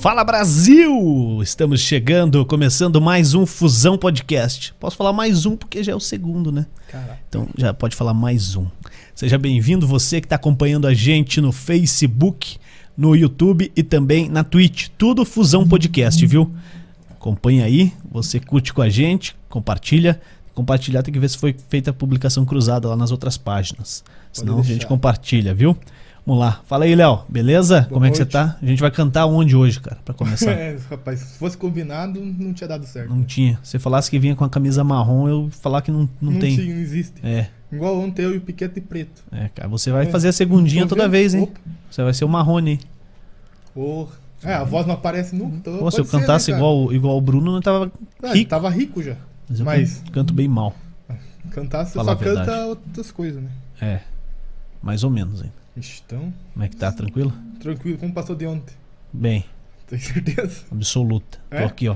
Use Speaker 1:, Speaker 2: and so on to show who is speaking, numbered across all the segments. Speaker 1: Fala Brasil! Estamos chegando, começando mais um Fusão Podcast. Posso falar mais um porque já é o segundo, né?
Speaker 2: Caraca.
Speaker 1: Então já pode falar mais um. Seja bem-vindo você que está acompanhando a gente no Facebook, no YouTube e também na Twitch. Tudo Fusão Podcast, viu? Acompanha aí, você curte com a gente, compartilha. Compartilhar tem que ver se foi feita a publicação cruzada lá nas outras páginas. Senão a gente
Speaker 2: deixar.
Speaker 1: compartilha, viu? Vamos lá. Fala aí, Léo. Beleza? Como é que você
Speaker 2: noite.
Speaker 1: tá? A gente vai cantar onde hoje, cara, pra começar?
Speaker 2: É, rapaz, se fosse combinado, não tinha dado certo.
Speaker 1: não tinha. Se você falasse que vinha com a camisa marrom, eu ia falar que não, não, tem.
Speaker 2: tinha, não existe.
Speaker 1: É,
Speaker 2: Igual ontem eu e o Piquete Preto.
Speaker 1: é, cara. Você vai fazer a segundinha
Speaker 2: Tô
Speaker 1: toda
Speaker 2: vendo.
Speaker 1: vez, hein?
Speaker 2: Opa.
Speaker 1: Você vai ser o Marrone. hein?
Speaker 2: Porra. É, a voz não aparece nunca. então
Speaker 1: Uhum. Pô, se
Speaker 2: pode
Speaker 1: eu
Speaker 2: ser, né,
Speaker 1: cantasse
Speaker 2: cara?
Speaker 1: igual, igual o Bruno, eu tava
Speaker 2: Ah, ele
Speaker 1: rico.
Speaker 2: tava rico já.
Speaker 1: Mas eu
Speaker 2: mas-
Speaker 1: can- canto bem mal.
Speaker 2: Cantar, você
Speaker 1: Fala
Speaker 2: só
Speaker 1: a verdade.
Speaker 2: canta outras coisas, né?
Speaker 1: É. Mais ou menos ainda.
Speaker 2: Ixi, Então,
Speaker 1: Como é que tá? Tranquilo?
Speaker 2: tranquilo, como passou de ontem.
Speaker 1: Bem,
Speaker 2: Tem certeza?
Speaker 1: absoluta.
Speaker 2: É?
Speaker 1: Tô aqui, ó.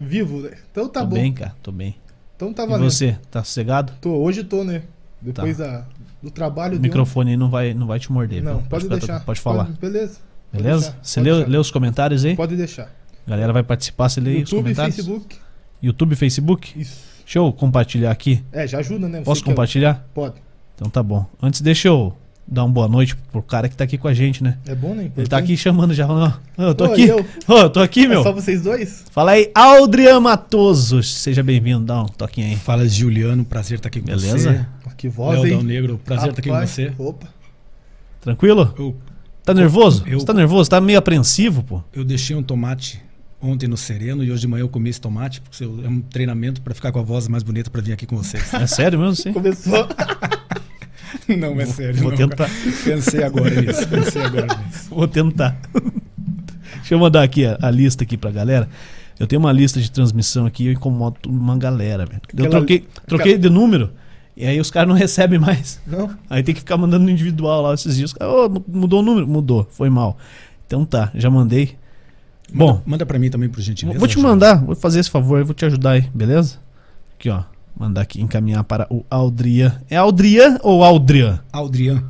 Speaker 2: Vivo, né? Então tá
Speaker 1: tô
Speaker 2: bom.
Speaker 1: bem, cara. Tô bem.
Speaker 2: Então tá
Speaker 1: E
Speaker 2: valendo.
Speaker 1: você, tá sossegado?
Speaker 2: Tô, hoje tô, né? Depois da, do
Speaker 1: O
Speaker 2: trabalho de ontem.
Speaker 1: microfone aí não vai, não vai te morder.
Speaker 2: Não,
Speaker 1: viu?
Speaker 2: pode
Speaker 1: ficar
Speaker 2: deixar.
Speaker 1: tranquilo. Pode falar.
Speaker 2: beleza. Pode
Speaker 1: Beleza?
Speaker 2: deixar,
Speaker 1: Você
Speaker 2: pode
Speaker 1: leu,
Speaker 2: deixar.
Speaker 1: leu os comentários aí?
Speaker 2: Pode deixar.
Speaker 1: A galera vai participar, você lê os
Speaker 2: YouTube,
Speaker 1: comentários?
Speaker 2: Facebook.
Speaker 1: YouTube e Facebook?
Speaker 2: Isso.
Speaker 1: Deixa eu compartilhar aqui.
Speaker 2: É, já ajuda, né? Você
Speaker 1: Posso
Speaker 2: que é o-
Speaker 1: compartilhar?
Speaker 2: Pode.
Speaker 1: Então tá bom. Antes deixa eu dar uma boa noite pro cara que tá aqui com a gente, né?
Speaker 2: É bom, né?
Speaker 1: Ele tá aqui chamando já, falando, ó, eu tô
Speaker 2: Oi,
Speaker 1: aqui,
Speaker 2: eu.
Speaker 1: Ô, eu tô aqui,
Speaker 2: É só
Speaker 1: meu.
Speaker 2: vocês dois?
Speaker 1: Fala aí, Aldrian Matoso, seja bem-vindo, dá um toquinho aí.
Speaker 3: Fala Juliano, prazer estar aqui com
Speaker 1: Beleza?
Speaker 3: você.
Speaker 2: Pô, Que voz,
Speaker 3: Léo Dão
Speaker 2: hein?
Speaker 3: Negro,
Speaker 1: tá
Speaker 3: prazer estar aqui com
Speaker 2: Rapaz,
Speaker 3: você.
Speaker 2: Opa.
Speaker 1: Tranquilo?
Speaker 3: Eu,
Speaker 1: Tá nervoso?
Speaker 3: Eu-
Speaker 1: Você tá nervoso? Tá meio apreensivo, pô?
Speaker 3: eu deixei um tomate ontem no Sereno e hoje de manhã eu comi esse tomate, porque eu- é um treinamento para ficar com a voz mais bonita para vir aqui com vocês.
Speaker 1: É sério mesmo, sim?
Speaker 2: Começou.
Speaker 3: não, é sério.
Speaker 1: Vou
Speaker 3: não,
Speaker 1: tentar,
Speaker 3: cara. Pensei agora nisso, pensei agora nisso.
Speaker 1: vou tentar. Deixa eu mandar aqui a, a lista aqui pra galera. Eu tenho uma lista de transmissão aqui, eu incomodo uma galera, velho. Eu
Speaker 2: Aquela-
Speaker 1: troquei, troquei de número e aí os caras não recebem mais.
Speaker 2: Não?
Speaker 1: Aí tem que ficar mandando no individual lá esses dias. Ô, mu- mudou o número? Mudou, foi mal. Então tá, já mandei. Bom,
Speaker 3: Manda para mim também, por gentileza.
Speaker 1: vou te
Speaker 3: Juliano.
Speaker 1: mandar, vou fazer esse favor, eu vou te ajudar aí, beleza? Aqui, ó. Mandar aqui, encaminhar para o Aldrian. É Aldrian ou Aldrian?
Speaker 3: Aldrian.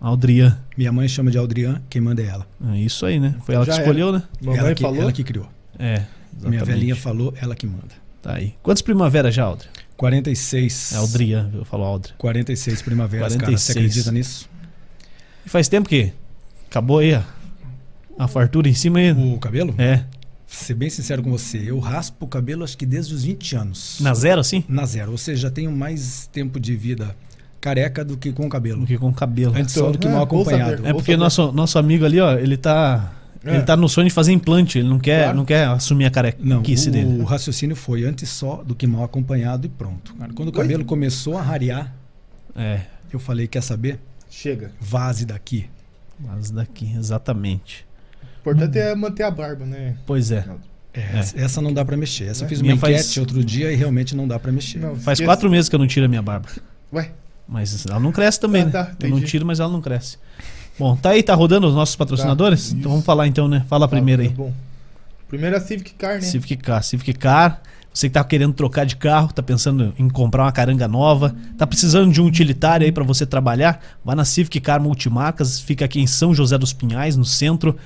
Speaker 1: Aldrian.
Speaker 3: Minha mãe chama de Aldrian, quem manda é ela.
Speaker 1: É isso aí, né? Foi ela
Speaker 2: Já
Speaker 1: que escolheu, né?
Speaker 2: Mamãe
Speaker 3: ela, que,
Speaker 2: falou?
Speaker 3: ela que criou.
Speaker 1: É. Exatamente.
Speaker 3: Minha velhinha falou, ela que manda.
Speaker 1: Tá aí. Quantas primaveras já, Aldrian?
Speaker 3: 46.
Speaker 1: É Aldrian, eu falo Aldrian.
Speaker 3: 46 primaveras, cara. Você
Speaker 1: 46.
Speaker 3: acredita nisso?
Speaker 1: E faz tempo que acabou aí a, a fartura em cima aí.
Speaker 3: O cabelo?
Speaker 1: É.
Speaker 3: Ser bem sincero com você, eu raspo o cabelo acho que desde os 20 anos.
Speaker 1: Na zero, assim?
Speaker 3: Na zero. Ou seja, tenho mais tempo de vida careca do que com
Speaker 1: Do
Speaker 3: cabelo.
Speaker 1: que com o cabelo.
Speaker 3: Antes só do que
Speaker 2: Ah,
Speaker 3: mal
Speaker 2: bom
Speaker 3: acompanhado.
Speaker 2: saber.
Speaker 1: Uhum. É
Speaker 2: Vou
Speaker 1: porque
Speaker 2: saber.
Speaker 1: nosso, nosso amigo ali, ó, ele tá.
Speaker 2: É.
Speaker 1: Ele tá no sonho de fazer implante, ele não quer,
Speaker 2: Claro.
Speaker 1: não quer assumir a
Speaker 3: Não,
Speaker 1: carequice
Speaker 3: o
Speaker 1: dele.
Speaker 3: raciocínio foi antes só do que mal acompanhado e pronto. Cara, Quando o cabelo começou a rarear,
Speaker 1: É,
Speaker 3: eu falei, quer saber?
Speaker 2: Chega.
Speaker 3: Vaze daqui.
Speaker 1: mas daqui, exatamente.
Speaker 2: O importante
Speaker 1: Hum.
Speaker 2: é manter a barba, né?
Speaker 1: Pois é.
Speaker 3: É, Essa não dá pra mexer. Essa eu fiz uma
Speaker 1: Minha faz-
Speaker 3: enquete outro dia e realmente não dá pra mexer.
Speaker 2: Não,
Speaker 1: Faz
Speaker 2: esqueça.
Speaker 1: quatro meses que eu não tiro a minha barba.
Speaker 2: Ué,
Speaker 1: Mas ela não cresce também,
Speaker 2: Ah, tá,
Speaker 1: né? Eu não
Speaker 2: entendi.
Speaker 1: tiro, mas ela não cresce. Bom, tá aí, tá rodando os nossos patrocinadores?
Speaker 2: Tá, isso.
Speaker 1: então vamos falar então, né? Fala primeiro
Speaker 2: tá
Speaker 1: aí.
Speaker 2: Bom. Primeiro é a Civic Car, né?
Speaker 1: Civic Car, Civic Car. Você que tá querendo trocar de carro, tá pensando em comprar uma caranga nova, tá precisando de um utilitário aí para você trabalhar, vá na Civic Car Multimarcas, fica aqui em São José dos Pinhais, no centro.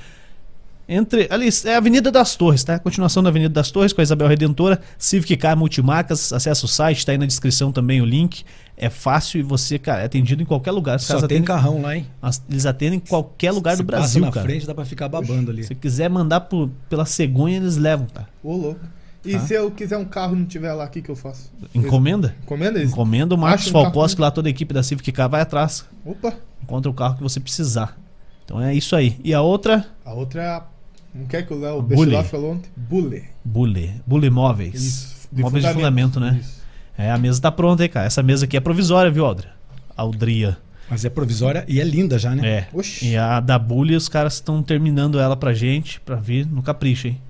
Speaker 1: Entre, ali é a Avenida das Torres, tá? Continuação da Avenida das Torres com a Isabel Redentora, Civic Car Multimarcas, acessa o site, tá aí na descrição também o link. É fácil e você, cara, é atendido em qualquer lugar. Os
Speaker 3: Só
Speaker 1: caras
Speaker 3: tem
Speaker 1: atendem,
Speaker 3: carrão lá, hein?
Speaker 1: as- eles atendem em qualquer lugar
Speaker 3: Se
Speaker 1: do
Speaker 3: passa
Speaker 1: Brasil,
Speaker 3: na
Speaker 1: cara.
Speaker 3: frente dá pra ficar babando ali.
Speaker 1: Se quiser mandar por- pela cegonha, eles levam, tá? cara.
Speaker 2: Ô, louco. E
Speaker 1: Tá.
Speaker 2: se eu quiser um carro e não tiver lá, o que, que eu faço?
Speaker 1: Encomenda?
Speaker 2: Encomenda isso?
Speaker 1: Encomenda o Marcos
Speaker 2: Acha um
Speaker 1: Falcoski lá, toda a equipe da Civic Car vai atrás.
Speaker 2: Opa.
Speaker 1: Encontra o carro que você precisar. Então é isso aí. E a outra,
Speaker 2: A outra é a... Não quer que o Léo
Speaker 1: Bully.
Speaker 2: Bechelot falou ontem? Bule.
Speaker 1: Bule. Bule Móveis.
Speaker 2: Isso, de
Speaker 1: Móveis de
Speaker 2: fundamento.
Speaker 1: fundamento, né?
Speaker 2: Isso.
Speaker 1: É, a mesa tá pronta aí, cara. Essa mesa aqui é provisória, viu, Aldra? Aldria.
Speaker 3: Mas é provisória e é linda já, né?
Speaker 1: É.
Speaker 2: Oxi.
Speaker 1: E a da Bule, os caras estão terminando ela pra gente, pra vir no capricho, hein?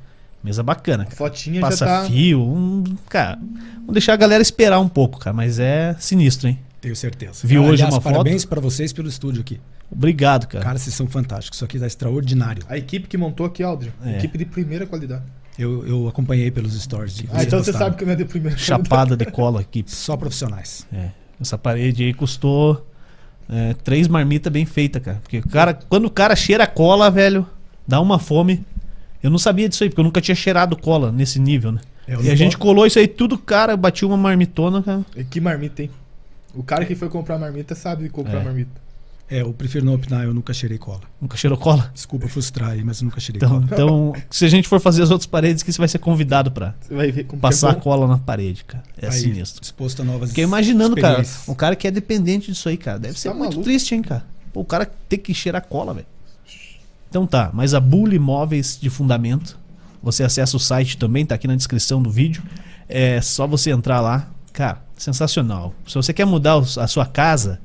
Speaker 1: Mesa bacana,
Speaker 2: A
Speaker 1: cara.
Speaker 2: fotinha
Speaker 1: Passa
Speaker 2: já tá...
Speaker 1: fio. um- cara, vamos deixar a galera esperar um pouco, cara. Mas é sinistro, hein?
Speaker 3: Tenho certeza.
Speaker 1: Viu hoje uma foto? É.
Speaker 3: parabéns pra vocês pelo estúdio aqui.
Speaker 1: Obrigado, cara.
Speaker 3: Cara, vocês são fantásticos. Isso aqui tá extraordinário.
Speaker 2: A equipe que montou aqui, Aldrin.
Speaker 1: É.
Speaker 2: Equipe de primeira qualidade.
Speaker 3: Eu, eu acompanhei pelos stories. de que
Speaker 2: Ah, então você
Speaker 3: postaram.
Speaker 2: sabe que não é de primeira qualidade.
Speaker 1: Chapada de cola aqui.
Speaker 3: Só profissionais.
Speaker 1: É. Essa parede aí custou é, três marmitas bem feitas, cara. Porque o cara, quando o cara cheira a cola, velho, dá uma fome. Eu não sabia disso aí, porque eu nunca tinha cheirado cola nesse nível, né?
Speaker 3: É,
Speaker 1: e a gente colou isso aí tudo, cara, bati uma marmitona, cara.
Speaker 4: E que marmita, hein? O cara que foi comprar marmita sabe comprar
Speaker 1: É.
Speaker 4: marmita.
Speaker 3: É, eu prefiro não opinar, eu nunca cheirei cola.
Speaker 1: Nunca cheirou cola.
Speaker 3: Desculpa frustrar aí, mas eu nunca cheirei
Speaker 1: Então,
Speaker 3: cola.
Speaker 1: então, se a gente for fazer as outras paredes, que você vai ser convidado pra
Speaker 4: Você vai ver como que é
Speaker 1: passar a
Speaker 4: bom.
Speaker 1: cola na parede, cara. É
Speaker 3: Aí,
Speaker 1: sinistro.
Speaker 3: Disposto a novas
Speaker 1: Fiquei imaginando, cara,
Speaker 3: experiências.
Speaker 1: um cara que é dependente disso aí, cara. Deve
Speaker 4: Você
Speaker 1: ser
Speaker 4: tá
Speaker 1: muito
Speaker 4: maluco?
Speaker 1: triste, hein, cara. Pô, o cara ter que cheirar cola, velho. Então tá, mas a Bully Imóveis de Fundamento, você acessa o site também, tá aqui na descrição do vídeo. É só você entrar lá. Cara, sensacional. Se você quer mudar os- a sua casa,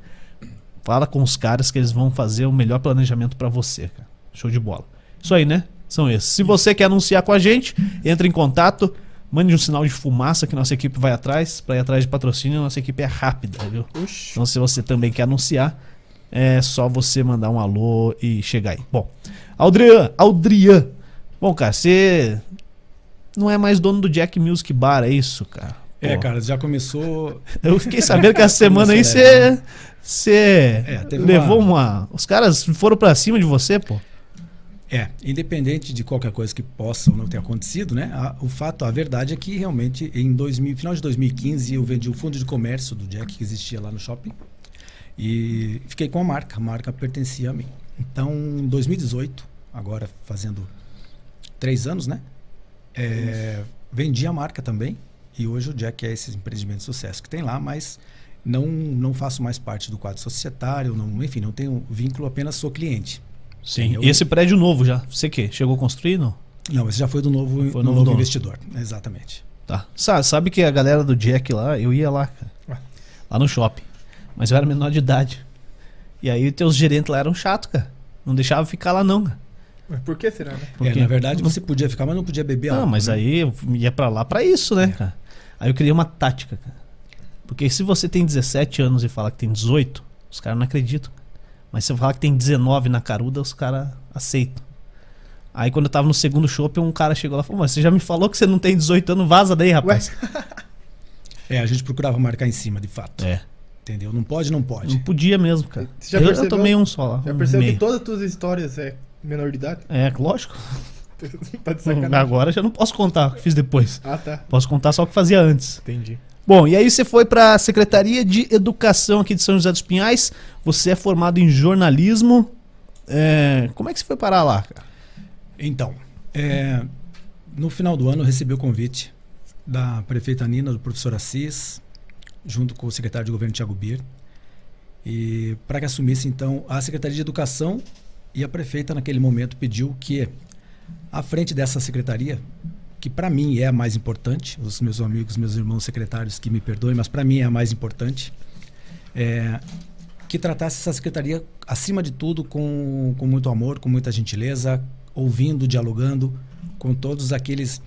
Speaker 1: fala com os caras que eles vão fazer o melhor planejamento pra você, cara. Show de bola. Isso aí, né? São esses. Se você quer anunciar com a gente, entre em contato, mande um sinal de fumaça que nossa equipe vai atrás. Pra ir atrás de patrocínio, nossa equipe é rápida, viu?
Speaker 4: Oxi.
Speaker 1: Então, se você também quer anunciar, é só você mandar um alô e chegar aí. Bom, Aldrian, Aldrian. Bom, cara, você não é mais dono do Jack Music Bar, é isso, cara?
Speaker 3: É,
Speaker 1: Pô,
Speaker 3: cara, já começou.
Speaker 1: Eu fiquei sabendo que essa semana aí você. Você
Speaker 3: É, teve
Speaker 1: levou né? uma... Os caras foram pra cima de você, pô.
Speaker 3: É, independente de qualquer coisa que possa ou não ter acontecido, né? a- o fato, a verdade é que realmente em 2000, final de 2015 eu vendi o fundo de comércio do Jack que existia lá no shopping e fiquei com a marca. A marca pertencia a mim. Então, em 2018, agora fazendo três anos, né? É, vendi a marca também e hoje o Jack é esse empreendimento de sucesso que tem lá, mas não não faço mais parte do quadro societário, não, enfim, não tenho vínculo, apenas sou cliente.
Speaker 1: Sim.
Speaker 3: eu-
Speaker 1: E esse prédio novo já. Você que chegou a construir, não?
Speaker 3: Não, esse já foi do novo,
Speaker 1: Foi
Speaker 3: do
Speaker 1: novo
Speaker 3: novo
Speaker 1: dono.
Speaker 3: investidor. Exatamente.
Speaker 1: Tá. Sa- sabe que a galera do Jack lá, eu ia lá, cara. Lá no shopping. Mas eu era menor de idade. E aí teus gerentes lá eram chato, cara. Não deixava eu ficar lá, não, cara.
Speaker 4: Mas por que será, né?
Speaker 1: Por
Speaker 3: É,
Speaker 1: quê?
Speaker 3: na verdade, você podia ficar, mas não podia beber
Speaker 1: Não,
Speaker 3: álcool,
Speaker 1: mas
Speaker 3: né?
Speaker 1: aí eu ia pra lá pra isso,
Speaker 4: É.
Speaker 1: né, cara? Aí eu criei uma tática, cara. Porque se você tem 17 anos e fala que tem 18, os caras não acreditam. Mas se eu falar que tem 19 na caruda, os caras aceitam. Aí quando eu tava no segundo shopping, um cara chegou lá e falou: Mas você já me falou que você não tem 18 anos, vaza daí, rapaz.
Speaker 3: É, a gente procurava marcar em cima, de fato.
Speaker 1: É.
Speaker 3: Entendeu? Não pode, não pode.
Speaker 1: Não podia mesmo, cara.
Speaker 4: Você já
Speaker 1: eu, eu
Speaker 4: percebeu-
Speaker 1: tomei um só lá.
Speaker 4: Já
Speaker 1: um
Speaker 4: percebeu
Speaker 1: meio.
Speaker 4: que todas as tuas histórias é menor de idade?
Speaker 1: É, lógico.
Speaker 4: tá
Speaker 1: Hum,
Speaker 4: de sacanagem.
Speaker 1: Agora eu já não posso contar o que fiz depois.
Speaker 4: Ah, tá.
Speaker 1: Posso contar só o que fazia antes.
Speaker 4: Entendi.
Speaker 1: Bom, e aí você foi pra Secretaria de Educação aqui de São José dos Pinhais. Você é formado em jornalismo. É, Como é que você foi parar lá, cara?
Speaker 3: Então, é, no final do ano eu recebi o convite da prefeita Nina, do professor Assis, junto com o secretário de governo Tiago Bir, e para que assumisse então a Secretaria de Educação e a prefeita naquele momento pediu que à frente dessa secretaria, que para mim é a mais importante, os meus amigos, meus irmãos secretários que me perdoem, mas para mim é a mais importante, é, que tratasse essa secretaria, acima de tudo, com, com muito amor, com muita gentileza, ouvindo, dialogando com todos aqueles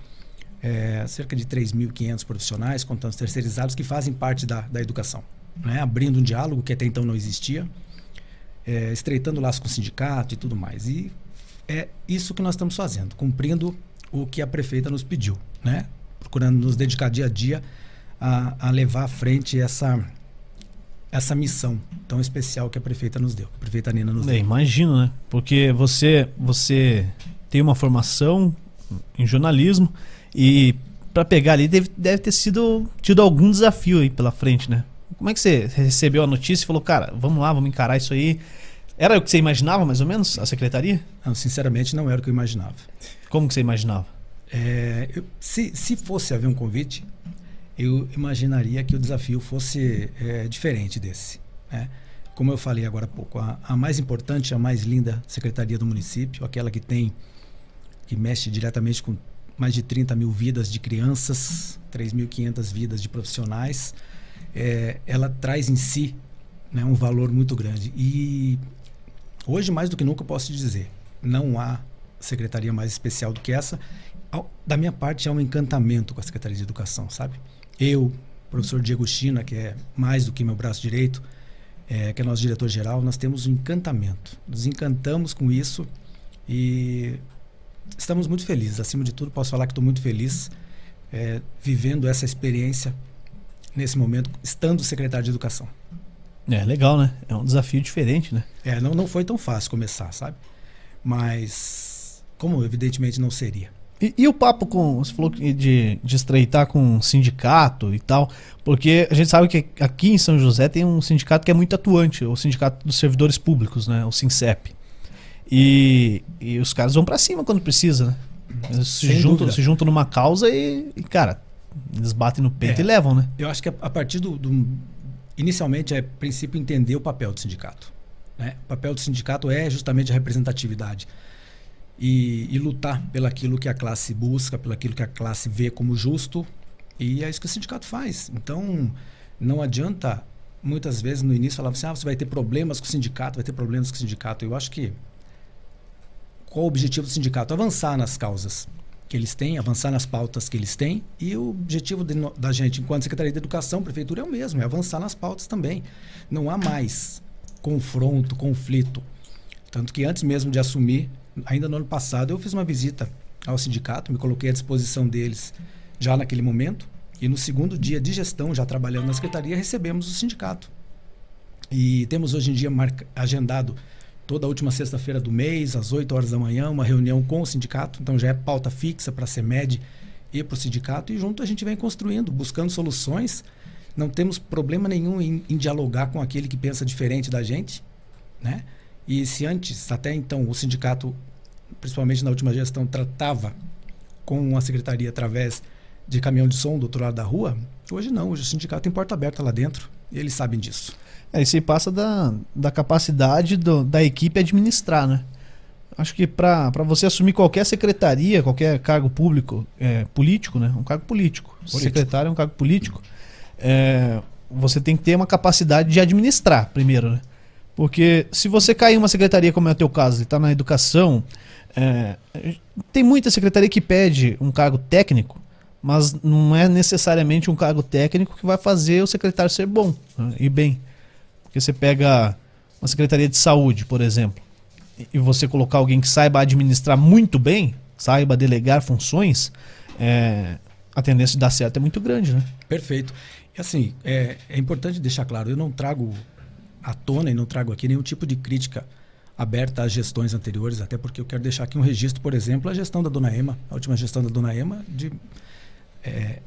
Speaker 3: é, cerca de 3.500 profissionais, contando os terceirizados, que fazem parte da, da educação. Né? Abrindo um diálogo que até então não existia, é, estreitando laços com o sindicato e tudo mais. E é isso que nós estamos fazendo, cumprindo o que a prefeita nos pediu, né? procurando nos dedicar dia a dia a, a levar à frente essa essa missão tão especial que a prefeita nos deu, a prefeita Nina nos
Speaker 1: É,
Speaker 3: deu.
Speaker 1: imagino, né? Porque você, você tem uma formação em jornalismo e pra pegar ali deve, deve ter sido tido algum desafio aí pela frente, né? Como é que você recebeu a notícia e falou, cara, vamos lá, vamos encarar isso aí? Era o que você imaginava, mais ou menos, a secretaria?
Speaker 3: Não, sinceramente, não era o que eu imaginava.
Speaker 1: Como que você imaginava?
Speaker 3: É, eu- se, se fosse haver um convite, eu imaginaria que o desafio fosse é, diferente desse. né? Como eu falei agora há pouco, a, a mais importante, a mais linda secretaria do município, aquela que tem, que mexe diretamente com mais de 30 mil vidas de crianças, 3.500 vidas de profissionais, é, ela traz em si né, um valor muito grande. E hoje, mais do que nunca, eu posso te dizer, não há secretaria mais especial do que essa. Ao- Da minha parte, é um encantamento com a Secretaria de Educação, sabe? Eu, professor Diego China, que é mais do que meu braço direito, é, que é nosso diretor-geral, nós temos um encantamento. Nos encantamos com isso e estamos muito felizes. Acima de tudo, posso falar que estou muito feliz é, vivendo essa experiência nesse momento, estando secretário de Educação.
Speaker 1: É legal, né? É um desafio diferente, né?
Speaker 3: É, não, não foi tão fácil começar, sabe? Mas Como evidentemente não seria.
Speaker 1: E, e o papo com. Você falou que de, de estreitar com um sindicato e tal, porque a gente sabe que aqui em São José tem um sindicato que é muito atuante, o Sindicato dos Servidores Públicos, né? O SINCEP. E, e os caras vão para cima quando precisa, né? Eles se
Speaker 3: Sem
Speaker 1: juntam,
Speaker 3: dúvida.
Speaker 1: se juntam numa causa e, e, cara, eles batem no peito
Speaker 3: É.
Speaker 1: e levam, né?
Speaker 3: Eu acho que a, a partir do, do- Inicialmente é princípio entender o papel do sindicato. né? O papel do sindicato é justamente a representatividade e, e lutar pelo aquilo que a classe busca, pelo aquilo que a classe vê como justo. E é isso que o sindicato faz. Então, não adianta muitas vezes no início falar assim: ah, você vai ter problemas com o sindicato, vai ter problemas com o sindicato. Eu acho que. Qual o objetivo do sindicato? Avançar nas causas que eles têm, avançar nas pautas que eles têm. E o objetivo de no- da gente, enquanto Secretaria de Educação, Prefeitura, é o mesmo: é avançar nas pautas também. Não há mais confronto, conflito. Tanto que antes mesmo de assumir, ainda no ano passado, eu fiz uma visita ao sindicato, me coloquei à disposição deles já naquele momento. E no segundo dia de gestão, já trabalhando na secretaria, recebemos o sindicato. E temos hoje em dia marca- agendado toda a última sexta-feira do mês, às 8 horas da manhã, uma reunião com o sindicato. Então já é pauta fixa para a CEMED e para o sindicato. E junto a gente vem construindo, buscando soluções. Não temos problema nenhum em, em dialogar com aquele que pensa diferente da gente. Né? E se antes, até então, o sindicato, principalmente na última gestão, tratava com a secretaria através de caminhão de som do outro lado da rua, hoje não. Hoje o sindicato tem porta aberta lá dentro. E eles sabem disso.
Speaker 1: É, isso aí passa da, da capacidade do- da equipe administrar, né? Acho que para você assumir qualquer secretaria, qualquer cargo público, é, político, né? Um cargo político. Secretário é um cargo político. É, você tem que ter uma capacidade de administrar primeiro, né? Porque se você cair em uma secretaria, como é o teu caso, ele está na educação, é, tem muita secretaria que pede um cargo técnico, mas não é necessariamente um cargo técnico que vai fazer o secretário ser bom né, e bem. Porque você pega uma secretaria de saúde, por exemplo, e- e você colocar alguém que saiba administrar muito bem, saiba delegar funções, é, a tendência de dar certo é muito grande, né?
Speaker 3: Perfeito. E assim, é, é importante deixar claro, eu não trago à tona e não trago aqui nenhum tipo de crítica aberta às gestões anteriores, até porque eu quero deixar aqui um registro, por exemplo, a gestão da Dona Ema, a última gestão da Dona Ema, de, é,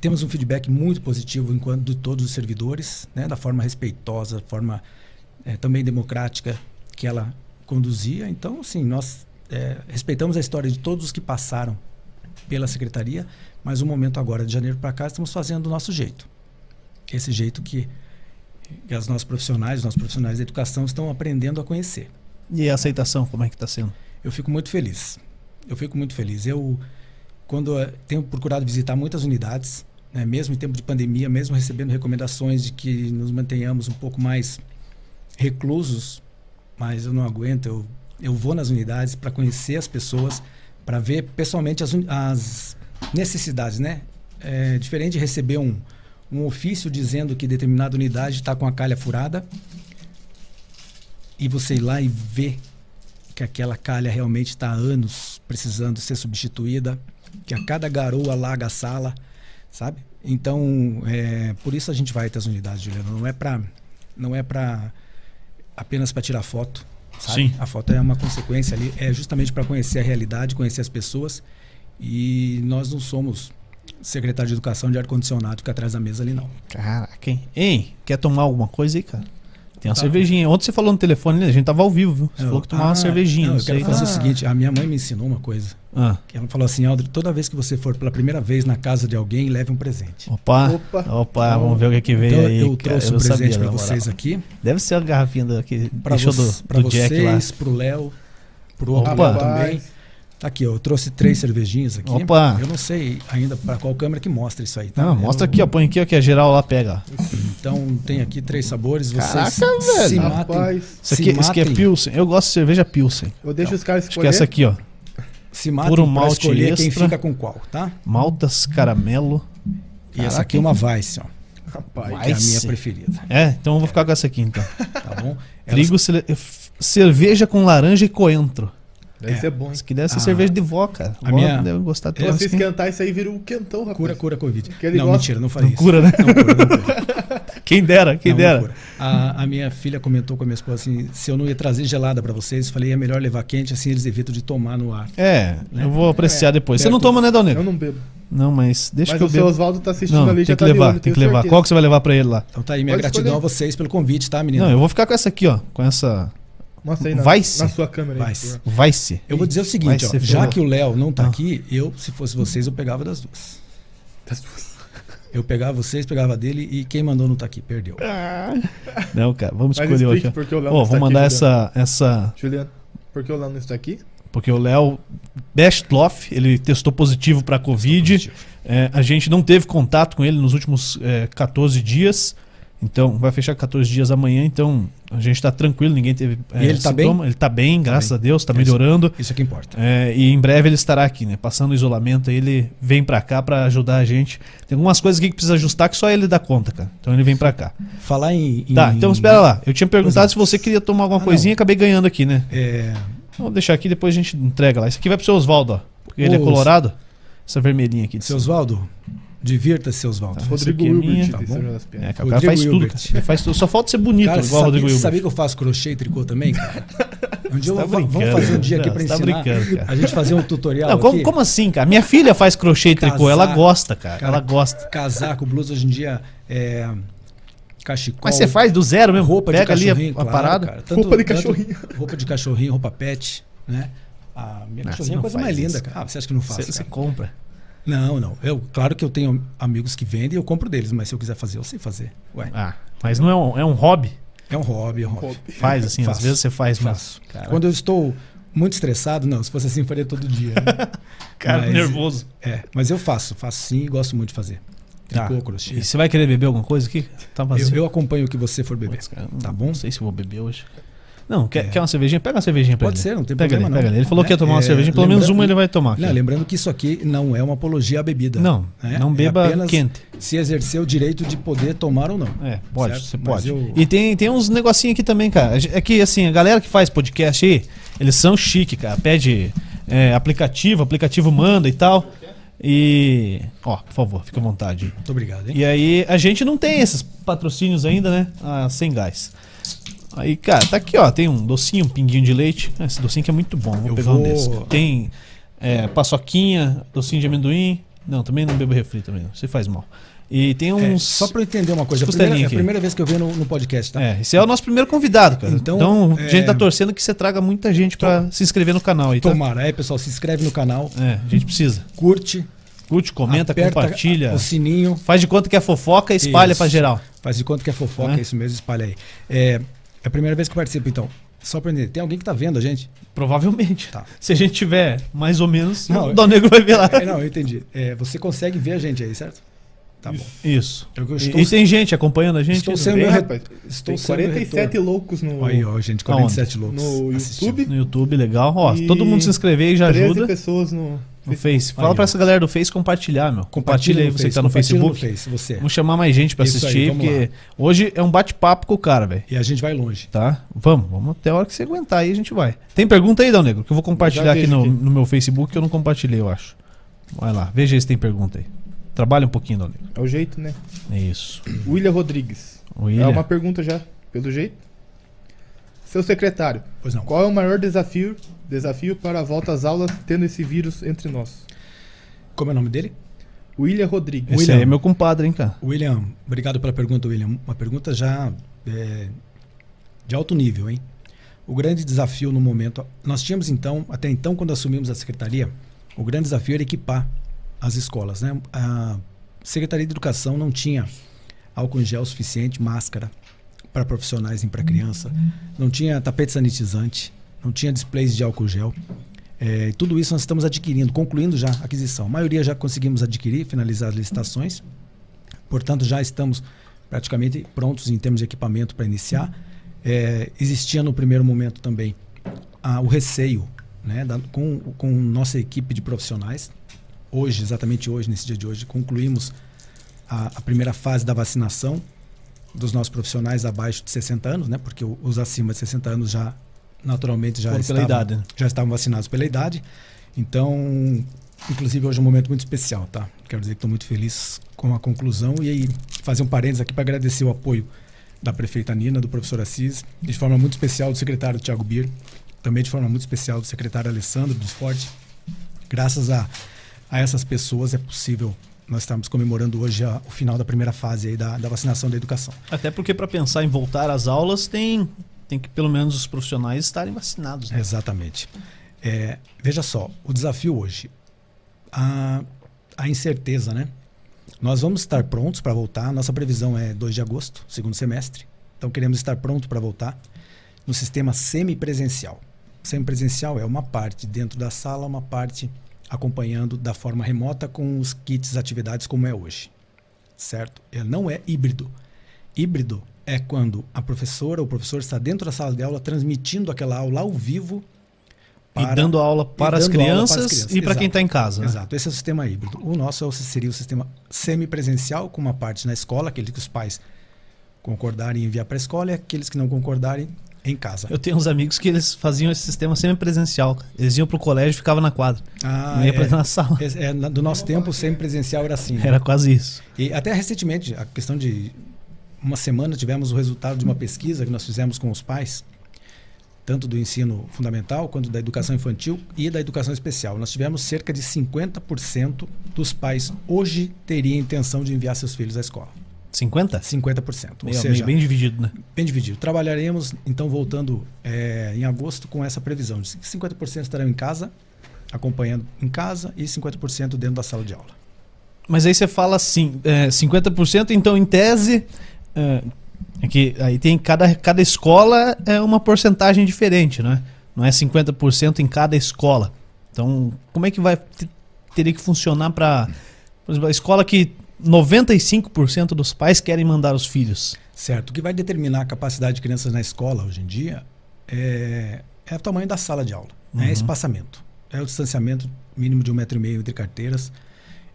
Speaker 3: temos um feedback muito positivo enquanto de todos os servidores, né, da forma respeitosa, forma é, também democrática que ela conduzia. Então, assim, nós é, respeitamos a história de todos os que passaram pela secretaria, mas o momento agora de janeiro para cá estamos fazendo do nosso jeito. Esse jeito que, que as nossos profissionais, os nossos profissionais da educação estão aprendendo a conhecer.
Speaker 1: E a aceitação, como é que está sendo?
Speaker 3: Eu fico muito feliz. Eu fico muito feliz. Eu quando eh, tenho procurado visitar muitas unidades, né, mesmo em tempo de pandemia, mesmo recebendo recomendações de que nos mantenhamos um pouco mais reclusos, mas eu não aguento. Eu, eu vou nas unidades para conhecer as pessoas, para ver pessoalmente as, uni- as necessidades, né? É diferente de receber um, um ofício dizendo que determinada unidade está com a calha furada e você ir lá e ver que aquela calha realmente está há anos precisando ser substituída, que a cada garoa alaga a sala, sabe? Então, é, por isso a gente vai até as unidades, Juliano. Não é para, não é para apenas para tirar foto. Sabe?
Speaker 1: Sim.
Speaker 3: A foto é uma consequência ali, é justamente para conhecer a realidade, conhecer as pessoas. E nós não somos secretário de educação de ar condicionado fica atrás da mesa ali não.
Speaker 1: Caraca, hein? Ei, quer tomar alguma coisa aí, cara? Tem uma cervejinha. Ontem você falou no telefone, né? a gente tava ao vivo, viu? Você falou que tomar
Speaker 3: Tá. Ah,
Speaker 1: uma cervejinha.
Speaker 3: Não,
Speaker 1: Não,
Speaker 3: eu quero
Speaker 1: sei.
Speaker 3: fazer o
Speaker 1: Ah.
Speaker 3: seguinte, a minha mãe me ensinou uma coisa.
Speaker 1: Ah.
Speaker 3: Que ela falou assim, Aldo, toda vez que você for pela primeira vez na casa de alguém, leve um presente.
Speaker 1: Opa, opa,
Speaker 4: Opa.
Speaker 1: vamos ver o que, que veio
Speaker 3: então
Speaker 1: aí.
Speaker 3: eu
Speaker 1: cara.
Speaker 3: trouxe
Speaker 1: Eu
Speaker 3: um
Speaker 1: sabia, na
Speaker 3: presente para
Speaker 1: moral.
Speaker 3: vocês aqui,
Speaker 1: Deve ser a garrafinha da, que
Speaker 3: para
Speaker 1: deixou do, do Jack lá.
Speaker 3: vocês, pro Léo, pro
Speaker 1: Opa.
Speaker 3: Aldo
Speaker 4: Ah,
Speaker 3: também. Tá aqui, ó, eu trouxe três cervejinhas aqui.
Speaker 1: Opa.
Speaker 3: Eu não sei ainda para qual câmera que mostra isso aí, tá?
Speaker 1: Não, mostra
Speaker 3: Eu-
Speaker 1: aqui, ó. Põe aqui, ó, que a geral lá pega. ó.
Speaker 3: Então tem aqui três sabores, vocês
Speaker 1: Caraca,
Speaker 3: se
Speaker 1: velho.
Speaker 3: matem.
Speaker 4: Rapaz,
Speaker 1: Isso
Speaker 3: se
Speaker 1: aqui, isso aqui é
Speaker 3: matem.
Speaker 1: Pilsen. Eu gosto de cerveja Pilsen.
Speaker 4: eu deixo os caras
Speaker 1: Acho que
Speaker 4: escolher.
Speaker 1: é essa aqui, ó.
Speaker 3: se matem
Speaker 1: Puro
Speaker 3: pra
Speaker 1: malte
Speaker 3: escolher quem
Speaker 1: extra.
Speaker 3: fica com qual, tá?
Speaker 1: Maltas, caramelo.
Speaker 3: E essa
Speaker 1: Caraca,
Speaker 3: aqui é uma Vice, ó,
Speaker 4: Rapaz.
Speaker 1: Vai.
Speaker 3: que é a minha
Speaker 1: Vice.
Speaker 3: preferida,
Speaker 1: É, então eu vou ficar com essa aqui, então.
Speaker 3: tá bom? Ela-
Speaker 1: Trigo, sele- f- cerveja com laranja e coentro.
Speaker 4: Deve
Speaker 3: É.
Speaker 4: ser bom. hein?
Speaker 1: Se quiser essa
Speaker 3: Ah,
Speaker 1: cerveja de vó, cara.
Speaker 3: a
Speaker 1: Vó
Speaker 3: minha-
Speaker 1: deve gostar
Speaker 4: Se
Speaker 1: toda.
Speaker 4: você
Speaker 2: é
Speaker 1: Assim.
Speaker 4: esquentar isso aí, vira um quentão, rapaz.
Speaker 3: Cura, cura a Covid.
Speaker 4: Aquele
Speaker 3: Não,
Speaker 4: negócio-
Speaker 3: mentira, não faria
Speaker 1: Não
Speaker 3: isso.
Speaker 1: cura, né?
Speaker 3: Não cura, não cura.
Speaker 1: Quem dera, quem
Speaker 3: Não,
Speaker 1: dera.
Speaker 3: é loucura. A, a minha filha comentou com a minha esposa assim: se eu não ia trazer gelada pra vocês, falei: é melhor levar quente, assim eles evitam de tomar no ar.
Speaker 1: É, eu vou apreciar depois. Você não
Speaker 3: Perto-
Speaker 1: toma, né, Dalneiro?
Speaker 4: Eu não bebo.
Speaker 1: Não, mas deixa
Speaker 4: Mas
Speaker 1: que eu
Speaker 4: o seu
Speaker 1: bebo.
Speaker 4: Oswaldo tá assistindo
Speaker 1: Não,
Speaker 4: ali
Speaker 1: tem
Speaker 4: já
Speaker 1: que
Speaker 4: tá de
Speaker 1: levar,
Speaker 4: olho,
Speaker 1: tem que
Speaker 4: tenho
Speaker 1: levar.
Speaker 4: certeza.
Speaker 1: Qual que você vai levar pra ele lá?
Speaker 3: Então tá aí minha
Speaker 4: Pode
Speaker 3: gratidão
Speaker 4: escolher.
Speaker 3: a vocês pelo convite, tá, menina?
Speaker 1: Não, eu vou ficar com essa aqui, ó. Com essa.
Speaker 4: Mostra aí na,
Speaker 1: Vai
Speaker 4: na
Speaker 1: ser.
Speaker 4: sua câmera. aí,
Speaker 3: Vai
Speaker 4: por favor.
Speaker 3: ser.
Speaker 1: Vai ser.
Speaker 3: Eu vou dizer o
Speaker 1: Vai
Speaker 3: seguinte, ó,
Speaker 1: ser
Speaker 3: já
Speaker 1: fogo.
Speaker 3: que o Léo não tá
Speaker 1: Ah.
Speaker 3: aqui, eu, se fosse vocês, eu pegava das duas.
Speaker 4: Das duas.
Speaker 3: Eu pegava vocês, pegava dele e quem mandou não tá aqui, perdeu.
Speaker 4: É.
Speaker 1: Não, cara, vamos
Speaker 4: Mas
Speaker 1: escolher
Speaker 4: explique
Speaker 1: aqui. ó.
Speaker 4: porque o Léo
Speaker 1: Ó,
Speaker 4: não
Speaker 1: vou
Speaker 4: está
Speaker 1: mandar
Speaker 4: aqui,
Speaker 1: essa, essa.
Speaker 4: Juliano, por que o Léo não está aqui?
Speaker 1: Porque o Léo Bestloff, ele testou positivo pra Covid. É, a gente não teve contato com ele nos últimos é, 14 dias. Então, vai fechar 14 dias amanhã, então a gente tá tranquilo, ninguém teve.
Speaker 3: E ele tá
Speaker 1: bem? Ele tá bem, graças
Speaker 3: bem.
Speaker 1: a Deus, tá
Speaker 3: Isso.
Speaker 1: melhorando.
Speaker 3: Isso é que importa.
Speaker 1: É, e em breve ele estará aqui, né? Passando o isolamento, aí ele vem pra cá pra ajudar a gente. Tem algumas coisas aqui que precisa ajustar que só ele dá conta, cara. Então ele vem pra cá.
Speaker 3: Falar em. em-
Speaker 1: Tá, então espera lá. Eu tinha perguntado
Speaker 3: Pois é.
Speaker 1: se você queria tomar alguma
Speaker 3: Ah,
Speaker 1: coisinha e acabei ganhando aqui, né?
Speaker 3: É,
Speaker 1: Vou deixar aqui depois a gente entrega lá. Isso aqui vai pro seu Osvaldo, ó. Porque ele é
Speaker 3: Ô,
Speaker 1: colorado. Essa vermelhinha aqui. de
Speaker 3: seu Osvaldo, divirta-se, seu Osvaldo.
Speaker 1: Tá.
Speaker 4: Rodrigo
Speaker 1: aqui é
Speaker 4: Hilbert,
Speaker 1: minha,
Speaker 4: de
Speaker 1: tá
Speaker 3: bom.
Speaker 4: Sérgio das
Speaker 1: cima.
Speaker 4: Piadas.
Speaker 1: É, cara, o cara
Speaker 3: Rodrigo
Speaker 1: faz tudo,
Speaker 3: Hilbert.
Speaker 1: cara. Ele faz tudo. Só falta ser bonito,
Speaker 3: Cara,
Speaker 1: igual o
Speaker 3: sabia,
Speaker 1: Rodrigo
Speaker 3: sabia
Speaker 1: Hilbert.
Speaker 3: que eu faço crochê e tricô também? cara? Um dia
Speaker 1: Você tá
Speaker 3: eu vou, vamos
Speaker 1: brincando,
Speaker 3: fazer um dia
Speaker 1: né?
Speaker 3: aqui pra
Speaker 1: Você tá
Speaker 3: ensinar.
Speaker 1: brincando, cara.
Speaker 3: a gente fazer um tutorial.
Speaker 1: Não, como,
Speaker 3: aqui.
Speaker 1: como assim, cara? Minha filha faz crochê e tricô. Ela
Speaker 3: Casaco,
Speaker 1: gosta, cara.
Speaker 3: cara,
Speaker 1: Ela gosta.
Speaker 3: Casaco, blusa hoje em dia é. Cachecol.
Speaker 1: Mas você faz do zero mesmo?
Speaker 3: roupa de
Speaker 1: Pega ali a,
Speaker 3: cachorrinho,
Speaker 1: a
Speaker 3: claro,
Speaker 1: parada.
Speaker 3: cara.
Speaker 4: Roupa de cachorrinho.
Speaker 3: roupa de cachorrinho, roupa pet, né? A minha
Speaker 1: Ah, você
Speaker 3: cachorrinha é
Speaker 1: não
Speaker 3: a coisa
Speaker 1: faz
Speaker 3: mais
Speaker 1: isso,
Speaker 3: linda, cara. Ah, você acha que eu não faço?
Speaker 1: Você você
Speaker 3: cara?
Speaker 1: compra.
Speaker 3: Não, não. Eu, claro que eu tenho amigos que vendem e eu compro deles, mas se eu quiser fazer, eu sei fazer. Ué,
Speaker 1: Ah, mas não é um, é um hobby?
Speaker 3: é um hobby, é um hobby.
Speaker 1: Faz assim, às
Speaker 3: Faço.
Speaker 1: vezes você faz, mas.
Speaker 3: Faço. Quando eu estou muito estressado, não, se fosse assim, eu faria todo dia. né?
Speaker 1: Cara,
Speaker 3: Mas-
Speaker 1: nervoso.
Speaker 3: é, mas eu faço, faço sim e gosto muito de fazer.
Speaker 1: Tá.
Speaker 3: Tricô, crochê.
Speaker 1: E você vai querer beber alguma coisa aqui? Tá
Speaker 3: Eu,
Speaker 1: vazio.
Speaker 3: eu acompanho o que você for beber.
Speaker 1: Putz, cara,
Speaker 3: Tá
Speaker 1: não-
Speaker 3: bom?
Speaker 1: Não sei se eu vou beber hoje. Não, quer,
Speaker 3: É.
Speaker 1: quer uma cervejinha? Pega uma cervejinha pra
Speaker 3: Pode
Speaker 1: ele.
Speaker 3: ser, não tem
Speaker 1: pega
Speaker 3: problema
Speaker 1: ele,
Speaker 3: não.
Speaker 1: Pega ele. ele falou
Speaker 3: Né?
Speaker 1: que ia tomar uma
Speaker 3: É,
Speaker 1: cervejinha, pelo menos
Speaker 3: lembrando-
Speaker 1: uma ele vai tomar.
Speaker 3: Não,
Speaker 1: cara.
Speaker 3: lembrando que isso aqui não é uma apologia à bebida.
Speaker 1: Não,
Speaker 3: né?
Speaker 1: não
Speaker 3: É
Speaker 1: beba
Speaker 3: apenas
Speaker 1: quente.
Speaker 3: Se exercer o direito de poder tomar ou não.
Speaker 1: É, pode,
Speaker 3: Certo,
Speaker 1: você
Speaker 3: mas
Speaker 1: pode.
Speaker 3: eu-
Speaker 1: E tem, tem uns negocinhos aqui também, cara. É que, assim, a galera que faz podcast aí, eles são chique, cara. Pede é, aplicativo, aplicativo manda e tal. E. Ó, por favor, fica à vontade.
Speaker 3: Muito obrigado, hein?
Speaker 1: E aí, a gente não tem esses patrocínios ainda, né? Ah, sem gás. Aí, cara, tá aqui, ó. Tem um docinho, um pinguinho de leite. Ah, Esse docinho que é muito bom. Vou
Speaker 3: Eu
Speaker 1: pegar um
Speaker 3: vou-
Speaker 1: desse. Tem é, paçoquinha, docinho de amendoim. Não, também não bebo refri também, não. Isso faz mal. E tem
Speaker 3: É,
Speaker 1: uns.
Speaker 3: só para eu entender uma coisa, a
Speaker 1: Costelinha
Speaker 3: primeira, é a
Speaker 1: aqui.
Speaker 3: primeira vez que eu venho no, no podcast, tá?
Speaker 1: É, esse é o nosso primeiro convidado, cara. Então,
Speaker 3: Então,
Speaker 1: a
Speaker 3: é-
Speaker 1: gente tá torcendo que você traga muita gente pra se inscrever no canal aí, tá?
Speaker 3: Tomara. É, pessoal, se inscreve no canal,
Speaker 1: É, a gente precisa.
Speaker 3: curte,
Speaker 1: Curte, comenta,
Speaker 3: aperta
Speaker 1: compartilha.
Speaker 3: o sininho,
Speaker 1: Faz de conta que é fofoca e espalha
Speaker 3: Isso.
Speaker 1: pra geral.
Speaker 3: faz de conta que é fofoca,
Speaker 1: Né?
Speaker 3: é isso mesmo, espalha aí. É, é a primeira vez que eu participo, então. Só pra entender, tem alguém que tá vendo a gente?
Speaker 1: Provavelmente.
Speaker 3: Tá.
Speaker 1: Se a gente tiver mais ou menos,
Speaker 3: Não,
Speaker 1: o Dal Negro vai ver lá.
Speaker 3: É, não, eu entendi. É, você consegue ver a gente aí, certo? Tá bom.
Speaker 1: Isso.
Speaker 3: É o que eu
Speaker 1: E-
Speaker 3: estou-
Speaker 1: e, tem gente acompanhando a gente.
Speaker 3: Estou
Speaker 1: no-
Speaker 3: sendo
Speaker 4: Bem,
Speaker 3: meu re-
Speaker 4: rapaz.
Speaker 3: Estou
Speaker 4: Tem
Speaker 3: sendo
Speaker 4: 47
Speaker 3: 47
Speaker 4: loucos no,
Speaker 3: Aí, ó,
Speaker 1: Aonde?
Speaker 3: gente, 47 loucos. Tá
Speaker 4: no
Speaker 3: assistindo.
Speaker 4: YouTube.
Speaker 1: no YouTube, legal. Ó,
Speaker 4: E
Speaker 1: todo mundo se inscrever aí já
Speaker 4: 13
Speaker 1: ajuda.
Speaker 4: pessoas no.
Speaker 1: No Face. Fala
Speaker 3: Aí,
Speaker 1: pra
Speaker 3: ó.
Speaker 1: essa galera do Face compartilhar, meu. Compartilha, aí
Speaker 3: no
Speaker 1: você que tá no
Speaker 3: compartilha
Speaker 1: Facebook.
Speaker 3: Face, você.
Speaker 1: Vamos chamar mais gente pra
Speaker 3: Isso aí,
Speaker 1: assistir,
Speaker 3: vamos
Speaker 1: porque hoje é um bate-papo com o cara, velho.
Speaker 3: E a gente vai longe.
Speaker 1: Tá? Vamos, vamos até a hora que você aguentar aí, a gente vai. Tem pergunta aí, Dal Negro? Que eu vou compartilhar
Speaker 4: Já
Speaker 1: aqui
Speaker 4: vejo
Speaker 1: no,
Speaker 4: aqui.
Speaker 1: no meu Facebook, que eu não compartilhei, eu acho. Vai lá, veja aí se tem pergunta aí. Trabalha um pouquinho, Dal Negro.
Speaker 4: É o jeito, né?
Speaker 1: É isso.
Speaker 4: William Rodrigues.
Speaker 1: O William.
Speaker 4: É uma pergunta já, pelo jeito. Seu secretário,
Speaker 3: Pois não.
Speaker 4: qual é o maior desafio, desafio para a volta às aulas tendo esse vírus entre nós?
Speaker 3: Como é o nome dele?
Speaker 4: William Rodrigues.
Speaker 1: Esse
Speaker 3: William.
Speaker 1: aí é meu compadre, hein, cara.
Speaker 3: William, obrigado pela pergunta, William. Uma pergunta já é, de alto nível, hein? O grande desafio no momento, nós tínhamos então, até então, quando assumimos a secretaria, o grande desafio era equipar as escolas, né? A secretaria de educação não tinha álcool em gel suficiente, máscara para profissionais e para criança, não tinha tapete sanitizante, não tinha displays de álcool gel. É, tudo isso nós estamos adquirindo, concluindo já a aquisição. A maioria já conseguimos adquirir, finalizar as licitações. Portanto, já estamos praticamente prontos em termos de equipamento para iniciar. É, existia no primeiro momento também a- o receio né, da- com, com nossa equipe de profissionais. Hoje, exatamente hoje, nesse dia de hoje, concluímos a, a primeira fase da vacinação dos nossos profissionais abaixo de 60 anos, né, porque o- os acima de 60 anos já naturalmente já
Speaker 1: Foram pela
Speaker 3: estavam,
Speaker 1: idade, né?
Speaker 3: já estavam vacinados pela idade. Então, inclusive hoje é um momento muito especial, tá? Quero dizer que estou muito feliz com a conclusão e aí fazer um parênteses aqui para agradecer o apoio da prefeita Nina, do professor Assis, de forma muito especial do secretário Tiago Bir, também de forma muito especial do secretário Alessandro do Esporte. Graças a, a essas pessoas é possível nós estarmos comemorando hoje a- o final da primeira fase aí da, da vacinação da educação.
Speaker 1: Até porque para pensar em voltar às aulas tem tem que pelo menos os profissionais estarem vacinados. Né?
Speaker 3: Exatamente. É, veja só, o desafio hoje, a, a incerteza, né? Nós vamos estar prontos para voltar. Nossa previsão é 2 de agosto, segundo semestre. Então queremos estar pronto para voltar no sistema semipresencial. Semipresencial é uma parte dentro da sala, uma parte acompanhando da forma remota com os kits atividades como é hoje. Certo? Ele não é híbrido. Híbrido é quando a professora ou o professor está dentro da sala de aula transmitindo aquela aula ao vivo
Speaker 1: e dando aula para, as
Speaker 3: dando aula para as
Speaker 1: crianças
Speaker 3: crianças,
Speaker 1: e para quem
Speaker 3: exato.
Speaker 1: está em casa. né?
Speaker 3: Exato, esse é o sistema híbrido. O nosso é o- seria o sistema semipresencial, com uma parte na escola, aquele que os pais concordarem em enviar para a escola, e aqueles que não concordarem em casa.
Speaker 1: Eu tenho uns amigos que eles faziam esse sistema semipresencial. cara. Eles iam pro colégio e ficavam na quadra.
Speaker 3: Ah,
Speaker 1: não ia pra
Speaker 3: é,
Speaker 1: na sala.
Speaker 3: Esse- é, na- do nosso tempo, o semipresencial era assim. né?
Speaker 1: Era quase isso.
Speaker 3: E até recentemente, a questão de uma semana, tivemos o resultado de uma pesquisa que nós fizemos com os pais, tanto do ensino fundamental quanto da educação infantil e da educação especial. Nós tivemos cerca de 50% dos pais hoje teria intenção de enviar seus filhos à escola.
Speaker 1: 50?
Speaker 3: 50%.
Speaker 1: Meio,
Speaker 3: ou
Speaker 1: a
Speaker 3: seja,
Speaker 1: meio, bem dividido, né?
Speaker 3: bem dividido. Trabalharemos, então, voltando eh, em agosto com essa previsão de 50% estarão em casa, acompanhando em casa, e 50% dentro da sala de aula.
Speaker 1: Mas aí você fala assim, é, 50%, então em tese. É, é que aí tem cada, cada escola é uma porcentagem diferente, né? Não é 50% em cada escola. Então, como é que vai te- teria que funcionar para, por exemplo, a escola que 95% dos pais querem mandar os filhos?
Speaker 3: Certo. O que vai determinar a capacidade de crianças na escola hoje em dia é, é o tamanho da sala de aula, né? é
Speaker 1: Uhum.
Speaker 3: espaçamento, é o distanciamento mínimo de um metro e meio entre carteiras.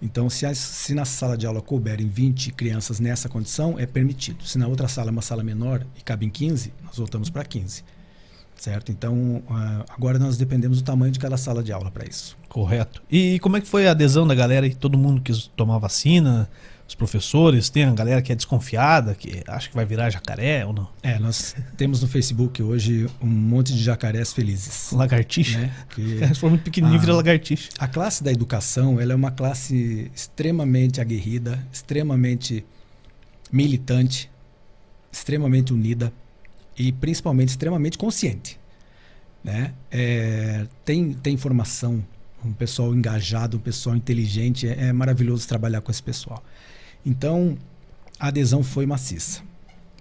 Speaker 3: Então, se, as- se na sala de aula couberem 20 crianças nessa condição, é permitido. Se na outra sala é uma sala menor e cabem 15, nós voltamos para 15. Certo? Então, ah, agora nós dependemos do tamanho de cada sala de aula para isso.
Speaker 1: Correto. E como é que foi a adesão da galera? aí? Todo mundo quis tomar vacina, os professores, tem a galera que é desconfiada, que acha que vai virar jacaré ou não?
Speaker 3: É, nós temos no Facebook hoje um monte de jacarés felizes.
Speaker 1: Lagartixa.
Speaker 3: Né? Que-
Speaker 1: Se for muito pequenininho,
Speaker 3: Ah.
Speaker 1: vira lagartixa.
Speaker 3: A classe da educação ela é uma classe extremamente aguerrida, extremamente militante, extremamente unida e principalmente extremamente consciente. Né? É, tem, tem formação, um pessoal engajado, um pessoal inteligente, é, é maravilhoso trabalhar com esse pessoal. Então, a adesão foi maciça.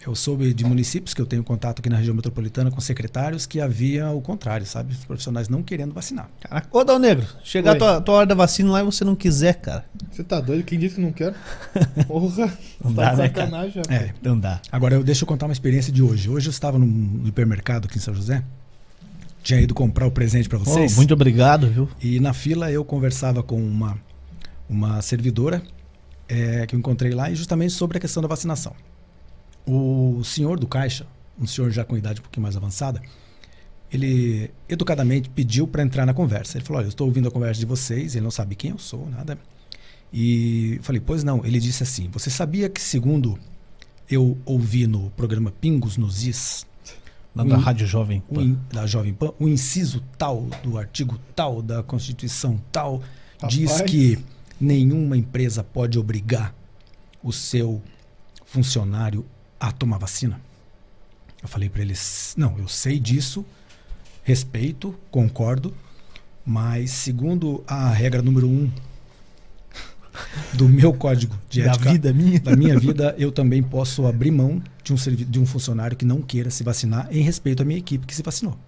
Speaker 3: Eu soube de municípios que eu tenho contato aqui na região metropolitana com secretários que havia o contrário, sabe? Os profissionais não querendo vacinar.
Speaker 1: Caraca. Ô, Dal Negro, chegar a
Speaker 4: Oi.
Speaker 1: tua, tua hora da vacina lá e você não quiser, cara.
Speaker 4: Você tá doido? Quem disse que não quer? Porra!
Speaker 1: Não
Speaker 4: tá
Speaker 1: dá,
Speaker 4: de
Speaker 1: né, cara?
Speaker 4: sacanagem,
Speaker 3: É,
Speaker 4: rapaz.
Speaker 1: Não Então dá.
Speaker 3: Agora, eu deixa eu contar uma experiência de hoje. Hoje eu estava num- no hipermercado aqui em São José. Tinha ido comprar o presente para
Speaker 1: Ô,
Speaker 3: vocês.
Speaker 1: muito obrigado, viu?
Speaker 3: E na fila eu conversava com uma, uma servidora eh, que eu encontrei lá e justamente sobre a questão da vacinação. O senhor do caixa, um senhor já com idade um pouquinho mais avançada, ele educadamente pediu para entrar na conversa. Ele falou: Olha, eu estou ouvindo a conversa de vocês, ele não sabe quem eu sou, nada. E eu falei: Pois não. Ele disse assim: Você sabia que, segundo eu ouvi no programa Pingos nos Is,
Speaker 1: Lá da
Speaker 3: Hum.
Speaker 1: Rádio Jovem.
Speaker 3: o in- da Jovem Pan, o inciso tal do artigo tal da Constituição tal diz
Speaker 4: Rapaz.
Speaker 3: que nenhuma empresa pode obrigar o seu funcionário a tomar vacina. Eu falei para ele, "S- não, eu sei disso, respeito, concordo, mas segundo a regra número um do meu código de
Speaker 1: da
Speaker 3: ética
Speaker 1: vida minha.
Speaker 3: da minha vida, eu também posso abrir mão de um, servi- de um funcionário que não queira se vacinar em respeito à minha equipe que se vacinou.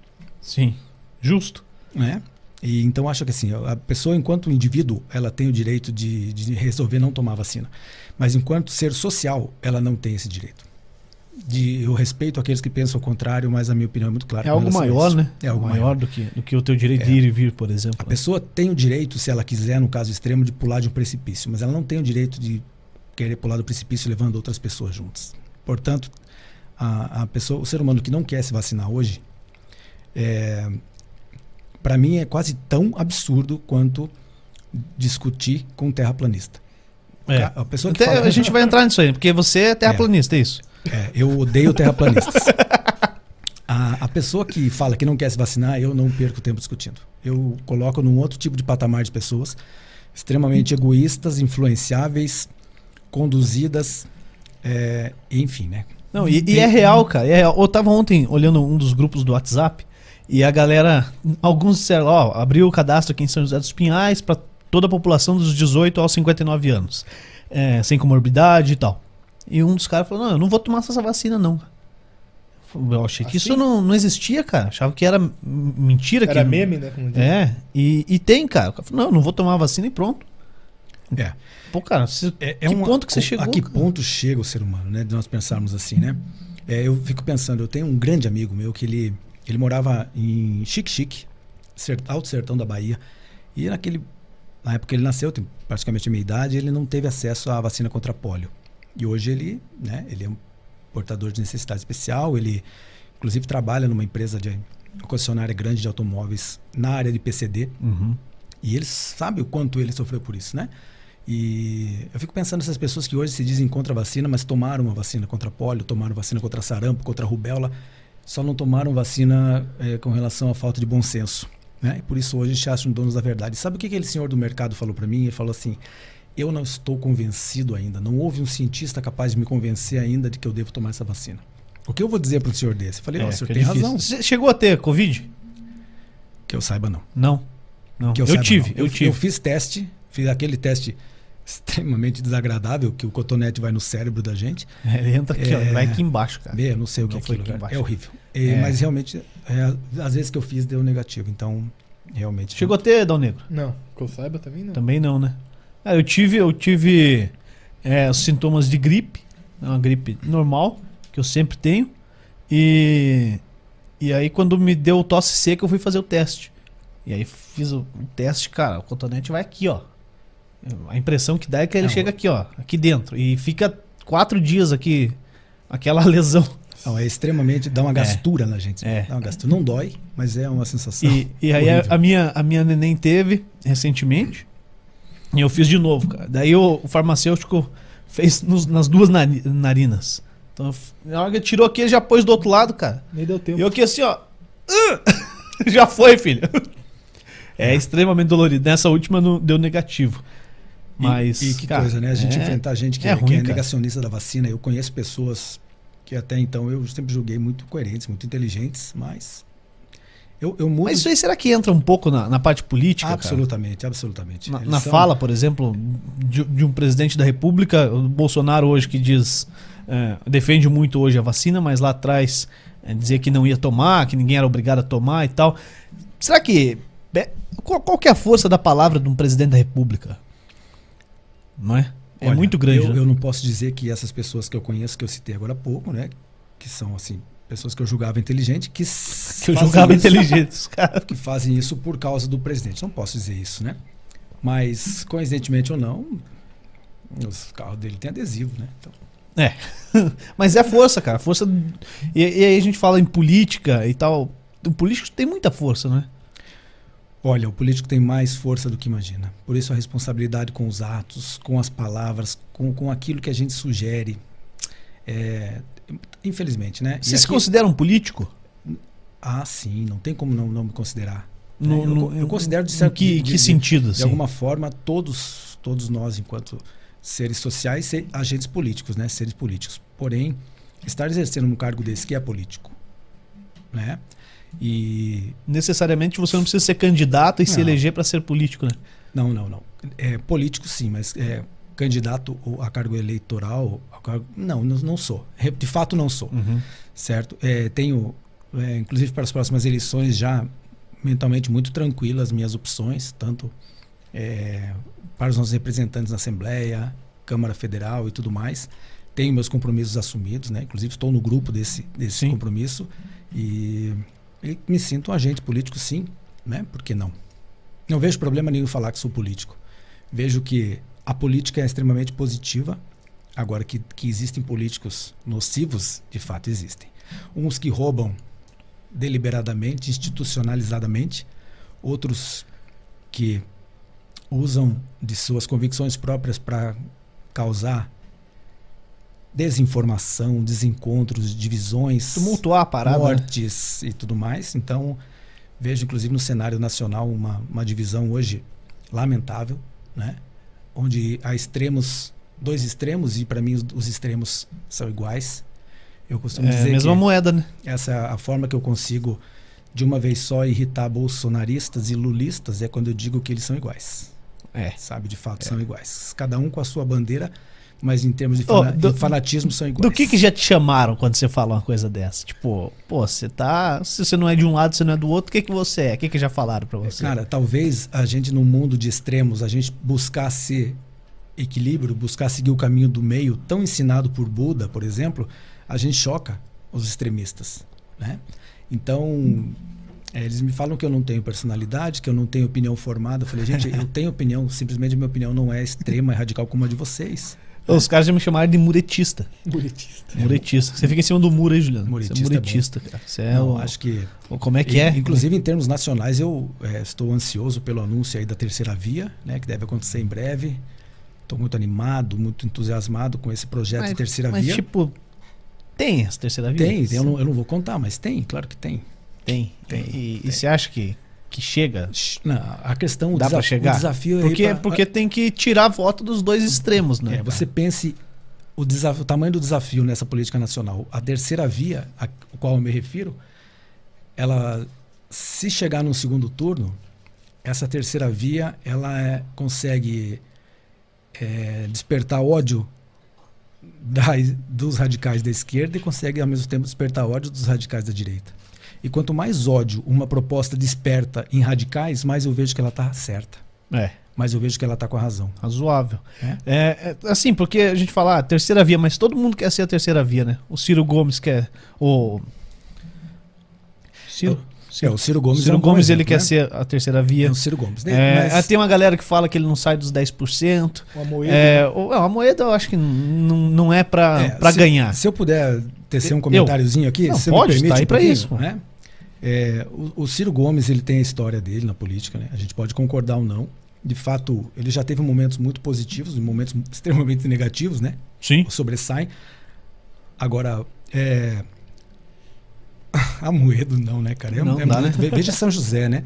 Speaker 1: Sim. Justo.
Speaker 3: Né? E, então, acho que assim, a pessoa, enquanto indivíduo, ela tem o direito de, de resolver não tomar vacina. Mas enquanto ser social, ela não tem esse direito. De, eu respeito aqueles que pensam o contrário, mas a minha opinião é muito clara.
Speaker 1: É
Speaker 3: com
Speaker 1: algo
Speaker 3: relação a
Speaker 1: maior,
Speaker 3: isso.
Speaker 1: né? É.
Speaker 3: É algo maior.
Speaker 1: maior do que, do que o teu direito de ir e vir, por exemplo.
Speaker 3: A pessoa tem o direito, se ela quiser, no caso extremo, de pular de um precipício, mas ela não tem o direito de querer pular do precipício levando outras pessoas juntas. Portanto, a, a pessoa, o ser humano que não quer se vacinar hoje, É, para mim é quase tão absurdo quanto discutir com um terraplanista.
Speaker 1: É.
Speaker 3: A pessoa que
Speaker 1: Até
Speaker 3: fala, um
Speaker 1: a gente vai entrar nisso aí, porque você é terraplanista, é isso?
Speaker 3: É, eu odeio terraplanistas. A, a pessoa que fala que não quer se vacinar, eu não perco tempo discutindo. Eu coloco num outro tipo de patamar de pessoas extremamente egoístas, influenciáveis, conduzidas, é, enfim, né?
Speaker 1: Não, e, e é real, cara. É real. Eu tava ontem olhando um dos grupos do WhatsApp e a galera, alguns disseram, ó, abriu o cadastro aqui em São José dos Pinhais para toda a população dos 18 aos 59 anos, é, sem comorbidade e tal. E um dos caras falou, não, eu não vou tomar essa vacina não. Eu achei que isso
Speaker 4: Assim?
Speaker 1: não, não existia, cara. Achava que era m- mentira.
Speaker 4: Era
Speaker 1: que...
Speaker 4: meme, né? Como diz.
Speaker 1: É, e, e tem, cara. O cara falou, não, eu não vou tomar a vacina e pronto.
Speaker 3: É.
Speaker 1: Pô, cara, você-
Speaker 3: É,
Speaker 1: que ponto que você chegou?
Speaker 3: A que
Speaker 1: cara?
Speaker 3: ponto chega o ser humano, né? De nós pensarmos assim, né? É, eu fico pensando, eu tenho um grande amigo meu que ele, ele morava em Xique-Xique, ser- alto sertão da Bahia, e naquele, na época que ele nasceu, tem praticamente a minha idade, ele não teve acesso à vacina contra pólio. E hoje ele, né, ele é um portador de necessidade especial, ele inclusive trabalha numa empresa de uma concessionária grande de automóveis na área de PCD,
Speaker 1: Uhum.
Speaker 3: e ele sabe o quanto ele sofreu por isso, né? E eu fico pensando nessas pessoas que hoje se dizem contra a vacina, mas tomaram uma vacina contra pólio, tomaram vacina contra sarampo, contra rubéola, só não tomaram vacina eh, com relação à falta de bom senso. Né? E por isso hoje se acham donos da verdade. Sabe o que aquele senhor do mercado falou para mim? Ele falou assim: Eu não estou convencido ainda, não houve um cientista capaz de me convencer ainda de que eu devo tomar essa vacina. O que eu vou dizer para o senhor desse? Eu falei: Ó, o
Speaker 1: É,
Speaker 3: senhor
Speaker 1: que é
Speaker 3: tem
Speaker 1: difícil.
Speaker 3: razão.
Speaker 1: Você chegou a ter Covid?
Speaker 3: Que eu saiba, não.
Speaker 1: Não. Não.
Speaker 3: Que
Speaker 1: eu
Speaker 3: saiba,
Speaker 1: tive,
Speaker 3: não.
Speaker 1: eu, tive.
Speaker 3: Eu fiz teste, fiz aquele teste extremamente desagradável que o cotonete vai no cérebro da gente.
Speaker 1: Ele entra aqui, ó,
Speaker 3: É.
Speaker 1: vai aqui embaixo, cara.
Speaker 3: Meu, não sei o que
Speaker 1: Não
Speaker 3: é
Speaker 1: foi
Speaker 3: aquilo,
Speaker 1: aqui
Speaker 3: cara.
Speaker 1: embaixo.
Speaker 3: É horrível. E-
Speaker 1: É.
Speaker 3: Mas realmente, é, às vezes que eu fiz deu negativo, então realmente.
Speaker 1: Chegou a ter, Dal Negro?
Speaker 4: Não, que eu saiba também não.
Speaker 1: Também não, né? Ah, eu tive, eu tive é, sintomas de gripe, né, uma gripe normal, que eu sempre tenho. E, e aí quando me deu tosse seca, eu fui fazer o teste. E aí fiz o o teste, cara, o cotonete vai aqui, ó. A impressão que dá é que ele
Speaker 3: É,
Speaker 1: chega aqui, ó, aqui dentro. E fica quatro dias aqui, aquela lesão.
Speaker 3: Não, é extremamente. dá uma gastura na gente.
Speaker 1: É.
Speaker 3: Dá uma gastura. Não dói, mas é uma sensação.
Speaker 1: E, e aí a,
Speaker 3: horrível.
Speaker 1: a minha, a minha neném teve recentemente. E eu fiz de novo, cara. Daí o, o farmacêutico fez nos- nas duas nari- narinas. Então, eu f- na hora que ele tirou aqui, ele já pôs do outro lado, cara.
Speaker 4: Nem deu tempo.
Speaker 1: E eu aqui assim, ó. já foi, filho. É extremamente dolorido. Nessa última não deu negativo.
Speaker 3: E-
Speaker 1: Mas.
Speaker 3: e que
Speaker 1: cara,
Speaker 3: coisa, né? A gente
Speaker 1: é-
Speaker 3: enfrentar gente que
Speaker 1: é
Speaker 3: é, que
Speaker 1: ruim,
Speaker 3: é
Speaker 1: cara.
Speaker 3: negacionista da vacina. Eu conheço pessoas que até então eu sempre julguei muito coerentes, muito inteligentes, mas. Eu, eu mudo
Speaker 1: Mas isso aí será que entra um pouco na, na parte política? cara?
Speaker 3: Absolutamente, absolutamente.
Speaker 1: Na,
Speaker 3: Eles
Speaker 1: na
Speaker 3: são-
Speaker 1: fala, por exemplo, de, de um presidente da República, o Bolsonaro hoje que diz é, defende muito hoje a vacina, mas lá atrás é, dizia que não ia tomar, que ninguém era obrigado a tomar e tal. Será que é, qual, qual que é a força da palavra de um presidente da República? Não é? É
Speaker 3: Olha,
Speaker 1: muito grande.
Speaker 3: Eu,
Speaker 1: né?
Speaker 3: eu não posso dizer que essas pessoas que eu conheço, que eu citei agora há pouco, né? Que são, assim, pessoas que eu julgava inteligente, que, s-
Speaker 1: que eu
Speaker 3: fazem
Speaker 1: julgava
Speaker 3: isso-
Speaker 1: inteligente, os caras.
Speaker 3: Que fazem isso por causa do presidente. Não posso dizer isso, né? Mas, coincidentemente ou não, os carros dele têm adesivo, né? Então,
Speaker 1: É. Mas é a força, cara. a Força. E, e aí a gente fala em política e tal. O político tem muita força, né?
Speaker 3: Olha, o político tem mais força do que imagina. Por isso a responsabilidade com os atos, com as palavras, com, com aquilo que a gente sugere. É, infelizmente, né? E
Speaker 1: Você se
Speaker 3: aqui-
Speaker 1: considera um político?
Speaker 3: Ah, sim, não tem como não, não me considerar.
Speaker 1: No-
Speaker 3: né? eu,
Speaker 1: no-
Speaker 3: co- eu considero de
Speaker 1: em
Speaker 3: certo
Speaker 1: que-
Speaker 3: de-
Speaker 1: que
Speaker 3: de-
Speaker 1: sentido,
Speaker 3: De,
Speaker 1: assim?
Speaker 3: alguma forma, todos, todos nós, enquanto seres sociais, ser agentes políticos, né? Seres políticos. Porém, estar exercendo um cargo desse que é político, né? E
Speaker 1: Necessariamente você não precisa ser candidato e se
Speaker 3: Não.
Speaker 1: eleger para ser político, né?
Speaker 3: não, não, não. É político, sim, mas é candidato ou a cargo eleitoral, a cargo- não, não, não sou. Re- De fato, não sou. certo? É, tenho, é, inclusive para as próximas eleições, já mentalmente muito tranquilo as minhas opções, tanto é, para os nossos representantes na Assembleia, Câmara Federal e tudo mais. Tenho meus compromissos assumidos, né? Inclusive estou no grupo desse, desse
Speaker 1: Sim.
Speaker 3: compromisso e, e me sinto um agente político, sim, né? Por que não? Não vejo problema nenhum em falar que sou político. Vejo que a política é extremamente positiva. Agora que, que existem políticos nocivos, de fato existem. Uns que roubam deliberadamente, institucionalizadamente, outros que usam de suas convicções próprias para causar desinformação, desencontros, divisões,
Speaker 1: Tumultuar a parada. né?
Speaker 3: mortes e tudo mais. Então, vejo inclusive no cenário nacional uma, uma divisão hoje lamentável, né? onde há extremos, dois extremos, e para mim os, os extremos são iguais. Eu costumo
Speaker 1: É a
Speaker 3: dizer
Speaker 1: mesma
Speaker 3: que
Speaker 1: moeda, né?
Speaker 3: essa é a forma que eu consigo de uma vez só irritar bolsonaristas e lulistas é quando eu digo que eles são iguais.
Speaker 1: É.
Speaker 3: Sabe, de fato são iguais. Cada um com a sua bandeira, mas em termos de
Speaker 1: Ô,
Speaker 3: fana-
Speaker 1: do-
Speaker 3: de fanatismo são iguais.
Speaker 1: Do que que já te chamaram quando você fala uma coisa dessa? Tipo, pô, você tá. Se você não é de um lado, você não é do outro, o que que você é? O que que já falaram pra você?
Speaker 3: Cara, talvez a gente, num mundo de extremos, a gente buscasse equilíbrio, buscar seguir o caminho do meio, tão ensinado por Buda, por exemplo, a gente choca os extremistas. Né? Então, eh, eles me falam que eu não tenho personalidade, que eu não tenho opinião formada. Eu falei, gente, eu tenho opinião, simplesmente minha opinião não é extrema e radical como a de vocês.
Speaker 1: Os
Speaker 3: é.
Speaker 1: caras já me chamaram de muretista.
Speaker 4: Bonitista.
Speaker 1: Muretista. Você fica em cima do muro aí, Juliano. você é
Speaker 3: Muretista é
Speaker 1: muretista, cara. Você é
Speaker 3: eu
Speaker 1: o-
Speaker 3: Então, acho que
Speaker 1: o- Como é que é?
Speaker 3: Inclusive, em termos nacionais, eu eh, estou ansioso pelo anúncio aí da terceira via, né, que deve acontecer em breve. Estou muito animado, muito entusiasmado com esse projeto é de terceira
Speaker 1: mas,
Speaker 3: via.
Speaker 1: é? tipo, tem essa terceira via?
Speaker 3: tem, tem, eu, não, eu não vou contar, mas tem, claro que tem.
Speaker 1: Tem.
Speaker 3: Tem,
Speaker 1: E, e você acha que, que chega?
Speaker 3: Sh- Não, a questão, o,
Speaker 1: Dá pra
Speaker 3: desaf-
Speaker 1: chegar?
Speaker 3: o Um desafio aí
Speaker 1: Porque, é
Speaker 3: pra-
Speaker 1: porque tem que tirar voto dos dois extremos, né?
Speaker 3: É, você pense o, desafio, o tamanho do desafio nessa política nacional. A terceira via, a qual eu me refiro, ela se chegar no segundo turno, essa terceira via ela é- consegue é, despertar ódio da- dos radicais da esquerda e consegue ao mesmo tempo despertar ódio dos radicais da direita. E quanto mais ódio uma proposta desperta em radicais, mais eu vejo que ela está certa.
Speaker 1: cara? É.
Speaker 3: Mais eu vejo que ela está com a razão.
Speaker 1: Razoável. É, é, assim, porque a gente fala ah, terceira via, mas todo mundo quer ser a terceira via, né? O Ciro Gomes quer. O. Ciro,
Speaker 3: É, o Ciro Gomes, é
Speaker 1: Ciro
Speaker 3: um bom
Speaker 1: Gomes ele
Speaker 3: exemplo,
Speaker 1: quer
Speaker 3: né?
Speaker 1: ser a terceira via.
Speaker 3: É o Ciro Gomes. né?
Speaker 1: É,
Speaker 3: Mas-
Speaker 1: Tem uma galera que fala que ele não sai dos 10%.
Speaker 4: Uma moeda.
Speaker 1: É, o- é, a moeda eu acho que n- n- não é pra,
Speaker 3: é,
Speaker 1: pra
Speaker 3: se-
Speaker 1: ganhar.
Speaker 3: Se eu puder tecer um
Speaker 1: Eu-
Speaker 3: comentáriozinho aqui,
Speaker 1: Não,
Speaker 3: se
Speaker 1: pode,
Speaker 3: me permite
Speaker 1: tá aí
Speaker 3: um
Speaker 1: pra
Speaker 3: pouquinho,
Speaker 1: isso.
Speaker 3: Né? É, o, o Ciro Gomes ele tem a história dele na política, né? a gente pode concordar ou não. De fato, ele já teve momentos muito positivos e momentos extremamente negativos, né?
Speaker 1: Sim.
Speaker 3: sobressaem. Agora, é. A Moedo não, né, cara? É,
Speaker 1: Não
Speaker 3: é
Speaker 1: dá,
Speaker 3: muito- ve- Veja São José, né?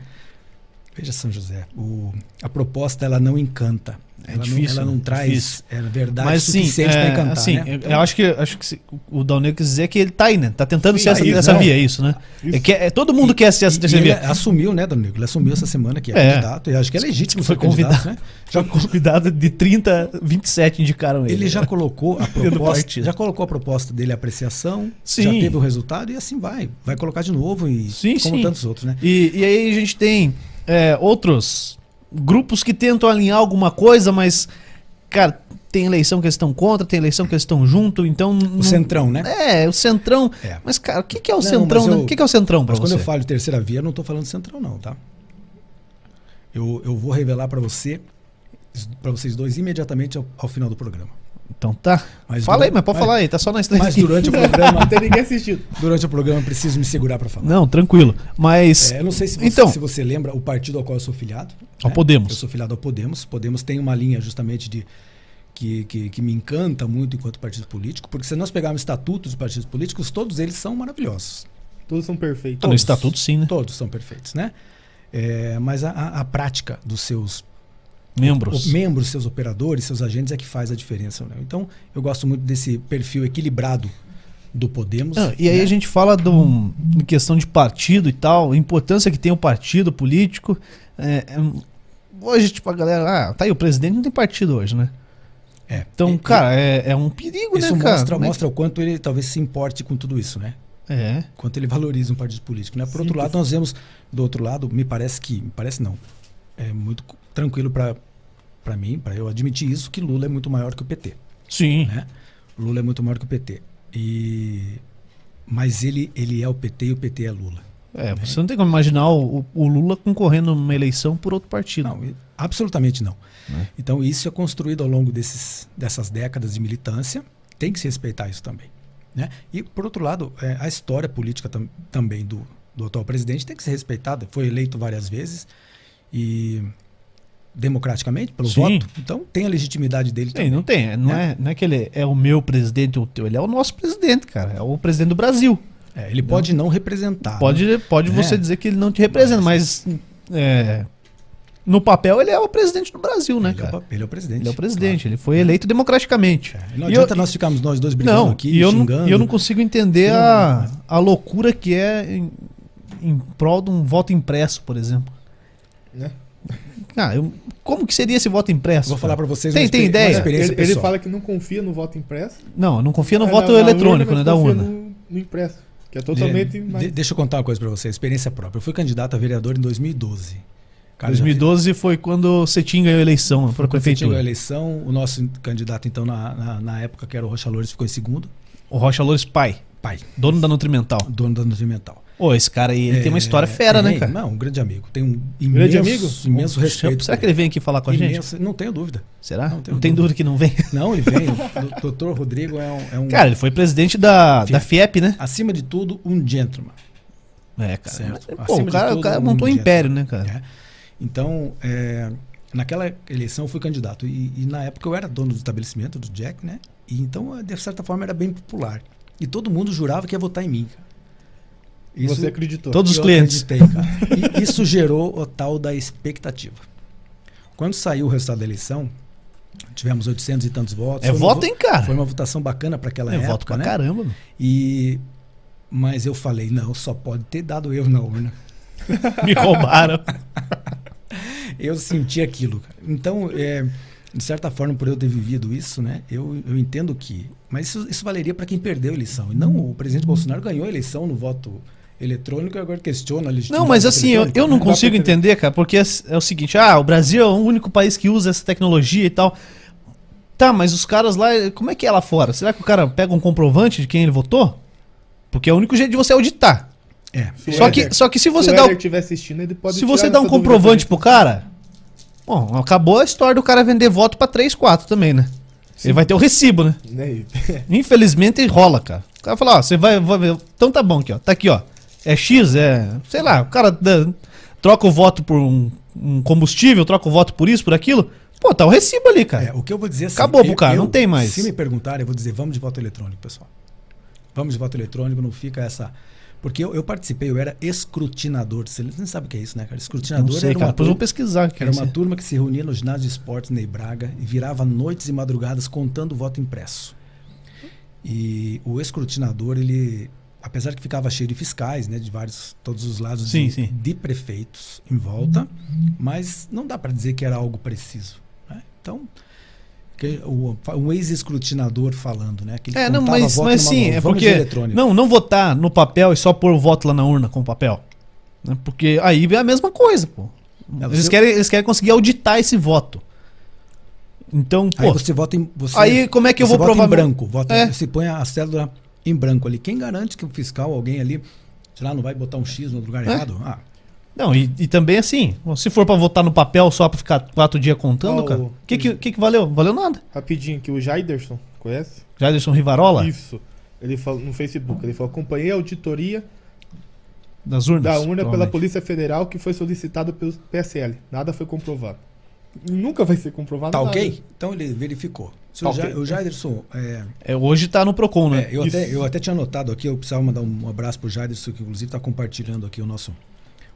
Speaker 3: Veja São José. O, a proposta ela não encanta.
Speaker 1: É
Speaker 3: ela
Speaker 1: difícil,
Speaker 3: não, ela não
Speaker 1: né?
Speaker 3: traz
Speaker 1: Difícil.
Speaker 3: é, verdade
Speaker 1: Mas sim,
Speaker 3: suficiente para
Speaker 1: é,
Speaker 3: encantar.
Speaker 1: assim,
Speaker 3: né?
Speaker 1: eu, eu acho que, acho que se- o Dalneu quis dizer que ele tá aí, né? Tá tentando
Speaker 4: Sim,
Speaker 1: ser essa,
Speaker 4: aí,
Speaker 1: essa
Speaker 4: não.
Speaker 1: via, é isso, né?
Speaker 4: Isso.
Speaker 1: É que, é, todo mundo quer ser essa
Speaker 3: E-
Speaker 1: terceira
Speaker 3: e
Speaker 1: via.
Speaker 3: Ele assumiu, né, Danilo? Ele assumiu essa semana que é,
Speaker 1: É.
Speaker 3: candidato. E acho que é legítimo
Speaker 1: Foi
Speaker 3: ser candidato,
Speaker 1: convidado.
Speaker 3: né?
Speaker 1: Já convidado um de 30, 27 indicaram ele.
Speaker 3: Ele já colocou a
Speaker 1: Pelo
Speaker 3: proposta,
Speaker 1: partido.
Speaker 3: já colocou a proposta dele à apreciação, já
Speaker 1: Sim.
Speaker 3: teve o resultado e assim vai. Vai colocar de novo e
Speaker 1: Sim,
Speaker 3: como
Speaker 1: sim.
Speaker 3: tantos outros, né?
Speaker 1: E, e aí a gente tem é, outros grupos que tentam alinhar alguma coisa, mas, cara, tem eleição que eles estão contra, tem eleição que eles estão junto, então.
Speaker 3: O centrão, né?
Speaker 1: É, o Centrão.
Speaker 3: É.
Speaker 1: Mas, cara, o que, que é o
Speaker 3: Não,
Speaker 1: Centrão,
Speaker 3: mas
Speaker 1: né?
Speaker 3: eu-
Speaker 1: O que, que é o Centrão pra
Speaker 3: Mas quando
Speaker 1: você?
Speaker 3: eu falo de terceira via, eu não estou falando de central, não, tá? Eu, eu vou revelar para você, para vocês dois, imediatamente ao, ao final do programa.
Speaker 1: Então tá.
Speaker 3: Mas
Speaker 1: fala
Speaker 3: dura-
Speaker 1: aí, mas pode
Speaker 3: mas-
Speaker 1: falar aí, tá só nós três.
Speaker 3: Mas
Speaker 1: aqui.
Speaker 3: durante o programa,
Speaker 4: Não tem ninguém assistindo.
Speaker 3: durante o programa, eu preciso me segurar para falar.
Speaker 1: Não, tranquilo. Mas.
Speaker 3: É, eu não sei se você,
Speaker 1: Então.
Speaker 3: se você lembra o partido ao qual eu sou filiado. né?
Speaker 1: Ao Podemos.
Speaker 3: Eu sou filiado ao Podemos. Podemos tem uma linha justamente de que, que, que me encanta muito enquanto partido político, porque se nós pegarmos estatutos dos partidos políticos, todos eles são maravilhosos.
Speaker 4: Todos são
Speaker 1: Ah,
Speaker 4: perfeitos.
Speaker 1: no
Speaker 3: todos.
Speaker 1: estatuto, sim, né?
Speaker 3: Todos são perfeitos, né? É, mas a- a, a prática dos seus
Speaker 1: Membros.
Speaker 3: o- membros, seus operadores, seus agentes é que faz a diferença. Né? Então, eu gosto muito desse perfil equilibrado do Podemos.
Speaker 1: Ah, e aí
Speaker 3: né?
Speaker 1: a gente fala de um- em questão de partido e tal, a importância que tem o partido político. É, é, hoje, tipo, a galera, ah, tá aí, o presidente não tem partido hoje, né?
Speaker 3: É.
Speaker 1: Então,
Speaker 3: E-
Speaker 1: cara, é, é um perigo,
Speaker 3: Isso
Speaker 1: né, cara?
Speaker 3: mostra,
Speaker 1: Como é que-
Speaker 3: mostra o quanto ele talvez se importe com tudo isso, né?
Speaker 1: É.
Speaker 3: Quanto ele valoriza um partido político, né? Por
Speaker 4: Sim,
Speaker 3: outro lado, nós vemos do outro lado, me parece que, me parece não, é muito c- tranquilo para para mim, para eu admitir isso que Lula é muito maior que o PT,
Speaker 1: Sim.
Speaker 3: né? Lula é muito maior que o PT. E mas ele ele é o PT e o PT é Lula.
Speaker 1: É, você não tem como imaginar o, o Lula concorrendo numa eleição por outro partido.
Speaker 3: Não, e- absolutamente não.
Speaker 1: Né?
Speaker 3: Então isso é construído ao longo desses, dessas décadas de militância. Tem que se respeitar isso também. Né? E por outro lado, é, a história política tam- também do, do atual presidente tem que ser respeitada. Foi eleito várias vezes e democraticamente pelo
Speaker 1: Sim.
Speaker 3: voto. Então tem a legitimidade dele
Speaker 1: Tem,
Speaker 3: também.
Speaker 1: não tem. Não é. não é que ele é o meu presidente ou o teu. Ele é o nosso presidente, cara. É o presidente do Brasil.
Speaker 3: É, ele pode não representar. né?
Speaker 1: Pode, pode
Speaker 3: É.
Speaker 1: você dizer que ele não te representa, mas é, no papel ele é o presidente do Brasil, né,
Speaker 3: ele, é o,
Speaker 1: cara?
Speaker 3: pa- ele é o presidente.
Speaker 1: Ele é o presidente, ele foi eleito democraticamente.
Speaker 3: Claro. É, Não
Speaker 1: E
Speaker 3: adianta
Speaker 1: eu-
Speaker 3: nós ficarmos nós dois brigando
Speaker 1: Não,
Speaker 3: aqui,
Speaker 1: e eu não,
Speaker 3: xingando.
Speaker 1: e eu não consigo entender a, a loucura que é em, em prol de um voto impresso, por exemplo.
Speaker 4: Né?
Speaker 1: Ah, eu- como que seria esse voto impresso?
Speaker 3: Vou falar
Speaker 1: cara?
Speaker 3: para vocês
Speaker 1: Tem-
Speaker 3: uma,
Speaker 1: tem
Speaker 3: experi-
Speaker 1: ideia?
Speaker 3: uma
Speaker 1: É,
Speaker 3: experiência
Speaker 4: ele, ele
Speaker 3: pessoal.
Speaker 4: fala que não confia no voto impresso.
Speaker 1: Não, eu não confia
Speaker 3: É,
Speaker 1: no
Speaker 4: Ah,
Speaker 1: voto
Speaker 4: na- na urna,
Speaker 1: eletrônico,
Speaker 4: mas
Speaker 1: né, da
Speaker 4: confia
Speaker 1: urna.
Speaker 4: No, no impresso, que é
Speaker 3: De-
Speaker 4: totalmente mais...
Speaker 3: de- deixa eu contar uma coisa para você, experiência própria. Eu fui candidato a vereador em 2012. Cara, já
Speaker 1: 2012 foi quando o Cetim ganhou a eleição para a
Speaker 3: Quando você chegou a
Speaker 1: prefeitura.
Speaker 3: eleição, o nosso candidato, então, na, na, na época que era o Rocha Loures, ficou em segundo.
Speaker 1: O Rocha Loures pai,
Speaker 3: Pai,
Speaker 1: dono da Nutrimental.
Speaker 3: dono da Nutrimental.
Speaker 1: Ô, esse cara aí, ele tem uma história
Speaker 3: É,
Speaker 1: fera, né,
Speaker 3: tem,
Speaker 1: cara?
Speaker 3: Não, um grande amigo. Tem um imenso,
Speaker 4: Grande amigo?
Speaker 3: imenso respeito.
Speaker 1: Será que
Speaker 3: por
Speaker 1: ele vem aqui falar com a
Speaker 3: ele.
Speaker 1: gente?
Speaker 3: Imenso, não tenho dúvida.
Speaker 1: Será?
Speaker 3: Não
Speaker 1: Não,
Speaker 3: tenho
Speaker 1: tem dúvida
Speaker 3: dúvida.
Speaker 1: que não vem.
Speaker 3: Não, ele vem. o doutor Rodrigo é um, é um-
Speaker 1: Cara, ele foi presidente da, da FIEP, né?
Speaker 3: acima de tudo, um gentleman.
Speaker 1: É, cara.
Speaker 3: Certo.
Speaker 1: Mas, pô,
Speaker 3: Acima
Speaker 1: o
Speaker 3: de
Speaker 1: cara,
Speaker 3: tudo,
Speaker 1: o cara
Speaker 3: um
Speaker 1: montou um
Speaker 3: objeto.
Speaker 1: império, né, cara?
Speaker 3: né? Então, é, naquela eleição eu fui candidato. E, e na época eu era dono do estabelecimento, do Jack, né? E então, de certa forma, era bem popular. E todo mundo jurava que ia votar em mim. cara.
Speaker 4: E Você acreditou.
Speaker 1: Todo- Todos os
Speaker 3: Eu
Speaker 1: clientes.
Speaker 3: acreditei, cara. E isso gerou o tal da expectativa. Quando saiu o resultado da eleição, tivemos 800 e tantos votos.
Speaker 1: É
Speaker 3: Foi uma
Speaker 1: voto,
Speaker 3: vo-
Speaker 1: hein, cara?
Speaker 3: Foi uma votação bacana para aquela
Speaker 1: É
Speaker 3: época,
Speaker 1: voto pra
Speaker 3: né?
Speaker 1: caramba. mano.
Speaker 3: E mas eu falei, não, só pode ter dado eu na urna.
Speaker 1: Me roubaram.
Speaker 3: Eu senti aquilo, cara. Então, é, de certa forma, por eu ter vivido isso, né? Eu, eu entendo que, mas isso, isso valeria para quem perdeu a eleição. E não o presidente Bolsonaro ganhou a eleição no voto eletrônico e agora questiona a
Speaker 1: Não,
Speaker 3: legitimidade
Speaker 1: mas
Speaker 3: do
Speaker 1: assim, eu,
Speaker 3: eletrônico,
Speaker 1: eu não
Speaker 3: né? Dá pra
Speaker 1: consigo
Speaker 3: entender.
Speaker 1: entender, cara, porque é, é o seguinte: ah, o Brasil é o único país que usa essa tecnologia e tal. Tá, mas os caras lá, como é que é lá fora? Será que o cara pega um comprovante de quem ele votou? Porque é o único jeito de você auditar.
Speaker 3: É.
Speaker 4: Se o
Speaker 1: Só que,
Speaker 4: Éder-
Speaker 1: só que se
Speaker 4: se
Speaker 1: você
Speaker 4: o
Speaker 1: dá o
Speaker 4: Éder estiver assistindo, ele pode
Speaker 1: Se
Speaker 4: tirar
Speaker 1: você dá um
Speaker 4: essa dúvida
Speaker 1: comprovante pro cara, bom, acabou a história do cara vender voto pra 3, 4 também, né? Ele vai ter o recibo, né?
Speaker 4: também, né? E-
Speaker 1: Infelizmente rola, cara. O cara fala, ó, você vai, vai ver. Então tá bom aqui, ó. Tá aqui, ó. É X, é. Sei lá, o cara dá- troca o voto por um, um combustível, troca o voto por isso, por aquilo. Pô, tá o recibo ali, cara.
Speaker 3: É, o que eu vou dizer assim,
Speaker 1: Acabou,
Speaker 3: eu-
Speaker 1: Bucá, não
Speaker 3: eu-
Speaker 1: tem mais.
Speaker 3: Se me perguntarem, eu vou dizer, vamos de voto eletrônico, pessoal. Vamos de voto eletrônico, não fica essa. Porque eu, eu participei, eu era escrutinador. Você não sabe o que é isso, né, cara? Escrutinador
Speaker 1: Não sei,
Speaker 3: era,
Speaker 1: cara. um
Speaker 3: uma
Speaker 1: Depois eu vou
Speaker 3: turma,
Speaker 1: pesquisar. Aqui,
Speaker 3: era um uma turma que se reunia no ginásio de esportes Ney Braga e virava noites e madrugadas contando o voto impresso. E o escrutinador, ele. Apesar que ficava cheio de fiscais, né, de vários, todos os lados,
Speaker 1: Sim,
Speaker 3: de,
Speaker 1: sim.
Speaker 3: de prefeitos em volta, mas não dá para dizer que era algo preciso. né? Então, que o, um ex-escrutinador falando, né? Que ele
Speaker 1: É, não,
Speaker 3: contava
Speaker 1: mas,
Speaker 3: voto
Speaker 1: mas
Speaker 3: numa
Speaker 1: sim,
Speaker 3: mão.
Speaker 1: é
Speaker 3: Vamos de
Speaker 1: porque.
Speaker 3: eletrônico.
Speaker 1: Não, não votar no papel e só pôr o voto lá na urna com o papel. né? Porque aí é a mesma coisa, pô.
Speaker 3: É,
Speaker 1: Eles,
Speaker 3: você-
Speaker 1: querem, eles querem conseguir auditar esse voto. Então, pô.
Speaker 3: Aí você vota em. Você,
Speaker 1: aí como é que eu
Speaker 3: você
Speaker 1: vou
Speaker 3: vota
Speaker 1: provar
Speaker 3: em
Speaker 1: meu-
Speaker 3: branco? Vota,
Speaker 1: É.
Speaker 3: Você põe a célula em branco ali. Quem garante que o fiscal, alguém ali, sei lá, não vai botar um X no lugar
Speaker 1: É.
Speaker 3: errado? Ah,
Speaker 1: Não, e, e também assim, se for pra votar no papel só pra ficar quatro dias contando,
Speaker 4: Ó,
Speaker 1: cara,
Speaker 4: o-
Speaker 1: o que, que, que que valeu? Valeu nada.
Speaker 4: Rapidinho, que o Jaiderson, conhece?
Speaker 1: Jaderson Rivarola,
Speaker 4: Isso. Ele falou no Facebook, ele falou: acompanhei a auditoria
Speaker 1: das urnas.
Speaker 4: da urna pela
Speaker 1: provavelmente.
Speaker 4: Polícia Federal que foi solicitada pelo PSL. Nada foi comprovado. Nunca vai ser comprovado.
Speaker 3: tá
Speaker 4: nada.
Speaker 3: ok? Então ele verificou. Se
Speaker 4: Tá
Speaker 3: o, Ja-
Speaker 4: ok.
Speaker 3: o Jaderson. é,
Speaker 1: É, hoje tá no Procon, né?
Speaker 3: É, eu,
Speaker 4: Isso.
Speaker 3: até, eu até tinha anotado aqui, eu precisava mandar um abraço pro Jaderson, que inclusive está compartilhando aqui o nosso,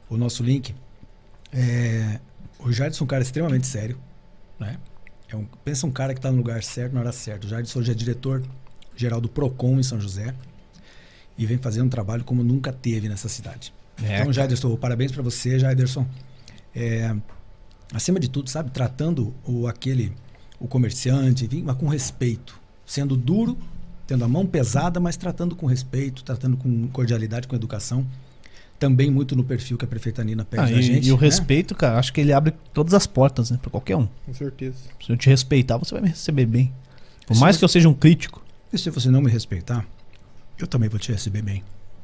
Speaker 3: o nosso link. É, o Jaderson é um cara extremamente sério, né? É um, pensa um cara que está no lugar certo, na hora certa. O Jaderson hoje é diretor-geral do PROCON em São José e vem fazendo um trabalho como nunca teve nessa cidade.
Speaker 1: É,
Speaker 3: então, Jaderson, parabéns para você, Jaderson. É, acima de tudo, sabe, tratando o aquele o comerciante, enfim, mas com respeito, sendo duro, tendo a mão pesada, mas tratando com respeito, tratando com cordialidade, com educação. Também muito no perfil que a prefeita Nina pede
Speaker 1: Ah,
Speaker 3: da
Speaker 1: e,
Speaker 3: gente.
Speaker 1: e o
Speaker 3: né?
Speaker 1: respeito, cara, acho que ele abre todas as portas, né? Pra qualquer um.
Speaker 4: Com certeza.
Speaker 1: Se eu te respeitar, você vai me receber bem. Por
Speaker 3: Se
Speaker 1: mais
Speaker 3: você-
Speaker 1: que eu seja um crítico.
Speaker 3: E se você não me respeitar, eu também vou te receber bem.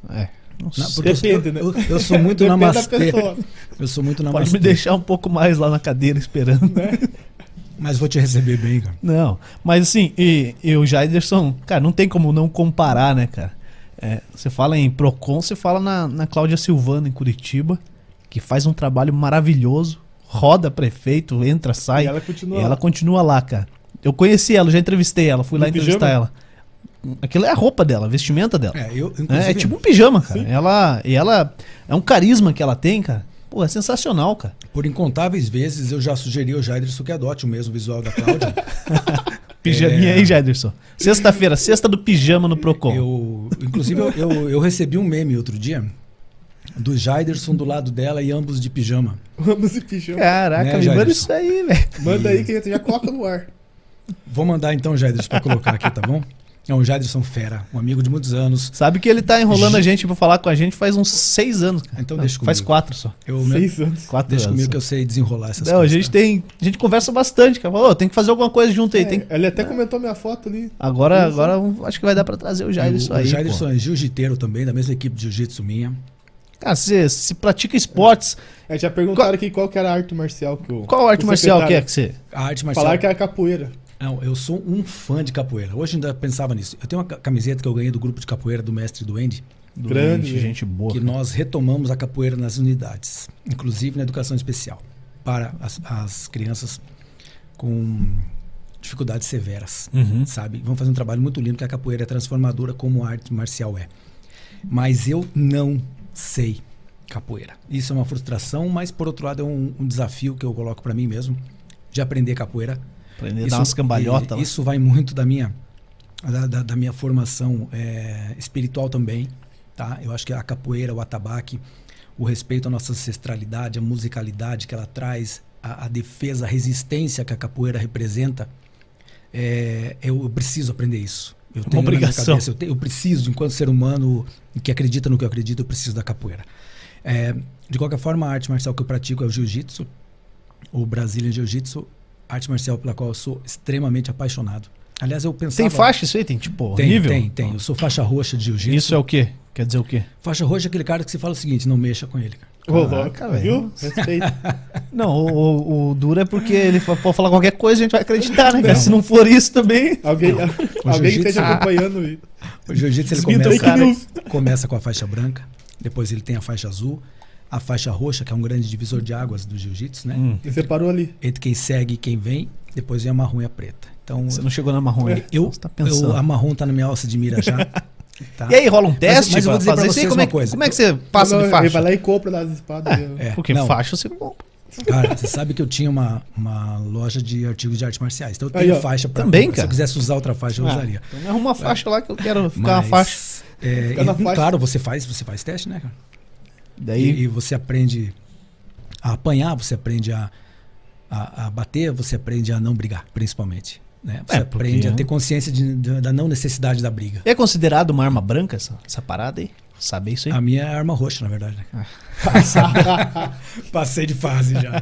Speaker 1: É. Não
Speaker 3: Na-
Speaker 1: sei.
Speaker 3: porque eu-
Speaker 4: Depende, né?
Speaker 3: eu, eu, eu sou muito
Speaker 4: Depende da
Speaker 3: namastê.
Speaker 4: pessoa.
Speaker 3: Eu sou muito
Speaker 1: Pode
Speaker 3: namastê.
Speaker 1: me deixar um pouco mais lá na cadeira esperando. né?
Speaker 3: Mas vou te receber bem, cara.
Speaker 1: Não, mas assim, e, e o Jaiderson, cara, não tem como não comparar, né, cara? É, você fala em Procon, você fala na, na Cláudia Silvana, em Curitiba, que faz um trabalho maravilhoso, roda prefeito, entra, sai.
Speaker 4: E ela continua
Speaker 1: E
Speaker 4: lá.
Speaker 1: ela continua lá, cara. Eu conheci ela, eu já entrevistei ela, fui
Speaker 4: No
Speaker 1: lá entrevistar
Speaker 4: pijama?
Speaker 1: ela. Aquilo é a roupa dela, a vestimenta dela.
Speaker 3: É, eu,
Speaker 1: É,
Speaker 3: inclusive,
Speaker 1: é tipo um pijama, cara.
Speaker 4: Sim.
Speaker 1: Ela, e ela é um carisma que ela tem, cara. Pô, é sensacional, cara.
Speaker 3: por incontáveis vezes eu já sugeri ao Jair que adote o mesmo visual da Cláudia.
Speaker 1: Pijaminha aí, Jaderson. Sexta-feira, sexta do pijama no Procon.
Speaker 3: É. Eu, inclusive, eu, eu, eu recebi um meme outro dia do Jaiderson do lado dela e ambos de pijama.
Speaker 4: Vamos e pijama.
Speaker 1: Caraca, me
Speaker 3: Né,
Speaker 1: manda
Speaker 3: Jaderson?
Speaker 1: isso aí, velho.
Speaker 4: Manda aí que a gente já coloca no ar.
Speaker 3: Vou mandar então, Jaiderson, pra colocar aqui, tá bom? É um Jaiderson fera, um amigo de muitos anos.
Speaker 1: Sabe que ele tá enrolando a gente pra falar com a gente faz uns seis anos, cara.
Speaker 3: Então
Speaker 1: Não,
Speaker 3: deixa
Speaker 1: Faz
Speaker 3: comigo.
Speaker 1: quatro só.
Speaker 3: Eu, meu-
Speaker 4: Seis anos.
Speaker 1: Quatro
Speaker 3: deixa
Speaker 1: anos.
Speaker 3: comigo que eu sei desenrolar essas
Speaker 1: Não, a
Speaker 3: coisas.
Speaker 1: gente
Speaker 3: tá?
Speaker 1: tem. A gente conversa bastante, cara. Falou, "Ô, tem que fazer alguma coisa junto aí.
Speaker 4: É,
Speaker 1: tem que
Speaker 4: Ele até comentou minha foto ali.
Speaker 1: Agora,
Speaker 4: Isso.
Speaker 1: agora um- acho que vai dar pra trazer o Jairson
Speaker 3: o,
Speaker 1: aí.
Speaker 3: o
Speaker 1: pô.
Speaker 3: Jaiderson é jiu-jiteiro também, da mesma equipe de jiu-jitsu minha.
Speaker 1: Cara, você se pratica esportes,
Speaker 4: É, já perguntaram aqui qual que era a arte marcial que o.
Speaker 1: qual
Speaker 4: o
Speaker 1: arte marcial que é
Speaker 4: secretário-
Speaker 1: que você.
Speaker 3: A arte marcial.
Speaker 4: Falaram que era capoeira.
Speaker 3: Não, eu sou um fã de capoeira. Hoje ainda pensava nisso. Eu tenho uma ca- camiseta que eu ganhei do grupo de capoeira do mestre do Andy.
Speaker 1: Do
Speaker 4: Grande,
Speaker 1: gente, gente boa.
Speaker 3: que nós retomamos a capoeira nas unidades, inclusive na educação especial, para as, as crianças com dificuldades severas,
Speaker 1: Uhum.
Speaker 3: sabe? Vão fazer um trabalho muito lindo, porque a capoeira é transformadora como a arte marcial é. Mas eu não sei capoeira. Isso é uma frustração, mas por outro lado é um, um desafio que eu coloco para mim mesmo, de aprender capoeira.
Speaker 1: Aprender a dar umas cambalhotas
Speaker 3: e-
Speaker 1: lá.
Speaker 3: Isso vai muito da minha, da, da- da minha formação é, espiritual também, tá? Eu acho que a capoeira, o atabaque, o respeito à nossa ancestralidade, a musicalidade que ela traz, a, a defesa, a resistência que a capoeira representa, é, eu, eu preciso aprender isso. Eu tenho na minha
Speaker 1: obrigação.
Speaker 3: cabeça, eu, te- eu preciso, enquanto ser humano que acredita no que eu acredito, eu preciso da capoeira. É, de qualquer forma, a arte marcial que eu pratico é o jiu-jitsu, o Brazilian Jiu-Jitsu, arte marcial pela qual eu sou extremamente apaixonado. Aliás, eu
Speaker 1: Tem
Speaker 3: pensava...
Speaker 1: faixa isso aí? Tem tipo
Speaker 3: Tá Tem,
Speaker 1: nível?
Speaker 3: tem, tem. Eu sou faixa roxa de jiu-jitsu.
Speaker 1: Isso é o quê? Quer dizer o quê?
Speaker 3: Faixa roxa é aquele cara que você fala o seguinte, não mexa com ele. cara.
Speaker 4: Ô,
Speaker 1: Caraca,
Speaker 4: louco,
Speaker 1: velho.
Speaker 4: viu? Respeito.
Speaker 1: Não, o, o, o duro é porque ele fa- pode falar qualquer coisa, a gente vai acreditar, né? cara? Se não for isso também.
Speaker 4: Alguém, alguém que
Speaker 3: jiu-jitsu-
Speaker 4: esteja acompanhando aí.
Speaker 3: O jiu-jitsu ele
Speaker 1: Desmita
Speaker 3: começa,
Speaker 1: o cara.
Speaker 3: começa com a faixa branca, depois ele tem a faixa azul, a faixa roxa, que é um grande divisor de águas do jiu-jitsu, né?
Speaker 1: Hum,
Speaker 4: Você parou ali.
Speaker 3: Entre quem segue e quem vem, depois vem a marrom e a preta. Então,
Speaker 1: você não chegou na marrom ainda.
Speaker 3: eu,
Speaker 1: Você tá
Speaker 3: eu,
Speaker 1: pensando.
Speaker 3: a marrom tá na minha alça de mira já. tá?
Speaker 1: E aí, rola um teste
Speaker 3: mas eu vou
Speaker 1: pra
Speaker 3: dizer pra
Speaker 1: fazer isso aí?
Speaker 3: vocês
Speaker 1: Como é,
Speaker 3: uma
Speaker 1: que-
Speaker 3: coisa.
Speaker 1: como é que você passa
Speaker 4: Não,
Speaker 1: de
Speaker 4: Ele vai
Speaker 1: faixa? Ah,
Speaker 4: lá e compra das espadas. eu-
Speaker 3: É,
Speaker 1: Porque
Speaker 3: não,
Speaker 1: faixa você compra.
Speaker 3: Cara, você sabe que eu tinha uma, uma loja de artigos de artes marciais. Então eu
Speaker 4: Aí,
Speaker 3: tenho
Speaker 4: ó,
Speaker 3: faixa pra
Speaker 1: também,
Speaker 3: Se
Speaker 1: cara.
Speaker 3: eu quisesse usar outra faixa, eu
Speaker 1: Ah,
Speaker 3: usaria.
Speaker 1: então me arruma uma faixa lá que eu quero ficar uma faixa.
Speaker 3: é,
Speaker 4: Fica na
Speaker 3: e,
Speaker 4: faixa.
Speaker 3: Claro, você faz, você faz teste, né, cara?
Speaker 1: Daí
Speaker 3: E, e você aprende a apanhar, você aprende a, a, a bater, você aprende a não brigar, principalmente. Né? Você
Speaker 1: É, porque-
Speaker 3: aprende a ter consciência de- de- da não necessidade da briga.
Speaker 1: É considerado uma arma branca essa, essa parada aí? Saber isso aí?
Speaker 3: A minha é arma roxa, na verdade. né? Passei de fase já. né?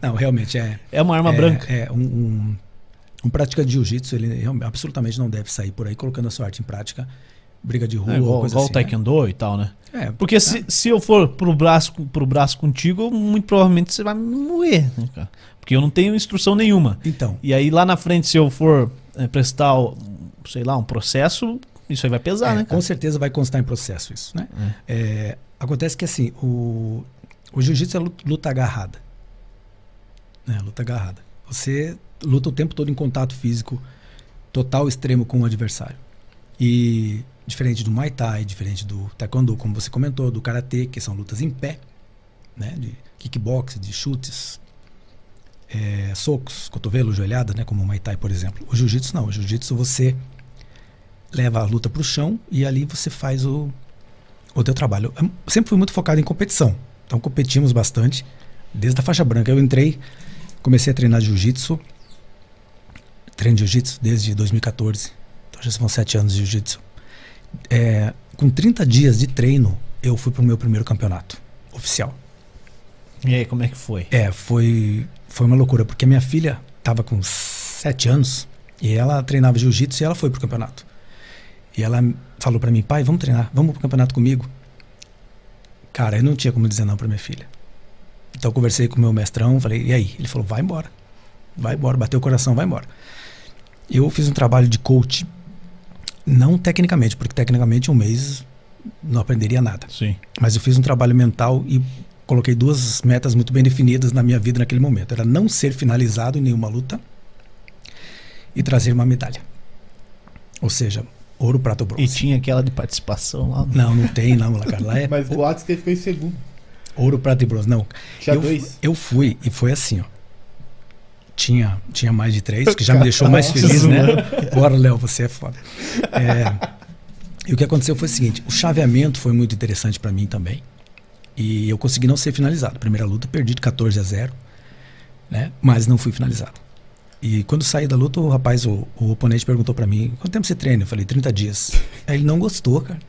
Speaker 3: Não, realmente é.
Speaker 1: É uma arma
Speaker 3: é,
Speaker 1: branca.
Speaker 3: É, um, um, um praticante de jiu-jitsu, ele realmente- absolutamente não deve sair por aí colocando a sua arte em prática. Briga de rua,
Speaker 1: É, igual
Speaker 3: ou coisa
Speaker 1: igual
Speaker 3: assim.
Speaker 1: o
Speaker 3: né?
Speaker 1: Taekwondo e tal, né?
Speaker 3: É,
Speaker 1: Porque se, se eu for pro braço, com- pro braço contigo, muito provavelmente você vai me moer, né, cara? Porque eu não tenho instrução nenhuma.
Speaker 3: Então,
Speaker 1: E aí lá na frente, se eu for é, prestar, o- sei lá, um processo, isso aí vai pesar,
Speaker 3: é,
Speaker 1: né,
Speaker 3: com
Speaker 1: cara?
Speaker 3: certeza vai constar em processo isso, né? É, acontece que assim, o, o jiu-jitsu é lu- luta agarrada. Né? Luta agarrada. Você luta o tempo todo em contato físico total extremo com o adversário. E diferente do Muay Thai, diferente do Taekwondo, como você comentou, do Karatê, que são lutas em pé, né? De kickbox, de chutes, é, socos, cotovelo, joelhada, né? Como o Muay Thai, por exemplo. O Jiu-Jitsu não. O Jiu-Jitsu você leva a luta para o chão e ali você faz o, o teu trabalho. Eu sempre fui muito focado em competição. Então competimos bastante, desde a faixa branca. Eu entrei, comecei a treinar jiu-jitsu. Treino jiu-jitsu desde 2014. Então já são sete anos de jiu-jitsu. É, com 30 dias de treino, eu fui pro meu primeiro campeonato oficial.
Speaker 1: E aí, como é que foi?
Speaker 3: É, foi, foi uma loucura, porque minha filha estava com 7 anos e ela treinava jiu-jitsu e ela foi pro campeonato. E ela falou para mim, pai, vamos treinar, vamos pro campeonato comigo. Cara, eu não tinha como dizer não para minha filha. Então eu conversei com o meu mestrão, falei, e aí? Ele falou, vai embora. Vai embora, bateu o coração, vai embora. Eu fiz um trabalho de coach, não tecnicamente, porque tecnicamente um mês não aprenderia nada.
Speaker 1: Sim.
Speaker 3: Mas eu fiz um trabalho mental e coloquei duas metas muito bem definidas na minha vida naquele momento. Era não ser finalizado em nenhuma luta e trazer uma medalha. Ou seja, ouro, prata ou
Speaker 1: E
Speaker 3: bronze.
Speaker 1: tinha aquela de participação lá. né?
Speaker 3: Não, não tem não, lá, cara. Lá é
Speaker 4: Mas o Atsuka ficou em segundo.
Speaker 3: ouro, prata e bronze. Não,
Speaker 4: Tinha
Speaker 3: eu,
Speaker 4: dois.
Speaker 3: eu fui e foi assim, ó. Tinha, tinha mais de três, que já me deixou mais
Speaker 1: Caraca,
Speaker 3: feliz, né? Bora, Léo, você é foda. É, e o que aconteceu foi o seguinte: o chaveamento foi muito interessante pra mim também. E eu consegui não ser finalizado. Primeira luta, perdi de 14 a 0, né? mas não fui finalizado. E quando saí da luta, o rapaz, o, o oponente perguntou pra mim: quanto tempo você treina? Eu falei: 30 dias. Aí ele não gostou, cara.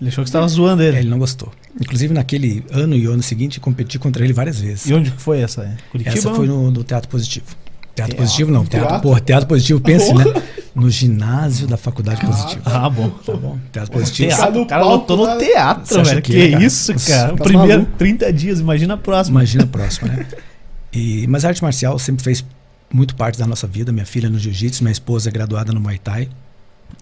Speaker 1: Ele achou que você tava zoando
Speaker 3: É,
Speaker 1: ele.
Speaker 3: ele não gostou. Inclusive, naquele ano e ano seguinte, competi contra ele várias vezes.
Speaker 1: E onde que foi essa? É? Curitiba?
Speaker 3: Essa foi no, no Teatro Positivo. Teatro
Speaker 1: Teatro.
Speaker 3: Positivo não, teatro,
Speaker 4: Teatro?
Speaker 3: porra, teatro Positivo, pense, né? No ginásio da Faculdade Positivo.
Speaker 1: Ah, bom.
Speaker 3: Tá bom? Teatro Positivo.
Speaker 4: Teatro.
Speaker 1: o cara lotou no
Speaker 3: Você
Speaker 1: teatro,
Speaker 3: acha
Speaker 1: velho.
Speaker 3: que
Speaker 1: Que,
Speaker 3: é, cara?
Speaker 1: isso,
Speaker 3: tá? Você
Speaker 1: cara. O
Speaker 3: tá
Speaker 1: primeiro
Speaker 3: maluco.
Speaker 1: 30 dias, imagina a próxima.
Speaker 3: Imagina a próxima, né? E, mas a arte marcial sempre fez muito parte da nossa vida. Minha filha no jiu-jitsu, minha esposa é graduada no Muay Thai.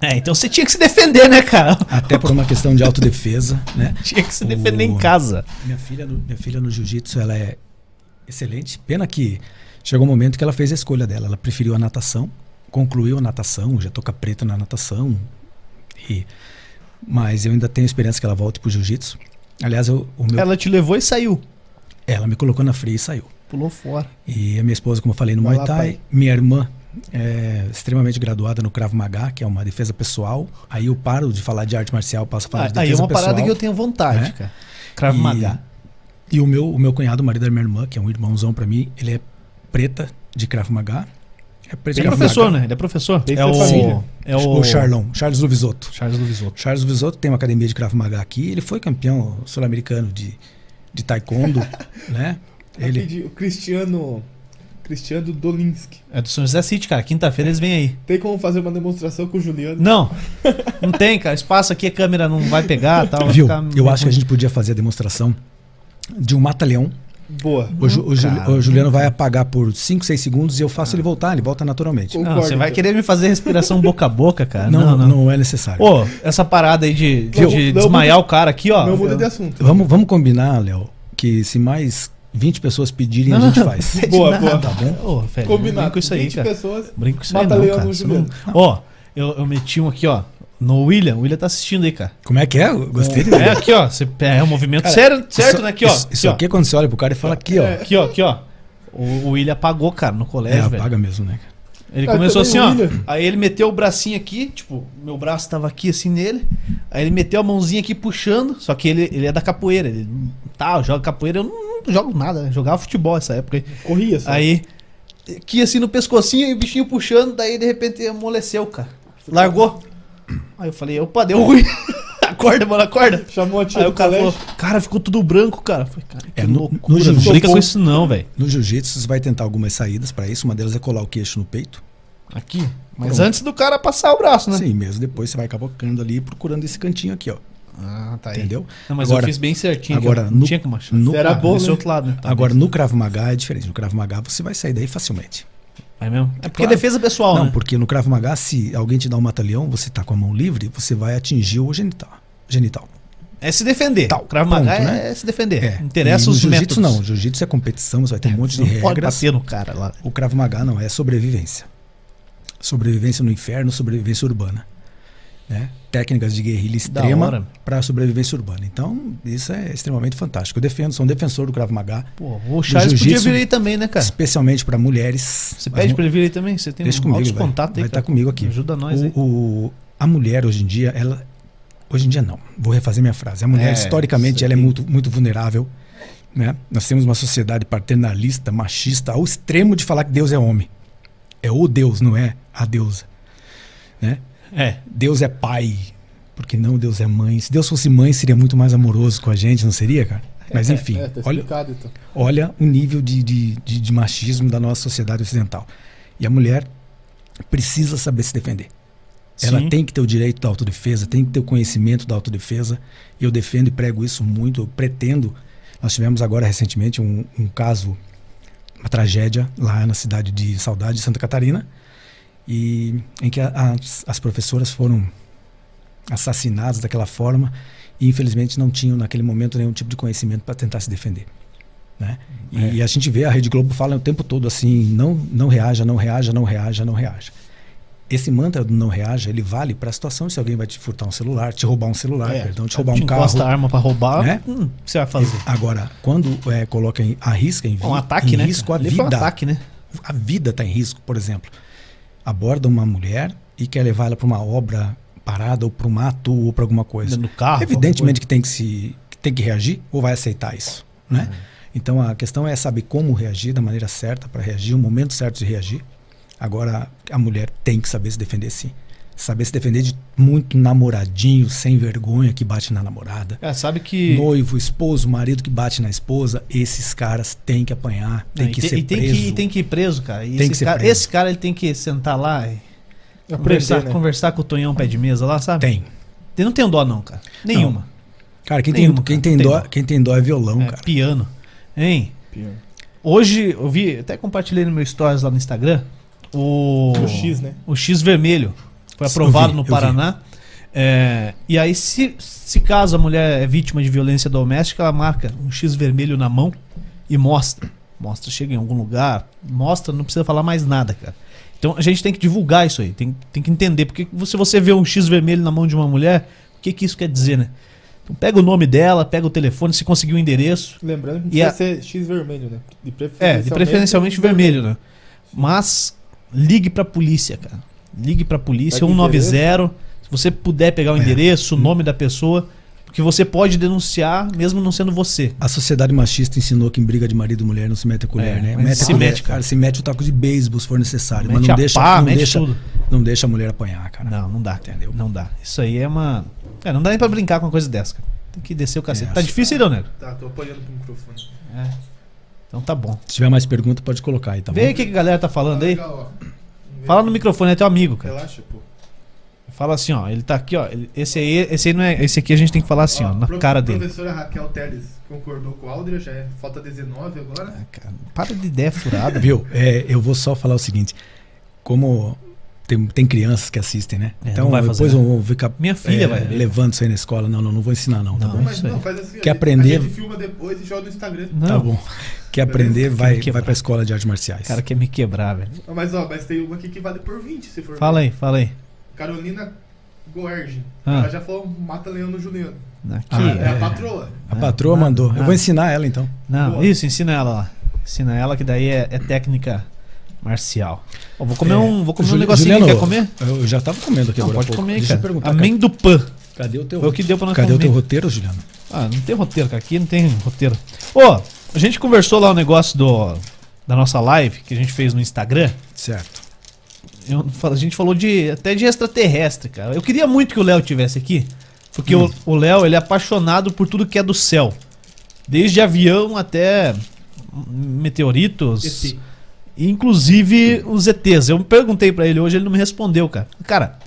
Speaker 1: É, então você tinha que se defender, né, cara?
Speaker 3: Até por uma questão de autodefesa, né?
Speaker 1: Tinha que se defender
Speaker 3: O-
Speaker 1: em casa.
Speaker 3: Minha filha, no- minha filha no jiu-jitsu, ela é excelente. Pena que chegou um momento que ela fez a escolha dela. Ela preferiu a natação, concluiu a natação, já toca preta na natação. E, mas eu ainda tenho esperança que ela volte pro jiu-jitsu. Aliás, eu- o meu, ela...
Speaker 1: Ela te levou e saiu.
Speaker 3: me colocou na fria e saiu.
Speaker 1: Pulou fora.
Speaker 3: E a minha esposa, como eu falei, no
Speaker 4: Vai
Speaker 3: Muay
Speaker 4: lá,
Speaker 3: Thai.
Speaker 4: pai.
Speaker 3: Minha irmã é extremamente graduada no Krav Maga, que é uma defesa pessoal. Aí eu paro de falar de arte marcial, passo a falar de
Speaker 1: Ah, Aí é
Speaker 3: defesa
Speaker 1: uma
Speaker 3: pessoal.
Speaker 1: parada que eu tenho vontade,
Speaker 3: né?
Speaker 1: cara. é Krav
Speaker 3: E-
Speaker 1: Maga.
Speaker 3: E, o meu, o meu cunhado, o marido da minha irmã, que é um irmãozão pra mim, ele é preta de Krav Maga. É preta
Speaker 1: Ele é
Speaker 3: Krav
Speaker 1: professor,
Speaker 3: Maga.
Speaker 1: né? Ele é professor.
Speaker 4: Ele
Speaker 1: é
Speaker 4: foi
Speaker 1: o,
Speaker 4: família.
Speaker 1: é
Speaker 3: O,
Speaker 1: o,
Speaker 3: Charlon, Charles Luvisotto.
Speaker 1: Charles Luvisotto.
Speaker 3: Charles Luvisotto tem uma academia de Krav Maga aqui, ele foi campeão sul-americano de, de taekwondo, né?
Speaker 4: Ele...
Speaker 3: Ele,
Speaker 4: o Cristiano. Cristiano Dolinski.
Speaker 1: É do São José City, cara. Quinta-feira eles vêm aí.
Speaker 4: Tem como fazer uma demonstração com o Juliano?
Speaker 1: Não, não tem, cara. Espaço aqui, a câmera não vai pegar tal. vai
Speaker 3: viu?
Speaker 1: ficar meio
Speaker 3: Eu acho que a gente podia fazer a demonstração de um mata-leão.
Speaker 4: Boa.
Speaker 3: O, Ju- o Ju-
Speaker 1: Uhum. cara.
Speaker 3: o Juliano vai apagar por 5, 6 segundos e eu faço ele voltar, ele volta naturalmente.
Speaker 4: Com-
Speaker 1: Não, você vai
Speaker 4: Concordo.
Speaker 1: querer me fazer respiração boca a boca, cara?
Speaker 3: Não, não, é necessário.
Speaker 1: Ô, essa parada aí de, de,
Speaker 4: Não,
Speaker 1: de
Speaker 4: não
Speaker 1: desmaiar o cara aqui, ó.
Speaker 4: não muda de assunto.
Speaker 3: Vamos, vamos combinar, Léo, que se mais 20 pessoas pedirem, a
Speaker 1: Não,
Speaker 3: gente
Speaker 1: não,
Speaker 3: faz. Ah,
Speaker 1: não fez
Speaker 4: Boa,
Speaker 1: nada,
Speaker 4: boa.
Speaker 1: Tá bom? Ô, velho,
Speaker 4: Combinado.
Speaker 1: Brinco isso aí,
Speaker 4: 20
Speaker 1: cara.
Speaker 4: pessoas.
Speaker 1: Brinco isso aí,
Speaker 4: Mata
Speaker 1: não,
Speaker 4: leão
Speaker 1: cara.
Speaker 4: no
Speaker 1: Isso não-
Speaker 4: Juliano.
Speaker 1: Ó, eu, eu meti um aqui, ó. No William, o William tá assistindo aí, cara.
Speaker 3: Como é que é? Eu Gostei de
Speaker 1: É aqui, ó. Você- é um movimento sério, certo,
Speaker 3: Isso-
Speaker 1: né? Aqui, ó.
Speaker 3: Isso, isso
Speaker 1: aqui,
Speaker 3: aqui é quando você olha pro cara e fala aqui, ó.
Speaker 1: ó. Aqui, ó, aqui, ó. O, o William apagou, cara, no
Speaker 3: É,
Speaker 1: colégio, velho.
Speaker 3: apaga mesmo, né? cara?
Speaker 1: Ele
Speaker 4: Ah,
Speaker 1: começou assim,
Speaker 4: também
Speaker 1: ó.
Speaker 4: o
Speaker 3: né?
Speaker 4: Willian.
Speaker 1: Aí ele meteu o bracinho aqui, tipo, meu braço tava aqui assim nele. Aí ele meteu a mãozinha aqui puxando, só que ele, ele é da capoeira. Ele, tá, joga capoeira, eu não, não jogo nada, né? Jogava futebol essa época aí.
Speaker 4: Corria só.
Speaker 1: Aí, que assim no pescocinho e o bichinho puxando, daí de repente amoleceu, cara. Largou. Aí eu falei, opa, deu ruim. acorda, mano, acorda.
Speaker 4: Chamou a tia
Speaker 1: Aí
Speaker 4: do
Speaker 1: o cara
Speaker 4: colégio.
Speaker 1: falou, cara, ficou tudo branco, cara. Eu falei, cara, que
Speaker 3: É, no- no
Speaker 1: loucura, não
Speaker 3: jiu-jitsu-
Speaker 1: brinca com isso não, velho.
Speaker 3: No jiu-jitsu, você vai tentar algumas saídas pra isso. Uma delas é colar o queixo no peito.
Speaker 1: Aqui. Mas
Speaker 3: Pronto.
Speaker 1: antes do cara passar o braço, né?
Speaker 3: Sim, mesmo depois você vai cavocando ali procurando esse cantinho aqui, ó.
Speaker 1: Ah, tá aí.
Speaker 3: Entendeu?
Speaker 1: Não, mas
Speaker 3: Agora-
Speaker 1: eu fiz bem certinho. aqui,
Speaker 3: agora,
Speaker 1: ó. não
Speaker 3: no-
Speaker 1: tinha como achar.
Speaker 3: No,
Speaker 4: Era
Speaker 1: Bom,
Speaker 4: bom,
Speaker 1: Esse
Speaker 4: né?
Speaker 1: outro lado, né?
Speaker 3: Agora, no Krav Maga é diferente. No Krav Maga você vai sair daí facilmente.
Speaker 1: É mesmo? É porque
Speaker 3: Claro.
Speaker 1: é defesa pessoal,
Speaker 3: Não,
Speaker 1: né?
Speaker 3: porque no Krav Maga, se alguém te dá um matalhão, você tá com a mão livre, você vai atingir o genital. genital.
Speaker 1: É se defender.
Speaker 3: Tal,
Speaker 1: O Krav Maga
Speaker 3: ponto,
Speaker 1: é-
Speaker 3: né?
Speaker 1: é se defender.
Speaker 3: É.
Speaker 1: Interessa
Speaker 3: E no
Speaker 1: os métodos.
Speaker 3: jiu-jitsu não. Jiu-jitsu é competição, você vai ter um monte de
Speaker 1: Não pode
Speaker 3: regras.
Speaker 1: bater no cara lá.
Speaker 3: O Krav Maga não, é sobrevivência. Sobrevivência no inferno, sobrevivência urbana. Né? Técnicas de guerrilha
Speaker 1: Da hora.
Speaker 3: extrema para sobrevivência urbana. Então, isso é extremamente fantástico. Eu defendo, sou um defensor do Krav Maga,
Speaker 1: Pô, o Charles podia
Speaker 3: jiu-jitsu-
Speaker 1: vir aí também, né, cara?
Speaker 3: especialmente para mulheres.
Speaker 1: Você
Speaker 3: As
Speaker 1: pede
Speaker 3: mu-
Speaker 1: pra ele vir aí também? Você tem
Speaker 3: Deixa
Speaker 1: um
Speaker 3: comigo,
Speaker 1: altos
Speaker 3: vai.
Speaker 1: contatos aí,
Speaker 3: Vai
Speaker 1: cara.
Speaker 3: tá comigo aqui.
Speaker 1: Ajuda nós
Speaker 3: o,
Speaker 1: aí.
Speaker 3: o- a mulher hoje em dia, ela. Hoje em dia não, vou refazer minha frase. A mulher,
Speaker 1: É,
Speaker 3: historicamente,
Speaker 1: isso
Speaker 3: ela é
Speaker 1: aqui.
Speaker 3: muito, muito vulnerável. Né? Nós temos uma sociedade paternalista, machista, ao extremo de falar que Deus é homem. É o Deus, não é a deusa. Né?
Speaker 1: É.
Speaker 3: Deus é pai, porque não Deus é mãe. Se Deus fosse mãe, seria muito mais amoroso com a gente, não seria, cara? Mas enfim,
Speaker 4: É, tá
Speaker 3: olha,
Speaker 4: explicado então.
Speaker 3: olha o nível de, de, de- de machismo da nossa sociedade ocidental. E a mulher precisa saber se defender. Ela
Speaker 1: Sim.
Speaker 3: tem que ter o direito da autodefesa, tem que ter o conhecimento da autodefesa. E eu defendo e prego isso muito, eu pretendo. Nós tivemos agora recentemente um, um caso, uma tragédia lá na cidade de Saudade, Santa Catarina, e em que a- as, as professoras foram assassinadas daquela forma e infelizmente não tinham naquele momento nenhum tipo de conhecimento para tentar se defender. Né? E,
Speaker 1: É.
Speaker 3: e a gente vê, a Rede Globo fala o tempo todo assim, não, não reaja, não reaja, não reaja, não reaja. Esse mantra do não reaja, ele vale para a situação se alguém vai te furtar um celular, te roubar um celular,
Speaker 1: É,
Speaker 3: perdão, te roubar
Speaker 1: te
Speaker 3: um carro.
Speaker 1: encosta a arma pra roubar,
Speaker 3: né?
Speaker 1: hum, o que você vai fazer?
Speaker 3: Agora, quando é, coloca em, a risca em, vi-
Speaker 1: Um ataque,
Speaker 3: em
Speaker 1: né?
Speaker 3: risco a
Speaker 1: Ali foi
Speaker 3: vida,
Speaker 1: um ataque, né?
Speaker 3: a vida está em risco, por exemplo. Aborda uma mulher e quer levar ela para uma obra parada ou para um mato ou para alguma coisa.
Speaker 1: Dentro do carro.
Speaker 3: Evidentemente que tem que se que tem que reagir ou vai aceitar isso, né?
Speaker 1: É.
Speaker 3: Então a questão é saber como reagir da maneira certa para reagir, o momento certo de reagir. Agora a mulher tem que saber se defender sim. Saber se defender de muito namoradinho, sem vergonha que bate na namorada.
Speaker 1: É, sabe que.
Speaker 3: Noivo, esposo, marido que bate na esposa, esses caras têm que apanhar, têm
Speaker 1: Não,
Speaker 3: que
Speaker 1: e tem,
Speaker 3: ser
Speaker 1: e tem
Speaker 3: preso.
Speaker 1: Que, tem que ir preso, cara. E
Speaker 3: Tem
Speaker 1: esse,
Speaker 3: que ser
Speaker 1: cara
Speaker 3: preso.
Speaker 1: esse cara ele tem que sentar lá e conversar,
Speaker 4: Aprender, né?
Speaker 1: conversar com o Tonhão pé de mesa lá, sabe?
Speaker 3: Tem.
Speaker 1: Ele não tem um dó, não, cara. Nenhuma.
Speaker 3: Cara, quem,
Speaker 1: Nenhuma,
Speaker 3: tem, quem,
Speaker 1: cara,
Speaker 3: tem
Speaker 1: não tem
Speaker 3: dó,
Speaker 1: dó.
Speaker 3: quem tem dó é violão,
Speaker 1: É,
Speaker 3: cara.
Speaker 1: piano. Hein?
Speaker 4: Pior.
Speaker 1: Hoje, eu vi, até compartilhei no meu stories lá no Instagram, o.
Speaker 4: O X, né?
Speaker 1: O X vermelho. Foi
Speaker 3: Sim,
Speaker 1: aprovado
Speaker 3: eu vi,
Speaker 1: no
Speaker 3: eu vi.
Speaker 1: Paraná. É, e aí, se, se caso a mulher é vítima de violência doméstica, ela marca um X vermelho na mão e mostra. Mostra, chega em algum lugar, mostra, não precisa falar mais nada, cara. Então a gente tem que divulgar isso aí, tem, tem que entender. Porque se você vê um X vermelho na mão de uma mulher, o que, que isso quer dizer, né? Então pega o nome dela, pega o telefone, se conseguir o endereço,
Speaker 4: Lembrando que
Speaker 1: E
Speaker 4: não
Speaker 1: a-
Speaker 4: precisa ser X vermelho, né? De
Speaker 1: é, de preferencialmente vermelho, né? Mas ligue pra polícia, cara. Ligue pra polícia
Speaker 4: Pega o
Speaker 1: 190. Se você puder pegar o
Speaker 3: É.
Speaker 1: endereço, o nome da pessoa, porque você pode denunciar mesmo não sendo você.
Speaker 3: A sociedade machista ensinou que em briga de marido e mulher não se mete a colher,
Speaker 1: É,
Speaker 3: né?
Speaker 1: mas
Speaker 3: a
Speaker 1: se
Speaker 3: colher,
Speaker 1: mete, cara.
Speaker 3: Se mete o taco de beisebol se for necessário. mas
Speaker 1: Mete
Speaker 3: não
Speaker 1: a
Speaker 3: deixa,
Speaker 1: pá,
Speaker 3: não,
Speaker 1: mete
Speaker 3: deixa,
Speaker 1: tudo.
Speaker 3: não deixa a mulher apanhar, cara.
Speaker 1: Não, não dá,
Speaker 3: Entendeu?
Speaker 1: Não dá. Isso aí é uma. É, não dá nem pra brincar com uma coisa dessa, cara. Tem que descer o cacete.
Speaker 3: É,
Speaker 1: Tá
Speaker 3: acho-
Speaker 1: difícil aí, Leonardo?
Speaker 4: Tá, tô apoiando pro microfone.
Speaker 1: É. Então tá bom.
Speaker 3: Se tiver mais pergunta, pode colocar aí, tá
Speaker 1: Vê aí
Speaker 3: bom?
Speaker 1: o que que a galera tá falando aí.
Speaker 4: ó.
Speaker 1: Fala no microfone, é teu amigo, cara.
Speaker 4: Relaxa, pô.
Speaker 1: Fala assim, ó. Ele tá aqui, ó. ele- Esse aí, esse aí não é. Esse aqui a gente tem que falar assim, ó, na
Speaker 3: Ah,
Speaker 1: cara dele.
Speaker 4: professora Raquel Teles concordou com o Aldria, já é falta 19 agora.
Speaker 1: Ah, cara, Para de ideia furada.
Speaker 3: Viu? É, eu vou só falar o seguinte: como tem, tem crianças que assistem, né?
Speaker 1: É,
Speaker 3: então
Speaker 1: não vai
Speaker 3: depois
Speaker 1: fazer,
Speaker 3: eu vou ficar
Speaker 1: Minha filha
Speaker 3: é,
Speaker 1: vai ver.
Speaker 3: levando isso aí na escola. Não, não, não vou ensinar, não, tá
Speaker 1: Não.
Speaker 3: bom?
Speaker 1: isso aí.
Speaker 4: faz assim,
Speaker 3: Quer
Speaker 4: a gente-
Speaker 3: aprender?
Speaker 4: A gente filma depois e joga no Instagram.
Speaker 1: Não,
Speaker 3: Tá bom. Quer aprender, vai,
Speaker 1: quebrar.
Speaker 3: vai pra escola de artes marciais.
Speaker 1: O cara quer me quebrar, velho.
Speaker 4: Ah, Mas ó, mas tem uma aqui que vale por 20, se for.
Speaker 1: Fala aí, fala aí.
Speaker 4: ver. Carolina Goergen.
Speaker 1: Ah.
Speaker 4: Ela já falou mata leão no Juliano.
Speaker 1: Aqui.
Speaker 3: Ah,
Speaker 4: É,
Speaker 1: é.
Speaker 4: a patroa.
Speaker 3: a patroa
Speaker 1: Nada,
Speaker 3: mandou.
Speaker 1: nada.
Speaker 3: Eu vou ensinar ela então.
Speaker 1: Não,
Speaker 4: Boa.
Speaker 1: isso, ensina ela lá. Ensina ela que daí é, é técnica marcial. Ó, vou comer
Speaker 3: É,
Speaker 1: um, vou comer um
Speaker 3: Juli-
Speaker 1: negocinho.
Speaker 3: Juliano,
Speaker 1: Quer comer?
Speaker 3: Eu já tava comendo aqui
Speaker 1: Não,
Speaker 3: agora. há
Speaker 1: pode
Speaker 3: pouco.
Speaker 1: comer,
Speaker 3: Deixa eu
Speaker 1: cara.
Speaker 3: perguntar.
Speaker 1: Amém do pan.
Speaker 3: Cadê o teu
Speaker 1: Foi o que deu pra nós
Speaker 3: Cadê o
Speaker 1: comer.
Speaker 3: teu roteiro, Juliano?
Speaker 1: Ah, não tem roteiro, cara. Aqui não tem roteiro. Ô, a gente conversou lá o negócio do, da nossa live que a gente fez no Instagram.
Speaker 3: Certo.
Speaker 1: Eu não falo- a gente falou de até de extraterrestre, cara. Eu queria muito que o Léo tivesse aqui, porque o- o Léo ele é apaixonado por tudo que é do céu, desde avião até hum, meteoritos,
Speaker 4: ET.
Speaker 1: inclusive os ETs. Eu perguntei pra ele hoje, ele não me respondeu, cara. Cara,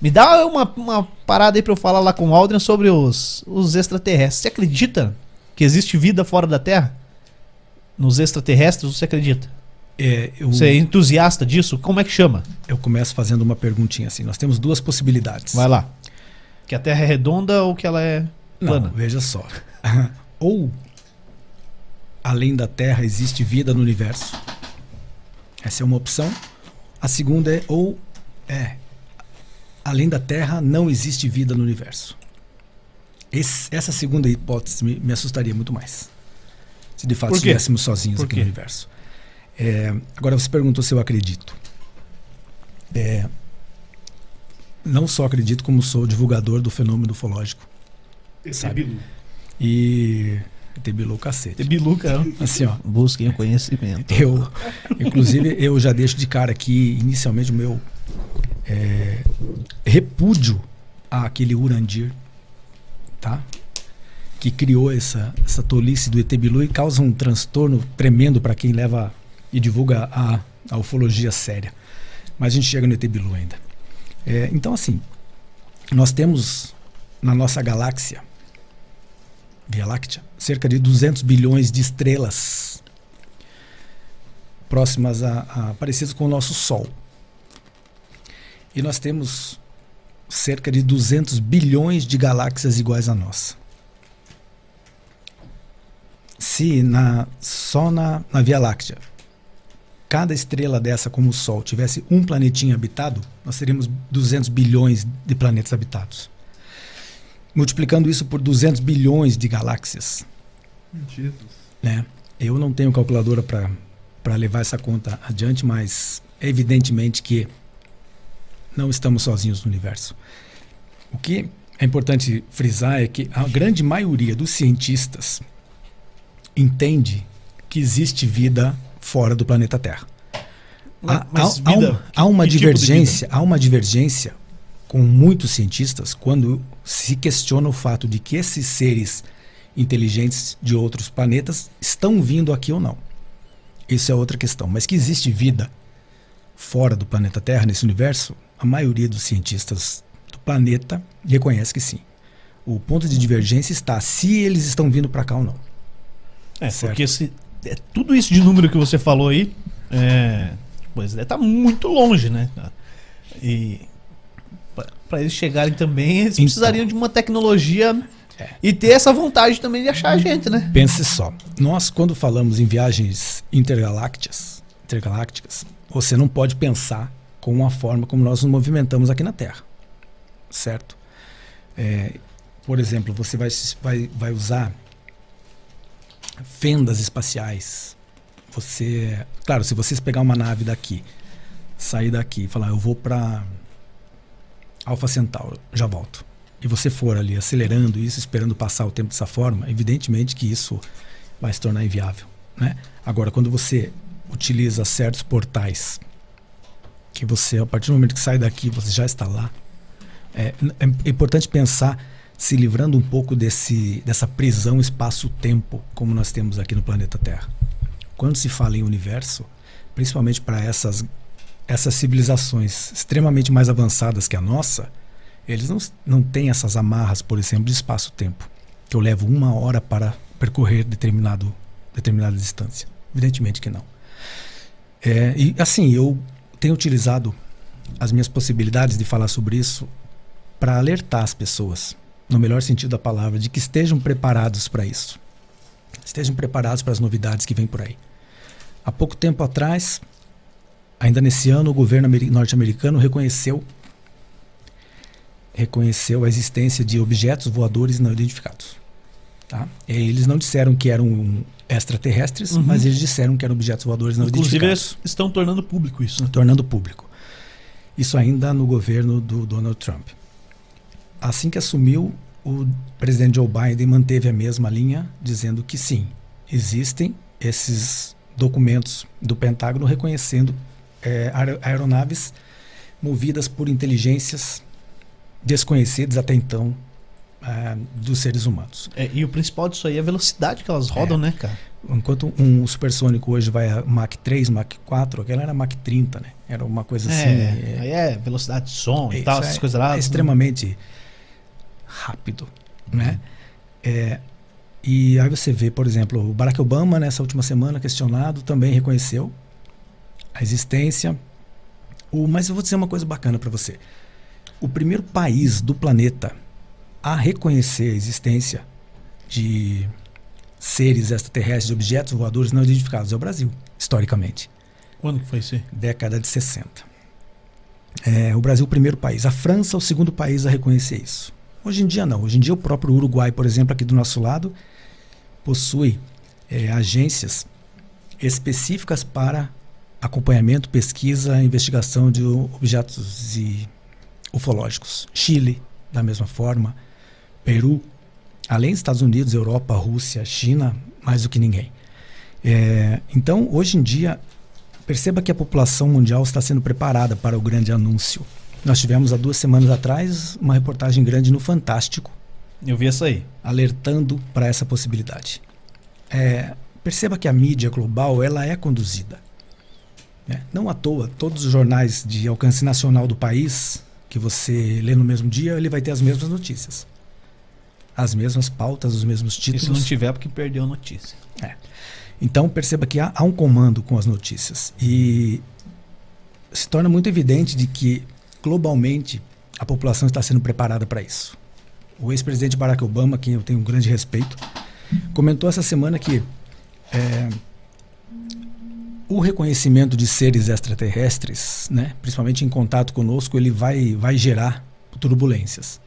Speaker 1: me dá uma, uma parada aí pra eu falar lá com o Aldrin sobre os, os extraterrestres. Você acredita que existe vida fora da Terra? Nos extraterrestres, você acredita?
Speaker 3: É, eu,
Speaker 1: Você é entusiasta disso? Como é que chama?
Speaker 3: eu começo fazendo uma perguntinha assim. Nós temos duas possibilidades.
Speaker 1: Vai lá. Que a Terra é redonda ou que ela é
Speaker 3: Não,
Speaker 1: plana?
Speaker 3: veja só. Ou além da Terra existe vida no universo. Essa é uma opção. A segunda é ou é além da Terra não existe vida no universo. Esse- essa segunda hipótese me, me assustaria muito mais. Se de fato
Speaker 1: Por quê?
Speaker 3: estivéssemos sozinhos
Speaker 1: Por
Speaker 3: aqui
Speaker 1: quê?
Speaker 3: no universo. É, agora você perguntou se eu acredito. É, não só acredito, como sou divulgador do fenômeno ufológico.
Speaker 4: Esse
Speaker 3: Sabe.
Speaker 4: Bilu.
Speaker 3: E tebilou o cacete.
Speaker 1: Bilu, cara.
Speaker 3: Assim, ó.
Speaker 1: Busquem o conhecimento.
Speaker 3: Eu, inclusive, eu já deixo de cara aqui, inicialmente, o meu é, repúdio àquele Urandir, tá? Que criou essa, essa tolice do ET Bilu e causa um transtorno tremendo para quem leva e divulga a, a ufologia séria. Mas a gente chega no ET Bilu ainda. É, então, assim, nós temos na nossa galáxia, Via Láctea, cerca de 200 bilhões de estrelas próximas a, a parecidas com o nosso Sol. E nós temos cerca de 200 bilhões de galáxias iguais à nossa. se na, só na, na Via Láctea cada estrela dessa, como o Sol, tivesse um planetinha habitado, nós teríamos 200 bilhões de planetas habitados. Multiplicando isso por 200 bilhões de galáxias.
Speaker 2: Hum,
Speaker 4: Jesus.
Speaker 3: Né? Eu não tenho calculadora para levar essa conta adiante, mas é evidentemente que não estamos sozinhos no universo. O que é importante frisar é que a grande maioria dos cientistas entende que existe vida fora do planeta Terra. Há,
Speaker 1: Mas
Speaker 3: há- há um-
Speaker 1: vida,
Speaker 3: há uma
Speaker 1: que tipo de
Speaker 3: divergência, há uma divergência com muitos cientistas quando se questiona o fato de que esses seres inteligentes de outros planetas estão vindo aqui ou não. Isso é outra questão, mas que existe vida fora do planeta Terra nesse universo, a maioria dos cientistas do planeta reconhece que sim. O ponto de divergência está se eles estão vindo para cá ou não.
Speaker 1: É,
Speaker 3: Certo.
Speaker 1: porque se, é, tudo isso de número que você falou aí, é, pois é, tá muito longe, né? cara? E para eles chegarem também, eles
Speaker 3: Então. É.
Speaker 1: precisariam de uma tecnologia e ter essa vontade também de achar a gente, né?
Speaker 3: Pense só, nós quando falamos em viagens intergalácticas, intergalácticas, você não pode pensar com a forma como nós nos movimentamos aqui na Terra, certo? É, por exemplo, você vai, se- vai, vai usar fendas espaciais. Você, claro, se vocês pegar uma nave daqui, sair daqui e falar, eu vou para Alpha Centauro, já volto e você for ali acelerando isso, esperando passar o tempo dessa forma, evidentemente que isso vai se tornar inviável. Né? Agora, quando você utiliza certos portais, que você, a partir do momento que sai daqui, você já está lá, é, é importante pensar se livrando um pouco desse, dessa prisão espaço-tempo como nós temos aqui no planeta Terra. Quando se fala em universo, principalmente para essas, essas civilizações extremamente mais avançadas que a nossa, eles não, não têm essas amarras, por exemplo, de espaço-tempo, que eu levo uma hora para percorrer determinado, determinada distância. Evidentemente que não. É, e assim, eu tenho utilizado as minhas possibilidades de falar sobre isso para alertar as pessoas, no melhor sentido da palavra, de que estejam preparados para isso. Estejam preparados para as novidades que vêm por aí. Há pouco tempo atrás, ainda nesse ano, o governo ameri- norte-americano reconheceu reconheceu a existência de objetos voadores não identificados. Tá? E Eles não disseram que eram extraterrestres,
Speaker 1: Uhum.
Speaker 3: mas eles disseram que eram objetos voadores não
Speaker 1: Inclusive,
Speaker 3: identificados
Speaker 1: eles estão tornando público isso, né?
Speaker 3: tornando público. Isso ainda no governo do Donald Trump. Assim que assumiu, o presidente Joe Biden manteve a mesma linha, dizendo que sim, existem esses documentos do Pentágono reconhecendo eh, aer- aeronaves movidas por inteligências desconhecidas até então ah, dos seres humanos.
Speaker 1: É, e o principal disso aí é a velocidade que elas rodam,
Speaker 3: É.
Speaker 1: né, cara?
Speaker 3: Enquanto um supersônico hoje vai a Mach 3, Mach 4, aquela era Mach 30, né? Era uma coisa assim. eh,
Speaker 1: aí é velocidade de som e
Speaker 3: Isso
Speaker 1: tal,
Speaker 3: é-
Speaker 1: essas coisas lá.
Speaker 3: É extremamente rápido, né? É, e aí você vê, por exemplo, o Barack Obama nessa última semana questionado também reconheceu a existência. O, mas eu vou dizer uma coisa bacana para você. O primeiro país do planeta a reconhecer a existência de seres extraterrestres, de objetos voadores não identificados é o Brasil, historicamente
Speaker 1: Quando que foi isso aí?
Speaker 3: década de 60. É, o Brasil, o primeiro país. A França, é o segundo país a reconhecer isso. Hoje em dia, não. Hoje em dia, o próprio Uruguai, por exemplo, aqui do nosso lado, possui é, agências específicas para acompanhamento, pesquisa, investigação de objetos e ufológicos. Chile, da mesma forma. Peru, além dos Estados Unidos, Europa, Rússia, China, mais do que ninguém. É, então, hoje em dia, Perceba que a população mundial está sendo preparada para o grande anúncio. Nós tivemos há duas semanas atrás uma reportagem grande no Fantástico,
Speaker 1: Eu vi essa aí.
Speaker 3: alertando para essa possibilidade. É, perceba que a mídia global ela é conduzida. né? Não à toa, todos os jornais de alcance nacional do país que você lê no mesmo dia, ele vai ter as mesmas notícias. As mesmas pautas, os mesmos
Speaker 1: E
Speaker 3: títulos.
Speaker 1: se não tiver, é porque perdeu a notícia.
Speaker 3: Então perceba que há, há um comando com as notícias e se torna muito evidente de que globalmente a população está sendo preparada para isso. O ex-presidente Barack Obama, a quem eu tenho um grande respeito, comentou essa semana que É, o reconhecimento de seres extraterrestres, né, principalmente em contato conosco, ele vai, vai gerar turbulências.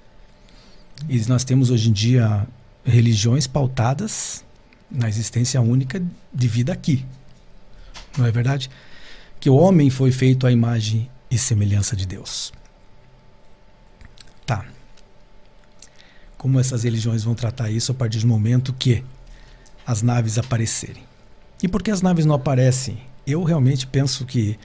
Speaker 3: E nós temos hoje em dia religiões pautadas na existência única de vida aqui. Não é verdade? Que o homem foi feito à imagem e semelhança de Deus. Tá. Como essas religiões vão tratar isso a partir do momento que as naves aparecerem? E por que as naves não aparecem? Eu realmente penso que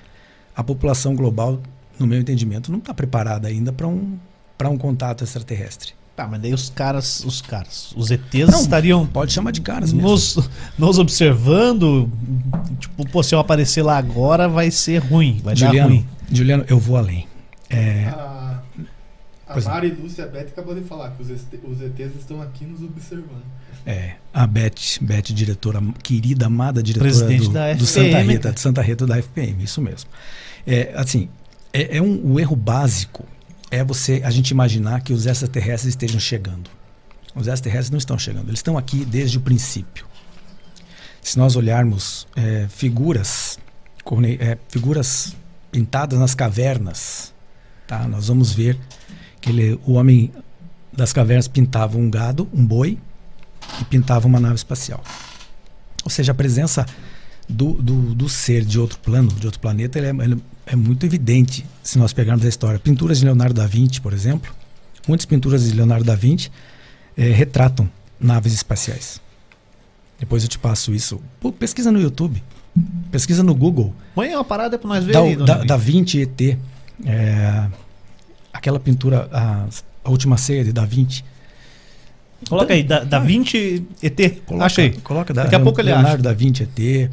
Speaker 3: a população global, no meu entendimento, não está preparada ainda para um, pra um contato extraterrestre.
Speaker 1: Tá, mas daí os caras, os caras, os ETs estariam
Speaker 3: Pode chamar de caras mesmo.
Speaker 1: nos, nos observando. Tipo, pô, se eu aparecer lá agora, vai ser ruim, vai dar
Speaker 3: Juliano,
Speaker 1: ruim.
Speaker 3: Juliano, eu vou além. É,
Speaker 4: A, a
Speaker 3: Pois é. não.
Speaker 4: Mari Lúcia Beth acabou de falar que os, ET os ETs estão aqui nos observando.
Speaker 3: É, a Beth, Beth, diretora, querida, amada diretora
Speaker 1: Presidente
Speaker 3: do,
Speaker 1: da
Speaker 3: do Santa
Speaker 1: FPM,
Speaker 3: Rita,
Speaker 1: cara.
Speaker 3: de Santa Rita da FPM, isso mesmo. É, assim, é, é um, o erro básico é você a gente imaginar que os extraterrestres estejam chegando. Os extraterrestres não estão chegando, eles estão aqui desde o princípio. Se nós olharmos é, figuras, corne- é, figuras pintadas nas cavernas, tá? Nós vamos ver que ele- o homem das cavernas pintava um gado, um boi, e pintava uma nave espacial. Ou seja, a presença do, do, do ser de outro plano, de outro planeta, ele é, ele é muito evidente se nós pegarmos a história. Pinturas de Leonardo da Vinci, por exemplo, muitas pinturas de Leonardo da Vinci eh, retratam naves espaciais. Depois eu te passo isso. Pô, pesquisa no YouTube, pesquisa no Google.
Speaker 1: Põe uma parada pra nós ver
Speaker 3: Da,
Speaker 1: aí, dona
Speaker 3: da,
Speaker 1: Bia.
Speaker 3: da 20 ET. é, aquela pintura, a, a última ceia de Da Vinci.
Speaker 1: Coloca aí, da, da 20 ET. Acha aí.
Speaker 3: Coloca da,
Speaker 1: Daqui a pouco ele
Speaker 3: Leonardo
Speaker 1: acha.
Speaker 3: da Vinci ET.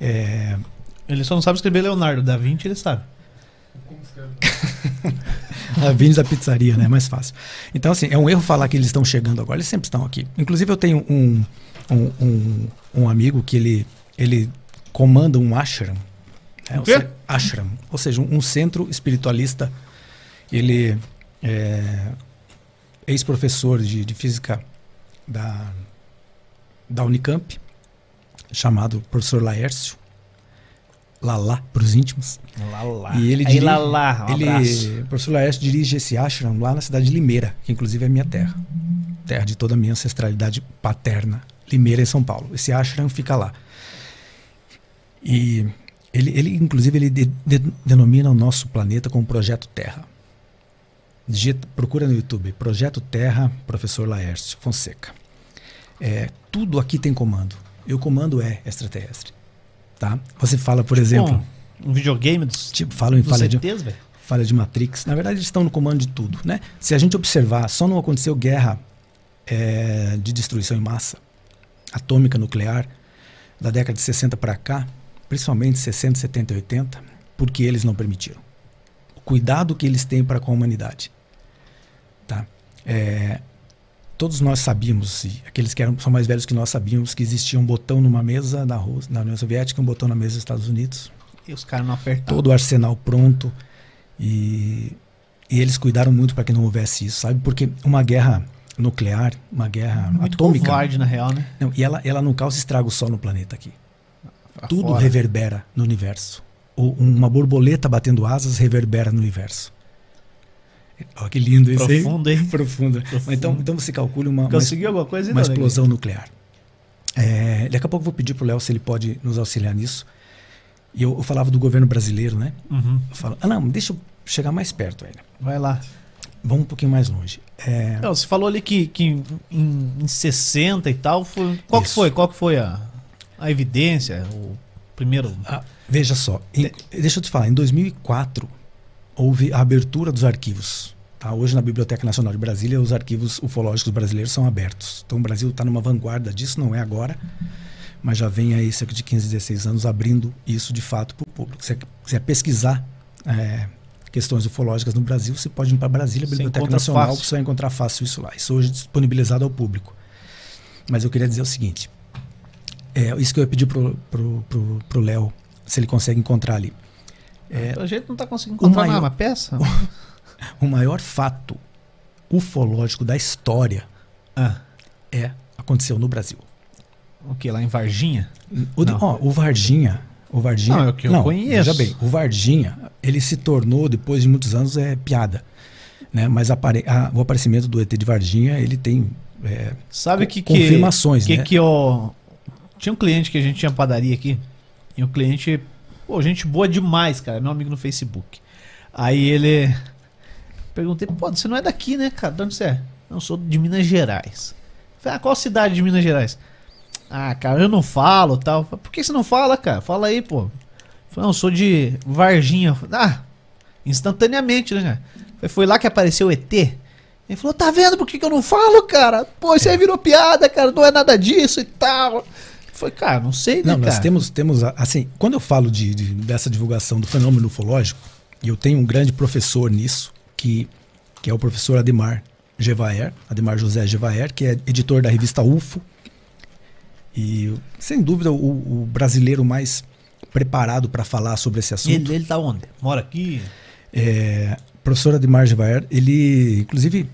Speaker 3: é,
Speaker 1: Ele só não sabe escrever Leonardo, da 20 ele sabe.
Speaker 4: Como escreve?
Speaker 3: A Vini da pizzaria, né? Mais fácil. Então, assim, é um erro falar que eles estão chegando agora, eles sempre estão aqui. Inclusive, eu tenho um, um, um, um amigo que ele, ele comanda um ashram. Né?
Speaker 1: O quê?
Speaker 3: Ou se- ashram. Ou seja, um, um centro espiritualista. Ele é ex-professor de, de física da, da Unicamp, chamado professor Laércio. Lalá, para os íntimos.
Speaker 1: Lá, lá.
Speaker 3: E ele
Speaker 1: aí,
Speaker 3: dirige-
Speaker 1: lá, lá. Um abraço.
Speaker 3: Ele, o professor Laércio dirige esse ashram lá na cidade de Limeira, que inclusive é minha terra. Terra de toda a minha ancestralidade paterna. Limeira, em São Paulo. Esse ashram fica lá. E ele, ele inclusive, ele de- de- denomina o nosso planeta como Projeto Terra. Digita- procura no YouTube, Projeto Terra, professor Laércio Fonseca. É, tudo aqui tem comando. E o comando é extraterrestre. Tá? Você fala, por exemplo...
Speaker 1: Um, um videogame dos,
Speaker 3: Tipo, falam em
Speaker 1: dos
Speaker 3: falha de,
Speaker 1: ETs, velho.
Speaker 3: falha de Matrix. Na verdade, eles estão no comando de tudo, né? Se a gente observar, só não aconteceu guerra eh, de destruição em massa atômica nuclear da década de 60 para cá, principalmente 60, 70 e 80, porque eles não permitiram. O cuidado que eles têm para com a humanidade. Tá? Eh, todos nós sabíamos, e aqueles que eram, são mais velhos que nós sabíamos, que existia um botão numa mesa na, Rússia, na União Soviética, um botão na mesa dos Estados Unidos,
Speaker 1: E os caras não apertaram.
Speaker 3: Tá. todo o arsenal pronto e, e eles cuidaram muito para que não houvesse isso, sabe? Porque uma guerra nuclear, uma guerra
Speaker 1: Muito
Speaker 3: atômica,
Speaker 1: covarde, na real, né?
Speaker 3: não, e ela, ela não causa estrago só no planeta aqui.
Speaker 1: Tá
Speaker 3: Tudo
Speaker 1: Afora.
Speaker 3: reverbera no universo. O- um, uma borboleta batendo asas reverbera no universo. Olha que lindo isso, hein?
Speaker 1: Profundo, hein?
Speaker 3: Profundo.
Speaker 1: Profundo.
Speaker 3: Então, então você calcula uma, uma,
Speaker 1: Conseguiu alguma coisa?
Speaker 3: uma
Speaker 1: Dona Bia?
Speaker 3: explosão nuclear. É, daqui a pouco eu vou pedir pro Léo se ele pode nos auxiliar nisso. E eu, eu falava do governo brasileiro, né?
Speaker 1: Uhum.
Speaker 3: Eu falo, ah, não, deixa eu chegar mais perto ainda.
Speaker 1: Vai lá.
Speaker 3: Vamos um pouquinho mais longe. É,
Speaker 1: Não, você falou ali que, que em, em 60 e tal. Foi, qual que
Speaker 3: Isso.
Speaker 1: foi? Qual que foi a, a evidência? O primeiro.
Speaker 3: ah, veja só, em- deixa eu te falar, em 2004 houve a abertura dos arquivos. Tá? Hoje na Biblioteca Nacional de Brasília os arquivos ufológicos brasileiros são abertos. Então o Brasil está numa vanguarda disso, não é agora, mas já vem aí cerca de 15, 16 anos abrindo isso de fato para o público. Se quiser pesquisar é, questões ufológicas no Brasil, você pode ir para Brasília,
Speaker 1: Você
Speaker 3: Biblioteca
Speaker 1: encontra
Speaker 3: Nacional,
Speaker 1: fácil.
Speaker 3: que você vai encontrar fácil isso lá. Isso hoje é disponibilizado ao público. Mas eu queria dizer o seguinte: é isso que eu ia pedir pro pro- pro- pro Léo, se ele consegue encontrar ali.
Speaker 1: A gente não tá conseguindo encontrar
Speaker 3: É. maior-
Speaker 1: nada, uma peça?
Speaker 3: O maior fato ufológico da história
Speaker 1: Ah,
Speaker 3: é aconteceu no Brasil.
Speaker 1: O que? Lá em Varginha?
Speaker 3: O, de-
Speaker 1: Não.
Speaker 3: ó, o Vardinha. O Vardinha.
Speaker 1: Não, é o que eu conheço.
Speaker 3: Veja bem, o Vardinha, ele se tornou, depois de muitos anos, é piada. Né? Mas apare- a- o aparecimento do ET de Vardinha, ele tem. é,
Speaker 1: Sabe
Speaker 3: Co-
Speaker 1: que que
Speaker 3: confirmações,
Speaker 1: que,
Speaker 3: né?
Speaker 1: que eu tinha um cliente que a gente tinha padaria aqui e o cliente, pô, gente boa demais, cara, meu amigo no Facebook. Aí ele perguntei, pô, você não é daqui, né, cara? De onde você é? Não sou de Minas Gerais. Falei, ah, qual cidade de Minas Gerais? Ah, cara, eu não falo, tal. Falei, Por que você não fala, cara? Fala aí, pô. Falei, não, eu sou de Varginha. Falei, Ah, instantaneamente, né, cara? Falei, Foi lá que apareceu o ET. Ele falou, tá vendo por que, que eu não falo, cara? Pô, isso aí virou piada, cara, não é nada disso e tal. Foi, cara, não sei, né,
Speaker 3: Não,
Speaker 1: cara?
Speaker 3: nós temos, temos. a- Assim, quando eu falo de, de- dessa divulgação do fenômeno ufológico, e eu tenho um grande professor nisso, que, que é o professor Ademar Gevaer, Ademar José Gevaer, que é editor da revista UFO. E, sem dúvida, o, o brasileiro mais preparado para falar sobre esse um assunto.
Speaker 1: Ele, ele tá onde? Mora aqui?
Speaker 3: É, professor Ademar Gevaer, ele, inclusive,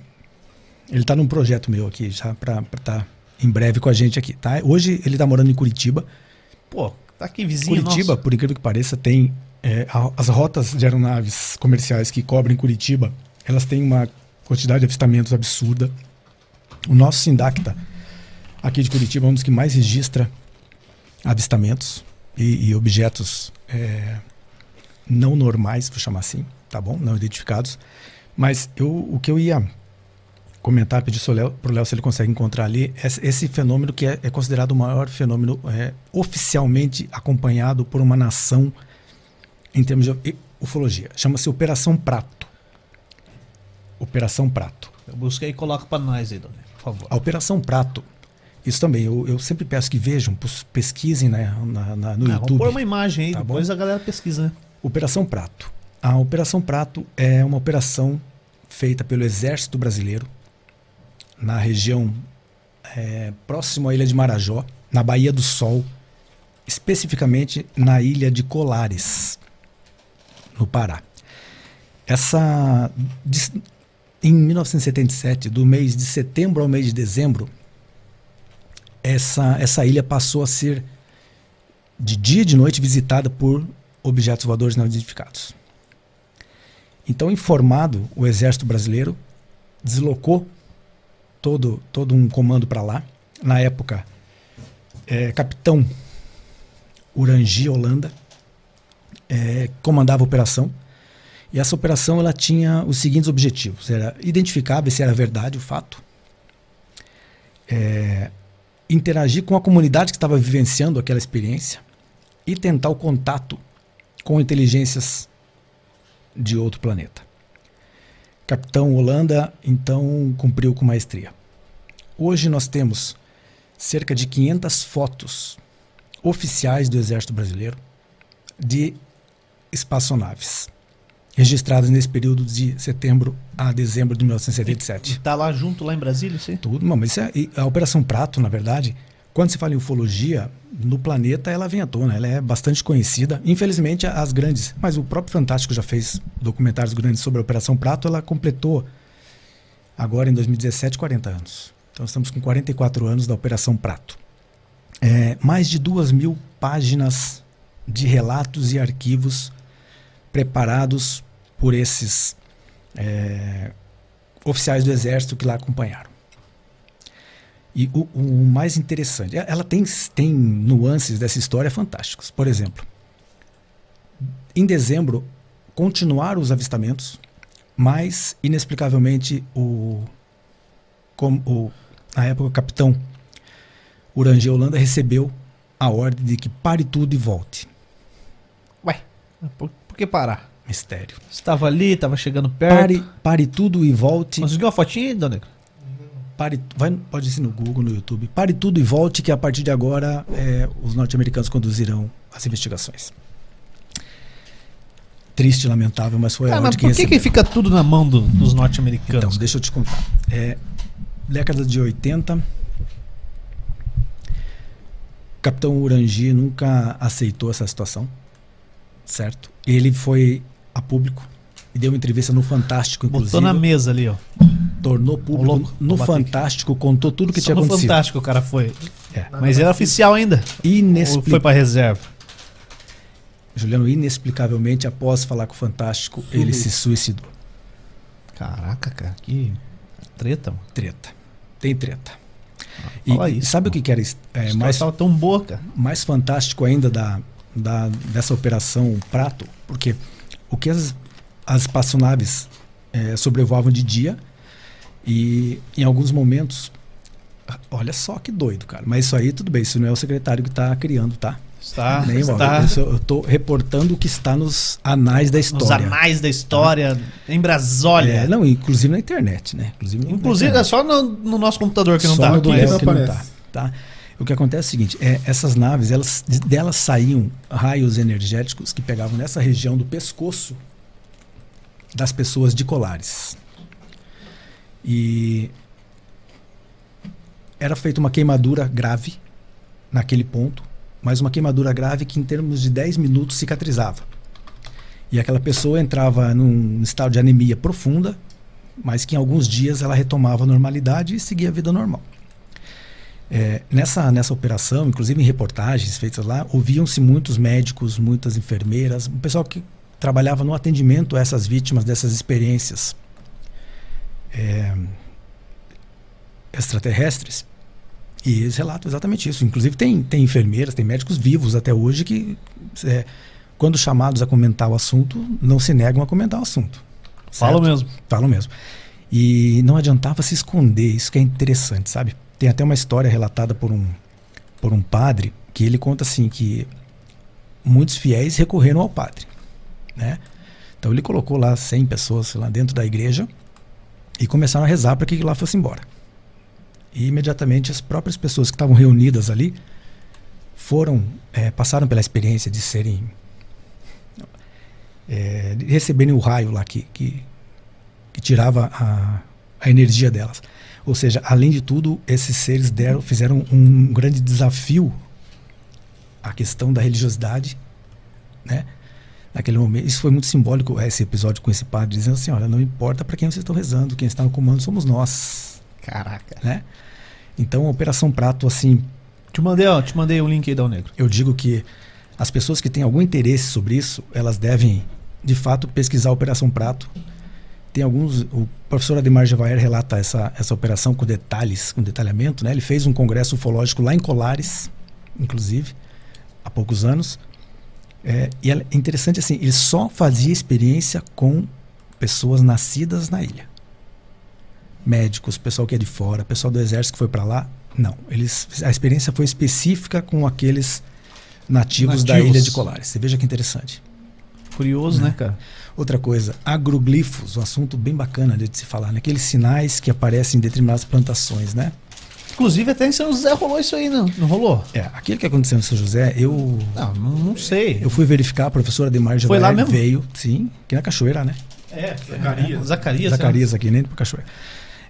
Speaker 3: ele está num projeto meu aqui, já para estar em breve com a gente aqui, tá? Hoje ele está morando em Curitiba.
Speaker 1: Pô, tá aqui vizinho
Speaker 3: Curitiba,
Speaker 1: nosso.
Speaker 3: por incrível que pareça, tem é, a- as rotas de aeronaves comerciais que cobrem Curitiba, elas têm uma quantidade de avistamentos absurda. O nosso Sindacta, aqui de Curitiba, é um dos que mais registra avistamentos e, e objetos é, não normais, vou chamar assim, tá bom? Não identificados. Mas eu, o que eu ia comentar, pedir pro Léo- pro Léo se ele consegue encontrar ali, esse, esse fenômeno que é, é considerado o maior fenômeno é, oficialmente acompanhado por uma nação em termos de e- ufologia. Chama-se Operação Prato. Operação Prato.
Speaker 1: Eu busquei e coloca pra nós aí, Dona, por favor. Ah,
Speaker 3: A Operação Prato, isso também, eu, eu sempre peço que vejam, pus- pesquisem né, na- na- no
Speaker 1: Ah, vamos
Speaker 3: YouTube.
Speaker 1: pôr uma imagem aí,
Speaker 3: Tá
Speaker 1: depois a galera pesquisa, né?
Speaker 3: Operação Prato. A Operação Prato é uma operação feita pelo Exército Brasileiro na região eh, próximo à Ilha de Marajó, na Baía do Sol, especificamente na Ilha de Colares, no Pará. Essa dis- em 1977, do mês de setembro ao mês de dezembro, essa, essa ilha passou a ser de dia e de noite visitada por objetos voadores não identificados. Então, informado, o Exército Brasileiro deslocou todo, todo um comando para lá. Na época, eh, capitão Urangi Holanda eh, comandava a operação. E essa operação ela tinha os seguintes objetivos: era identificar ver se era verdade o fato, eh, interagir com a comunidade que estava vivenciando aquela experiência e tentar o contato com inteligências de outro planeta. Capitão Holanda, então, cumpriu com maestria. Hoje nós temos cerca de 500 fotos oficiais do Exército Brasileiro de espaçonaves registradas nesse período de setembro a dezembro de 1977.
Speaker 1: Tá lá junto, lá em Brasília, isso aí?
Speaker 3: Tudo, não, mas isso é, e a Operação Prato, na verdade, quando se fala em ufologia, no planeta ela vem à tona, ela é bastante conhecida. Infelizmente, as grandes, mas o próprio Fantástico já fez documentários grandes sobre a Operação Prato, ela completou agora em 2017 40 anos. Então estamos com 44 anos da Operação Prato. É, mais de duas mil páginas de relatos e arquivos preparados por esses é, oficiais do Exército que lá acompanharam. E o, o mais interessante, e- ela tem, tem nuances dessa história fantásticos. Por exemplo, em dezembro, continuaram os avistamentos, mas, inexplicavelmente, o, com, o na época, o capitão Urangê Holanda recebeu a ordem de que pare tudo e volte.
Speaker 1: Ué, por, por que parar?
Speaker 3: Mistério.
Speaker 1: Você tava ali, tava chegando perto.
Speaker 3: Pare, pare tudo e volte.
Speaker 1: Conseguiu uma fotinha aí, Dona?
Speaker 3: Pare, vai, pode ser no Google, no YouTube. Pare tudo e volte, que a partir de agora é, os norte-americanos conduzirão as investigações. Triste, lamentável, mas foi a
Speaker 1: Cara,
Speaker 3: ordem
Speaker 1: É, Ah, mas
Speaker 3: É, que
Speaker 1: por que,
Speaker 3: recebeu.
Speaker 1: que fica tudo na mão do- dos
Speaker 3: Então,
Speaker 1: norte-americanos?
Speaker 3: deixa eu te contar. É, década de 80, Capitão Urangi nunca aceitou essa situação, certo? Ele foi a público e deu uma entrevista no Fantástico, inclusive.
Speaker 1: Botou na mesa ali, ó.
Speaker 3: tornou público
Speaker 1: louco,
Speaker 3: no
Speaker 1: vou bater aqui.
Speaker 3: Fantástico, contou tudo o que
Speaker 1: Só
Speaker 3: tinha
Speaker 1: no
Speaker 3: acontecido.
Speaker 1: Fantástico o cara foi.
Speaker 3: É.
Speaker 1: Mas era oficial ainda. Ou
Speaker 3: Inexpli-
Speaker 1: foi pra reserva.
Speaker 3: Juliano, inexplicavelmente, após falar com o Fantástico, ele
Speaker 1: Uhum.
Speaker 3: se suicidou.
Speaker 1: Caraca, cara, que treta, mano.
Speaker 3: Treta. Tem treta. E,
Speaker 1: Fala
Speaker 3: e
Speaker 1: isso,
Speaker 3: sabe
Speaker 1: pô.
Speaker 3: o que que era es- é,
Speaker 1: Mas
Speaker 3: mais,
Speaker 1: tava tão boa, cara.
Speaker 3: mais fantástico ainda da, da- dessa operação Prato? Porque o que as, as espaçonaves é, sobrevoavam de dia e em alguns momentos. Olha só que doido, cara. Mas isso aí, tudo bem. Isso não é o secretário que está criando, tá?
Speaker 1: Está,
Speaker 3: Nem envolve.
Speaker 1: está
Speaker 3: Isso eu estou reportando o que está nos anais da
Speaker 1: nos
Speaker 3: história.
Speaker 1: anais da história, em
Speaker 3: É,
Speaker 1: Brasólia.
Speaker 3: não, inclusive na internet, né? Inclusive, na
Speaker 1: Inclusive,
Speaker 3: internet.
Speaker 1: é só no, no nosso computador que não
Speaker 3: Só
Speaker 1: tá.
Speaker 3: no do
Speaker 4: mas-
Speaker 3: Léo que não
Speaker 4: aparece.
Speaker 3: tá, tá? O que acontece é o seguinte, é, essas naves, elas, delas saíam raios energéticos que pegavam nessa região do pescoço das pessoas de colares. E era feita uma queimadura grave naquele ponto, mas uma queimadura grave que em termos de 10 minutos cicatrizava. E aquela pessoa entrava num estado de anemia profunda, mas que em alguns dias ela retomava a normalidade e seguia a vida normal. É, nessa, nessa operação, inclusive em reportagens feitas lá, ouviam-se muitos médicos, muitas enfermeiras, um pessoal que trabalhava no atendimento a essas vítimas dessas experiências é, extraterrestres. E eles relatam exatamente isso. Inclusive, tem, tem enfermeiras, tem médicos vivos até hoje que, é, quando chamados a comentar o assunto, não se negam a comentar o assunto.
Speaker 1: Fala
Speaker 3: certo?
Speaker 1: mesmo.
Speaker 3: Falam mesmo. E não adiantava se esconder, isso que é interessante, sabe? Tem até uma história relatada por um, por um padre que ele conta assim que muitos fiéis recorreram ao padre, né? Então ele colocou lá 100 pessoas sei lá dentro da igreja e começaram a rezar para que lá fosse embora. E imediatamente as próprias pessoas que estavam reunidas ali foram eh, passaram pela experiência de serem eh, de receberem o raio lá que, que, que tirava a, a energia delas. Ou seja, além de tudo, esses seres deram, fizeram um grande desafio à questão da religiosidade, né? Naquele momento, isso foi muito simbólico esse episódio com esse padre dizendo assim, olha, não importa para quem vocês estão rezando, quem está no comando somos nós,
Speaker 1: Caraca.
Speaker 3: né? Então, a Operação Prato, assim,
Speaker 1: Te mandei, ó, te mandei o link aí da O Negro.
Speaker 3: eu digo que as pessoas que têm algum interesse sobre isso, elas devem, de fato, pesquisar a Operação Prato. Tem alguns. O professor Ademar Javaer relata essa, essa operação com detalhes, com detalhamento. Né? Ele fez um congresso ufológico lá em Colares, inclusive, há poucos anos. É, e é interessante assim, ele só fazia experiência com pessoas nascidas na ilha. Médicos, pessoal que é de fora, pessoal do exército que foi para lá. Não, eles, a experiência foi específica com aqueles nativos, da
Speaker 1: Nativos.
Speaker 3: ilha de Colares. Você veja que interessante.
Speaker 1: Curioso,
Speaker 3: Uhum.
Speaker 1: né, cara?
Speaker 3: Outra coisa, agroglifos, um assunto bem bacana de se falar, né? Aqueles sinais que aparecem em determinadas plantações, né?
Speaker 1: Inclusive, até em São José rolou isso aí, não, não rolou?
Speaker 3: É, aquilo que aconteceu em São José, eu
Speaker 1: Não, não, não sei.
Speaker 3: eu fui verificar, a professora Demar
Speaker 1: Foi lá mesmo?
Speaker 3: veio, sim, aqui na cachoeira, né?
Speaker 1: É, Zacarias. Zacarias.
Speaker 3: Zacarias aqui, nem pro cachoeira.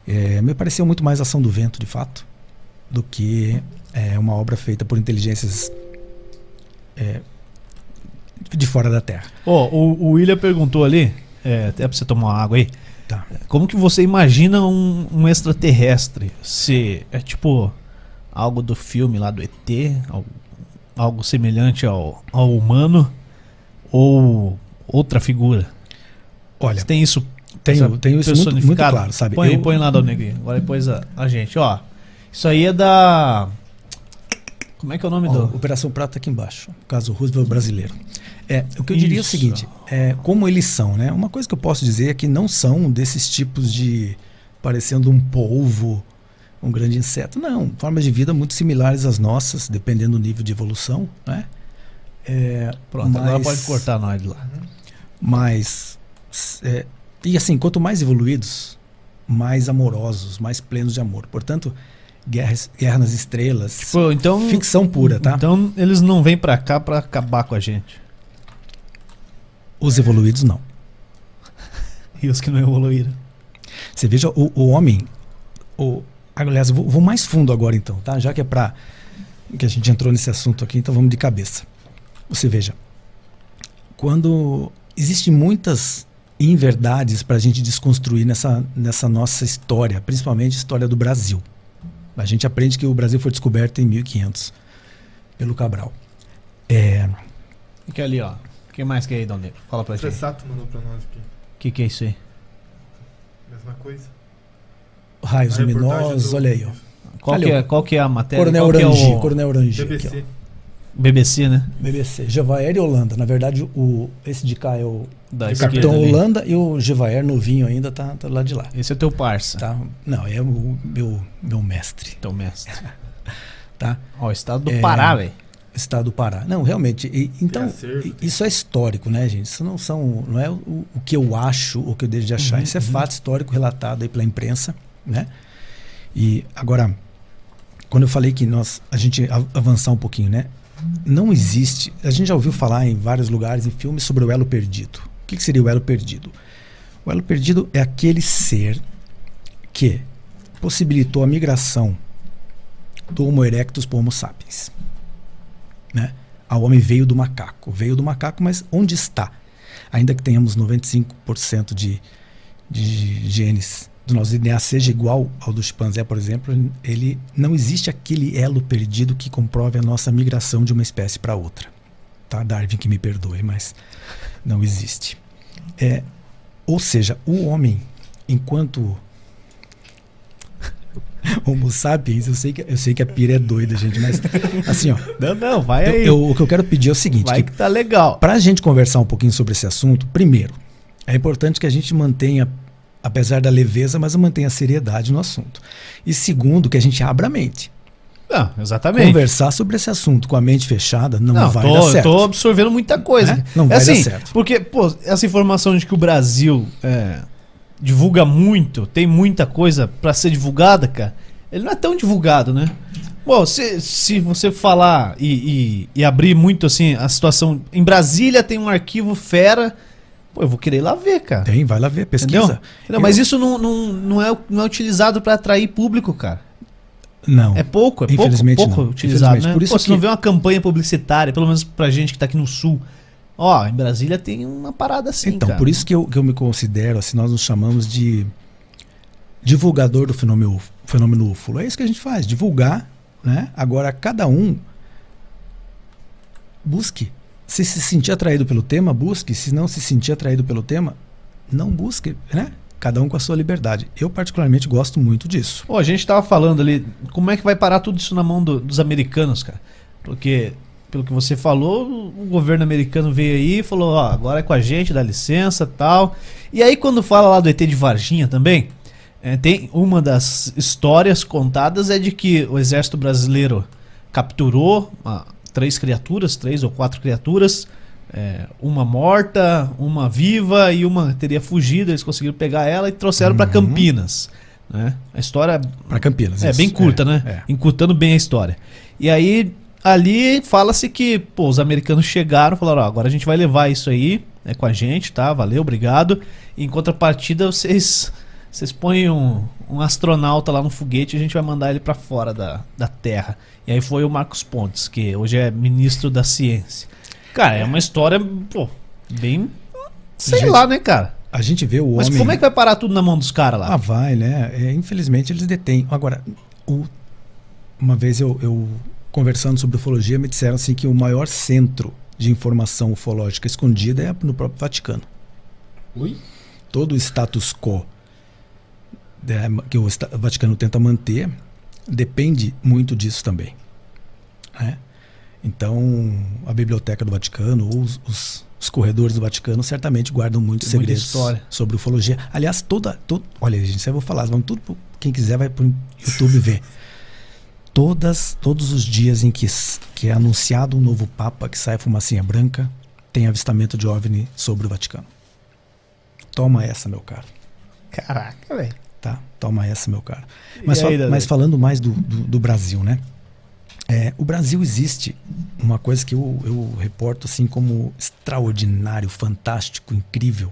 Speaker 3: É, me pareceu muito mais ação do vento, de fato, do que é, uma obra feita por inteligências é, de fora da Terra.
Speaker 1: né? Ó, o, o William perguntou ali, é, até pra você tomar uma água aí,
Speaker 3: Tá.
Speaker 1: como que você imagina um, um extraterrestre? Se é tipo algo do filme lá do ET, al- algo semelhante ao, ao humano, ou outra figura?
Speaker 3: Olha,
Speaker 1: Você tem isso
Speaker 3: tenho-
Speaker 1: essa
Speaker 3: tenho isso muito- muito
Speaker 1: personificado?
Speaker 3: claro, sabe?
Speaker 1: Põe,
Speaker 3: Eu-
Speaker 1: põe lá, Dal Negrinho. Agora depois a, a gente, ó. Isso aí é da... Como é que é o nome
Speaker 3: Ó,
Speaker 1: do...
Speaker 3: Operação Prata aqui embaixo, caso Roosevelt brasileiro. É, o que eu diria é o
Speaker 1: Isso.
Speaker 3: seguinte, é, como eles são, né? Uma coisa que eu posso dizer é que não são desses tipos de parecendo um polvo, um grande inseto. Não, formas de vida muito similares às nossas, dependendo do nível de evolução, né? É,
Speaker 1: Pronto, agora
Speaker 3: mas-
Speaker 1: pode cortar nós de lá.
Speaker 3: Mas é, e assim, quanto mais evoluídos, mais amorosos, mais plenos de amor. Portanto, guerras, guerra nas estrelas,
Speaker 1: Pô, então...
Speaker 3: ficção pura, tá?
Speaker 1: Então eles não vêm pra cá pra acabar com a gente.
Speaker 3: Os evoluídos não.
Speaker 1: E os que não evoluíram.
Speaker 3: Você veja o, o homem. O, aliás, eu vou, vou mais fundo agora então, tá? Já que é para que a gente entrou nesse assunto aqui, então vamos de cabeça. Você veja, quando existem muitas inverdades para a gente desconstruir nessa, nessa nossa história, principalmente a história do Brasil. A gente aprende que o Brasil foi descoberto em 1500 pelo Cabral. É,
Speaker 1: Fica ali, ó. O que mais que é aí, Dom Negro? Fala pra
Speaker 4: O
Speaker 1: gente. O
Speaker 4: Fressato mandou pra nós aqui.
Speaker 1: que, que é isso aí?
Speaker 4: Mesma coisa.
Speaker 3: raios
Speaker 4: A reportagem
Speaker 3: luminosos,
Speaker 4: do-
Speaker 3: olha aí. Ó.
Speaker 1: Qual,
Speaker 3: Ali,
Speaker 1: que é,
Speaker 3: ó.
Speaker 1: qual que é a matéria?
Speaker 3: Coronel
Speaker 1: qual que é
Speaker 3: Orange,
Speaker 1: o
Speaker 3: Coronel Orange. aqui, ó.
Speaker 4: BBC.
Speaker 1: BBC, né?
Speaker 3: BBC, Jevaer e Holanda. Na verdade, o, esse de cá é o
Speaker 1: Da
Speaker 4: Do
Speaker 1: esquerda
Speaker 3: Capitão
Speaker 1: ali.
Speaker 3: Holanda e o Jevaer novinho ainda tá, tá lá de lá.
Speaker 1: Esse é teu parça.
Speaker 3: Tá? Não, é o meu, meu mestre,
Speaker 1: Teu mestre.
Speaker 3: tá?
Speaker 1: Ó, o estado do
Speaker 3: É.
Speaker 1: Pará, velho.
Speaker 3: Estado do Pará. Não, realmente. e- então,
Speaker 4: acervo,
Speaker 3: e-
Speaker 4: tem-
Speaker 3: isso é histórico, né, gente? Isso não, são, não é o, o que eu acho ou o que eu devo de achar. isso é fato histórico relatado aí pela imprensa, né? E agora, quando eu falei que nós, a gente av- avançar um pouquinho, né? Não existe. A gente já ouviu falar em vários lugares, em filmes, sobre o elo perdido. O que, que seria o elo perdido? O elo perdido é aquele ser que possibilitou a migração do Homo erectus para o Homo sapiens né? Ah, o homem veio do macaco. Veio do macaco, mas onde está? Ainda que tenhamos 95% de, de genes do nosso DNA seja igual ao do chimpanzé, por exemplo, ele não existe aquele elo perdido que comprove a nossa migração de uma espécie para outra. Tá, Darwin, que me perdoe, mas não existe. É, ou seja, o homem, enquanto Homo sapiens, eu sei que eu sei que a pira é doida, gente, mas assim, ó,
Speaker 1: Não, não, vai
Speaker 3: eu-
Speaker 1: aí.
Speaker 3: eu- o que eu quero pedir é o seguinte:
Speaker 1: vai que tá legal.
Speaker 3: para a gente conversar um pouquinho sobre esse assunto, primeiro, é importante que a gente mantenha, apesar da leveza, mas mantenha a seriedade no assunto. E segundo, que a gente abra a mente.
Speaker 1: Não, exatamente.
Speaker 3: Conversar sobre esse assunto com a mente fechada não,
Speaker 1: Não,
Speaker 3: vai
Speaker 1: tô,
Speaker 3: dar
Speaker 1: eu
Speaker 3: certo.
Speaker 1: tô absorvendo muita coisa.
Speaker 3: Né? Não
Speaker 1: é
Speaker 3: vai dar
Speaker 1: assim,
Speaker 3: certo.
Speaker 1: Porque, pô, essa informação de que o Brasil é, divulga muito, tem muita coisa pra ser divulgada, cara, ele não é tão divulgado, né? Bom, se, se você falar e, e- e abrir muito assim a situação. Em Brasília tem um arquivo fera. Pô, eu vou querer ir lá ver, cara.
Speaker 3: Tem, vai lá ver,
Speaker 1: Entendeu?
Speaker 3: pesquisa.
Speaker 1: Não, mas isso não, não, não, é, não é utilizado pra atrair público, cara.
Speaker 3: Não.
Speaker 1: É pouco, é
Speaker 3: Infelizmente
Speaker 1: pouco, pouco
Speaker 3: não.
Speaker 1: utilizado,
Speaker 3: Infelizmente.
Speaker 1: né?
Speaker 3: Por isso
Speaker 1: Pô, se
Speaker 3: que-
Speaker 1: não vê uma campanha publicitária, pelo menos pra gente que tá aqui no sul. Ó, em Brasília tem uma parada assim,
Speaker 3: então,
Speaker 1: cara.
Speaker 3: por isso que eu, que eu me considero, assim, nós nos chamamos de divulgador do fenômeno, fenômeno UFO. É isso que a gente faz, divulgar, né? Agora, cada um busque. Se se sentir atraído pelo tema, busque. Se não se sentir atraído pelo tema, não busque, né? Cada um com a sua liberdade. Eu, particularmente, gosto muito disso.
Speaker 1: Pô, a gente tava falando ali, como é que vai parar tudo isso na mão do- dos americanos, cara? Porque, pelo que você falou, o governo americano veio aí e falou, ó, agora é com a gente, dá licença tal. E aí quando fala lá do ET de Varginha também, é, tem uma das histórias contadas é de que o exército brasileiro capturou ah, três criaturas, três ou quatro criaturas, é, uma morta, uma viva e uma teria fugido, eles conseguiram pegar ela e trouxeram pra para Campinas. Né? A história
Speaker 3: Para Campinas.
Speaker 1: é
Speaker 3: isso.
Speaker 1: bem curta,
Speaker 3: É,
Speaker 1: né?
Speaker 3: é.
Speaker 1: Encurtando bem a história. E aí, ali fala-se que, pô, os americanos chegaram, falaram, ó, agora a gente vai levar isso aí, é com a gente, tá? Valeu, obrigado. em contrapartida, vocês vocês põem um, um astronauta lá no foguete e a gente vai mandar ele pra fora da, da Terra. E aí foi o Marcos Pontes, que hoje é ministro da Ciência. Cara, é uma história, pô, bem. Sei
Speaker 3: Gente,
Speaker 1: lá, né, cara?
Speaker 3: A gente vê o
Speaker 1: Mas
Speaker 3: homem...
Speaker 1: como é que vai parar tudo na mão dos caras lá?
Speaker 3: Ah, vai, né? É, infelizmente eles detêm. Agora, o- uma vez eu, eu conversando sobre ufologia, me disseram assim que o maior centro de informação ufológica escondida é no próprio Vaticano.
Speaker 4: Ui?
Speaker 3: Todo o status quo né, que o esta- o Vaticano tenta manter depende muito disso também. né? Então, a biblioteca do Vaticano ou os, os- os corredores do Vaticano certamente guardam muitos
Speaker 1: Tem muita
Speaker 3: segredos
Speaker 1: história.
Speaker 3: sobre ufologia. Aliás, toda, todo, olha, gente, isso eu vou falar, vamos tudo pro- quem quiser vai pro YouTube ver. Todas, todos os dias em que, s- que é anunciado um novo papa que sai fumacinha branca, tem avistamento de OVNI sobre o Vaticano. Toma essa, meu caro.
Speaker 1: Caraca, velho.
Speaker 3: Tá, toma essa, meu caro.
Speaker 1: E
Speaker 3: Mas, fa-
Speaker 1: aí, Dadê?
Speaker 3: mas falando mais do, do, do Brasil, né? É, o Brasil existe uma coisa que eu, eu reporto assim como extraordinário, fantástico, incrível,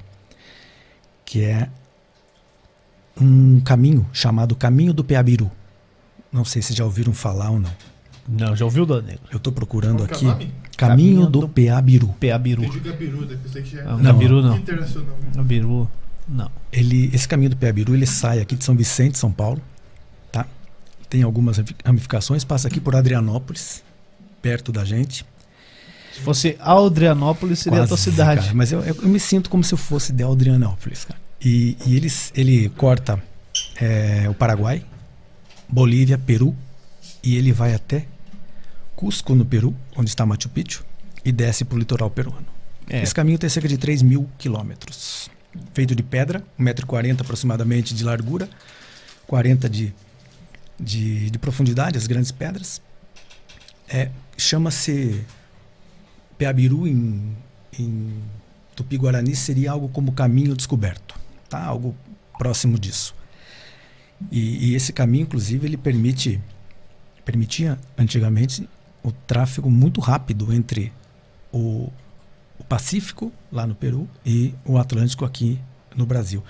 Speaker 3: que é um caminho chamado Caminho do Peabiru. Não sei se já ouviram falar ou não.
Speaker 1: Não, já ouviu, Dona Negra?
Speaker 3: Eu estou procurando
Speaker 4: Qual que é
Speaker 3: aqui.
Speaker 4: o nome?
Speaker 3: Caminho do Peabiru.
Speaker 1: PA Biru.
Speaker 2: Entendi Gabiru, daí pensei que
Speaker 1: Não,
Speaker 2: era
Speaker 3: Não.
Speaker 1: Ah, Gabiru não.
Speaker 2: internacional.
Speaker 1: Não, Biru, não.
Speaker 3: Ele, esse caminho do Peabiru ele sai aqui de São Vicente, São Paulo, tá? Tem algumas ramificações, passa aqui por Adrianópolis, perto da gente.
Speaker 1: Se fosse Adrianópolis, seria a tua
Speaker 3: Quase,
Speaker 1: cidade.
Speaker 3: cara, mas eu, eu- eu me sinto como se eu fosse de Adrianópolis, cara. E, e ele, ele corta é, o Paraguai, Bolívia, Peru, e ele vai até Cusco, no Peru, onde está Machu Picchu, e desce para o litoral peruano.
Speaker 1: É.
Speaker 3: Esse caminho tem cerca de 3 mil quilômetros. Feito de pedra, 1,40m aproximadamente de largura, 40 de, de, de profundidade, as grandes pedras. É, Chama-se Peabiru em, em Tupi-Guarani, seria algo como caminho descoberto, tá? algo próximo disso. E, e esse caminho, inclusive, ele permite permitia antigamente o tráfego muito rápido entre o, o Pacífico, lá no Peru, e o Atlântico aqui no Brasil.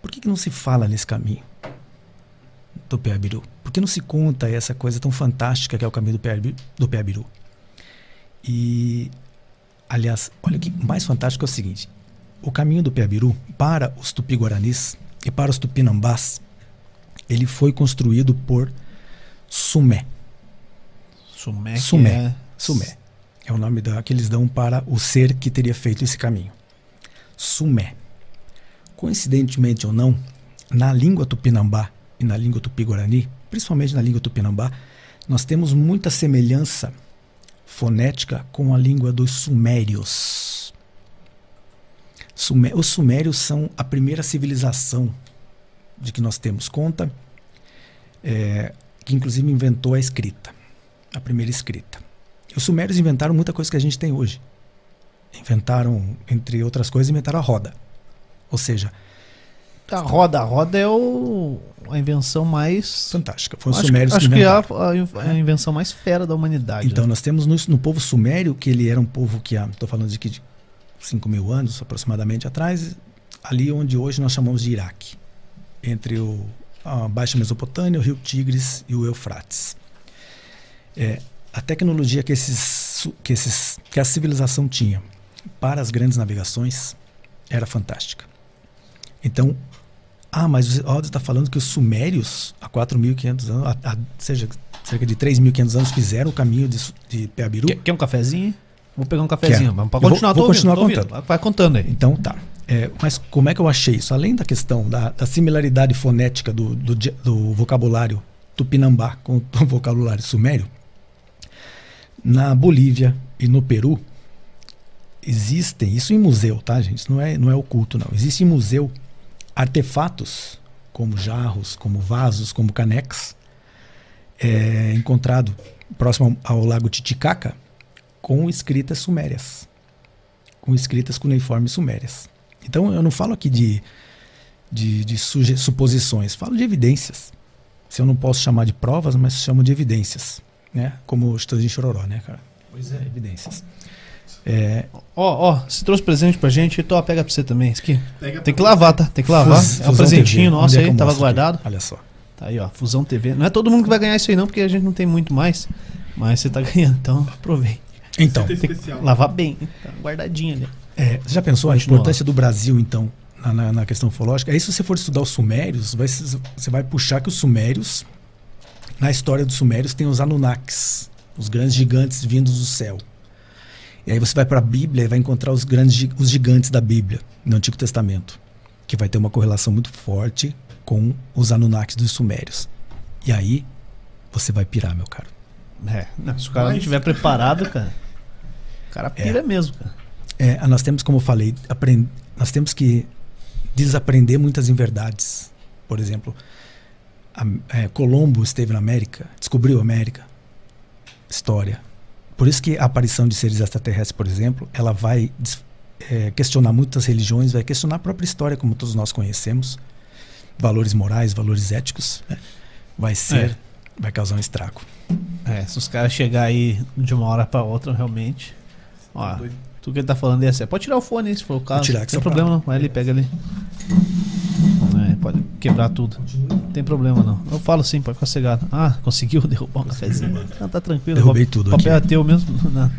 Speaker 3: Por que, que não se fala nesse caminho do Peabiru? Por que não se conta essa coisa tão fantástica que é o caminho do Peabiru? Do Peabiru? E, aliás, olha o que mais fantástico é o seguinte: o caminho do Peabiru para os tupi-guaranis e para os tupinambás, ele foi construído por Sumé.
Speaker 1: Sumé. que
Speaker 3: Sumé.
Speaker 1: é-
Speaker 3: Sumé. É o nome da, que eles dão para o ser que teria feito esse caminho. Sumé. Coincidentemente ou não, na língua tupinambá e na língua tupi-guarani, principalmente na língua tupinambá, nós temos muita semelhança fonética com a língua dos sumérios. Sumé- os sumérios são a primeira civilização de que nós temos conta, é, que inclusive inventou a escrita, a primeira escrita. Os sumérios inventaram muita coisa que a gente tem hoje. Inventaram, entre outras coisas, inventaram a roda. Ou seja,
Speaker 1: A roda, a roda é o, a invenção mais.
Speaker 3: fantástica. Foi os
Speaker 1: acho
Speaker 3: sumérios
Speaker 1: acho
Speaker 3: que
Speaker 1: que é
Speaker 3: inventaram.
Speaker 1: a, a in- a invenção mais fera da humanidade.
Speaker 3: Então,
Speaker 1: né?
Speaker 3: nós temos no, no povo sumério, que ele era um povo que há, estou falando de que de 5 mil anos aproximadamente atrás, ali onde hoje nós chamamos de Iraque, entre o, a Baixa Mesopotâmia, o Rio Tigres e o Eufrates. É, a tecnologia que, esses, su- que, esses, que a civilização tinha para as grandes navegações era fantástica. Então, ah, mas o Aldo está falando que os sumérios, há 4.500 anos, há- há- seja, cerca de 3.500 anos, fizeram o caminho de, Su- de Peabiru?
Speaker 1: Quer, quer um cafezinho? Vou pegar um cafezinho.
Speaker 3: Quero.
Speaker 1: Vamos pra
Speaker 3: Eu vou-
Speaker 1: continuar, tô
Speaker 3: vou
Speaker 1: ouvindo,
Speaker 3: continuar
Speaker 1: tô ouvindo.
Speaker 3: contando.
Speaker 1: Vai contando aí.
Speaker 3: Então tá. É, mas como é que eu achei isso? Além da questão da, da similaridade fonética do, do, di- do vocabulário tupinambá com o vocabulário sumério, na Bolívia e no Peru existem, isso em museu, tá, gente? Não é, não é oculto, não. Existe em museu artefatos como jarros, como vasos, como canecas, é, encontrado próximo ao ao lago Titicaca com escritas sumérias com escritas cuneiformes sumérias. Então eu não falo aqui de, de, de suge- suposições, falo de evidências. Se eu não posso chamar de provas, mas chamo de evidências, né? Como o Estudinho Chororó, né, cara? Pois é, evidências. É,
Speaker 1: Ó, ó, se trouxe presente pra gente, tô, pega pra você também. Isso aqui.
Speaker 2: Pega
Speaker 1: Tem que
Speaker 2: pra-
Speaker 1: lavar, tá? Tem que lavar.
Speaker 3: Fus-
Speaker 1: é um
Speaker 3: Fusão TV.
Speaker 1: presentinho
Speaker 3: Onde
Speaker 1: nosso
Speaker 3: é que
Speaker 1: aí,
Speaker 3: eu
Speaker 1: tava
Speaker 3: mostro aqui?
Speaker 1: guardado.
Speaker 3: Olha só.
Speaker 1: Tá aí, ó, Fusão TV. Não é todo mundo que vai ganhar isso aí não, porque a gente não tem muito mais. Mas você tá ganhando, então aproveita.
Speaker 3: Então,
Speaker 2: Tem
Speaker 1: Tem que
Speaker 2: especial.
Speaker 1: lavar bem, tá guardadinho ali.
Speaker 3: É, você já pensou a
Speaker 1: Continua.
Speaker 3: importância do Brasil, então, na, na- na questão ufológica? Aí, se você for estudar os Sumérios, vai se- você vai puxar que os Sumérios, na história dos Sumérios, tem os Anunnakis, os grandes gigantes vindos do céu. E aí você vai para a Bíblia e vai encontrar os grandes gi- os gigantes da Bíblia, no Antigo Testamento, que vai ter uma correlação muito forte com os Anunnakis dos Sumérios. E aí você vai pirar, meu caro.
Speaker 1: É, não, se o cara não estiver preparado, cara. O cara pira mesmo, cara.
Speaker 3: É, nós temos, como eu falei, apren- nós temos que desaprender muitas inverdades. Por exemplo, a- é, Colombo esteve na América, descobriu a América. História. Por isso que a aparição de seres extraterrestres, por exemplo, ela vai des- é, questionar muitas religiões, vai questionar a própria história, como todos nós conhecemos. Valores morais, valores éticos. né? Vai ser,
Speaker 1: É.
Speaker 3: vai causar um estrago.
Speaker 1: É, se os caras chegar aí de uma hora pra outra, realmente. Ó,
Speaker 2: Doido.
Speaker 1: tu que ele tá falando é assim. Pode tirar o fone aí, se for o caso.
Speaker 3: tirar,
Speaker 1: não
Speaker 3: que
Speaker 1: tem
Speaker 3: só pra-
Speaker 1: problema, não. Vai ali, pega ali. É, pode quebrar tudo. Não tem problema, não. Eu falo sim, pode ficar cegado. Ah, conseguiu derrubar um cafezinho. Ah, tá tranquilo.
Speaker 3: Derrubei
Speaker 1: O
Speaker 3: tudo
Speaker 1: papel é teu mesmo. Não.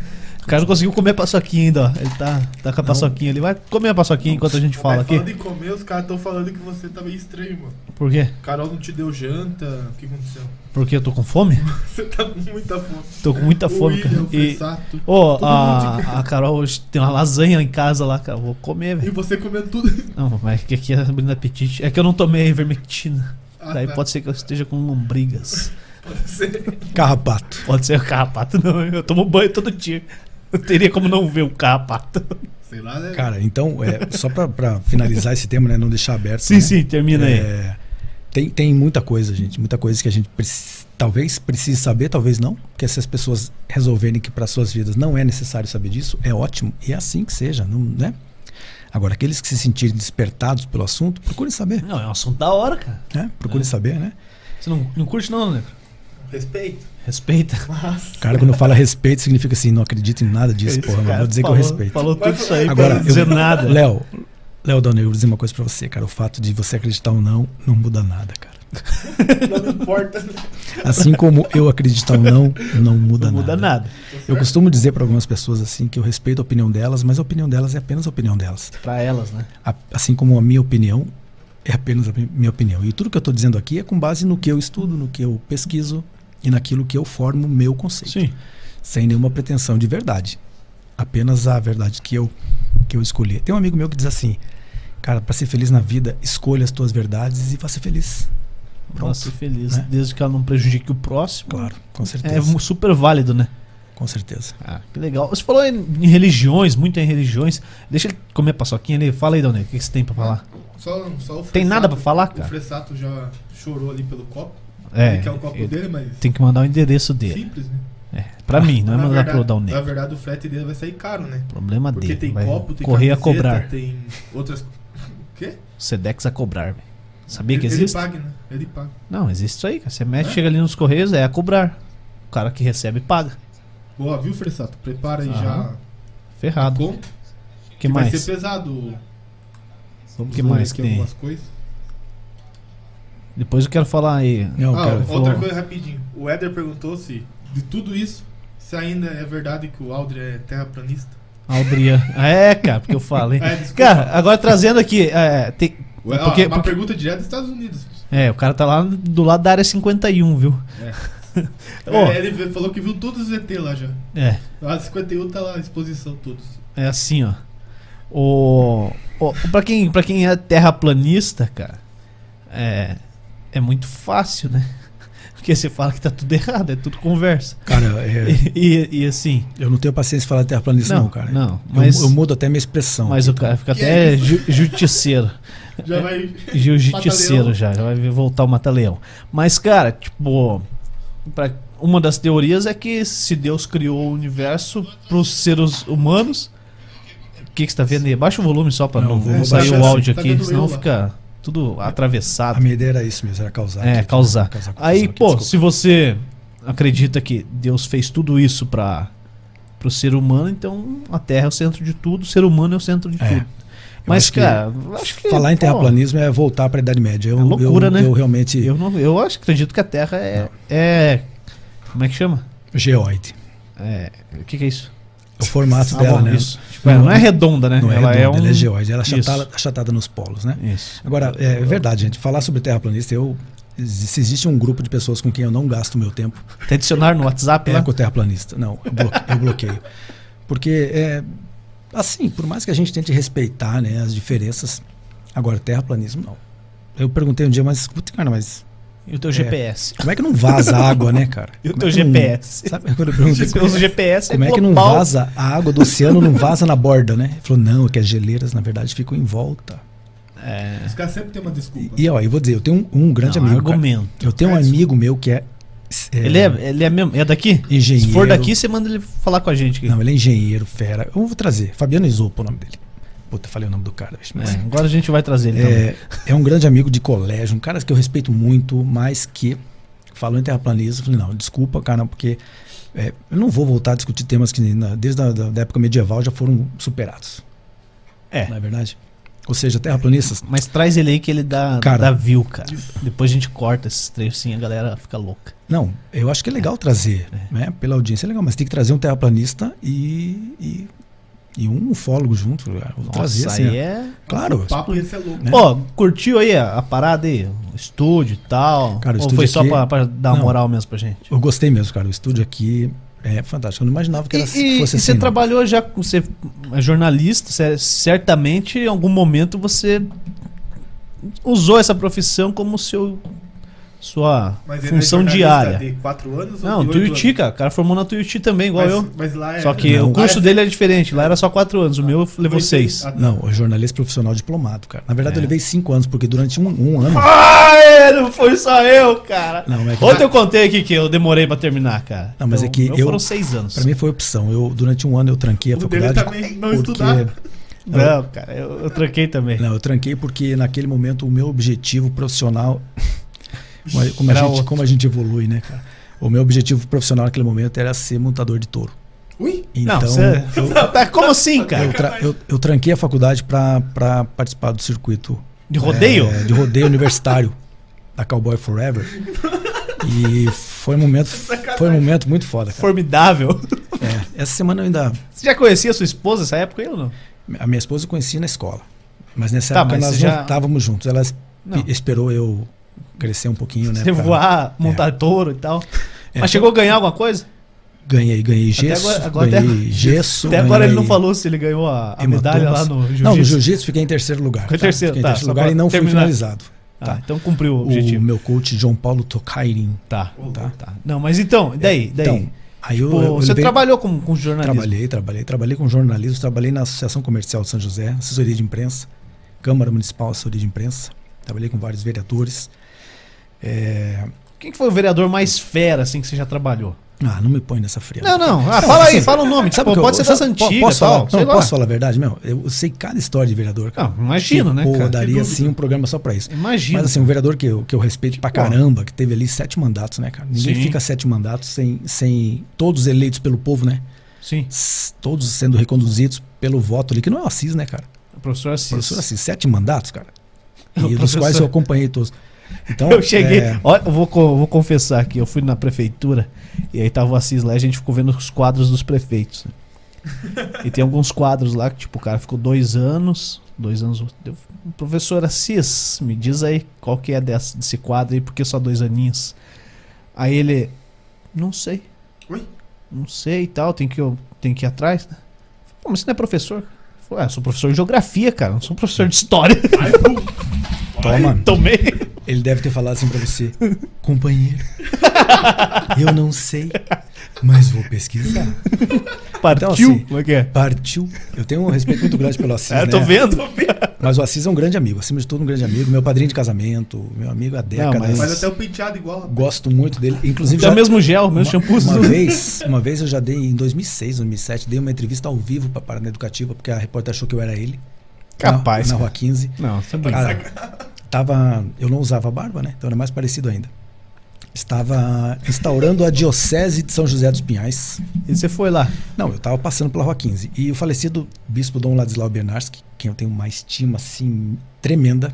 Speaker 1: O cara não conseguiu comer a paçoquinha ainda, ó. Ele tá, tá com a paçoquinha ali. Vai comer a paçoquinha enquanto a gente fala
Speaker 2: Mas
Speaker 1: aqui.
Speaker 2: Falando em comer, os caras estão falando que você tá meio estranho, mano.
Speaker 1: Por quê?
Speaker 2: Carol não te deu janta. O que aconteceu?
Speaker 1: Porque eu tô com fome?
Speaker 2: Você tá com muita fome.
Speaker 1: Tô com muita fome, cara.
Speaker 2: William,
Speaker 1: E,
Speaker 2: Fressato.
Speaker 1: ô,
Speaker 2: Todo
Speaker 1: a, a Carol hoje tem uma lasanha em casa lá, cara. Eu Vou comer,
Speaker 2: E
Speaker 1: velho.
Speaker 2: você comendo tudo.
Speaker 1: Não, mas é que aqui é abrindo apetite. É que eu não tomei vermectina.
Speaker 2: Ah,
Speaker 1: Daí
Speaker 2: tá.
Speaker 1: pode ser que eu esteja com lombrigas.
Speaker 2: Pode ser.
Speaker 3: Carrapato.
Speaker 1: Pode ser o carrapato, não. Eu tomo banho todo dia. Não teria como não ver o carrapato.
Speaker 2: Sei lá, né?
Speaker 3: Cara, então, é, só pra- pra finalizar esse tema, né? Não deixar aberto.
Speaker 1: Sim,
Speaker 3: né?
Speaker 1: sim, termina aí.
Speaker 3: É, tem, tem muita coisa, gente. Muita coisa que a gente preci- talvez precise saber, talvez não. Porque se as pessoas resolverem que para suas vidas não é necessário saber disso, é ótimo. E é assim que seja, não, né? Agora, aqueles que se sentirem despertados pelo assunto, procurem saber.
Speaker 1: Não, é um assunto da hora, cara.
Speaker 3: Né? Procurem saber, né?
Speaker 1: Você não, não curte, não, né?
Speaker 2: Respeito.
Speaker 1: Respeita.
Speaker 2: Mas.
Speaker 3: O cara, quando fala respeito, significa assim, não acredito em nada disso, porra. Mas
Speaker 1: Cara,
Speaker 3: vou dizer
Speaker 1: falou,
Speaker 3: que eu respeito.
Speaker 1: Falou tudo isso aí
Speaker 3: Agora,
Speaker 1: pra não dizer
Speaker 3: eu-
Speaker 1: nada.
Speaker 3: Léo, Léo Dal Negro, vou dizer uma coisa pra você, cara. O fato de você acreditar ou não, não muda nada, cara.
Speaker 2: Não importa. né?
Speaker 3: Assim como eu acreditar ou não, não muda,
Speaker 1: Não muda
Speaker 3: nada.
Speaker 1: nada.
Speaker 3: Eu costumo dizer pra algumas pessoas assim que eu respeito a opinião delas, mas a opinião delas é apenas a opinião delas.
Speaker 1: Pra elas, né?
Speaker 3: A- assim como a minha opinião é apenas a mi- minha opinião. E tudo que eu tô dizendo aqui é com base no que eu estudo, no que eu pesquiso e naquilo que eu formo o meu conceito.
Speaker 1: Sim.
Speaker 3: Sem nenhuma pretensão de verdade. Apenas a verdade que eu que eu escolhi. Tem um amigo meu que diz assim: "Cara, pra ser feliz na vida, escolha as tuas verdades e vá ser feliz".
Speaker 1: Pra
Speaker 3: Pronto.
Speaker 1: ser feliz.
Speaker 3: né?
Speaker 1: Desde que ela não prejudique o próximo.
Speaker 3: Claro, com certeza.
Speaker 1: É mu- super válido, né?
Speaker 3: Com certeza.
Speaker 1: Que legal. Você falou em, em religiões, muito em religiões. Deixa ele comer a paçoquinha ali. Fala aí, Dona, o que que você tem pra falar?
Speaker 2: Só, só o Fressato.
Speaker 1: Tem nada pra falar,
Speaker 2: O
Speaker 1: cara?
Speaker 2: Fressato já chorou ali pelo copo.
Speaker 1: É.
Speaker 2: Ele quer o copo
Speaker 1: ele
Speaker 2: dele, mas.
Speaker 1: Tem que mandar o endereço dele.
Speaker 2: Simples, né?
Speaker 1: Pra mim, não é
Speaker 2: Na
Speaker 1: mandar
Speaker 2: verdade-
Speaker 1: pro Dal
Speaker 2: Na
Speaker 1: Negro.
Speaker 2: verdade, o frete dele vai sair caro, né?
Speaker 1: Problema é
Speaker 2: Porque
Speaker 1: dele.
Speaker 2: tem
Speaker 1: vai
Speaker 2: copo, tem
Speaker 1: correr a
Speaker 2: camiseta,
Speaker 1: cobrar.
Speaker 2: Tem outras. O quê?
Speaker 1: Sedex a cobrar, velho. Sabia
Speaker 2: ele,
Speaker 1: que existe?
Speaker 2: Ele paga, né? Ele paga.
Speaker 1: Não, existe isso aí, cara. Você mexe,
Speaker 2: É?
Speaker 1: chega ali nos correios, é a cobrar. O cara que recebe paga.
Speaker 2: Boa, viu, Fressato? Prepara aí
Speaker 1: Aham.
Speaker 2: já.
Speaker 1: Ferrado.
Speaker 2: Bom,
Speaker 1: O que
Speaker 2: que vai
Speaker 1: mais?
Speaker 2: ser pesado.
Speaker 1: O
Speaker 2: Vamos
Speaker 1: que
Speaker 2: ler
Speaker 1: mais
Speaker 2: aqui
Speaker 1: que tem?
Speaker 2: algumas coisas.
Speaker 1: Depois eu quero falar aí.
Speaker 3: Não,
Speaker 2: ah,
Speaker 3: cara,
Speaker 2: outra
Speaker 1: falou-
Speaker 2: coisa rapidinho. O Éder perguntou se, de tudo isso, se ainda é verdade que o Aldrin é terraplanista.
Speaker 1: Aldrian. É, cara, porque eu falei.
Speaker 2: É, desculpa.
Speaker 1: Cara, agora trazendo aqui. É, tem-
Speaker 2: Ué, ó,
Speaker 1: porque-
Speaker 2: Ah, uma
Speaker 1: porque-
Speaker 2: pergunta direto dos Estados Unidos.
Speaker 1: é, o cara tá lá do lado da área 51, viu? Ô.
Speaker 2: É, ele vê- falou que viu todos os ET lá já.
Speaker 1: É,
Speaker 2: A 51 tá lá à exposição, todos.
Speaker 1: é assim, ó. O, o, pra, quem, pra quem é terraplanista, cara, é, é muito fácil, né? Porque você fala que tá tudo errado, é tudo conversa.
Speaker 3: cara, é,
Speaker 1: E, e, e assim.
Speaker 3: Eu não tenho paciência de falar terraplanista, não,
Speaker 1: Não,
Speaker 3: cara.
Speaker 1: não,
Speaker 3: Eu-
Speaker 1: mas-
Speaker 3: eu, mudo até minha expressão.
Speaker 1: Mas o cara fica
Speaker 2: Que
Speaker 1: até
Speaker 2: é
Speaker 1: ju, justiceiro.
Speaker 2: Já vai.
Speaker 1: jiu-jitseiro
Speaker 2: Mata-leão.
Speaker 1: já, já vai voltar o mata-leão. Mas, cara, tipo, pra- uma das teorias é que se Deus criou o universo pros seres humanos. O que, que você tá vendo aí? Baixa o volume só pra
Speaker 3: Não,
Speaker 1: não,
Speaker 3: vou
Speaker 1: não
Speaker 3: baixar
Speaker 1: sair o
Speaker 2: assim,
Speaker 1: áudio
Speaker 2: tá
Speaker 1: aqui,
Speaker 2: vendo É.
Speaker 1: senão
Speaker 2: eu lá.
Speaker 1: fica tudo
Speaker 3: A
Speaker 1: atravessado.
Speaker 3: minha ideia era isso mesmo, era causar.
Speaker 1: É,
Speaker 3: aqui,
Speaker 1: causar.
Speaker 3: confusão
Speaker 1: Aí,
Speaker 3: aqui,
Speaker 1: pô,
Speaker 3: desculpa.
Speaker 1: se você acredita que Deus fez tudo isso para o ser humano, então a Terra é o centro de tudo, o ser humano é o centro de
Speaker 3: É.
Speaker 1: tudo. Mas,
Speaker 3: acho que
Speaker 1: cara, eu acho que.
Speaker 3: Falar em
Speaker 1: pô,
Speaker 3: terraplanismo é voltar para a Idade Média. Eu,
Speaker 1: É loucura,
Speaker 3: eu,
Speaker 1: né?
Speaker 3: eu realmente.
Speaker 1: Eu, não, eu acho, acredito que a Terra é, é. Como é que chama?
Speaker 3: Geoide.
Speaker 1: É, o que, que é isso?
Speaker 3: É O formato
Speaker 1: Ah,
Speaker 3: dela,
Speaker 1: bom,
Speaker 3: né?
Speaker 1: isso. Tipo, ela não é redonda, né?
Speaker 3: Não é
Speaker 1: ela
Speaker 3: redonda,
Speaker 1: é um.
Speaker 3: ela é geoide. Ela é
Speaker 1: Isso.
Speaker 3: achatada, achatada nos polos, né?
Speaker 1: Isso.
Speaker 3: Agora, é verdade, gente. Falar sobre terraplanista, eu. Se existe um grupo de pessoas com quem eu não gasto meu tempo,
Speaker 1: Tem dicionário no WhatsApp né?
Speaker 3: É
Speaker 1: lá?
Speaker 3: com o terraplanista. Não, eu, blo- eu bloqueio. Porque, é, assim, por mais que a gente tente respeitar né, as diferenças, agora, terraplanismo não. Eu perguntei um dia, mas, escuta, cara, mas
Speaker 1: E o teu GPS.
Speaker 3: como é que não vaza água, né, cara?
Speaker 1: E o
Speaker 3: Como
Speaker 1: teu
Speaker 3: é que não-
Speaker 1: GPS.
Speaker 3: sabe quando eu perguntei,
Speaker 1: Você usa o GPS,
Speaker 3: como é que não
Speaker 1: global.
Speaker 3: vaza a água do oceano, não vaza na borda, né? Ele falou, não, é que as geleiras, na verdade, ficam em volta.
Speaker 1: É.
Speaker 2: Os caras sempre tem uma desculpa.
Speaker 3: E, ó, eu vou dizer, eu tenho um, um grande
Speaker 1: Não,
Speaker 3: amigo, cara.
Speaker 1: argumento.
Speaker 3: Eu tenho um amigo meu que é...
Speaker 1: Ele é, ele é mesmo. É daqui?
Speaker 3: Engenheiro.
Speaker 1: Se for daqui, você manda ele falar com a gente aqui.
Speaker 3: Não, ele é engenheiro, fera. Eu vou trazer. Fabiano Isopo é o nome dele. Puta, falei o nome do cara, bicho, mas-
Speaker 1: É, agora a gente vai trazer ele então. também.
Speaker 3: É, é um grande amigo de colégio, um cara que eu respeito muito, mas que falou em terraplanismo. Eu falei, não, desculpa, cara, porque é, eu não vou voltar a discutir temas que na- desde a da, da época medieval já foram superados.
Speaker 1: É.
Speaker 3: Não é verdade? Ou seja, terraplanistas.
Speaker 1: Mas traz ele aí que ele dá,
Speaker 3: Cara.
Speaker 1: dá view, cara. Depois a gente corta esses trechos assim, a galera fica louca.
Speaker 3: Não, eu acho que é legal trazer, né? Pela audiência é legal, mas tem que trazer um terraplanista e, e, e um ufólogo junto. cara. Vou trazer, assim,
Speaker 1: aí
Speaker 3: ó. Né?
Speaker 1: é.
Speaker 3: Claro. assim,
Speaker 2: O papo ia ser louco.
Speaker 1: Ó, curtiu aí a, a parada aí? O estúdio e tal?
Speaker 3: Cara, o
Speaker 1: Ou
Speaker 3: estúdio
Speaker 1: foi só
Speaker 3: aqui-
Speaker 1: pra, pra dar uma
Speaker 3: Não.
Speaker 1: moral mesmo pra gente?
Speaker 3: Eu gostei mesmo, cara. O estúdio aqui é fantástico. Eu não imaginava que,
Speaker 1: E,
Speaker 3: era, que
Speaker 1: e-
Speaker 3: fosse
Speaker 1: e
Speaker 3: assim.
Speaker 1: você
Speaker 3: não.
Speaker 1: trabalhou já, com- você é jornalista, você- certamente em algum momento você usou essa profissão como seu sua
Speaker 2: Mas ele é
Speaker 1: função
Speaker 2: jornalista
Speaker 1: diária.
Speaker 2: De 4 anos ou
Speaker 1: Não,
Speaker 2: de oito
Speaker 1: Tuiuti, cara, o cara formou na Tuiuti também, igual
Speaker 2: anos?
Speaker 1: eu.
Speaker 2: Mas, mas lá é.
Speaker 1: Só que
Speaker 3: Não.
Speaker 1: o curso
Speaker 2: Ah, é-
Speaker 1: dele é diferente, lá era só 4 anos, o meu levou
Speaker 2: Foi
Speaker 1: 6.
Speaker 2: seis. Ah,
Speaker 3: Não, o jornalista profissional diplomado, cara. Na
Speaker 1: É.
Speaker 3: verdade, eu levei cinco anos, porque durante um, um ano.
Speaker 1: Ah, é, não foi só eu, cara.
Speaker 3: Não, é que-
Speaker 1: Ontem eu contei aqui que eu demorei pra terminar, cara.
Speaker 3: Não, mas é que
Speaker 1: o meu
Speaker 3: eu-
Speaker 1: foram 6 anos.
Speaker 3: Pra mim foi opção. Eu, durante um ano eu tranquei a
Speaker 2: O dele
Speaker 3: faculdade.
Speaker 2: também não
Speaker 1: é
Speaker 2: estudar.
Speaker 1: não, cara, eu, eu tranquei também.
Speaker 3: Não, eu tranquei porque naquele momento o meu objetivo profissional. Como a- Como a,
Speaker 1: Era
Speaker 3: gente,
Speaker 1: outro.
Speaker 3: como a gente evolui, né, cara? O meu objetivo profissional naquele momento era ser montador de touro.
Speaker 2: Ui,
Speaker 3: Então,
Speaker 1: Não, você- tá, como assim, cara?
Speaker 3: eu, tra- eu- eu tranquei a faculdade para participar do circuito
Speaker 1: De rodeio?
Speaker 3: é, de rodeio universitário da Cowboy Forever. E foi um momento, foi um momento muito foda, cara.
Speaker 1: Formidável.
Speaker 3: É, essa semana eu ainda
Speaker 1: Você já conhecia sua esposa nessa época aí ou não?
Speaker 3: A minha esposa eu conheci na escola. Mas nessa
Speaker 1: Tá,
Speaker 3: época
Speaker 1: mas
Speaker 3: nós
Speaker 1: você já-
Speaker 3: não estávamos juntos. Ela esp-
Speaker 1: Não.
Speaker 3: esperou eu crescer um pouquinho, né?
Speaker 1: Você
Speaker 3: pra-
Speaker 1: voar, montar touro e tal.
Speaker 3: É,
Speaker 1: Mas chegou a ganhar alguma coisa?
Speaker 3: Ganhei, ganhei gesso.
Speaker 1: agora- agora
Speaker 3: ganhei
Speaker 1: até-
Speaker 3: gesso.
Speaker 1: Até agora ele
Speaker 3: ganhei
Speaker 1: não falou se ele ganhou a, a
Speaker 3: hematomas.
Speaker 1: medalha lá no
Speaker 3: Não, no
Speaker 1: jiu-jitsu.
Speaker 3: jiu-jitsu fiquei em terceiro lugar.
Speaker 1: Ficou em terceiro,
Speaker 3: Fiquei em
Speaker 1: tá,
Speaker 3: terceiro
Speaker 1: só
Speaker 3: lugar
Speaker 1: pra
Speaker 3: e não fui
Speaker 1: terminar.
Speaker 3: finalizado.
Speaker 1: Ah,
Speaker 3: tá.
Speaker 1: então cumpriu o
Speaker 3: O
Speaker 1: objetivo.
Speaker 3: meu coach, João Paulo Tocairin.
Speaker 1: Tá,
Speaker 3: Tá.
Speaker 1: tá. Não, mas então, e daí? E daí?
Speaker 3: Então, aí eu,
Speaker 1: Pô,
Speaker 3: eu
Speaker 1: você
Speaker 3: levei-
Speaker 1: trabalhou com, com jornalismo?
Speaker 3: Trabalhei, trabalhei. Trabalhei com jornalismo, trabalhei na Associação Comercial de São José, assessoria de imprensa, Câmara Municipal, assessoria de imprensa. Trabalhei com vários vereadores. É,
Speaker 1: Quem que foi o vereador mais fera, assim, que você já trabalhou?
Speaker 3: Ah, não me põe nessa fria.
Speaker 1: Não, não. Ah, fala aí,
Speaker 3: assim,
Speaker 1: fala o nome.
Speaker 3: Sabe
Speaker 1: Pô,
Speaker 3: o que eu-
Speaker 1: pode ser
Speaker 3: sabe-
Speaker 1: das
Speaker 3: po-
Speaker 1: antigas
Speaker 3: Posso falar?
Speaker 1: tal, sei
Speaker 3: não,
Speaker 1: lá.
Speaker 3: posso falar a verdade mesmo? Eu sei cada história de vereador, cara.
Speaker 1: Não, imagino, né,
Speaker 3: Pô,
Speaker 1: cara?
Speaker 3: eu daria
Speaker 2: Sem
Speaker 3: sim um programa só pra isso.
Speaker 1: Imagino.
Speaker 3: Mas assim, um vereador que eu, que eu respeito pra caramba, que teve ali sete mandatos, né, cara? Ninguém
Speaker 1: Sim.
Speaker 3: fica sete mandatos sem, sem todos eleitos pelo povo, né?
Speaker 1: Sim,
Speaker 3: S- Todos sendo reconduzidos pelo voto ali, que não é o Assis, né, cara?
Speaker 1: o professor Assis.
Speaker 3: Professor Assis, sete mandatos, cara. E
Speaker 1: O
Speaker 3: dos
Speaker 1: professor-
Speaker 3: quais eu acompanhei todos. Então,
Speaker 1: Eu cheguei.
Speaker 3: é,
Speaker 1: Olha, eu vou, co- vou confessar aqui. Eu fui na prefeitura e aí tava o Assis lá e a gente ficou vendo os quadros dos prefeitos. né? E tem alguns quadros lá que, tipo, o cara ficou dois anos. Dois anos. deu- Professor Assis, me diz aí qual que é dessa- desse quadro aí, por que só dois aninhos? Aí ele. Não sei.
Speaker 2: Ui.
Speaker 1: Não sei e tal, tem que, eu- tem que ir atrás, né? Pô, mas você não é professor? Eu falei, ah, eu sou professor de geografia, cara, não sou professor de história.
Speaker 2: vai, pum.
Speaker 3: toma.
Speaker 1: Tomei.
Speaker 3: Ele deve ter falado assim pra você, companheiro. eu não sei, mas vou pesquisar.
Speaker 1: Partiu.
Speaker 3: assim,
Speaker 1: Como é que é?
Speaker 3: Partiu. Eu tenho um respeito muito grande pelo Assis,
Speaker 1: É, eu tô
Speaker 3: né?
Speaker 1: vendo.
Speaker 3: Mas o Assis é um grande amigo, acima de tudo um grande amigo, meu padrinho de casamento, meu amigo há décadas.
Speaker 1: mas-
Speaker 2: Faz até o penteado igual. rapaz.
Speaker 3: Gosto muito dele, inclusive
Speaker 1: É o mesmo gel, o mesmo
Speaker 3: uma,
Speaker 1: shampoo.
Speaker 3: uma vez, né? uma vez eu já dei em 2006, 2007, dei uma entrevista ao vivo para Paraná Educativa, porque a repórter achou que eu era ele.
Speaker 1: Capaz,
Speaker 3: Na, na
Speaker 1: cara.
Speaker 3: Rua 15.
Speaker 1: Não, você é bonito.
Speaker 3: Cara, tava, eu não usava barba, né? Então era mais parecido ainda. Estava instaurando a Diocese de São José dos Pinhais.
Speaker 1: E você foi lá.
Speaker 3: Não, eu estava passando pela Rua 15. E o falecido bispo Dom Ladislau Bernarski, quem eu tenho uma estima assim tremenda,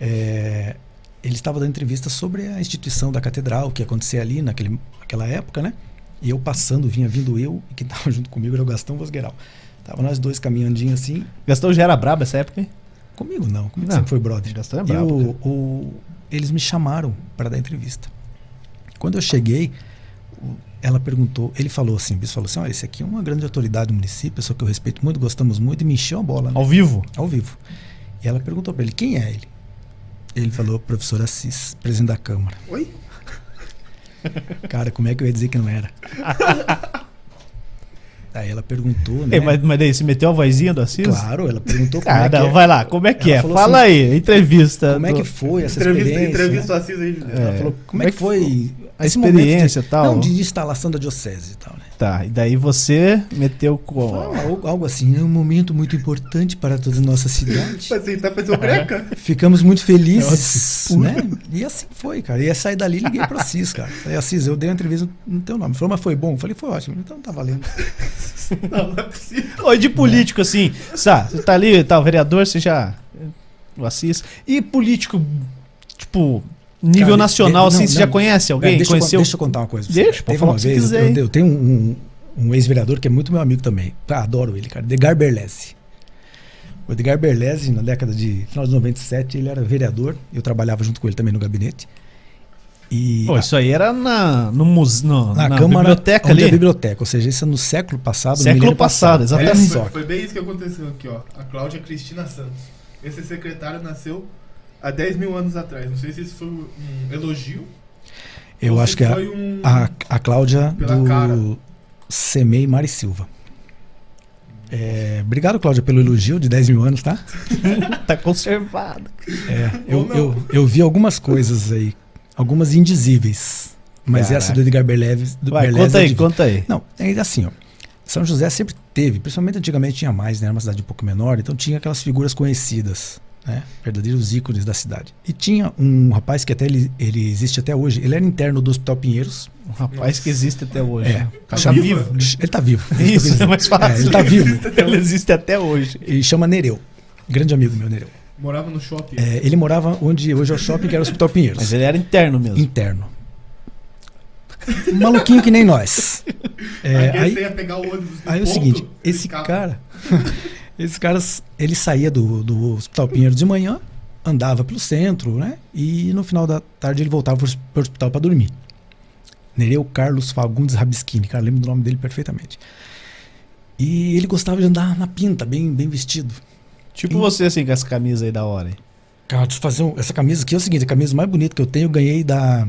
Speaker 3: é, ele estava dando entrevista sobre a instituição da catedral, o que acontecia ali naquele, naquela época, né? E eu passando, vinha vindo eu, e quem estava junto comigo era o Gastão Vosgueiral. Tava nós dois caminhandinho assim,
Speaker 1: Gastão já era brabo essa época, hein?
Speaker 3: Comigo não, comigo
Speaker 1: Não.
Speaker 3: sempre foi brother.
Speaker 1: Gastão é
Speaker 3: E
Speaker 1: brabo,
Speaker 3: o- o- eles me chamaram para dar entrevista. Quando eu cheguei, o- ela perguntou, ele falou assim, o bispo falou assim, olha, esse aqui é uma grande autoridade do município, pessoa que eu respeito muito, gostamos muito, e me encheu a bola, né?
Speaker 1: Ao vivo.
Speaker 3: ao vivo. E ela perguntou para ele, quem é ele? Ele falou, professor Assis, presidente da Câmara.
Speaker 2: Oi?
Speaker 3: Cara, como é que eu ia dizer que não era? Aí ela perguntou, né?
Speaker 1: Ei, É, mas, mas daí, você meteu a vozinha do Assis?
Speaker 3: Claro, ela perguntou como é que
Speaker 1: Cara,
Speaker 3: é.
Speaker 1: vai lá, como é que
Speaker 3: Ela
Speaker 1: é?
Speaker 3: falou
Speaker 1: Fala
Speaker 3: assim,
Speaker 1: aí, entrevista.
Speaker 3: Como é
Speaker 1: do-
Speaker 3: que foi essa
Speaker 2: Entrevista,
Speaker 3: experiência?
Speaker 1: né?
Speaker 2: entrevista o Assis aí, Juliano.
Speaker 3: Ela falou, como é que foi
Speaker 1: a
Speaker 3: esse momento de-
Speaker 1: experiência e tal.
Speaker 3: Não, de instalação da diocese e tal, né?
Speaker 1: Tá, e daí você meteu com.
Speaker 3: Ah, algo- algo assim, é um momento muito importante para toda a nossa cidade.
Speaker 4: Mas assim, tá pensando greca?
Speaker 3: Ficamos muito felizes, né? E assim foi, cara. E ia sair dali e liguei para Assis, cara. Falei, Assis, eu dei uma entrevista no teu nome. Ele Falou, mas foi bom? Eu falei, foi ótimo. Então tá valendo.
Speaker 4: Não, não é possível.
Speaker 1: Ou
Speaker 3: né?"
Speaker 1: de político, assim. Sá, você tá ali, tá, o vereador, você já o assiste. E político, tipo, nível
Speaker 3: Cara,
Speaker 1: nacional,
Speaker 3: de-
Speaker 1: assim,
Speaker 3: não,
Speaker 1: você
Speaker 3: não.
Speaker 1: já conhece alguém?
Speaker 3: Cara, deixa, eu, con-
Speaker 1: Conheceu?
Speaker 3: deixa eu contar uma coisa. pra você,
Speaker 1: Deixa,
Speaker 3: cara.
Speaker 1: pode
Speaker 3: Teve
Speaker 1: falar
Speaker 3: uma
Speaker 1: o que
Speaker 3: vez,
Speaker 1: quiser
Speaker 3: eu-
Speaker 1: aí.
Speaker 3: Eu, tenho um, um ex-vereador que é muito meu amigo também. Ah, adoro ele, cara. Edgar Berlese. O Edgar Berlese, na década de final de 97, ele era vereador. Eu trabalhava junto com ele também no gabinete. E
Speaker 1: Pô,
Speaker 3: a-
Speaker 1: isso aí era na, no muse... no- na,
Speaker 3: na, Câmara
Speaker 1: biblioteca
Speaker 3: onde
Speaker 1: ali.
Speaker 3: é a biblioteca, ou seja, isso é no século passado. no
Speaker 1: Século
Speaker 3: milênio
Speaker 1: passado,
Speaker 3: Olha
Speaker 1: exatamente.
Speaker 3: só,
Speaker 2: É, Foi, foi bem isso que aconteceu aqui, ó. A Cláudia Cristina Santos. Esse secretário nasceu há 10 mil anos atrás. Não sei se isso foi um elogio.
Speaker 3: eu
Speaker 2: ou
Speaker 3: acho
Speaker 2: se
Speaker 3: que a,
Speaker 2: foi um...
Speaker 3: a, a Cláudia
Speaker 2: Pela cara.
Speaker 3: do Semei Mari Silva. É, obrigado, Cláudia, pelo elogio de 10 mil anos, tá?
Speaker 1: Tá conservado.
Speaker 3: É, eu,
Speaker 2: Ou não.
Speaker 3: eu, eu vi algumas coisas aí, algumas indizíveis. Mas
Speaker 1: Caraca.
Speaker 3: essa do Edgar Berleves. Do
Speaker 1: Vai,
Speaker 3: Berlese
Speaker 1: conta
Speaker 3: eu
Speaker 1: aí,
Speaker 3: tive.
Speaker 1: conta aí.
Speaker 3: Não, é assim, ó. São José sempre teve, principalmente antigamente tinha mais, né? Era uma cidade um pouco menor, então tinha aquelas figuras conhecidas, né? Verdadeiros ícones da cidade. E tinha um rapaz que até ele, ele existe até hoje, ele era interno do Hospital Pinheiros.
Speaker 1: Um rapaz que existe até hoje.
Speaker 3: É.
Speaker 1: Tá
Speaker 2: Chama-
Speaker 1: vivo.
Speaker 3: Ele tá vivo.
Speaker 1: Isso, é mais fácil.
Speaker 3: É, ele tá vivo.
Speaker 1: Ele existe até hoje.
Speaker 3: E chama Nereu. Grande amigo meu, Nereu.
Speaker 2: Morava no shopping.
Speaker 3: É, ele morava onde hoje é o shopping, que era o Hospital Pinheiros.
Speaker 1: Mas ele era interno mesmo.
Speaker 3: interno. Maluquinho que nem nós. É,
Speaker 2: aí,
Speaker 3: aí
Speaker 2: você ia pegar o ônibus no
Speaker 3: aí é o
Speaker 2: ponto,
Speaker 3: seguinte, esse
Speaker 2: ficava-
Speaker 3: cara, esses caras, ele saía do, do Hospital Pinheiro de manhã, andava pelo centro, né? E no final da tarde ele voltava para o hospital para dormir. Nereu Carlos Fagundes Rabisquini, cara, lembro do nome dele perfeitamente. E ele gostava de andar na pinta, bem, bem vestido.
Speaker 1: Tipo você, assim, com essa camisa aí da hora. hein?
Speaker 3: Cara, deixa eu fazer um- essa camisa aqui é o seguinte, a camisa mais bonita que eu tenho, eu ganhei da,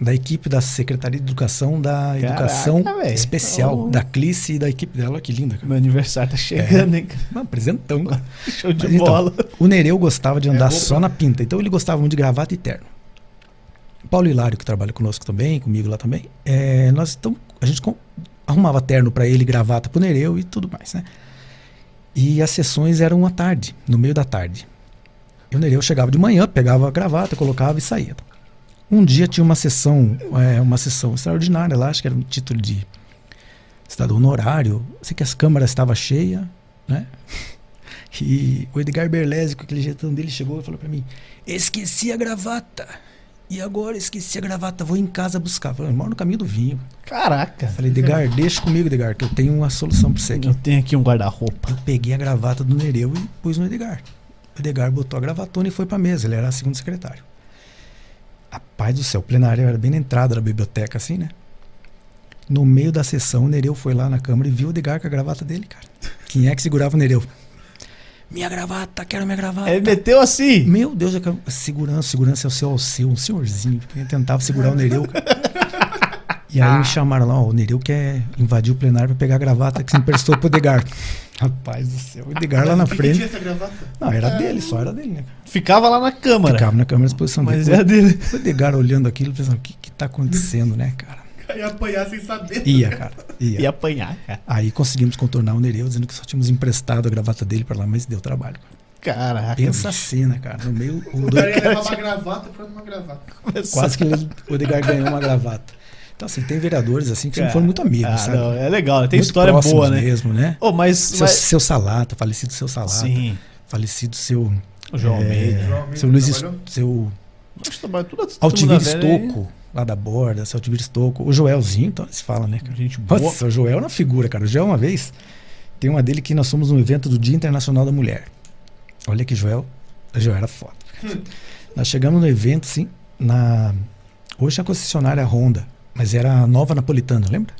Speaker 3: da equipe da Secretaria de Educação, da Educação
Speaker 1: véi.
Speaker 3: Especial,
Speaker 1: Então-
Speaker 3: da Clice e da equipe dela. Olha que linda, cara.
Speaker 1: Meu aniversário tá chegando, hein? cara?
Speaker 3: Um presentão. cara.
Speaker 1: Show de
Speaker 3: Mas então,
Speaker 1: bola. É né?
Speaker 3: o Nereu gostava de andar
Speaker 2: roupa,
Speaker 3: só na pinta, então ele gostava muito de gravata e terno. O Paulo Hilário, que trabalha conosco também, comigo lá também, é, nós então, a gente com- arrumava terno pra ele, gravata pro Nereu e tudo mais, né? E as sessões eram à tarde, no meio da tarde. E o Nereu chegava de manhã, pegava a gravata, colocava e saía. Um dia tinha uma sessão, é, uma sessão extraordinária lá, acho que era um título de cidadão honorário. Sei que as câmaras estavam cheias, né? E o Edgar Berlese, com aquele jeitão dele, chegou e falou pra mim: Esqueci a gravata. E agora esqueci a gravata, vou em casa buscar. Eu falei, eu moro no caminho do vinho.
Speaker 1: Caraca.
Speaker 3: Eu falei, Edgar, deixa comigo, Edgar, que eu tenho uma solução pra você aqui.
Speaker 1: Eu tenho aqui um guarda-roupa.
Speaker 3: Eu peguei a gravata do Nereu e pus no Edgar. O Edgar botou a gravatona e foi pra mesa, ele era segundo secretário. Rapaz do céu, o plenário era bem na entrada da biblioteca, assim, né? No meio da sessão, o Nereu foi lá na câmara e viu o Edgar com a gravata dele, cara. Quem é que segurava o Nereu? Minha gravata, quero minha gravata.
Speaker 1: Ele meteu assim.
Speaker 3: Meu Deus, é que a segurança, segurança é o seu Alceu, um senhorzinho, que tentava segurar o Nereu, cara. E
Speaker 1: Ah.
Speaker 3: aí me chamaram lá, ó, o Nereu quer invadir o plenário pra pegar a gravata que se emprestou pro Edgar. Rapaz do céu, o Edgar lá na
Speaker 2: Mas por que que tinha
Speaker 3: frente.
Speaker 2: essa gravata?
Speaker 3: Não, era dele, só era dele, né? cara?
Speaker 1: Ficava lá na câmara.
Speaker 3: Ficava na câmera de exposição
Speaker 1: Mas
Speaker 3: dele.
Speaker 1: é dele.
Speaker 3: O Edgar olhando aquilo, pensando, o que que tá acontecendo, né, cara?
Speaker 2: Ia apanhar sem saber.
Speaker 3: Ia, cara, ia.
Speaker 1: Ia apanhar, cara.
Speaker 3: Aí conseguimos contornar o Nereu, dizendo que só tínhamos emprestado a gravata dele pra lá, mas deu trabalho. cara.
Speaker 1: Caraca.
Speaker 3: Pensa a
Speaker 1: bicho.
Speaker 3: cena, cara, no meio... O
Speaker 2: O
Speaker 3: doido-
Speaker 2: cara ia levar uma gravata pra uma gravata.
Speaker 3: Quase que ele- o Edgar ganhou uma gravata. Então, assim, tem vereadores assim que sempre foram muito amigos,
Speaker 1: Ah,
Speaker 3: sabe?
Speaker 1: não, é legal, tem
Speaker 3: Muito
Speaker 1: história
Speaker 3: próximos
Speaker 1: boa, né?
Speaker 3: mesmo, né?
Speaker 1: Oh, mas.
Speaker 3: Seu,
Speaker 1: mas
Speaker 3: seu Salata, falecido seu Salata.
Speaker 1: sim,
Speaker 3: Falecido seu.
Speaker 1: o João
Speaker 3: é,
Speaker 1: Almeida.
Speaker 2: João Almeida
Speaker 3: seu Luiz.
Speaker 2: trabalhou?
Speaker 3: Es- Seu
Speaker 1: Mas trabalha tudo- todo
Speaker 3: Altivir
Speaker 1: mundo velho aí.
Speaker 3: Estoco, lá da borda, seu Altivir Estoco. O Joelzinho, então se fala, né, cara?
Speaker 1: Gente boa.
Speaker 3: Nossa, o Joel na figura, cara. O Joel, uma vez, tem uma dele que nós somos no evento do Dia Internacional da Mulher. Olha que Joel. a Joel era foda. cara. nós chegamos no evento, sim, na. Hoje é a concessionária Honda, mas era a nova napolitana, lembra?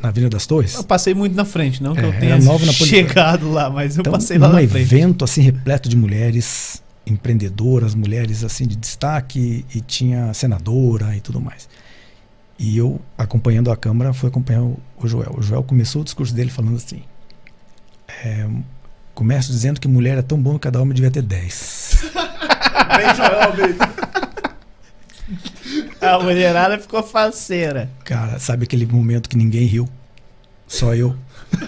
Speaker 3: Na Avenida das Torres.
Speaker 1: Eu passei muito na frente, não que
Speaker 3: É,
Speaker 1: eu
Speaker 3: era
Speaker 1: tenha
Speaker 3: nova na polícia.
Speaker 1: chegado lá, mas eu
Speaker 3: Então,
Speaker 1: passei lá
Speaker 3: num
Speaker 1: na frente.
Speaker 3: evento assim repleto de mulheres empreendedoras, mulheres assim de destaque e tinha senadora e tudo mais. E eu acompanhando a câmara fui acompanhar o, o Joel. O Joel começou o discurso dele falando assim: é, começo dizendo que mulher é tão bom que cada homem devia ter 10.
Speaker 2: Bem Joel, Almeida.
Speaker 1: A mulherada ficou faceira.
Speaker 3: Cara, sabe aquele momento que ninguém riu? Só eu.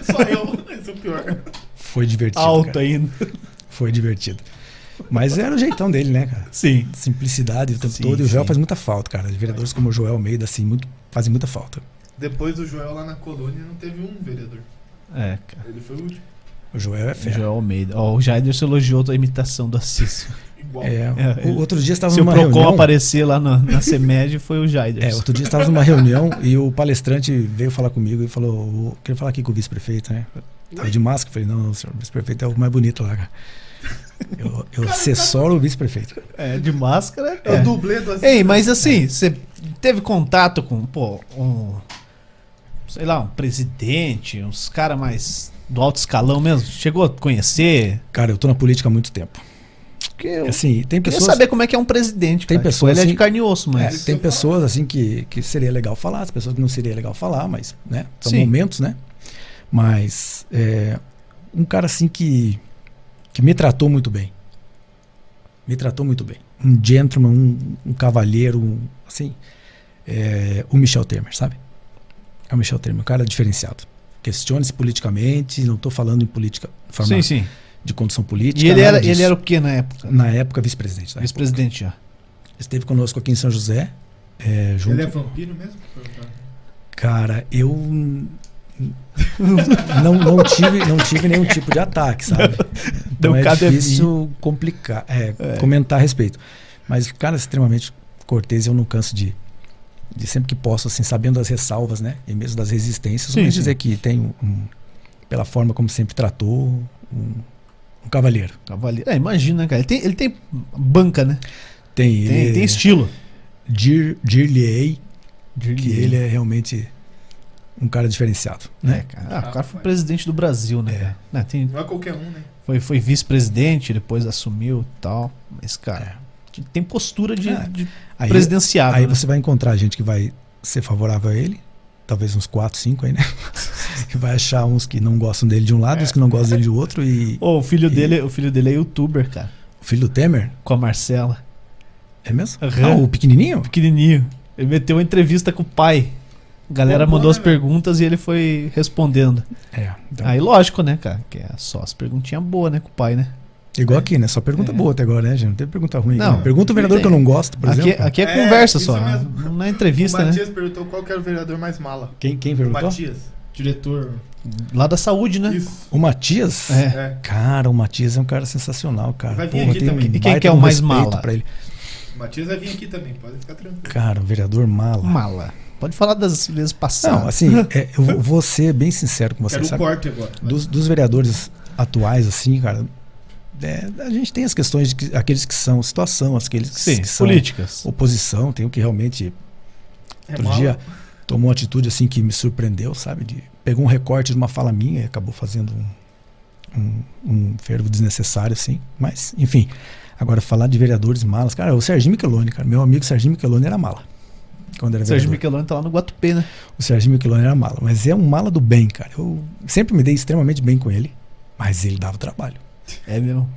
Speaker 2: Só eu, isso é o pior.
Speaker 3: Foi divertido.
Speaker 1: Alto
Speaker 3: Tipo, cara.
Speaker 1: ainda.
Speaker 3: Foi divertido. Mas era o jeitão dele, né, cara?
Speaker 1: Sim.
Speaker 3: Simplicidade o tempo
Speaker 1: Sim,
Speaker 3: todo. E o
Speaker 1: sim.
Speaker 3: Joel faz muita falta, cara. Vereadores como o Joel Almeida, assim, muito, fazem muita falta.
Speaker 2: Depois do Joel lá na colônia, não teve um vereador.
Speaker 1: É, cara.
Speaker 2: Ele foi o último.
Speaker 3: O Joel é fera.
Speaker 1: Joel Almeida. Ó, o Jaderson elogiou tua imitação do Assis.
Speaker 2: Igual.
Speaker 3: É,
Speaker 1: É,
Speaker 3: o-
Speaker 1: ele-
Speaker 3: outro dia estava
Speaker 1: Se o
Speaker 3: numa
Speaker 1: Procon
Speaker 3: reunião.
Speaker 1: aparecer lá na, na CEMED, foi o
Speaker 3: É,
Speaker 1: Jaderson.
Speaker 3: outro dia estávamos numa reunião e o palestrante veio falar comigo e falou: "Ô, Queria falar aqui com o vice-prefeito, né? Tava de máscara. Falei: Não, não, senhor, o vice-prefeito é o mais bonito lá, cara. Eu, eu assessoro o vice-prefeito. cara.
Speaker 1: É, de máscara.
Speaker 2: É o dublê do
Speaker 1: Ei, mas assim, você teve contato com, pô, um. Sei lá, um presidente, uns caras mais do alto escalão mesmo? Chegou a conhecer?
Speaker 3: Cara, eu tô na política há muito tempo.
Speaker 1: Porque eu
Speaker 3: Assim, tem
Speaker 1: queria
Speaker 3: pessoas.
Speaker 1: saber como é que é um presidente. cara.
Speaker 3: Tem
Speaker 1: Tipo,
Speaker 3: pessoas
Speaker 1: Ele é de
Speaker 3: assim-
Speaker 1: carne e osso,
Speaker 3: É,
Speaker 1: mas.
Speaker 3: tem pessoas assim que, que seria legal falar, as pessoas que não seria legal falar, mas né, são
Speaker 1: Sim.
Speaker 3: momentos, né? Mas é, um cara assim que, que me tratou muito bem. Me tratou muito bem. Um gentleman, um, um cavalheiro, um, assim. É, o Michel Temer, sabe? É o Michel Temer, um cara diferenciado. Questione-se politicamente, não estou falando em política de forma
Speaker 1: Sim, sim.
Speaker 3: de condição política.
Speaker 1: E ele era,
Speaker 3: nada
Speaker 1: ele
Speaker 3: disso.
Speaker 1: era o que na época?
Speaker 3: na época, vice-presidente. da República.
Speaker 1: Vice-presidente já.
Speaker 3: Esteve conosco aqui em São José. é, junto
Speaker 2: Ele é vampiro mesmo? Perguntaram.
Speaker 3: Cara, eu n- n- não, não, tive, não tive nenhum tipo de ataque, sabe?
Speaker 1: Deu
Speaker 3: Então é
Speaker 1: cada
Speaker 3: difícil complicar, é, comentar a respeito. Mas o cara é extremamente cortês, eu não canso de, de sempre que posso, assim, sabendo das ressalvas, né? E mesmo das resistências,
Speaker 1: Sim,
Speaker 3: mas
Speaker 1: sim.
Speaker 3: dizer que tem, um, um- pela forma como sempre tratou, um, um cavalheiro.
Speaker 1: Cavaleiro. É, imagina, cara. Ele tem, ele tem banca, né?
Speaker 3: Tem,
Speaker 1: Tem,
Speaker 3: ele, é
Speaker 1: tem estilo.
Speaker 3: Dir, Dirley, que ele é realmente um cara diferenciado, né?
Speaker 1: É, cara. Ah, o cara foi presidente do Brasil, né?
Speaker 3: É.
Speaker 1: cara? Não, tem-
Speaker 2: Não é qualquer um, né?
Speaker 1: foi foi vice-presidente, depois assumiu e tal. Mas, cara, tem postura de,
Speaker 3: É.
Speaker 1: de
Speaker 3: Aí-
Speaker 1: presidenciável.
Speaker 3: Aí
Speaker 1: né?
Speaker 3: você vai encontrar gente que vai ser favorável a ele, talvez uns 4, 5 aí, né? que vai achar uns que não gostam dele de um
Speaker 1: É.
Speaker 3: lado, uns que não gostam dele de outro. E
Speaker 1: Ô, o filho dele, o filho dele é youtuber, cara.
Speaker 3: o filho do Temer,
Speaker 1: Com a Marcela.
Speaker 3: é mesmo?
Speaker 1: Aham.
Speaker 3: Ah, o pequenininho?
Speaker 1: Pequenininho. Ele meteu uma entrevista com o pai. A galera
Speaker 2: Bombou,
Speaker 1: mandou
Speaker 2: né,
Speaker 1: as
Speaker 2: velho?
Speaker 1: perguntas e ele foi respondendo.
Speaker 3: É. então,
Speaker 1: Aí, lógico, né, cara? Que é só as perguntinhas boas, né, com o pai, né?
Speaker 3: igual aqui, né? Só pergunta
Speaker 1: É.
Speaker 3: boa até agora, né, gente? Não teve pergunta ruim.
Speaker 1: Não,
Speaker 3: Não, pergunta o vereador
Speaker 1: tem.
Speaker 3: que eu não gosto, por
Speaker 1: Aqui,
Speaker 3: exemplo.
Speaker 1: aqui é,
Speaker 2: É,
Speaker 1: conversa
Speaker 2: isso
Speaker 1: só.
Speaker 2: mesmo.
Speaker 1: Não é
Speaker 2: o
Speaker 1: entrevista, né?
Speaker 2: Matias perguntou qual que era o vereador mais mala.
Speaker 3: Quem, quem
Speaker 2: O
Speaker 3: perguntou?
Speaker 2: Matias, diretor.
Speaker 1: Lá da saúde, né?
Speaker 2: Isso.
Speaker 3: O Matias?
Speaker 1: É.
Speaker 2: É.
Speaker 3: Cara, o Matias é um cara sensacional, cara.
Speaker 2: Vai vir
Speaker 3: Porra,
Speaker 2: aqui
Speaker 3: tem um
Speaker 2: também.
Speaker 1: E quem
Speaker 3: baita
Speaker 1: que é o
Speaker 3: de um
Speaker 1: mais
Speaker 3: respeito
Speaker 1: mala?
Speaker 3: pra ele.
Speaker 2: O Matias vai vir aqui também, pode ficar tranquilo.
Speaker 3: Cara, o vereador mala.
Speaker 1: Mala. Pode falar das vezes passadas.
Speaker 3: Não, assim, é, eu vou- vou ser bem sincero com você,
Speaker 2: Quero o
Speaker 3: sabe?
Speaker 2: corte agora. Vai.
Speaker 3: dos, dos vereadores atuais, assim, cara, é, a gente tem as questões de que- aqueles que são situação, aqueles que,
Speaker 1: Sim,
Speaker 3: que são
Speaker 1: políticas.
Speaker 3: oposição, tem o que realmente
Speaker 2: É
Speaker 3: outro
Speaker 2: mala?
Speaker 3: dia tomou uma atitude assim que me surpreendeu, sabe? De, pegou um recorte de uma fala minha e acabou fazendo um, um, um fervo desnecessário, assim. Mas, enfim. Agora, falar de vereadores malas, cara, o Serginho Micheloni, cara, meu amigo Serginho Micheloni era mala. Quando era
Speaker 1: Sérgio
Speaker 3: vereador.
Speaker 1: Micheloni tá lá no Guatupê, né?
Speaker 3: O Serginho Micheloni era mala, mas é um mala do bem, cara. Eu sempre me dei extremamente bem com ele, mas ele dava trabalho.
Speaker 1: É mesmo.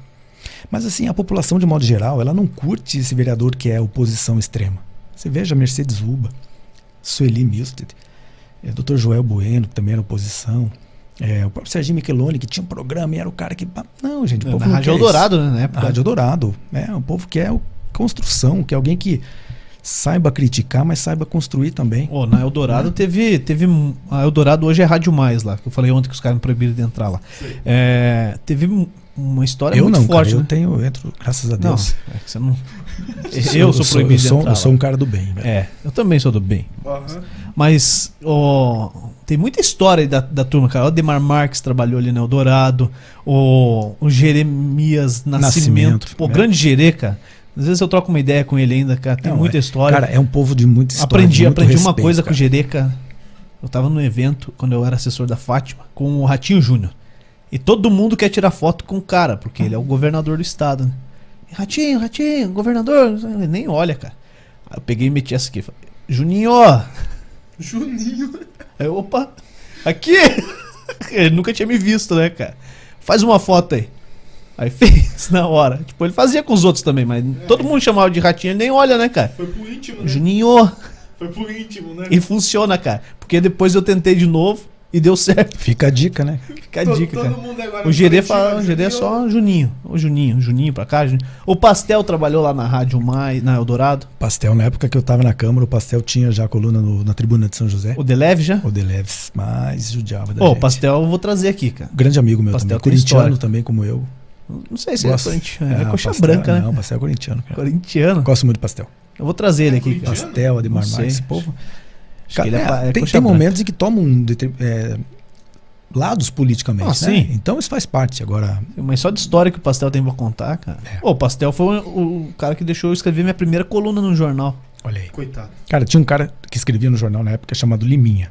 Speaker 3: Mas assim, a população de modo geral, ela não curte esse vereador que é oposição extrema. Você veja Mercedes Uba, Sueli Milstead, eh, Dr. Joel Bueno, que também era oposição, eh, o próprio Serginho Micheloni, que tinha um programa e era o cara que... pá, Não, gente, o povo
Speaker 1: É, Na
Speaker 3: não
Speaker 1: Rádio
Speaker 3: quer isso.
Speaker 1: Eldorado, né? Na
Speaker 3: A
Speaker 1: época.
Speaker 3: um Rádio Dourado. É, o povo quer o- construção, quer alguém que saiba criticar, mas saiba construir também.
Speaker 1: Ô, na Eldorado teve, teve. mu- A Eldorado hoje é Rádio Mais lá, que eu falei ontem que os caras me proibiram de entrar lá.
Speaker 2: Sei.
Speaker 1: É, teve mu- uma história
Speaker 3: eu
Speaker 1: muito
Speaker 3: não,
Speaker 1: forte,
Speaker 3: cara, eu
Speaker 1: né?
Speaker 3: tenho, eu entro, graças a
Speaker 1: Não,
Speaker 3: Deus.
Speaker 1: é que você não. Eu sou proibido
Speaker 3: eu
Speaker 1: de
Speaker 3: sou,
Speaker 1: entrar.
Speaker 3: eu sou
Speaker 1: lá.
Speaker 3: um cara do bem, né?
Speaker 1: É, eu também sou do bem.
Speaker 2: Aham.
Speaker 1: Mas ó, tem muita história aí da, da turma, cara. O Demar Marques trabalhou ali no Eldorado. O, o Jeremias Nascimento.
Speaker 3: Nascimento,
Speaker 1: pô,
Speaker 3: né?
Speaker 1: grande Jerê, cara. Às vezes eu troco uma ideia com ele ainda, cara. Tem
Speaker 3: Não,
Speaker 1: muita
Speaker 3: é-
Speaker 1: história.
Speaker 3: Cara, é um povo de muita história.
Speaker 1: aprendi
Speaker 3: de muito
Speaker 1: aprendi uma
Speaker 3: respeito,
Speaker 1: coisa com
Speaker 3: cara.
Speaker 1: o Jerê, cara. Eu tava num evento, quando eu era assessor da Fátima, com o Ratinho Júnior. E todo mundo quer tirar foto com o cara, porque ele é o governador do estado, né? Ratinho, Ratinho, governador. Ele nem olha, cara. Aí eu peguei e meti essa aqui. falei, Juninho, ó.
Speaker 2: Juninho.
Speaker 1: Aí, eu, opa, aqui! Ele nunca tinha me visto, né, cara? Faz uma foto aí. Aí fez na hora. Tipo, ele fazia com os outros também, mas todo mundo chamava de ratinho, ele nem olha, né, cara?
Speaker 2: Foi pro íntimo, né?
Speaker 1: Juninho!
Speaker 2: Foi pro íntimo, né?
Speaker 1: E funciona, cara. Porque depois eu tentei de novo e deu certo.
Speaker 3: Fica a dica, né?
Speaker 1: Fica a dica,
Speaker 2: todo
Speaker 1: cara.
Speaker 2: mundo agora
Speaker 1: O GD
Speaker 2: coletivo,
Speaker 1: fala, o GD é
Speaker 2: Juninho.
Speaker 1: só Juninho. Ô Juninho, Juninho pra cá, Juninho. O Pastel trabalhou lá na Rádio Mai, na Eldorado.
Speaker 3: Pastel, na época que eu tava na Câmara, o Pastel tinha já a coluna no- na tribuna de São José.
Speaker 1: O Deleve já?
Speaker 3: O Deleves, mas judiava da
Speaker 1: Ô, o
Speaker 3: gente.
Speaker 1: Pastel eu vou trazer aqui, cara.
Speaker 3: Grande amigo meu
Speaker 1: Pastel
Speaker 3: também,
Speaker 1: tem
Speaker 3: corintiano
Speaker 1: história.
Speaker 3: também, como eu.
Speaker 1: Não sei se
Speaker 3: Gosto.
Speaker 1: é corintiano. É,
Speaker 3: Ah,
Speaker 1: coxa
Speaker 3: pastel-
Speaker 1: branca, né?
Speaker 3: Não, pastel é corintiano, cara.
Speaker 1: Corintiano.
Speaker 3: Gosto muito de pastel.
Speaker 1: Eu vou trazer ele aqui, cara.
Speaker 2: Corintiano?
Speaker 3: Pastel, Ademar
Speaker 1: Não sei.
Speaker 3: Marques, esse povo.
Speaker 1: Acho
Speaker 3: Cara,
Speaker 1: que ele é pa- é
Speaker 3: tem,
Speaker 1: coxa
Speaker 3: tem
Speaker 1: branca.
Speaker 3: momentos em que tomam deter- é, lados politicamente,
Speaker 1: Ah,
Speaker 3: né?
Speaker 1: sim.
Speaker 3: Então isso faz parte. Agora,
Speaker 1: Mas só de história que o Pastel tem pra contar, cara. Ô, o Pastel foi o, o cara que deixou eu escrever minha primeira coluna no jornal.
Speaker 3: olha aí.
Speaker 2: Coitado.
Speaker 3: Cara, tinha um cara que escrevia no jornal na época chamado Liminha.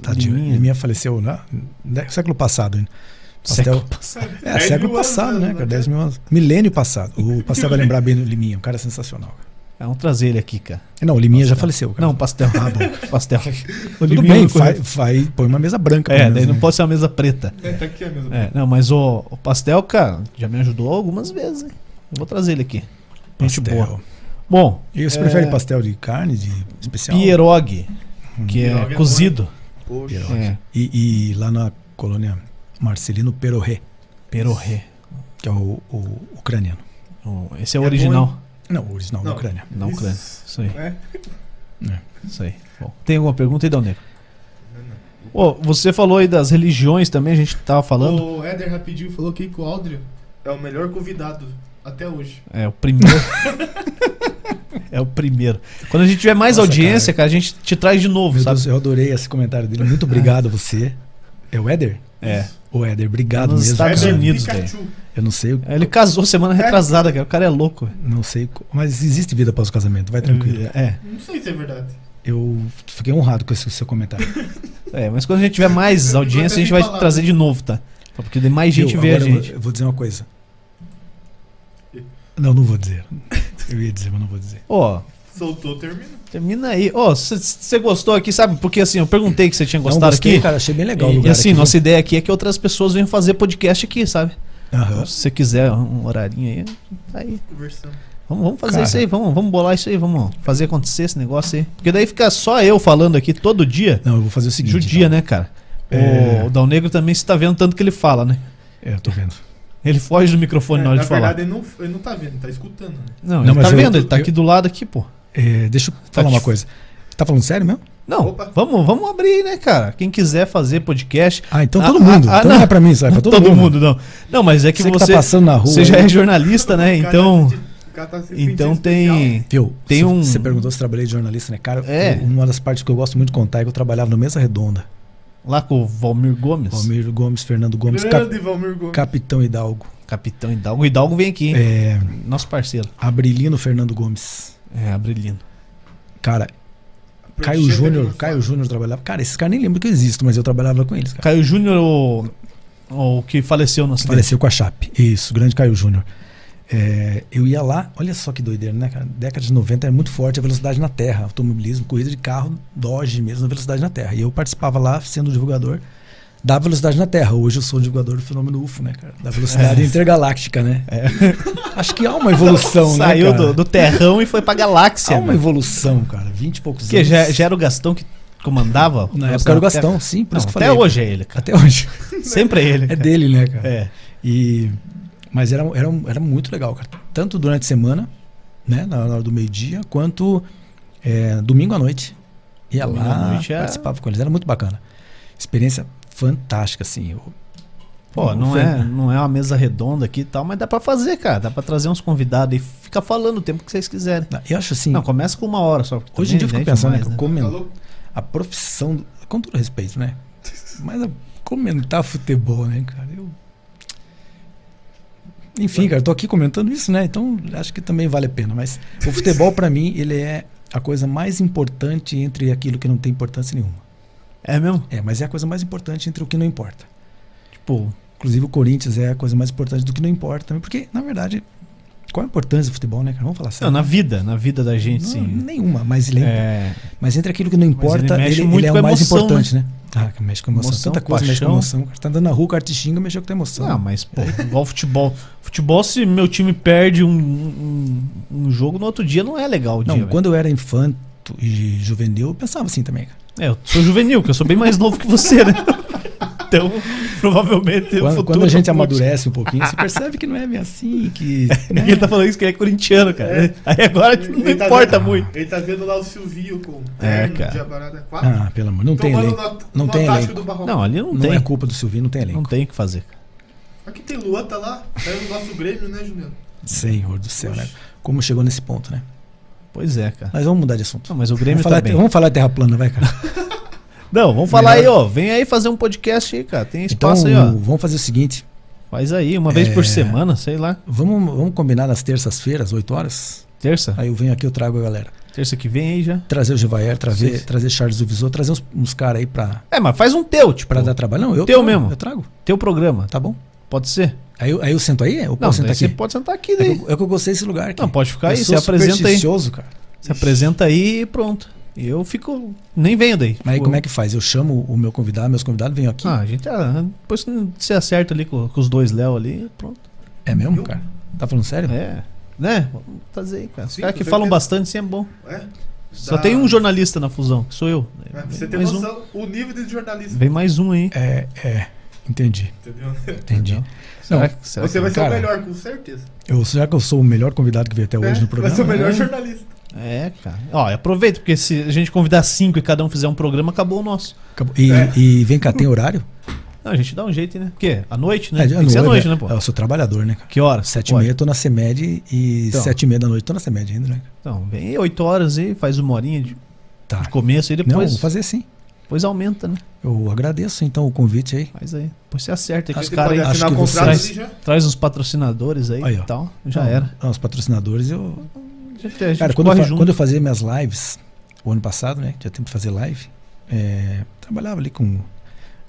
Speaker 3: Tadinho.
Speaker 1: Liminha?
Speaker 3: Liminha, faleceu lá no século passado. Né? Pastel,
Speaker 1: Século passado.
Speaker 3: é,
Speaker 2: 10
Speaker 3: século
Speaker 2: mil anos,
Speaker 3: passado, né,
Speaker 2: né?
Speaker 3: cara? 10 mil anos. Milênio passado. O Pastel vai lembrar bem do Liminha, um cara sensacional. cara.
Speaker 1: É, vamos trazer ele aqui, cara.
Speaker 3: Não, o Liminha já faleceu, cara.
Speaker 1: Não, Pastel. Ah, bom. Pastel.
Speaker 3: Tudo bem, vai, vai, põe uma mesa branca.
Speaker 1: É,
Speaker 3: pelo
Speaker 1: daí
Speaker 3: menos,
Speaker 1: não
Speaker 3: né?
Speaker 1: pode ser uma mesa preta.
Speaker 2: É, tá aqui a mesma.
Speaker 1: É, não, mas o, o Pastel, cara, já me ajudou algumas vezes, hein? Eu vou trazer ele aqui. Gente
Speaker 3: Pastel.
Speaker 1: boa. Bom,
Speaker 3: E você
Speaker 1: É.
Speaker 3: prefere pastel de carne, de especial?
Speaker 1: pierogi, que
Speaker 2: Pierogi é
Speaker 1: é
Speaker 2: bom,
Speaker 1: cozido.
Speaker 2: Poxa.
Speaker 3: Pierogi.
Speaker 1: É,
Speaker 3: E, e lá na colônia Marcelino Peroré,
Speaker 1: perorê.
Speaker 3: que é o, o ucraniano.
Speaker 1: O- Esse é o
Speaker 2: É bom,
Speaker 1: original.
Speaker 3: Não, o original da
Speaker 2: Não.
Speaker 3: Ucrânia.
Speaker 1: Não,
Speaker 2: Isso,
Speaker 1: Ucrânia. Isso aí,
Speaker 2: Né?
Speaker 1: isso aí. Bom, tem alguma pergunta aí, Dal Negro? Ô, você falou aí das religiões também, a gente tava falando.
Speaker 2: O Éder rapidinho falou aqui que o Aldrio é o melhor convidado até hoje.
Speaker 1: É o primeiro. é o primeiro. Quando a gente tiver mais
Speaker 3: Nossa,
Speaker 1: audiência, cara. a gente te traz de novo,
Speaker 3: Meu
Speaker 1: sabe?
Speaker 3: Deus, eu adorei esse comentário dele. Muito obrigado a você. É o Éder?
Speaker 1: É.
Speaker 3: O Éder, obrigado
Speaker 1: Nos
Speaker 3: mesmo.
Speaker 1: Estados
Speaker 3: cara.
Speaker 1: Unidos.
Speaker 2: Pikachu.
Speaker 3: Eu não sei, o-
Speaker 1: É, Ele casou semana retrasada, cara. O cara é louco. velho.
Speaker 3: não sei, co- mas existe vida após o casamento, vai tranquilo.
Speaker 1: É,
Speaker 2: Não sei se é verdade.
Speaker 3: Eu fiquei honrado com esse seu comentário.
Speaker 1: é, mas quando a gente tiver mais audiência, a gente vai
Speaker 2: Sem
Speaker 1: trazer de novo, tá? Só porque daí mais gente
Speaker 3: Viu?
Speaker 1: vê a
Speaker 3: Agora eu vou-
Speaker 1: gente.
Speaker 3: Eu vou dizer uma coisa. Não, não vou dizer. Eu ia dizer, mas não vou dizer.
Speaker 1: Ó,
Speaker 2: Soltou, termina.
Speaker 1: termina aí. Ó, se você gostou aqui, sabe? Porque assim, eu perguntei que você tinha
Speaker 3: não,
Speaker 1: gostado
Speaker 3: gostei,
Speaker 1: aqui.
Speaker 3: cara, achei bem legal o
Speaker 1: E,
Speaker 3: lugar
Speaker 1: e assim,
Speaker 3: aqui,
Speaker 1: nossa ideia aqui é que outras pessoas venham fazer podcast aqui, sabe?
Speaker 3: viu? Aham.
Speaker 1: Então, se você quiser um horarinho aí, tá aí.
Speaker 2: Conversando.
Speaker 1: Vamos, vamos fazer
Speaker 3: Cara.
Speaker 1: isso aí, vamos, vamos bolar isso aí, vamos fazer acontecer esse negócio aí. Porque daí fica só eu falando aqui todo dia.
Speaker 3: Não, eu vou fazer o seguinte.
Speaker 1: Judia, né, cara?
Speaker 3: É.
Speaker 1: O Dal Negro também se tá vendo tanto que ele fala, né?
Speaker 3: né? É, eu tô vendo.
Speaker 1: Ele foge do microfone na
Speaker 2: É, na
Speaker 1: hora de falar.
Speaker 2: verdade, ele não, ele não tá vendo, tá escutando. Né?
Speaker 1: Não,
Speaker 3: Não,
Speaker 1: ele
Speaker 3: mas
Speaker 1: tá
Speaker 3: eu-
Speaker 1: vendo, ele tá
Speaker 3: eu-
Speaker 1: aqui do lado aqui, pô.
Speaker 3: É, deixa eu falar uma
Speaker 1: difícil.
Speaker 3: coisa. Tá falando sério mesmo?
Speaker 1: Não,
Speaker 2: Opa.
Speaker 1: vamos, vamos abrir aí, né, cara? Quem quiser fazer podcast.
Speaker 3: Ah, então
Speaker 1: Ah,
Speaker 3: todo mundo.
Speaker 1: ah, ah,
Speaker 3: então não.
Speaker 1: não.
Speaker 3: é pra mim, sabe? É pra todo, mundo.
Speaker 1: não. Não, mas é que
Speaker 3: Você
Speaker 1: você,
Speaker 3: que tá passando na rua
Speaker 1: você já
Speaker 3: aí.
Speaker 1: é jornalista, né?
Speaker 2: O cara
Speaker 1: Então,
Speaker 2: tá se- o cara tá se sentindo
Speaker 1: então
Speaker 2: especial.
Speaker 1: tem
Speaker 3: Viu?
Speaker 1: Tem
Speaker 3: você,
Speaker 1: um-
Speaker 3: Você perguntou se eu trabalhei de jornalista, né? Cara,
Speaker 1: É.
Speaker 3: eu- uma das partes que eu gosto muito de contar é que eu trabalhava no Mesa Redonda.
Speaker 1: lá com o Valmir Gomes,
Speaker 3: Palmeiro Gomes, Fernando Gomes, Cap-
Speaker 2: Grande Valmir Gomes.
Speaker 3: Capitão Hidalgo,
Speaker 1: capitão Hidalgo. O Hidalgo vem aqui, hein?
Speaker 3: é,
Speaker 1: nosso parceiro.
Speaker 3: Abrilino Fernando Gomes.
Speaker 1: É, Abrilino.
Speaker 3: Cara, Caio
Speaker 2: Prancheta
Speaker 3: Júnior,
Speaker 2: de
Speaker 3: Caio Júnior trabalhava. Cara, esses caras nem lembram que eu existo, mas eu trabalhava com eles, cara.
Speaker 1: Caio Júnior, o, o que faleceu no acidente.
Speaker 3: Faleceu com a Chape. Isso, grande Caio Júnior. É, eu ia lá, olha só que doideira, né, cara? Década de 90 era muito forte a velocidade na terra, automobilismo, corrida de carro, Dodge mesmo, a velocidade na terra. E eu participava lá, sendo divulgador da velocidade na terra. Hoje eu sou um divulgador do fenômeno UFO, né, cara? Da velocidade
Speaker 1: É.
Speaker 3: intergaláctica, né? Acho que há uma evolução, né?
Speaker 1: Saiu
Speaker 3: cara?
Speaker 1: do, do terrão e foi pra galáxia.
Speaker 3: Há uma
Speaker 1: mano.
Speaker 3: evolução, cara. 20 e poucos
Speaker 1: Que
Speaker 3: anos.
Speaker 1: já, é- já era o Gastão que comandava?
Speaker 3: é? Na época era
Speaker 1: Terra?
Speaker 3: o Gastão, sim, por
Speaker 1: Não,
Speaker 3: isso que eu
Speaker 1: até
Speaker 3: falei.
Speaker 1: hoje é ele, cara.
Speaker 3: Até hoje.
Speaker 1: Sempre é ele.
Speaker 3: É
Speaker 1: cara.
Speaker 3: dele, né, cara?
Speaker 1: É.
Speaker 3: E, mas era, era, era muito legal, cara. Tanto durante a semana, né? Na hora do meio-dia, quanto é, domingo à noite. Ia
Speaker 1: Domingo
Speaker 3: lá,
Speaker 1: à noite é-
Speaker 3: participava com eles. Era muito bacana. Experiência fantástica, assim. Eu-
Speaker 1: Pô, não
Speaker 3: foi-
Speaker 1: é, não é uma mesa redonda aqui e tal, mas dá pra fazer, cara. Dá pra trazer uns convidados e fica falando o tempo que vocês quiserem.
Speaker 3: Eu acho assim.
Speaker 1: Não, começa com uma hora só. porque
Speaker 3: hoje em dia eu
Speaker 1: também
Speaker 3: fico
Speaker 1: é
Speaker 3: pensando,
Speaker 1: demais,
Speaker 3: né?
Speaker 1: né?
Speaker 2: Tá
Speaker 3: Comen-
Speaker 2: louco?
Speaker 3: a profissão. do- Com todo respeito, né? Mas a- comentar futebol, né, cara? Eu. Enfim, cara, eu tô aqui comentando isso, né? Então acho que também vale a pena. Mas o futebol, pra mim, ele é a coisa mais importante entre aquilo que não tem importância nenhuma.
Speaker 1: É mesmo?
Speaker 3: É, mas é a coisa mais importante entre o que não importa.
Speaker 1: Tipo,
Speaker 3: Inclusive, o Corinthians é a coisa mais importante do que não importa também, porque, na né? verdade, Qual a importância do futebol, né, cara? Vamos falar
Speaker 1: Não,
Speaker 3: sério.
Speaker 1: na vida, na vida da gente,
Speaker 3: Não,
Speaker 1: sim.
Speaker 3: Nenhuma, mas ele,
Speaker 1: É,
Speaker 3: mas entre aquilo que não importa,
Speaker 1: ele
Speaker 3: ele,
Speaker 1: mexe
Speaker 3: ele
Speaker 1: muito
Speaker 3: é
Speaker 1: com a
Speaker 3: o mais
Speaker 1: emoção,
Speaker 3: importante, né? Ah, que mexe com emoção.
Speaker 1: Emoção,
Speaker 3: Tanta coisa mexe com
Speaker 1: paixão.
Speaker 3: emoção. Cara. Tá andando na rua, o cara te xinga, mexeu com a tua emoção.
Speaker 1: ah, mas pô, igual futebol. Futebol, se meu time perde um, um, um jogo, no outro dia não é legal o
Speaker 3: não,
Speaker 1: dia.
Speaker 3: quando eu era infanto e juvenil, eu pensava assim também, cara.
Speaker 1: velho. É, eu sou juvenil, que eu sou bem mais novo que você, né? Então, provavelmente. no
Speaker 3: Quando,
Speaker 1: futuro é
Speaker 3: quando a gente
Speaker 1: eu vou-
Speaker 3: amadurece um pouquinho, você percebe que não é bem assim, que... né?
Speaker 1: Ninguém tá falando isso que é corintiano, cara.
Speaker 2: É.
Speaker 1: Aí agora não
Speaker 2: tá
Speaker 1: importa
Speaker 2: vendo-
Speaker 1: muito.
Speaker 2: Ele tá vendo lá o Silvio com
Speaker 1: É,
Speaker 2: terno
Speaker 1: cara.
Speaker 2: de Abarada 4.
Speaker 3: Ah, pelo amor,
Speaker 1: Então
Speaker 3: não tem
Speaker 2: tomando
Speaker 3: elenco.
Speaker 2: no,
Speaker 3: Não
Speaker 2: no
Speaker 3: tem
Speaker 2: Atlético
Speaker 3: elenco.
Speaker 2: do Barroca.
Speaker 1: Não, ali não,
Speaker 3: Não
Speaker 1: tem.
Speaker 3: é culpa do Silvinho, não tem
Speaker 1: não
Speaker 3: elenco.
Speaker 1: tem o que fazer.
Speaker 2: Aqui tem Luan, tá lá. Saiu do nosso Grêmio, né, Juliano?
Speaker 3: Senhor do céu, né? Como chegou nesse ponto, né?
Speaker 1: Pois é, cara.
Speaker 3: Mas vamos mudar de assunto.
Speaker 1: Não, mas o
Speaker 3: Vamos
Speaker 1: Grêmio
Speaker 3: falar,
Speaker 1: tá
Speaker 3: de-
Speaker 1: bem.
Speaker 3: vamos falar de terra plana, vai, cara.
Speaker 1: Não, vamos falar aí,
Speaker 3: Melhor.
Speaker 1: ó. Vem aí fazer um podcast aí, cara. Tem
Speaker 3: Então,
Speaker 1: espaço aí, ó.
Speaker 3: vamos fazer o É. seguinte.
Speaker 1: Faz aí, uma vez por semana, sei lá.
Speaker 3: Vamos, vamos combinar nas terças-feiras, 8 horas?
Speaker 1: Terça?
Speaker 3: Aí eu venho aqui, eu trago a galera.
Speaker 1: Terça que vem aí já.
Speaker 3: Trazer o Givaer, trazer,
Speaker 1: Sim.
Speaker 3: trazer Charles Duvisor, trazer uns, uns caras aí pra,
Speaker 1: É, mas faz um teu, tipo,
Speaker 3: pra dar trabalho. Não, eu
Speaker 1: Teu
Speaker 3: trago,
Speaker 1: mesmo.
Speaker 3: Eu trago,
Speaker 1: teu programa.
Speaker 3: tá bom.
Speaker 1: Pode ser?
Speaker 3: Aí eu, aí eu sento aí? Eu posso
Speaker 1: Não, daí
Speaker 3: sentar aqui?
Speaker 1: você pode sentar aqui
Speaker 3: É
Speaker 1: daí.
Speaker 3: que eu- é que eu gostei desse lugar aqui.
Speaker 1: Não, pode ficar aí, você
Speaker 3: eu sou
Speaker 1: apresenta aí.
Speaker 3: supersticioso, cara.
Speaker 1: Se apresenta aí e pronto. Eu fico. Nem venho daí. Tipo,
Speaker 3: Mas aí como é que faz? Eu chamo o meu convidado, meus convidados venham aqui.
Speaker 1: Ah, a gente. Ah, depois você acerta ali com, com os dois Léo ali, pronto.
Speaker 3: é mesmo, cara? Tá falando sério?
Speaker 1: É. Né? Vamos fazer aí, cara. Os
Speaker 2: Sim,
Speaker 1: caras
Speaker 2: com
Speaker 1: que
Speaker 2: certeza.
Speaker 1: falam bastante sempre é bom.
Speaker 2: É?
Speaker 1: Só
Speaker 2: Dá-
Speaker 1: tem um jornalista na fusão, que sou eu.
Speaker 2: É, pra
Speaker 1: Vem
Speaker 2: você ter
Speaker 1: mais
Speaker 2: noção, o nível de
Speaker 1: um.
Speaker 2: jornalismo,
Speaker 1: Vem mais um aí.
Speaker 3: É, é. Entendi,
Speaker 2: entendeu?
Speaker 3: entendi.
Speaker 1: Entendeu? Será
Speaker 3: Não,
Speaker 1: que- será
Speaker 2: Você
Speaker 1: que-
Speaker 2: vai ser
Speaker 3: Cara,
Speaker 2: o melhor, com certeza.
Speaker 3: Eu, será que eu sou o melhor convidado que veio até hoje
Speaker 2: É,
Speaker 3: no programa?
Speaker 2: vai ser o melhor
Speaker 3: É.
Speaker 2: jornalista.
Speaker 1: É, cara. Ó, e aproveita, porque se a gente convidar cinco e cada um fizer um programa, acabou o nosso.
Speaker 3: Acabou. E,
Speaker 2: É.
Speaker 3: e vem cá, tem horário?
Speaker 1: Não, a gente dá um jeito, né? Porque à noite, né?
Speaker 3: É,
Speaker 1: Tem
Speaker 3: não,
Speaker 1: que ser à
Speaker 3: eu-
Speaker 1: noite, né, pô?
Speaker 3: Eu sou trabalhador, né, cara?
Speaker 1: Que horas?
Speaker 3: Sete e meia eu tô na CEMED e
Speaker 1: Então.
Speaker 3: sete e meia da noite eu tô na CEMED ainda, né?
Speaker 1: Então, vem aí oito horas aí, faz uma horinha de,
Speaker 3: Tá.
Speaker 1: de começo e
Speaker 3: Não,
Speaker 1: depois,
Speaker 3: vou fazer sim.
Speaker 1: depois aumenta, né?
Speaker 3: Eu agradeço então o convite aí.
Speaker 1: Faz aí. Depois você acerta aí com
Speaker 2: Acho
Speaker 1: os
Speaker 2: que
Speaker 1: caras
Speaker 2: pode
Speaker 1: aí.
Speaker 3: acho
Speaker 2: assinar
Speaker 3: que
Speaker 2: o contrato
Speaker 1: vocês-
Speaker 2: ali já.
Speaker 1: Traz uns patrocinadores aí,
Speaker 3: Aí, ó.
Speaker 1: e tal. Já
Speaker 3: Não,
Speaker 1: era.
Speaker 3: não, os patrocinadores eu.
Speaker 1: A gente, a gente
Speaker 3: Cara, quando eu,
Speaker 1: corre
Speaker 3: fa-
Speaker 1: junto.
Speaker 3: quando eu fazia minhas lives, o ano passado, né? Tinha tempo de fazer live. é, trabalhava ali com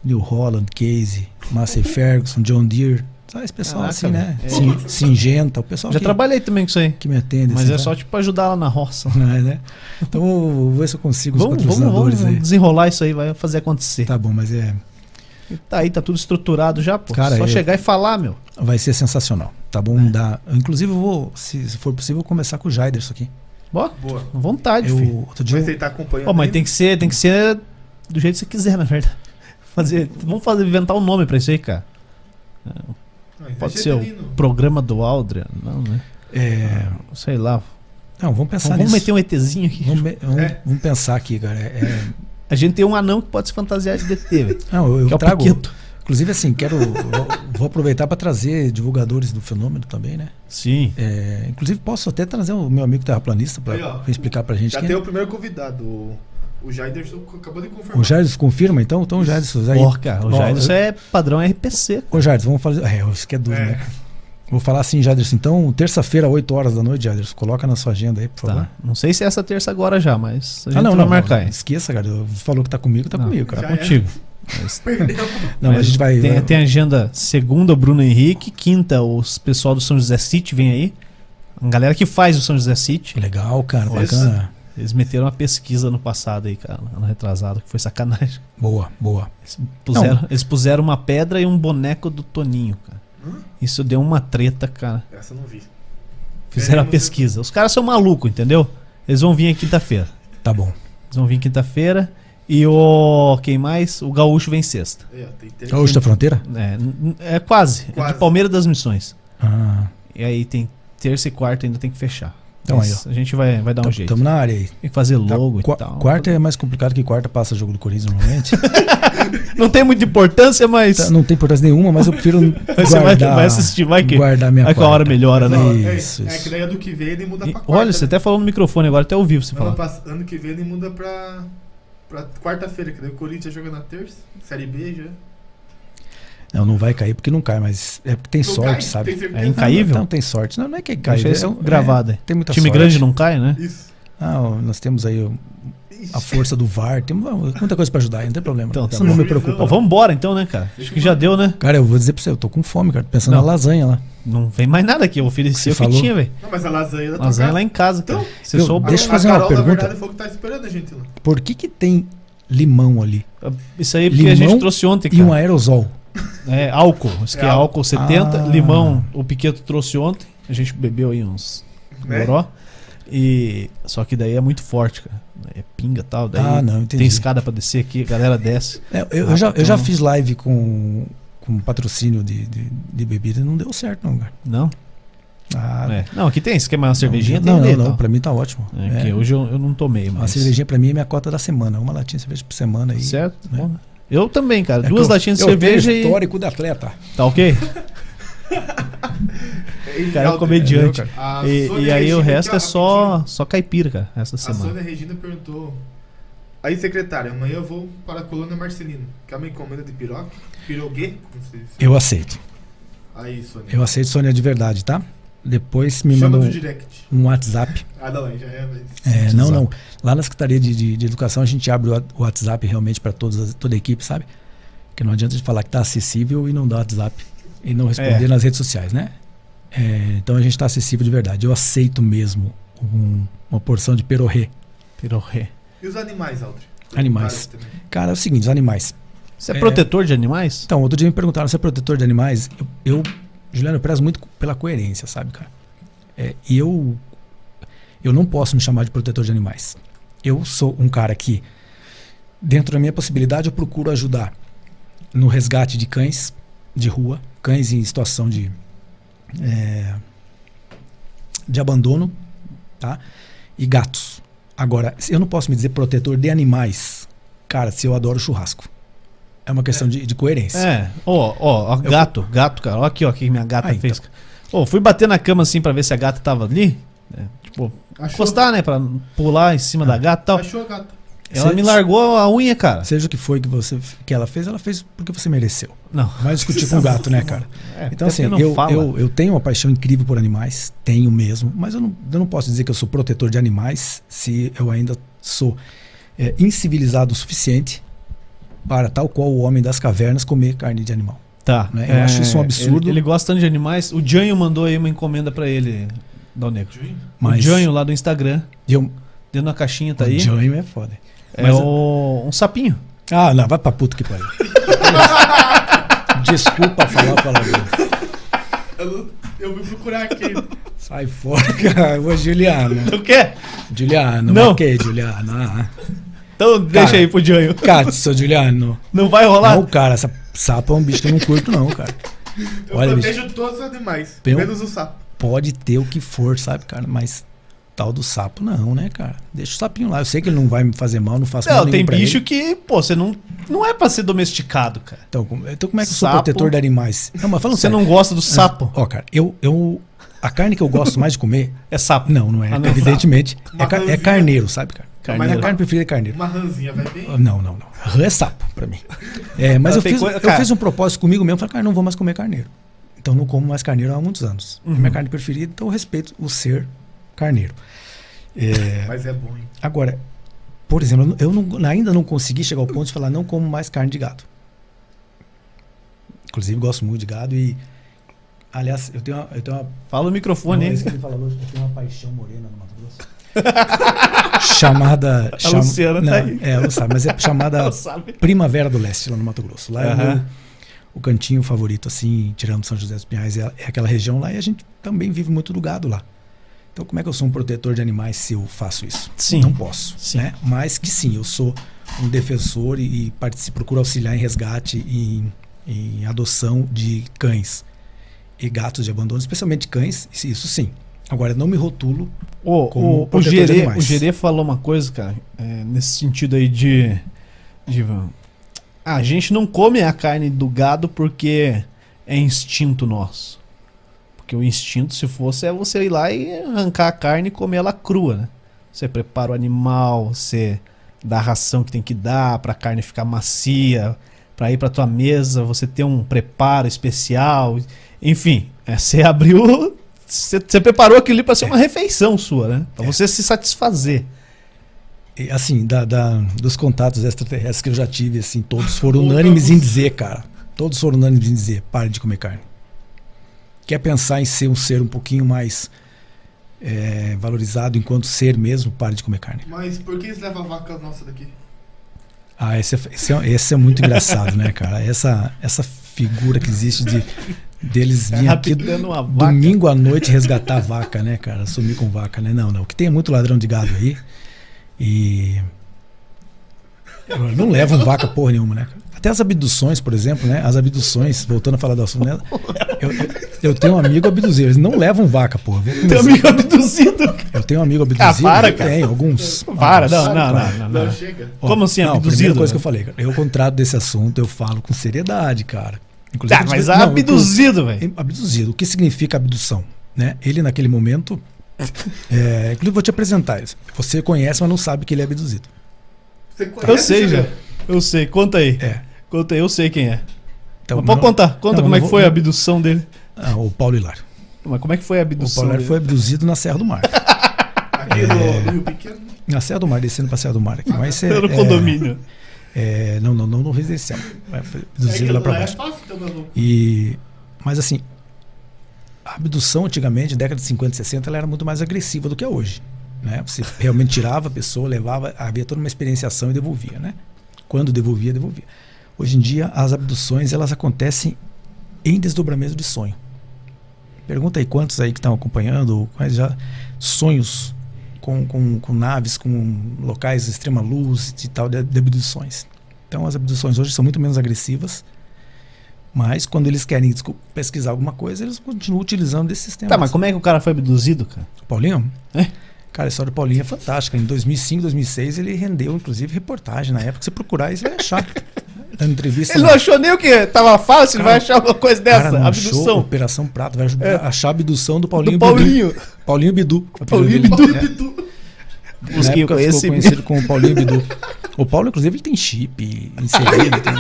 Speaker 3: New Holland, Casey, Massey Ferguson, John Deere. Sabe, esse pessoal
Speaker 1: Caraca,
Speaker 3: assim, né?
Speaker 1: velho.
Speaker 3: Sin- Singenta, o pessoal
Speaker 1: Já
Speaker 3: que,
Speaker 1: trabalhei também com isso aí.
Speaker 3: que me atende.
Speaker 1: Mas
Speaker 3: assim,
Speaker 1: é
Speaker 3: sabe?
Speaker 1: só, tipo, ajudar lá na roça.
Speaker 3: É, né? Então vou ver se eu consigo os
Speaker 1: Vamos, vamos,
Speaker 3: patrocinadores
Speaker 1: vamos desenrolar isso aí, vai fazer acontecer.
Speaker 3: aí. Tá bom, mas é,
Speaker 1: E Tá aí, tá tudo estruturado já, pô.
Speaker 3: Cara,
Speaker 1: Só
Speaker 3: eu-
Speaker 1: chegar e falar, meu.
Speaker 3: vai ser sensacional. Tá bom?
Speaker 1: É.
Speaker 3: Dá, inclusive, eu vou, se, se for possível, começar com o Jaider isso aqui.
Speaker 1: Ó,
Speaker 2: Boa.
Speaker 1: com vontade, filho.
Speaker 3: Eu, outro dia
Speaker 2: Mas
Speaker 3: eu,
Speaker 2: ele tá acompanhando.
Speaker 1: Ó, mas
Speaker 2: ali?
Speaker 1: tem que ser, tem que ser do jeito que você quiser, na verdade. Fazer, vamos fazer, inventar um nome pra isso aí, cara.
Speaker 2: Ah, isso é
Speaker 1: Pode ser o
Speaker 2: genuíno.
Speaker 1: programa do Aldria, não, né?
Speaker 3: é,
Speaker 1: Sei lá.
Speaker 3: não, vamos pensar
Speaker 1: Vamos, vamos
Speaker 3: nisso.
Speaker 1: meter um ETzinho aqui.
Speaker 3: Vamos, me- vamos-
Speaker 2: É.
Speaker 3: vamos pensar aqui, cara. É, é-
Speaker 1: A gente tem um anão que pode se fantasiar de DT, velho.
Speaker 3: não, eu, eu
Speaker 1: Que é o
Speaker 3: trago.
Speaker 1: Paquito.
Speaker 3: Inclusive, assim, quero. eu vou aproveitar para trazer divulgadores do fenômeno também, né?
Speaker 1: Sim.
Speaker 3: É, inclusive, posso até trazer o meu amigo terraplanista
Speaker 2: Aí, ó.
Speaker 3: para explicar pra gente.
Speaker 2: Já
Speaker 3: quem
Speaker 2: tem
Speaker 3: é.
Speaker 2: o primeiro convidado. O, o Jaiderson acabou de confirmar.
Speaker 3: O Jairus confirma, então? Então, o Jairus. aí-
Speaker 1: Porca, o
Speaker 3: Ó,
Speaker 1: Jair,
Speaker 3: eu-
Speaker 1: isso é padrão RPC.
Speaker 3: Ô, Jardes, vamos fazer. É, isso que é duro,
Speaker 2: É.
Speaker 3: né? Vou falar assim, Jaderson. Então, terça-feira, 8 horas da noite, Jaderson. Coloca na sua agenda aí, por favor.
Speaker 1: Tá? Não sei se é essa terça agora já, mas a gente
Speaker 3: Ah, não,
Speaker 1: vai
Speaker 3: não,
Speaker 1: marcar
Speaker 3: não.
Speaker 1: aí.
Speaker 3: Esqueça, cara. Eu- Falou que tá comigo, tá
Speaker 1: Não,
Speaker 3: comigo,
Speaker 1: tá
Speaker 3: cara.
Speaker 2: Já é.
Speaker 1: contigo.
Speaker 2: Perdeu.
Speaker 3: Não, mas a gente vai. né?
Speaker 1: Tem,
Speaker 3: vai-
Speaker 1: tem agenda segunda, o Bruno Henrique. Quinta, os pessoal do São José City vem aí. A galera que faz o São José City.
Speaker 3: Legal, cara.
Speaker 2: Isso.
Speaker 3: Bacana.
Speaker 1: Eles meteram uma pesquisa ano passado aí, cara. Ano retrasado, que foi sacanagem.
Speaker 3: Boa, boa.
Speaker 1: Eles puseram, eles puseram uma pedra e um boneco do Toninho, cara.
Speaker 2: Hã?
Speaker 1: Isso deu uma treta, cara.
Speaker 2: Essa eu não vi.
Speaker 1: Fizeram a
Speaker 2: Veremos,
Speaker 1: pesquisa. Os caras são malucos, entendeu? Eles vão vir quinta-feira.
Speaker 3: Tá bom.
Speaker 1: Eles vão vir quinta-feira. E o. Quem mais? O Gaúcho vem sexta.
Speaker 2: Aí, É, ó, tem três.
Speaker 3: Gaúcho da Fronteira?
Speaker 1: É, n- n- é quase. É
Speaker 2: Quase.
Speaker 1: de Palmeiras das Missões.
Speaker 3: Ah,
Speaker 1: E aí tem terça e quarta ainda tem que fechar.
Speaker 3: Então
Speaker 1: Mas
Speaker 3: aí, ó.
Speaker 1: A gente vai, vai dar um
Speaker 3: tam-
Speaker 1: jeito.
Speaker 3: tamo na área aí.
Speaker 1: Tem que fazer
Speaker 3: Tá,
Speaker 1: logo
Speaker 3: qua-
Speaker 1: e tal.
Speaker 3: Quarta é mais complicado que quarta passa jogo do Corinthians normalmente.
Speaker 1: Não tem muita importância, mas.
Speaker 3: é- Tá, não tem importância nenhuma, mas eu prefiro
Speaker 1: Você vai,
Speaker 3: guardar,
Speaker 1: vai assistir, vai que.
Speaker 3: guardar minha
Speaker 1: vai que a hora
Speaker 3: quarta.
Speaker 1: melhora, né?
Speaker 2: Não,
Speaker 3: Isso,
Speaker 2: é, é
Speaker 3: isso.
Speaker 2: que daí é do que vem ele muda
Speaker 1: E-
Speaker 2: pra quarta.
Speaker 1: olha, você tá até falou no microfone agora, até ouviu você
Speaker 2: né? ano,
Speaker 1: falar.
Speaker 2: pass- ano que vem ele muda pra, pra quarta-feira, que daí o Corinthians joga na terça. Série B já.
Speaker 3: Não, não vai cair porque não cai, mas é porque tem
Speaker 2: Não
Speaker 3: sorte,
Speaker 2: cai,
Speaker 3: sabe?
Speaker 2: Tem certeza?
Speaker 1: É incaível?
Speaker 3: Não, tem sorte. Não, não é que cai.
Speaker 1: Deixa
Speaker 2: né?
Speaker 1: isso
Speaker 3: é,
Speaker 1: um gravado aí.
Speaker 3: é, tem muita
Speaker 1: Time
Speaker 3: sorte.
Speaker 1: grande não cai, né?
Speaker 2: Isso.
Speaker 3: Ah, ó, nós temos aí ó,
Speaker 2: Ixi.
Speaker 3: a força do VAR, temos ó, muita coisa pra ajudar, aí, não tem problema.
Speaker 1: Então,
Speaker 3: Isso
Speaker 1: tá
Speaker 3: não
Speaker 1: bom.
Speaker 3: me preocupa.
Speaker 1: Pô, vamos embora então, né, cara? Acho que já deu, né?
Speaker 3: Cara, eu vou dizer pra você, eu tô com fome, cara. Tô pensando
Speaker 1: Não.
Speaker 3: na lasanha lá.
Speaker 1: não vem mais nada aqui. Eu ofereci
Speaker 3: Você
Speaker 1: o que
Speaker 3: falou?
Speaker 1: tinha, velho.
Speaker 2: Não, mas a lasanha da tua
Speaker 1: Mas é
Speaker 2: casa-
Speaker 1: lá em casa, cara.
Speaker 2: Então,
Speaker 1: Você
Speaker 3: eu-
Speaker 1: só
Speaker 2: A-
Speaker 3: deixa eu
Speaker 2: a
Speaker 3: fazer uma
Speaker 2: Carol,
Speaker 3: pergunta.
Speaker 2: Na verdade, foi o que tá esperando a gente lá.
Speaker 3: Por que que tem limão ali
Speaker 1: Isso aí é porque a
Speaker 3: Limão
Speaker 1: gente trouxe ontem,
Speaker 3: e
Speaker 1: cara.
Speaker 3: um aerosol?
Speaker 1: É álcool. Isso aqui é
Speaker 2: É álcool.
Speaker 1: álcool 70.
Speaker 3: Ah.
Speaker 1: Limão, o Piqueto trouxe ontem. A gente bebeu aí uns
Speaker 2: Né?
Speaker 1: goró. E... Só que daí é muito forte, cara. É pinga e tal. Daí
Speaker 3: Ah, não, entendi.
Speaker 1: tem escada pra descer aqui, a galera desce.
Speaker 3: É, eu, eu já, eu já
Speaker 1: então-
Speaker 3: fiz live com, com patrocínio de, de, de bebida e não deu certo, não, cara.
Speaker 1: Não?
Speaker 3: Ah,
Speaker 1: É. Não, aqui tem. Se quer mais uma cervejinha,
Speaker 3: Não,
Speaker 1: tem
Speaker 3: não,
Speaker 1: ali,
Speaker 3: não,
Speaker 1: e tal.
Speaker 3: pra mim tá ótimo.
Speaker 1: É, que
Speaker 3: É.
Speaker 1: hoje eu, eu não tomei, mas...
Speaker 3: A cervejinha pra mim é minha cota da semana. Uma latinha de cerveja por semana aí.
Speaker 1: Certo?
Speaker 3: né?
Speaker 1: Bom, né? Eu também, cara.
Speaker 3: É
Speaker 1: Duas
Speaker 3: que eu-
Speaker 1: latinhas de
Speaker 3: eu tenho
Speaker 1: cerveja e...
Speaker 3: histórico da atleta.
Speaker 1: Tá ok?
Speaker 2: E-
Speaker 1: Cara, é
Speaker 2: Alder,
Speaker 1: comediante.
Speaker 3: entendeu,
Speaker 2: a
Speaker 1: E,
Speaker 2: Sônia
Speaker 1: e aí o
Speaker 2: Regina
Speaker 1: resto
Speaker 2: aqui, ó,
Speaker 1: é só,
Speaker 2: rapidinho.
Speaker 1: só caipira, cara, essa
Speaker 2: A
Speaker 1: semana.
Speaker 2: Sônia Regina perguntou. Aí, secretária, amanhã eu vou para a colônia Marcelino. Quer uma encomenda de piroca? Piroguê? Não sei se...
Speaker 3: Eu aceito.
Speaker 2: Aí, Sônia.
Speaker 3: Eu aceito Sônia de verdade, tá? Depois me
Speaker 2: Chama
Speaker 3: mandou
Speaker 2: no direct.
Speaker 3: um WhatsApp.
Speaker 2: Ah, não, aí já é, mas...
Speaker 3: É,
Speaker 1: WhatsApp.
Speaker 3: não, não. Lá na Secretaria de, de, de Educação a gente abre o wa- o WhatsApp realmente para toda a equipe, sabe? Porque não adianta de falar que tá acessível e não dar WhatsApp e não responder
Speaker 1: É.
Speaker 3: nas redes sociais, né? É, então a gente tá acessível de verdade. Eu aceito mesmo um- uma porção de perorê,
Speaker 1: Pirorré.
Speaker 2: E os animais, Aldri?
Speaker 3: animais.
Speaker 2: Vários também.
Speaker 3: Cara, é o seguinte, os animais.
Speaker 1: Você é,
Speaker 3: É.
Speaker 1: protetor de animais?
Speaker 3: Então, outro dia me perguntaram se é protetor de animais. Eu, eu Juliano, eu prezo muito co- pela coerência, sabe, cara? É, e eu, eu não posso me chamar de protetor de animais. Eu sou um cara que, dentro da minha possibilidade, eu procuro ajudar no resgate de cães de rua, cães em situação de, é, de abandono, tá? E gatos. Agora, eu não posso me dizer protetor de animais, cara, se eu adoro churrasco. É uma questão de, de coerência.
Speaker 1: É. Ó, ó, ó,
Speaker 3: Eu-
Speaker 1: gato, gato, cara. Ó aqui, ó, que minha gata
Speaker 3: Ah, então.
Speaker 1: fez. cara. Ô, fui bater na cama assim pra ver se a gata tava ali. né? Tipo,
Speaker 2: Achou-
Speaker 1: encostar, né? Pra pular em cima
Speaker 3: Ah,
Speaker 1: da gata e tal.
Speaker 2: Achou a gata.
Speaker 1: Ela
Speaker 3: Cê-
Speaker 1: me largou a unha, cara.
Speaker 3: Seja o que foi que você que ela fez, ela fez porque você mereceu.
Speaker 1: Não.
Speaker 3: Vai discutir com o gato, né, cara?
Speaker 1: É, até
Speaker 3: Então, assim,
Speaker 1: porque não
Speaker 3: eu,
Speaker 1: fala.
Speaker 3: eu, eu tenho uma paixão incrível por animais, tenho mesmo, mas eu não, eu não posso dizer que eu sou protetor de animais se eu ainda sou é, incivilizado o suficiente para, tal qual o homem das cavernas, comer carne de animal.
Speaker 1: Tá.
Speaker 3: né? Eu acho isso um absurdo.
Speaker 1: Ele, ele gosta tanto de animais. O Janho mandou aí uma encomenda pra ele, Dal Negro.
Speaker 2: Juí?
Speaker 1: O
Speaker 3: Mas
Speaker 1: Janho lá do Instagram,
Speaker 3: eu,
Speaker 1: dentro da caixinha, tá aí.
Speaker 3: O Janho é foda.
Speaker 1: É
Speaker 3: Mas-
Speaker 1: o- um sapinho.
Speaker 3: Ah, não, vai pra puta que pariu. Desculpa falar palavrão.
Speaker 2: Eu, não- eu vim procurar aqui.
Speaker 3: Sai fora, cara. Ô, Juliano.
Speaker 1: O quê?
Speaker 3: Juliano,
Speaker 1: Não.
Speaker 3: ok, Juliano. ah.
Speaker 1: Então deixa
Speaker 3: Cara.
Speaker 1: aí pro Janho.
Speaker 3: Cara, seu Juliano.
Speaker 1: Não vai rolar?
Speaker 3: Não, cara, essa sapo é um bicho que eu não curto, não, cara.
Speaker 2: Eu
Speaker 3: Olha, bicho,
Speaker 2: protejo todos os animais,
Speaker 3: Tem um-
Speaker 2: menos o sapo.
Speaker 3: pode ter o que for, sabe, cara? Mas tal do sapo, não, né, cara? Deixa o sapinho lá. Eu sei que ele não vai me fazer mal, não faço mal
Speaker 1: Não,
Speaker 3: nenhum
Speaker 1: tem
Speaker 3: pra
Speaker 1: bicho
Speaker 3: ele.
Speaker 1: que, pô, você não, não é pra ser domesticado, cara.
Speaker 3: Então, como- então como é que eu sou
Speaker 1: Sapo.
Speaker 3: protetor de animais? Não, mas falando
Speaker 1: Você
Speaker 3: sério.
Speaker 1: não gosta do sapo.
Speaker 3: Ó, cara, eu, eu. A carne que eu gosto mais de comer.
Speaker 1: É sapo.
Speaker 3: Não, não é.
Speaker 1: Ah, não.
Speaker 3: evidentemente. É,
Speaker 2: Uma
Speaker 3: ca- é
Speaker 2: ranzinha.
Speaker 3: carneiro, sabe, cara?
Speaker 1: Não, mas
Speaker 3: Minha
Speaker 1: não-
Speaker 3: carne preferida é carneiro.
Speaker 2: Uma ranzinha vai bem.
Speaker 3: Não, não, não. Rã é sapo pra mim. É, mas
Speaker 1: Ela
Speaker 3: eu
Speaker 1: tem
Speaker 3: fiz,
Speaker 1: coisa-
Speaker 3: eu
Speaker 1: cara.
Speaker 3: fiz um propósito comigo mesmo. Falei, cara, não vou mais comer carneiro. Então não como mais carneiro há muitos anos. É
Speaker 1: Uhum.
Speaker 3: minha carne preferida, então eu respeito o ser carneiro. É,
Speaker 2: Mas é bom, hein?
Speaker 3: agora, por exemplo, eu não- eu não- ainda não consegui chegar ao ponto de falar não como mais carne de gado. Inclusive, gosto muito de gado e. Aliás, eu tenho uma. Eu tenho uma
Speaker 1: Fala no microfone,
Speaker 3: não, é
Speaker 1: hein?
Speaker 3: isso que ele fala hoje, eu tenho uma paixão morena no Mato Grosso. chamada. cham-
Speaker 1: Luciana tá
Speaker 3: não,
Speaker 1: aí.
Speaker 3: É, ela sabe, mas é chamada
Speaker 1: Ela sabe.
Speaker 3: Primavera do Leste, lá no Mato Grosso. Lá é o,
Speaker 1: Aham.
Speaker 3: meu- o cantinho favorito, assim, tirando São José dos Pinhais, é, é aquela região lá e a gente também vive muito do gado lá. Então, como é que eu sou um protetor de animais se eu faço isso?
Speaker 1: Sim.
Speaker 3: Não posso.
Speaker 1: Sim.
Speaker 3: Né? Mas que sim, eu sou um defensor e, e participo, procuro auxiliar em resgate e em, em adoção de cães e gatos de abandono, especialmente cães, isso sim. Agora, eu não me rotulo.
Speaker 1: Ô,
Speaker 3: Como
Speaker 1: o, o,
Speaker 3: protetor de
Speaker 1: Gerê,
Speaker 3: animais.
Speaker 1: o Gerê falou uma coisa, cara, é, nesse sentido aí de, de. A gente não come a carne do gado porque é instinto nosso. Porque o instinto, se fosse, é você ir lá e arrancar a carne e comer ela crua, né? Você prepara o animal, você dá a ração que tem que dar pra carne ficar macia, pra ir pra tua mesa, você ter um preparo especial. Enfim, é, você abriu. Você, você preparou aquilo ali pra ser uma refeição sua, né? Pra você se satisfazer.
Speaker 3: E, Assim, da, da- dos contatos extraterrestres que eu já tive, assim, todos foram
Speaker 2: Voltamos.
Speaker 3: unânimes em dizer, cara. Todos foram unânimes em dizer, pare de comer carne. quer pensar em ser um ser um pouquinho mais é, valorizado enquanto ser mesmo, pare de comer carne.
Speaker 2: Mas por que eles levam a vaca nossa daqui?
Speaker 3: Ah, esse é, esse é, esse é muito engraçado, né, cara? Essa, essa figura que existe de deles
Speaker 1: É
Speaker 3: virem
Speaker 1: Tá
Speaker 3: aqui
Speaker 1: Rapidando uma vaca.
Speaker 3: domingo à noite resgatar vaca, né, cara? Sumir com vaca, né? Não, não. Que tem muito ladrão de gado aí. E. Não levam vaca porra nenhuma, né? Até as abduções, por exemplo, né? As abduções, voltando a falar do assunto, né? Eu, eu, eu tenho um amigo abduzido, eles não levam vaca, porra. Vou
Speaker 1: Teu
Speaker 3: começar.
Speaker 1: um amigo abduzido.
Speaker 3: Eu tenho um amigo abduzido.
Speaker 1: para,
Speaker 3: eu
Speaker 1: cara.
Speaker 3: tenho alguns.
Speaker 1: Para,
Speaker 3: alguns.
Speaker 1: não, não, não, não,
Speaker 2: Não,
Speaker 1: não.
Speaker 2: chega.
Speaker 3: Ó,
Speaker 1: Como assim,
Speaker 3: não, a
Speaker 1: abduzido?
Speaker 3: primeira coisa que eu falei, cara. Eu, contrato desse assunto, eu falo com seriedade, cara. Inclusive,
Speaker 1: Tá,
Speaker 3: eu
Speaker 1: mas
Speaker 3: digo- não, inclu-
Speaker 1: abduzido, velho.
Speaker 3: Abduzido. O que significa abdução? Né? Ele, naquele momento. É, inclusive, vou te apresentar isso. Você conhece, mas não sabe que ele é abduzido.
Speaker 2: Você conhece
Speaker 1: Eu sei, já.
Speaker 2: Xandão?
Speaker 1: Eu sei, conta aí.
Speaker 3: É.
Speaker 1: Conta aí, eu sei quem é.
Speaker 3: Então,
Speaker 1: mas pode
Speaker 3: não-
Speaker 1: contar, conta
Speaker 3: não,
Speaker 1: como é
Speaker 3: não
Speaker 1: que
Speaker 3: vou-
Speaker 1: foi a abdução dele.
Speaker 3: Ah, o Paulo Hilário.
Speaker 1: Mas como é que foi a
Speaker 3: O
Speaker 1: abdução
Speaker 3: Paulo Hilário
Speaker 1: dele?
Speaker 3: foi abduzido na Serra do Mar.
Speaker 2: Aqui no, no Rio Pequeno.
Speaker 3: Na Serra É. do Mar, descendo pra Serra do Mar. Aqui. Mas é,
Speaker 1: Era no
Speaker 3: é-
Speaker 1: condomínio.
Speaker 3: é, não, não, não no residencial. Vai
Speaker 2: É que
Speaker 3: Abduzido lá pra
Speaker 2: lá é
Speaker 3: baixo.
Speaker 2: fácil, então, meu louco.
Speaker 3: E, mas assim, a abdução antigamente, década de 50 e 60, ela era muito mais agressiva do que é hoje. Né? Você realmente tirava a pessoa, levava, havia toda uma experienciação e devolvia. Né? Quando devolvia, devolvia. Hoje em dia, as abduções elas acontecem em desdobramento de sonho. Pergunta aí quantos aí que estão acompanhando, ou quais já sonhos com, com, com naves, com locais de extrema luz e tal, de, de abduções. Então, as abduções hoje são muito menos agressivas mas quando eles querem desco- pesquisar alguma coisa, eles continuam utilizando esse sistema.
Speaker 1: Tá, mas como é que o cara foi abduzido, cara?
Speaker 3: Paulinho?
Speaker 1: É.
Speaker 3: Cara, a história do Paulinho é fantástica. Em 2005, 2006, ele rendeu, inclusive, reportagem. Na época, se procurar, isso vai achar. Dando entrevista.
Speaker 1: Ele
Speaker 3: na-
Speaker 1: não achou nem o que tava fácil, ele
Speaker 3: Cara,
Speaker 1: vai achar alguma coisa
Speaker 3: cara,
Speaker 1: dessa.
Speaker 3: não achou
Speaker 1: Abdução. É.
Speaker 3: Operação Prato. Vai achar a abdução do
Speaker 1: Do
Speaker 3: Paulinho
Speaker 1: Paulinho.
Speaker 3: Bidu. Paulinho Bidu. o apelido
Speaker 1: Paulinho
Speaker 3: dele.
Speaker 2: Olha tudo.
Speaker 3: Na
Speaker 1: Busquei
Speaker 3: época, ficou
Speaker 1: esse-
Speaker 3: conhecido como Paulinho Bidu. O Paulo, inclusive, ele tem chip inserido. Tem...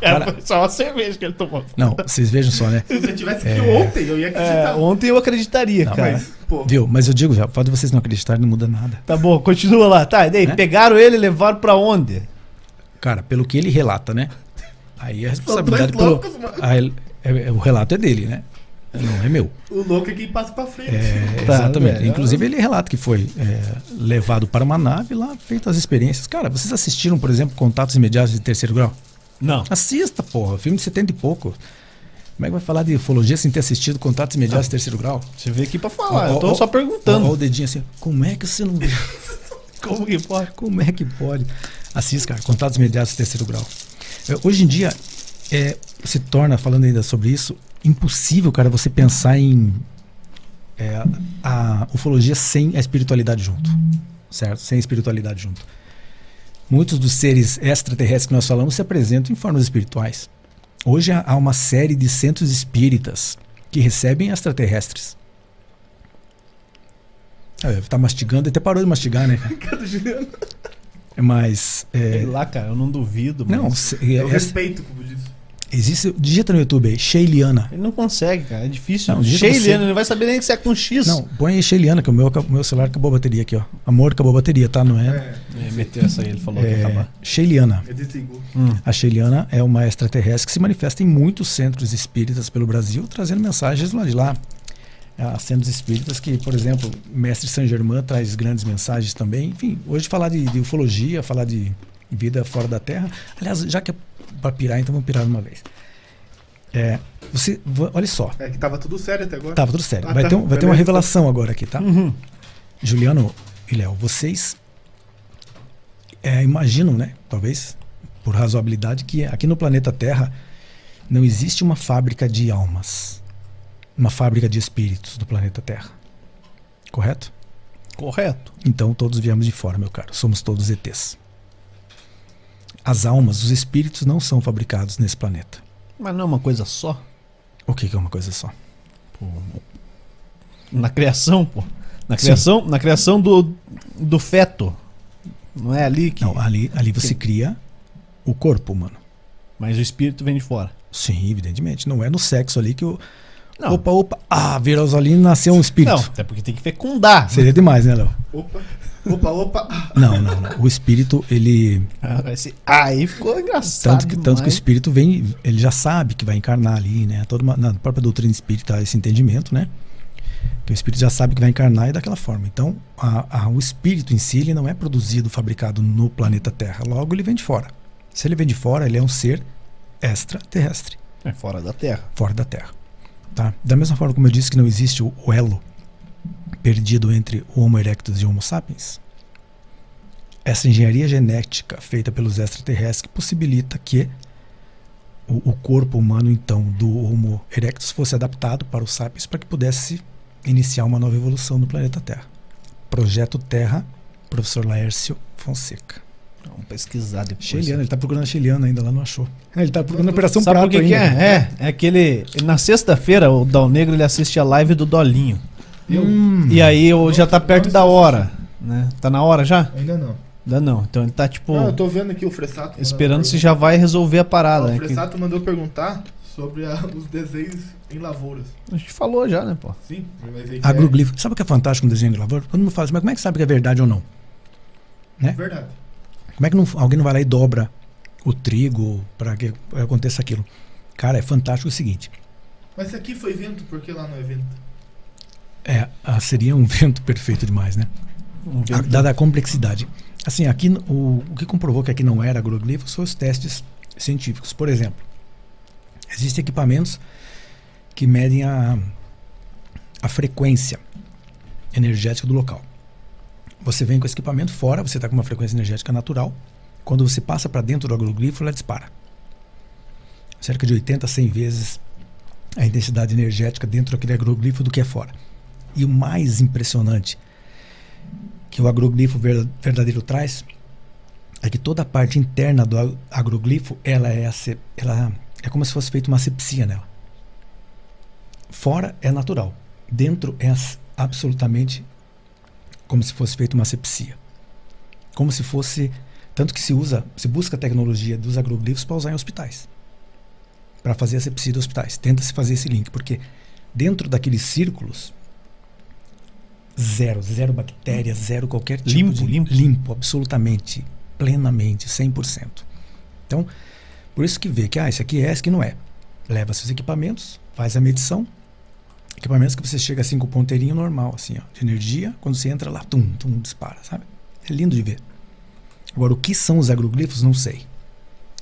Speaker 1: Era
Speaker 3: Cara-
Speaker 1: só uma cerveja que ele tomou.
Speaker 3: Não, vocês vejam só, né?
Speaker 2: Se você tivesse aqui ontem, eu ia
Speaker 1: É,
Speaker 2: acreditar.
Speaker 1: ontem eu acreditaria,
Speaker 3: Não,
Speaker 1: cara.
Speaker 2: mas, pô,
Speaker 3: Viu? Mas eu digo, já, o fato de vocês não acreditarem não muda nada.
Speaker 1: Tá bom, continua lá. Tá, e daí?
Speaker 3: Né?
Speaker 1: Pegaram ele e levaram pra onde?
Speaker 3: Cara, pelo que ele relata, né? Aí a responsabilidade
Speaker 2: dois
Speaker 3: pelo.
Speaker 2: loucos, mano.
Speaker 3: a- é- é- o relato é dele, né? Não é meu.
Speaker 2: o louco é quem passa pra frente.
Speaker 3: É,
Speaker 1: Tá,
Speaker 3: exatamente.
Speaker 1: velho.
Speaker 3: Inclusive, ele relata que foi é, levado para uma nave lá, feito as experiências. Cara, vocês assistiram, por exemplo, Contatos Imediatos de Terceiro Grau?
Speaker 1: Não.
Speaker 3: Assista, porra. Filme de 70 e pouco. Como é que vai falar de ufologia sem ter assistido Contatos Imediatos de Terceiro Grau?
Speaker 1: Você veio aqui pra falar, Ah. eu
Speaker 3: Ó,
Speaker 1: tô
Speaker 3: ó,
Speaker 1: só perguntando.
Speaker 3: Ó, ó o dedinho assim, como é que você não viu?
Speaker 1: Como que pode?
Speaker 3: Como é que pode? Assista, cara, Contatos Imediatos do Terceiro Grau. É, Hoje em dia, é, se torna, falando ainda sobre isso, impossível, cara, você pensar em é, a ufologia sem a espiritualidade junto. Certo? Sem a espiritualidade junto. Muitos dos seres extraterrestres que nós falamos se apresentam em formas espirituais. Hoje há- há uma série de centros espíritas que recebem extraterrestres. É, tá mastigando, até parou de mastigar, né? cara?
Speaker 2: Obrigado, Juliano.
Speaker 3: Mas. é,
Speaker 1: Sei lá, cara, eu não duvido.
Speaker 3: não,
Speaker 1: Não.
Speaker 3: se-
Speaker 2: Eu
Speaker 3: é-
Speaker 2: respeito como disso.
Speaker 3: existe. Digita no YouTube aí, Sheiliana.
Speaker 1: Ele não consegue, cara, é difícil.
Speaker 3: Não, digita
Speaker 1: Cheio
Speaker 3: você.
Speaker 1: ele, ele não vai saber nem se é com X.
Speaker 3: Não, põe aí Sheiliana, que o meu, acab- meu celular acabou a bateria aqui, ó. Amor, acabou a bateria, tá? Não é?
Speaker 2: É,
Speaker 1: É, meteu essa aí, ele falou que ia
Speaker 3: é
Speaker 1: acabar.
Speaker 3: Sheiliana.
Speaker 2: eu desligo.
Speaker 3: A Sheiliana é uma extraterrestre que se manifesta em muitos centros espíritas pelo Brasil, trazendo mensagens lá de lá. Há centros espíritas que, por exemplo, Mestre Saint Germain traz grandes mensagens também. Enfim, hoje falar de, de ufologia, falar de vida fora da Terra. Aliás, já que é pra pirar, então vamos pirar uma vez. É, você, vo- olha só.
Speaker 2: É que tava tudo sério até agora.
Speaker 3: Tava tudo sério.
Speaker 2: Ah,
Speaker 3: Vai,
Speaker 2: tá.
Speaker 3: ter, um- vai ter uma
Speaker 2: Beleza.
Speaker 3: revelação agora aqui, tá?
Speaker 1: Uhum.
Speaker 3: Juliano e Léo, vocês é, imaginam, né? Talvez por razoabilidade, que aqui no planeta Terra não existe uma fábrica de almas, uma fábrica de espíritos do planeta Terra. Correto?
Speaker 1: Correto.
Speaker 3: Então todos viemos de fora, meu caro. Somos todos ETs. As almas, os espíritos não são fabricados nesse planeta.
Speaker 1: Mas não é uma coisa só.
Speaker 3: O que, que é uma coisa só?
Speaker 1: Na criação, pô. Na
Speaker 3: Sim.
Speaker 1: criação, na criação do, do feto. Não é ali que.
Speaker 3: Não, ali, ali você cria o corpo humano.
Speaker 1: Mas o espírito vem de fora.
Speaker 3: Sim, evidentemente. Não é no sexo ali que o.
Speaker 1: Não.
Speaker 3: Opa, opa. Ah, Verosolino nasceu um espírito.
Speaker 1: Não, até porque tem que fecundar.
Speaker 3: Seria demais, né, Léo?
Speaker 2: Opa. Opa, Ah, opa.
Speaker 3: Não, não, não. O espírito, ele.
Speaker 1: Ah, esse- Aí ficou engraçado.
Speaker 3: Tanto que, tanto que o
Speaker 1: demais.
Speaker 3: espírito vem, ele já sabe que vai encarnar ali, né? Toda uma- na própria doutrina espírita há esse entendimento, né? Que o espírito já sabe que vai encarnar e daquela forma. Então, a- a- o espírito em si, ele não é produzido, fabricado no planeta Terra. Logo, ele vem de fora. Se ele vem de fora, ele é um ser extraterrestre,
Speaker 1: É fora da Terra.
Speaker 3: fora da Terra. Tá? Da mesma forma como eu disse que não existe o, o elo perdido entre o Homo erectus e o Homo sapiens, essa engenharia genética feita pelos extraterrestres que possibilita que o, o corpo humano, então, do Homo erectus fosse adaptado para o sapiens para que pudesse iniciar uma nova evolução no planeta Terra. Projeto Terra, professor Laércio Fonseca.
Speaker 1: Vamos pesquisar depois.
Speaker 3: Chiliano, ele está procurando a chiliana ainda, lá não achou. É, Ele está procurando a Operação
Speaker 1: Sabe
Speaker 3: Prato
Speaker 1: por que, que
Speaker 3: ainda. né?
Speaker 1: é? É, é que ele. Na sexta-feira, o Dal Negro ele assiste a live do Dolinho.
Speaker 2: Eu
Speaker 3: Hum.
Speaker 1: E aí eu, já tá perto
Speaker 2: não
Speaker 1: da
Speaker 2: estou
Speaker 1: hora. Né? Tá na hora já?
Speaker 2: ainda não.
Speaker 1: Ainda não. Então ele tá, tipo,
Speaker 2: Não, Ah, eu tô vendo aqui o Fressato. Ah,
Speaker 1: esperando se já vai resolver a parada.
Speaker 2: O
Speaker 1: né? Que-
Speaker 2: Fressato mandou perguntar sobre a- os desenhos em lavouras.
Speaker 1: a gente falou já, né, pô?
Speaker 2: Sim, mas aí
Speaker 3: Agroglifo. Sabe o que é fantástico no desenho de lavoura? Todo mundo fala assim, mas como é que sabe que é verdade ou não? né?
Speaker 2: é verdade.
Speaker 3: Como é que não- alguém não vai lá e dobra o trigo para que aconteça aquilo? Cara, é fantástico o seguinte:
Speaker 2: Mas aqui foi vento, porque lá não é vento.
Speaker 3: é, ah, seria um vento perfeito demais, né?
Speaker 1: Vamos um ver.
Speaker 3: A- Dada a complexidade. Assim, aqui n- o, o que comprovou que aqui não era agroglifo são os testes científicos. Por exemplo, existem equipamentos que medem a, a frequência energética do local. Você vem com esse equipamento fora, você está com uma frequência energética natural. Quando você passa para dentro do agroglifo, ela dispara. Cerca de 80 a 100 vezes a intensidade energética dentro daquele agroglifo do que é fora. E o mais impressionante que o agroglifo ver- verdadeiro traz é que toda a parte interna do ag- agroglifo ela é ace- ela é como se fosse feita uma asepsia nela. Fora é natural, dentro é as- absolutamente como se fosse feita uma asepsia. Como se fosse tanto que se usa, se busca a tecnologia dos agroglifos para usar em hospitais. Para fazer asepsia de hospitais. Tenta-se fazer esse link, porque dentro daqueles círculos zero, zero bactéria, zero qualquer tipo
Speaker 1: Limpo,
Speaker 3: de
Speaker 1: limpo.
Speaker 3: limpo, absolutamente, plenamente, 100%. Então, por isso que vê que ah, esse aqui é, esse aqui não é. Leva seus equipamentos, faz a medição. Equipamentos que você chega assim com o ponteirinho normal, assim, ó, de energia, quando você entra lá, tum, tum, dispara, sabe? É lindo de ver. Agora, o que são os agroglifos, não sei.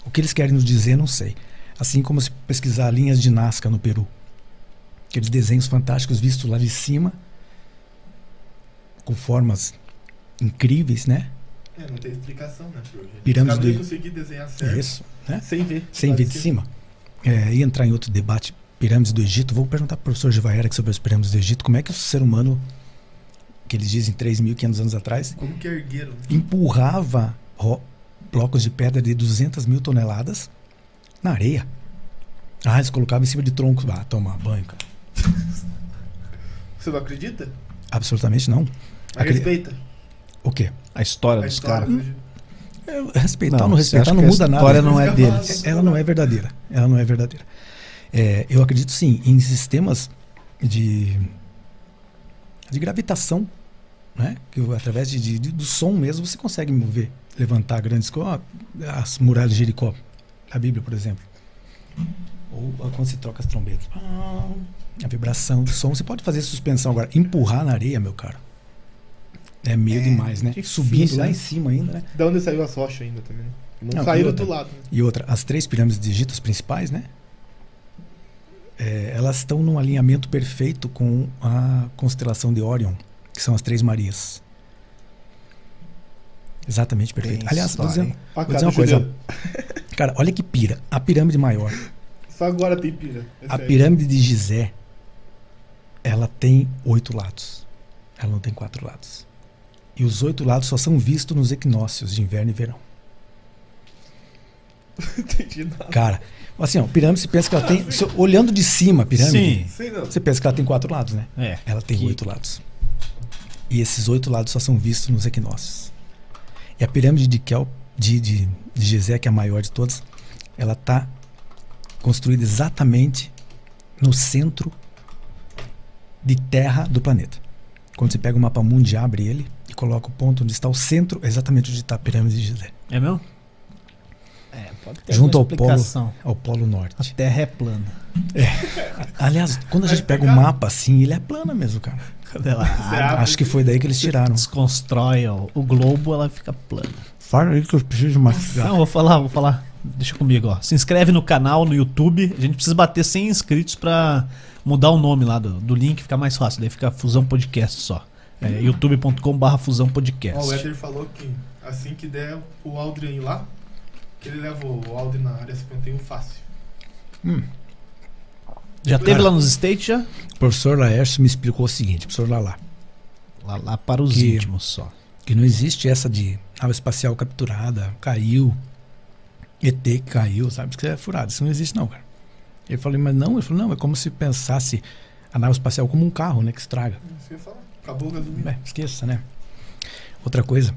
Speaker 3: O que eles querem nos dizer, não sei. Assim como se pesquisar linhas de Nazca no Peru. Aqueles desenhos fantásticos vistos lá de cima, com formas incríveis, né?
Speaker 2: É, não tem explicação, né? Por hoje.
Speaker 3: Pirâmide
Speaker 2: Acabei
Speaker 3: do-
Speaker 2: conseguir desenhar
Speaker 3: É
Speaker 2: certo.
Speaker 3: isso, né?
Speaker 2: Sem ver.
Speaker 3: Sem
Speaker 2: lá
Speaker 3: vir de cima. É, e entrar em outro debate, pirâmides do Egito. Vou perguntar pro professor Givaera sobre as pirâmides do Egito. Como é que o ser humano, que eles dizem 3.500 anos atrás,
Speaker 2: Como que ergueram? né?
Speaker 3: empurrava ro- blocos de pedra de 200 mil toneladas na areia. Ah, eles colocavam em cima de troncos. Ah, tomar banho, cara.
Speaker 2: Você não acredita?
Speaker 3: Absolutamente não.
Speaker 2: Mas
Speaker 3: Acre-
Speaker 2: Respeita.
Speaker 3: O quê?
Speaker 1: A história
Speaker 2: a
Speaker 1: dos
Speaker 2: história Uhum.
Speaker 1: caras.
Speaker 2: do Egito.
Speaker 3: É, Respeitar ou não
Speaker 1: você
Speaker 3: respeitar
Speaker 1: acha
Speaker 3: não
Speaker 1: que a
Speaker 3: muda nada.
Speaker 1: história não é
Speaker 2: Mas
Speaker 1: deles.
Speaker 2: cavalo.
Speaker 3: Ela não é verdadeira. Ela não é verdadeira. É, eu acredito sim em sistemas de, de gravitação, né? Que o- através de, de- de- do som mesmo você consegue mover, levantar grandes co- ó, as muralhas de Jericó, na Bíblia, por exemplo. Ou ó, quando se troca as trombetas. A vibração do som. Você pode fazer suspensão agora. Empurrar na areia, meu cara. É meio demais, né?
Speaker 1: difícil,
Speaker 3: Subindo lá
Speaker 1: né?
Speaker 3: em cima ainda, né?
Speaker 2: Da onde saiu a rochas ainda também, né? Não,
Speaker 3: Não, é
Speaker 2: saíram
Speaker 3: tem outra.
Speaker 2: do lado. Né?
Speaker 3: E outra, as três pirâmides de Egito, as principais, né? É, elas estão num alinhamento perfeito com a constelação de Orion, que são as três Marias. Exatamente perfeito.
Speaker 1: Tem
Speaker 3: Aliás, vou
Speaker 1: história,
Speaker 3: dizer,
Speaker 1: hein?
Speaker 2: Ó,
Speaker 3: vou
Speaker 2: cara,
Speaker 3: dizer uma
Speaker 2: do
Speaker 3: coisa.
Speaker 2: judeu.
Speaker 3: Cara, olha que pira. A pirâmide maior,
Speaker 2: Só agora tem pira. É
Speaker 3: a
Speaker 2: sério.
Speaker 3: pirâmide de Gizé, ela tem oito lados. Ela não tem quatro lados. E os oito lados só são vistos nos equinócios de inverno e verão.
Speaker 2: Não entendi
Speaker 1: Tá.
Speaker 2: nada.
Speaker 3: Cara, assim, ó, pirâmide, você pensa que ela tem. se- Olhando de cima a pirâmide,
Speaker 1: Sim.
Speaker 2: Sei não.
Speaker 3: Você pensa que ela tem quatro lados, né?
Speaker 1: É.
Speaker 3: Ela tem
Speaker 1: Que-
Speaker 3: oito lados. E esses oito lados só são vistos nos equinócios. E a pirâmide de Kel, de, de, de Gizé, que é a maior de todas, ela está construída exatamente no centro de terra do planeta. Quando você pega o mapa mundi, abre ele e e coloca o ponto onde está o centro, exatamente onde está a pirâmide de Gizé,
Speaker 1: É mesmo?
Speaker 5: É, pode
Speaker 3: Junto ao
Speaker 5: alguma
Speaker 3: polo.
Speaker 5: explicação.
Speaker 3: ao Polo Norte.
Speaker 5: A Terra é plana.
Speaker 3: Aliás, quando a gente pega o mapa assim, ele é plano mesmo, cara.
Speaker 1: Cadê lá?
Speaker 2: Será?
Speaker 3: Acho que foi daí que eles tiraram.
Speaker 1: Desconstrói ó, o globo, ela fica plana.
Speaker 3: Fala aí que eu preciso de mastigar.
Speaker 1: Não, vou falar, vou falar. Deixa comigo, ó. Se inscreve no canal no YouTube. A gente precisa bater 100 inscritos pra mudar o nome lá do, do link, ficar mais fácil. Daí fica Fusão Podcast só. É, youtube.com/barra Fusão Podcast.
Speaker 2: Ó, o Éder falou que assim que der o Aldrin ir lá, que ele leva o Aldrin na área 51 fácil.
Speaker 1: já teve lá nos States já?
Speaker 3: O professor Laércio me explicou o seguinte, professor Lala,
Speaker 1: Lá, lá para os
Speaker 3: Que-
Speaker 1: íntimos só.
Speaker 3: que não existe essa de nave espacial capturada, caiu, ET que caiu, sabe? Isso que é furado, isso não existe não, cara. Ele falou, mas não, ele falou, não, é como se pensasse a nave espacial como um carro, né, que estraga.
Speaker 2: Você fala, acabou o resumo.
Speaker 3: Bem, esqueça, né? Outra coisa,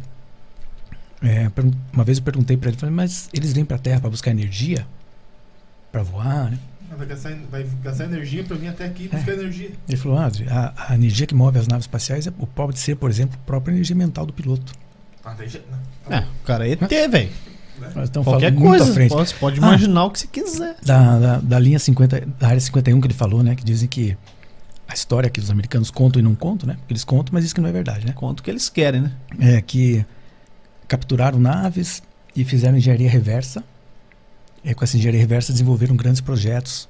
Speaker 3: é, pergun- uma vez eu perguntei pra ele, falei, mas eles vêm pra Terra pra buscar energia? Pra voar, né?
Speaker 2: Vai gastar, vai gastar energia pra vir até aqui
Speaker 3: É.
Speaker 2: e buscar energia.
Speaker 3: Ele falou, ah, a, a energia que move as naves espaciais é, o- pode ser, por exemplo, a própria energia mental do piloto.
Speaker 2: Ah, daí já. não, tá
Speaker 1: É,
Speaker 2: bom.
Speaker 1: o cara é ET, velho.
Speaker 3: Nós estamos
Speaker 1: Qualquer
Speaker 3: falando então muito à
Speaker 1: coisa.
Speaker 3: frente.
Speaker 1: Pode, pode
Speaker 3: Ah.
Speaker 1: imaginar o que você quiser.
Speaker 3: Da, da, da linha 50, da área 51 que ele falou, né? Que dizem que a história que os americanos contam e não contam, né? Porque eles contam, mas isso que não é verdade, né?
Speaker 1: Conta o que eles querem, né?
Speaker 3: É que capturaram naves e fizeram engenharia reversa. E com essa engenharia reversa desenvolveram grandes projetos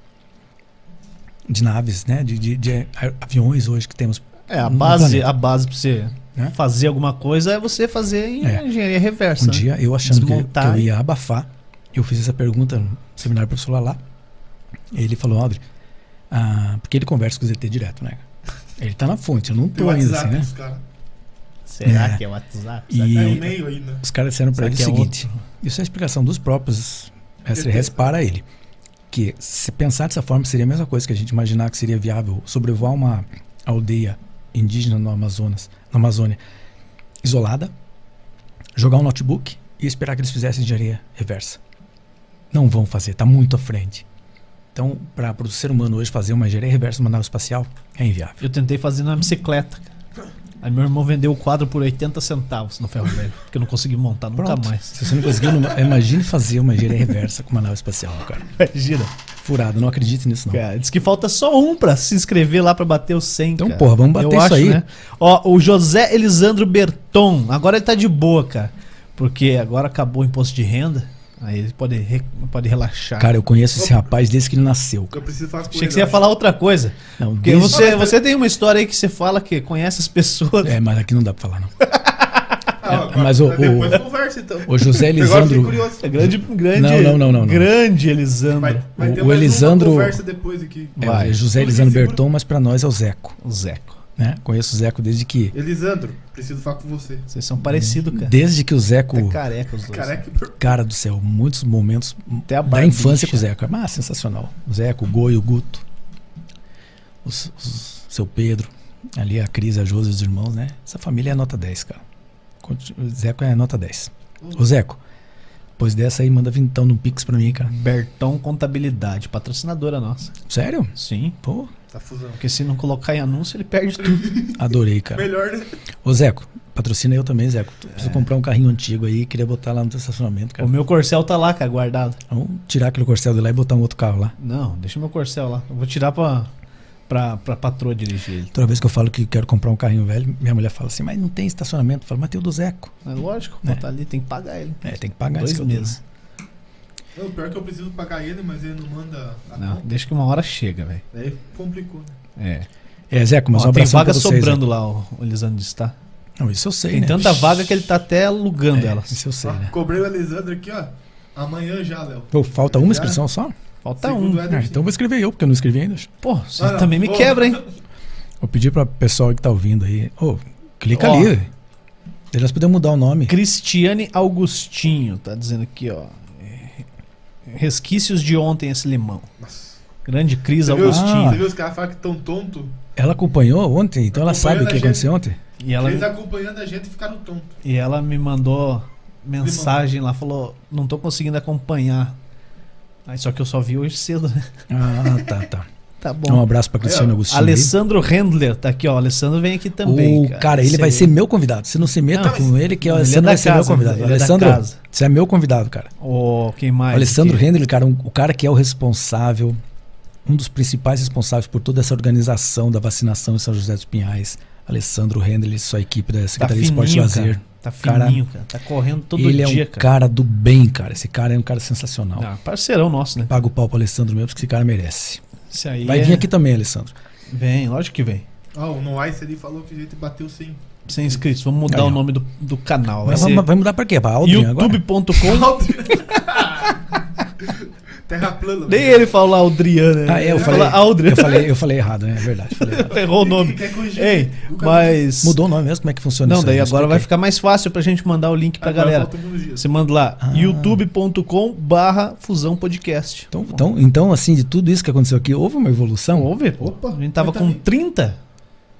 Speaker 3: de naves, né? De, de, de a- aviões hoje que temos.
Speaker 1: É, a
Speaker 3: No
Speaker 1: base,
Speaker 3: planeta.
Speaker 1: a base pra você
Speaker 3: Né?
Speaker 1: fazer alguma coisa é você fazer em
Speaker 3: É.
Speaker 1: engenharia
Speaker 3: Um
Speaker 1: reversa. né?
Speaker 3: dia eu achando que, que
Speaker 1: Desmontar
Speaker 3: eu
Speaker 1: e-
Speaker 3: ia abafar, eu fiz essa pergunta no seminário pro professor Lalá. Ele falou, Aldri, ah, porque ele conversa com o ZT direto, né? Ele tá na fonte, eu não
Speaker 2: Tem
Speaker 3: tô ainda
Speaker 2: WhatsApp
Speaker 3: assim, né?
Speaker 2: dos caras.
Speaker 1: Será
Speaker 3: É.
Speaker 1: que é o WhatsApp?
Speaker 3: E-
Speaker 1: Será que
Speaker 2: É
Speaker 1: é-
Speaker 2: e-mail ainda.
Speaker 3: Os caras disseram pra
Speaker 1: Será
Speaker 3: ele o
Speaker 1: que é
Speaker 3: seguinte: isso é a explicação dos próprios extraterrestres para ele. Que se pensar dessa forma seria a mesma coisa que a gente imaginar que seria viável sobrevoar uma aldeia indígena no Amazonas, na Amazônia, isolada, jogar um notebook e esperar que eles fizessem engenharia reversa. Não vão fazer, está muito à frente. Então, para o ser humano hoje fazer uma engenharia reversa numa nave espacial é inviável.
Speaker 1: Eu tentei fazer na bicicleta. cara. Aí meu irmão vendeu o quadro por 80 centavos no ferro velho, porque eu não consegui montar nunca
Speaker 3: Pronto.
Speaker 1: mais.
Speaker 3: Se você não conseguiu, numa- imagine fazer uma engenharia reversa com uma nave espacial, cara.
Speaker 1: Gira.
Speaker 3: Furado, não acredite nisso não.
Speaker 1: Cara, diz que falta só um pra se inscrever lá pra bater os 100.
Speaker 3: Então,
Speaker 1: cara.
Speaker 3: porra, vamos bater
Speaker 1: Eu
Speaker 3: isso
Speaker 1: acho,
Speaker 3: aí.
Speaker 1: Né? Ó, o José Elisandro Berton, agora ele tá de boa, cara. Porque agora acabou o imposto de renda. Aí ele pode, re- pode relaxar.
Speaker 3: Cara, eu conheço esse rapaz desde que ele nasceu.
Speaker 2: Eu
Speaker 3: cara.
Speaker 2: preciso falar com
Speaker 1: Achei
Speaker 2: ele.
Speaker 1: que você ia
Speaker 2: eu
Speaker 1: falar outra coisa.
Speaker 3: Não,
Speaker 1: Porque
Speaker 3: desde-
Speaker 1: você, você tem uma história aí que você fala que conhece as pessoas.
Speaker 3: É, mas aqui não dá pra falar, não.
Speaker 2: acho. Ah, agora-
Speaker 3: mas o-
Speaker 2: Depois
Speaker 3: o-
Speaker 2: conversa então.
Speaker 3: O
Speaker 2: Agora
Speaker 3: José
Speaker 2: eu fiquei
Speaker 3: Elisandro.
Speaker 2: curioso.
Speaker 1: É grande, né? grande.
Speaker 3: Não, não, não, não, não.
Speaker 1: Grande Elisandro.
Speaker 2: Vai, vai
Speaker 3: O-
Speaker 2: ter
Speaker 3: o
Speaker 2: mais
Speaker 3: Elisandro-
Speaker 2: uma conversa depois aqui.
Speaker 3: É,
Speaker 1: Vai.
Speaker 3: o José Elisandro Berton, mas pra nós é o Zeco.
Speaker 1: O Zeco.
Speaker 3: Né? Conheço o Zeco desde que.
Speaker 2: Elisandro, preciso falar com você.
Speaker 1: Vocês são parecidos, cara.
Speaker 3: Desde que o Zeco.
Speaker 1: Até careca os dois.
Speaker 2: Careca,
Speaker 3: Cara do céu, muitos momentos
Speaker 1: Até a
Speaker 3: da
Speaker 1: barbicha.
Speaker 3: infância com o Zeco. Ah, sensacional. O Zeco, o Goi, o Guto. Os, os- seu Pedro. Ali a Cris, a Josi, os irmãos, né? Essa família é nota 10, cara. Conti- O Zeco é nota 10. Ô, Zeco, pois dessa aí, manda vintão no Pix pra mim, cara.
Speaker 1: Bertão Contabilidade, patrocinadora nossa.
Speaker 3: Sério?
Speaker 1: Sim.
Speaker 3: Pô,
Speaker 2: tá fusão.
Speaker 1: Porque se não colocar em anúncio, ele perde tudo.
Speaker 3: adorei, cara.
Speaker 2: Melhor, né?
Speaker 3: Ô, Zeco, patrocina eu também, Zeco.
Speaker 1: É.
Speaker 3: Preciso comprar um carrinho antigo aí, queria botar lá no teu estacionamento,
Speaker 1: o
Speaker 3: cara.
Speaker 1: meu corcel tá lá, cara, guardado.
Speaker 3: Vamos tirar aquele corcel de lá e botar um outro carro lá.
Speaker 1: Não, deixa o meu corcel lá. Eu vou tirar pra, pra, pra patroa dirigir ele.
Speaker 3: Toda vez que eu falo que quero comprar um carrinho velho, minha mulher fala assim, mas não tem estacionamento. Eu falo, mas tem o do Zeco.
Speaker 1: É lógico,
Speaker 3: É.
Speaker 1: tá ali, tem que pagar ele.
Speaker 3: É, tem que pagar
Speaker 1: Dois
Speaker 3: isso que eu dou,
Speaker 1: meses.
Speaker 3: né?
Speaker 2: Não, pior que eu preciso pagar ele, mas ele não manda a
Speaker 1: Não,
Speaker 2: conta.
Speaker 1: deixa que uma hora chega, velho.
Speaker 2: Daí complicou, né?
Speaker 1: É.
Speaker 3: É, Zeco, mas
Speaker 1: Ó,
Speaker 3: um
Speaker 1: tem
Speaker 3: abraço pra
Speaker 1: vaga
Speaker 3: vocês.
Speaker 1: sobrando lá, ó, o Elisandro está.
Speaker 3: Zeco. Não, isso eu sei,
Speaker 1: Tem
Speaker 3: né?
Speaker 1: tanta
Speaker 3: Vixe,
Speaker 1: vaga que ele tá até alugando elas.
Speaker 3: Isso eu sei,
Speaker 2: Ó,
Speaker 3: né?
Speaker 2: Cobrei o Elisandro aqui, ó. Amanhã já, Léo.
Speaker 3: Pô, falta uma inscrição só?
Speaker 1: Falta
Speaker 2: Segundo
Speaker 1: um.
Speaker 2: o
Speaker 3: Ah,
Speaker 2: Ederson.
Speaker 3: então eu vou escrever eu, porque eu não escrevi ainda.
Speaker 1: Pô, você
Speaker 2: Ah, não.
Speaker 1: também me
Speaker 2: Ô.
Speaker 1: quebra, hein?
Speaker 3: Vou pedir pra pessoal que tá ouvindo aí. Ô, clica
Speaker 1: Ó.
Speaker 3: ali. Daí Nós podemos mudar o nome.
Speaker 1: Cristiane Augustinho tá dizendo aqui, ó. é, Resquícios de ontem esse limão.
Speaker 2: Nossa.
Speaker 1: Grande Cris
Speaker 2: Você viu, os-
Speaker 1: Augustinho.
Speaker 2: você
Speaker 3: Ah.
Speaker 2: viu os caras falam que tão tonto?
Speaker 3: Ela acompanhou ontem, então ela sabe o que
Speaker 2: Acompanhando a gente.
Speaker 3: aconteceu ontem.
Speaker 1: E ela,
Speaker 2: Eles acompanhando a gente ficaram tontos.
Speaker 1: e ela me mandou mensagem lá, falou: não tô conseguindo acompanhar. Aí, só que eu só vi hoje cedo, né?
Speaker 3: Ah, tá, tá.
Speaker 1: Tá
Speaker 3: Um
Speaker 1: bom.
Speaker 3: abraço para Cristiano Agostinho. aí.
Speaker 1: Alessandro Rendler tá aqui, ó. Alessandro vem aqui também.
Speaker 3: o cara, ele vai
Speaker 1: Isso
Speaker 3: ser
Speaker 1: aí.
Speaker 3: meu convidado. Se não se meta
Speaker 1: Não, mas
Speaker 3: com ele, que o
Speaker 1: ele é
Speaker 3: Alessandro
Speaker 1: da
Speaker 3: vai ser meu
Speaker 1: casa,
Speaker 3: convidado.
Speaker 1: ele é da
Speaker 3: Alessandro,
Speaker 1: casa. Ah,
Speaker 3: você é meu convidado, cara.
Speaker 1: Ô, quem
Speaker 3: O
Speaker 1: mais?
Speaker 3: Alessandro
Speaker 1: aqui?
Speaker 3: Rendler, cara, um- o cara que é o responsável, um dos principais responsáveis por toda essa organização da vacinação em São José dos Pinhais. Alessandro Rendler e sua equipe da
Speaker 1: Tá
Speaker 3: Secretaria de Esporte e
Speaker 1: fininho,
Speaker 3: Lazer.
Speaker 1: Cara. Tá
Speaker 3: Cara,
Speaker 1: fininho, cara. Tá correndo todo
Speaker 3: ele
Speaker 1: dia,
Speaker 3: é um cara do bem, cara. Esse cara é um cara sensacional.
Speaker 1: Ah, parceirão nosso, né?
Speaker 3: Paga o pau pro Alessandro mesmo, porque esse cara merece.
Speaker 1: Isso aí
Speaker 3: Vai
Speaker 1: é-
Speaker 3: vir aqui também, Alessandro.
Speaker 1: Vem, lógico que vem.
Speaker 2: Ó, o Noice ele falou que a gente bateu sim.
Speaker 1: Sem inscritos. Vamos mudar
Speaker 3: Aí,
Speaker 1: o
Speaker 3: ó.
Speaker 1: nome do, do canal. Vai
Speaker 3: Mas
Speaker 1: ser
Speaker 3: vamos, vai mudar pra quê? Pra Aldrin agora?
Speaker 1: youtube.com.
Speaker 2: Terra plana. né?
Speaker 1: Nem ele fala Aldrian, né?
Speaker 3: Ah, é, eu
Speaker 1: Ele
Speaker 3: falei,
Speaker 1: fala Aldrian.
Speaker 3: eu falei, eu falei errado, né? É verdade. falei errado.
Speaker 1: Errou o nome.
Speaker 2: Quer corrigir?
Speaker 1: Ei,
Speaker 2: É Nunca
Speaker 1: mas.
Speaker 3: Mudou o nome mesmo? Como é que funciona
Speaker 1: Não,
Speaker 3: isso?
Speaker 1: daí
Speaker 3: aí?
Speaker 1: agora
Speaker 3: Explica
Speaker 1: vai
Speaker 3: aí.
Speaker 1: ficar mais fácil pra gente mandar o link pra
Speaker 2: Agora
Speaker 1: tá, galera.
Speaker 2: faltam uns dias.
Speaker 1: Você manda lá
Speaker 3: Ah.
Speaker 1: youtube.com barra fusão podcast.
Speaker 3: Então, então, então, assim, de tudo isso que aconteceu aqui, houve uma evolução?
Speaker 1: Houve? Opa, a gente tava
Speaker 2: mas
Speaker 1: com
Speaker 2: também-
Speaker 1: 30?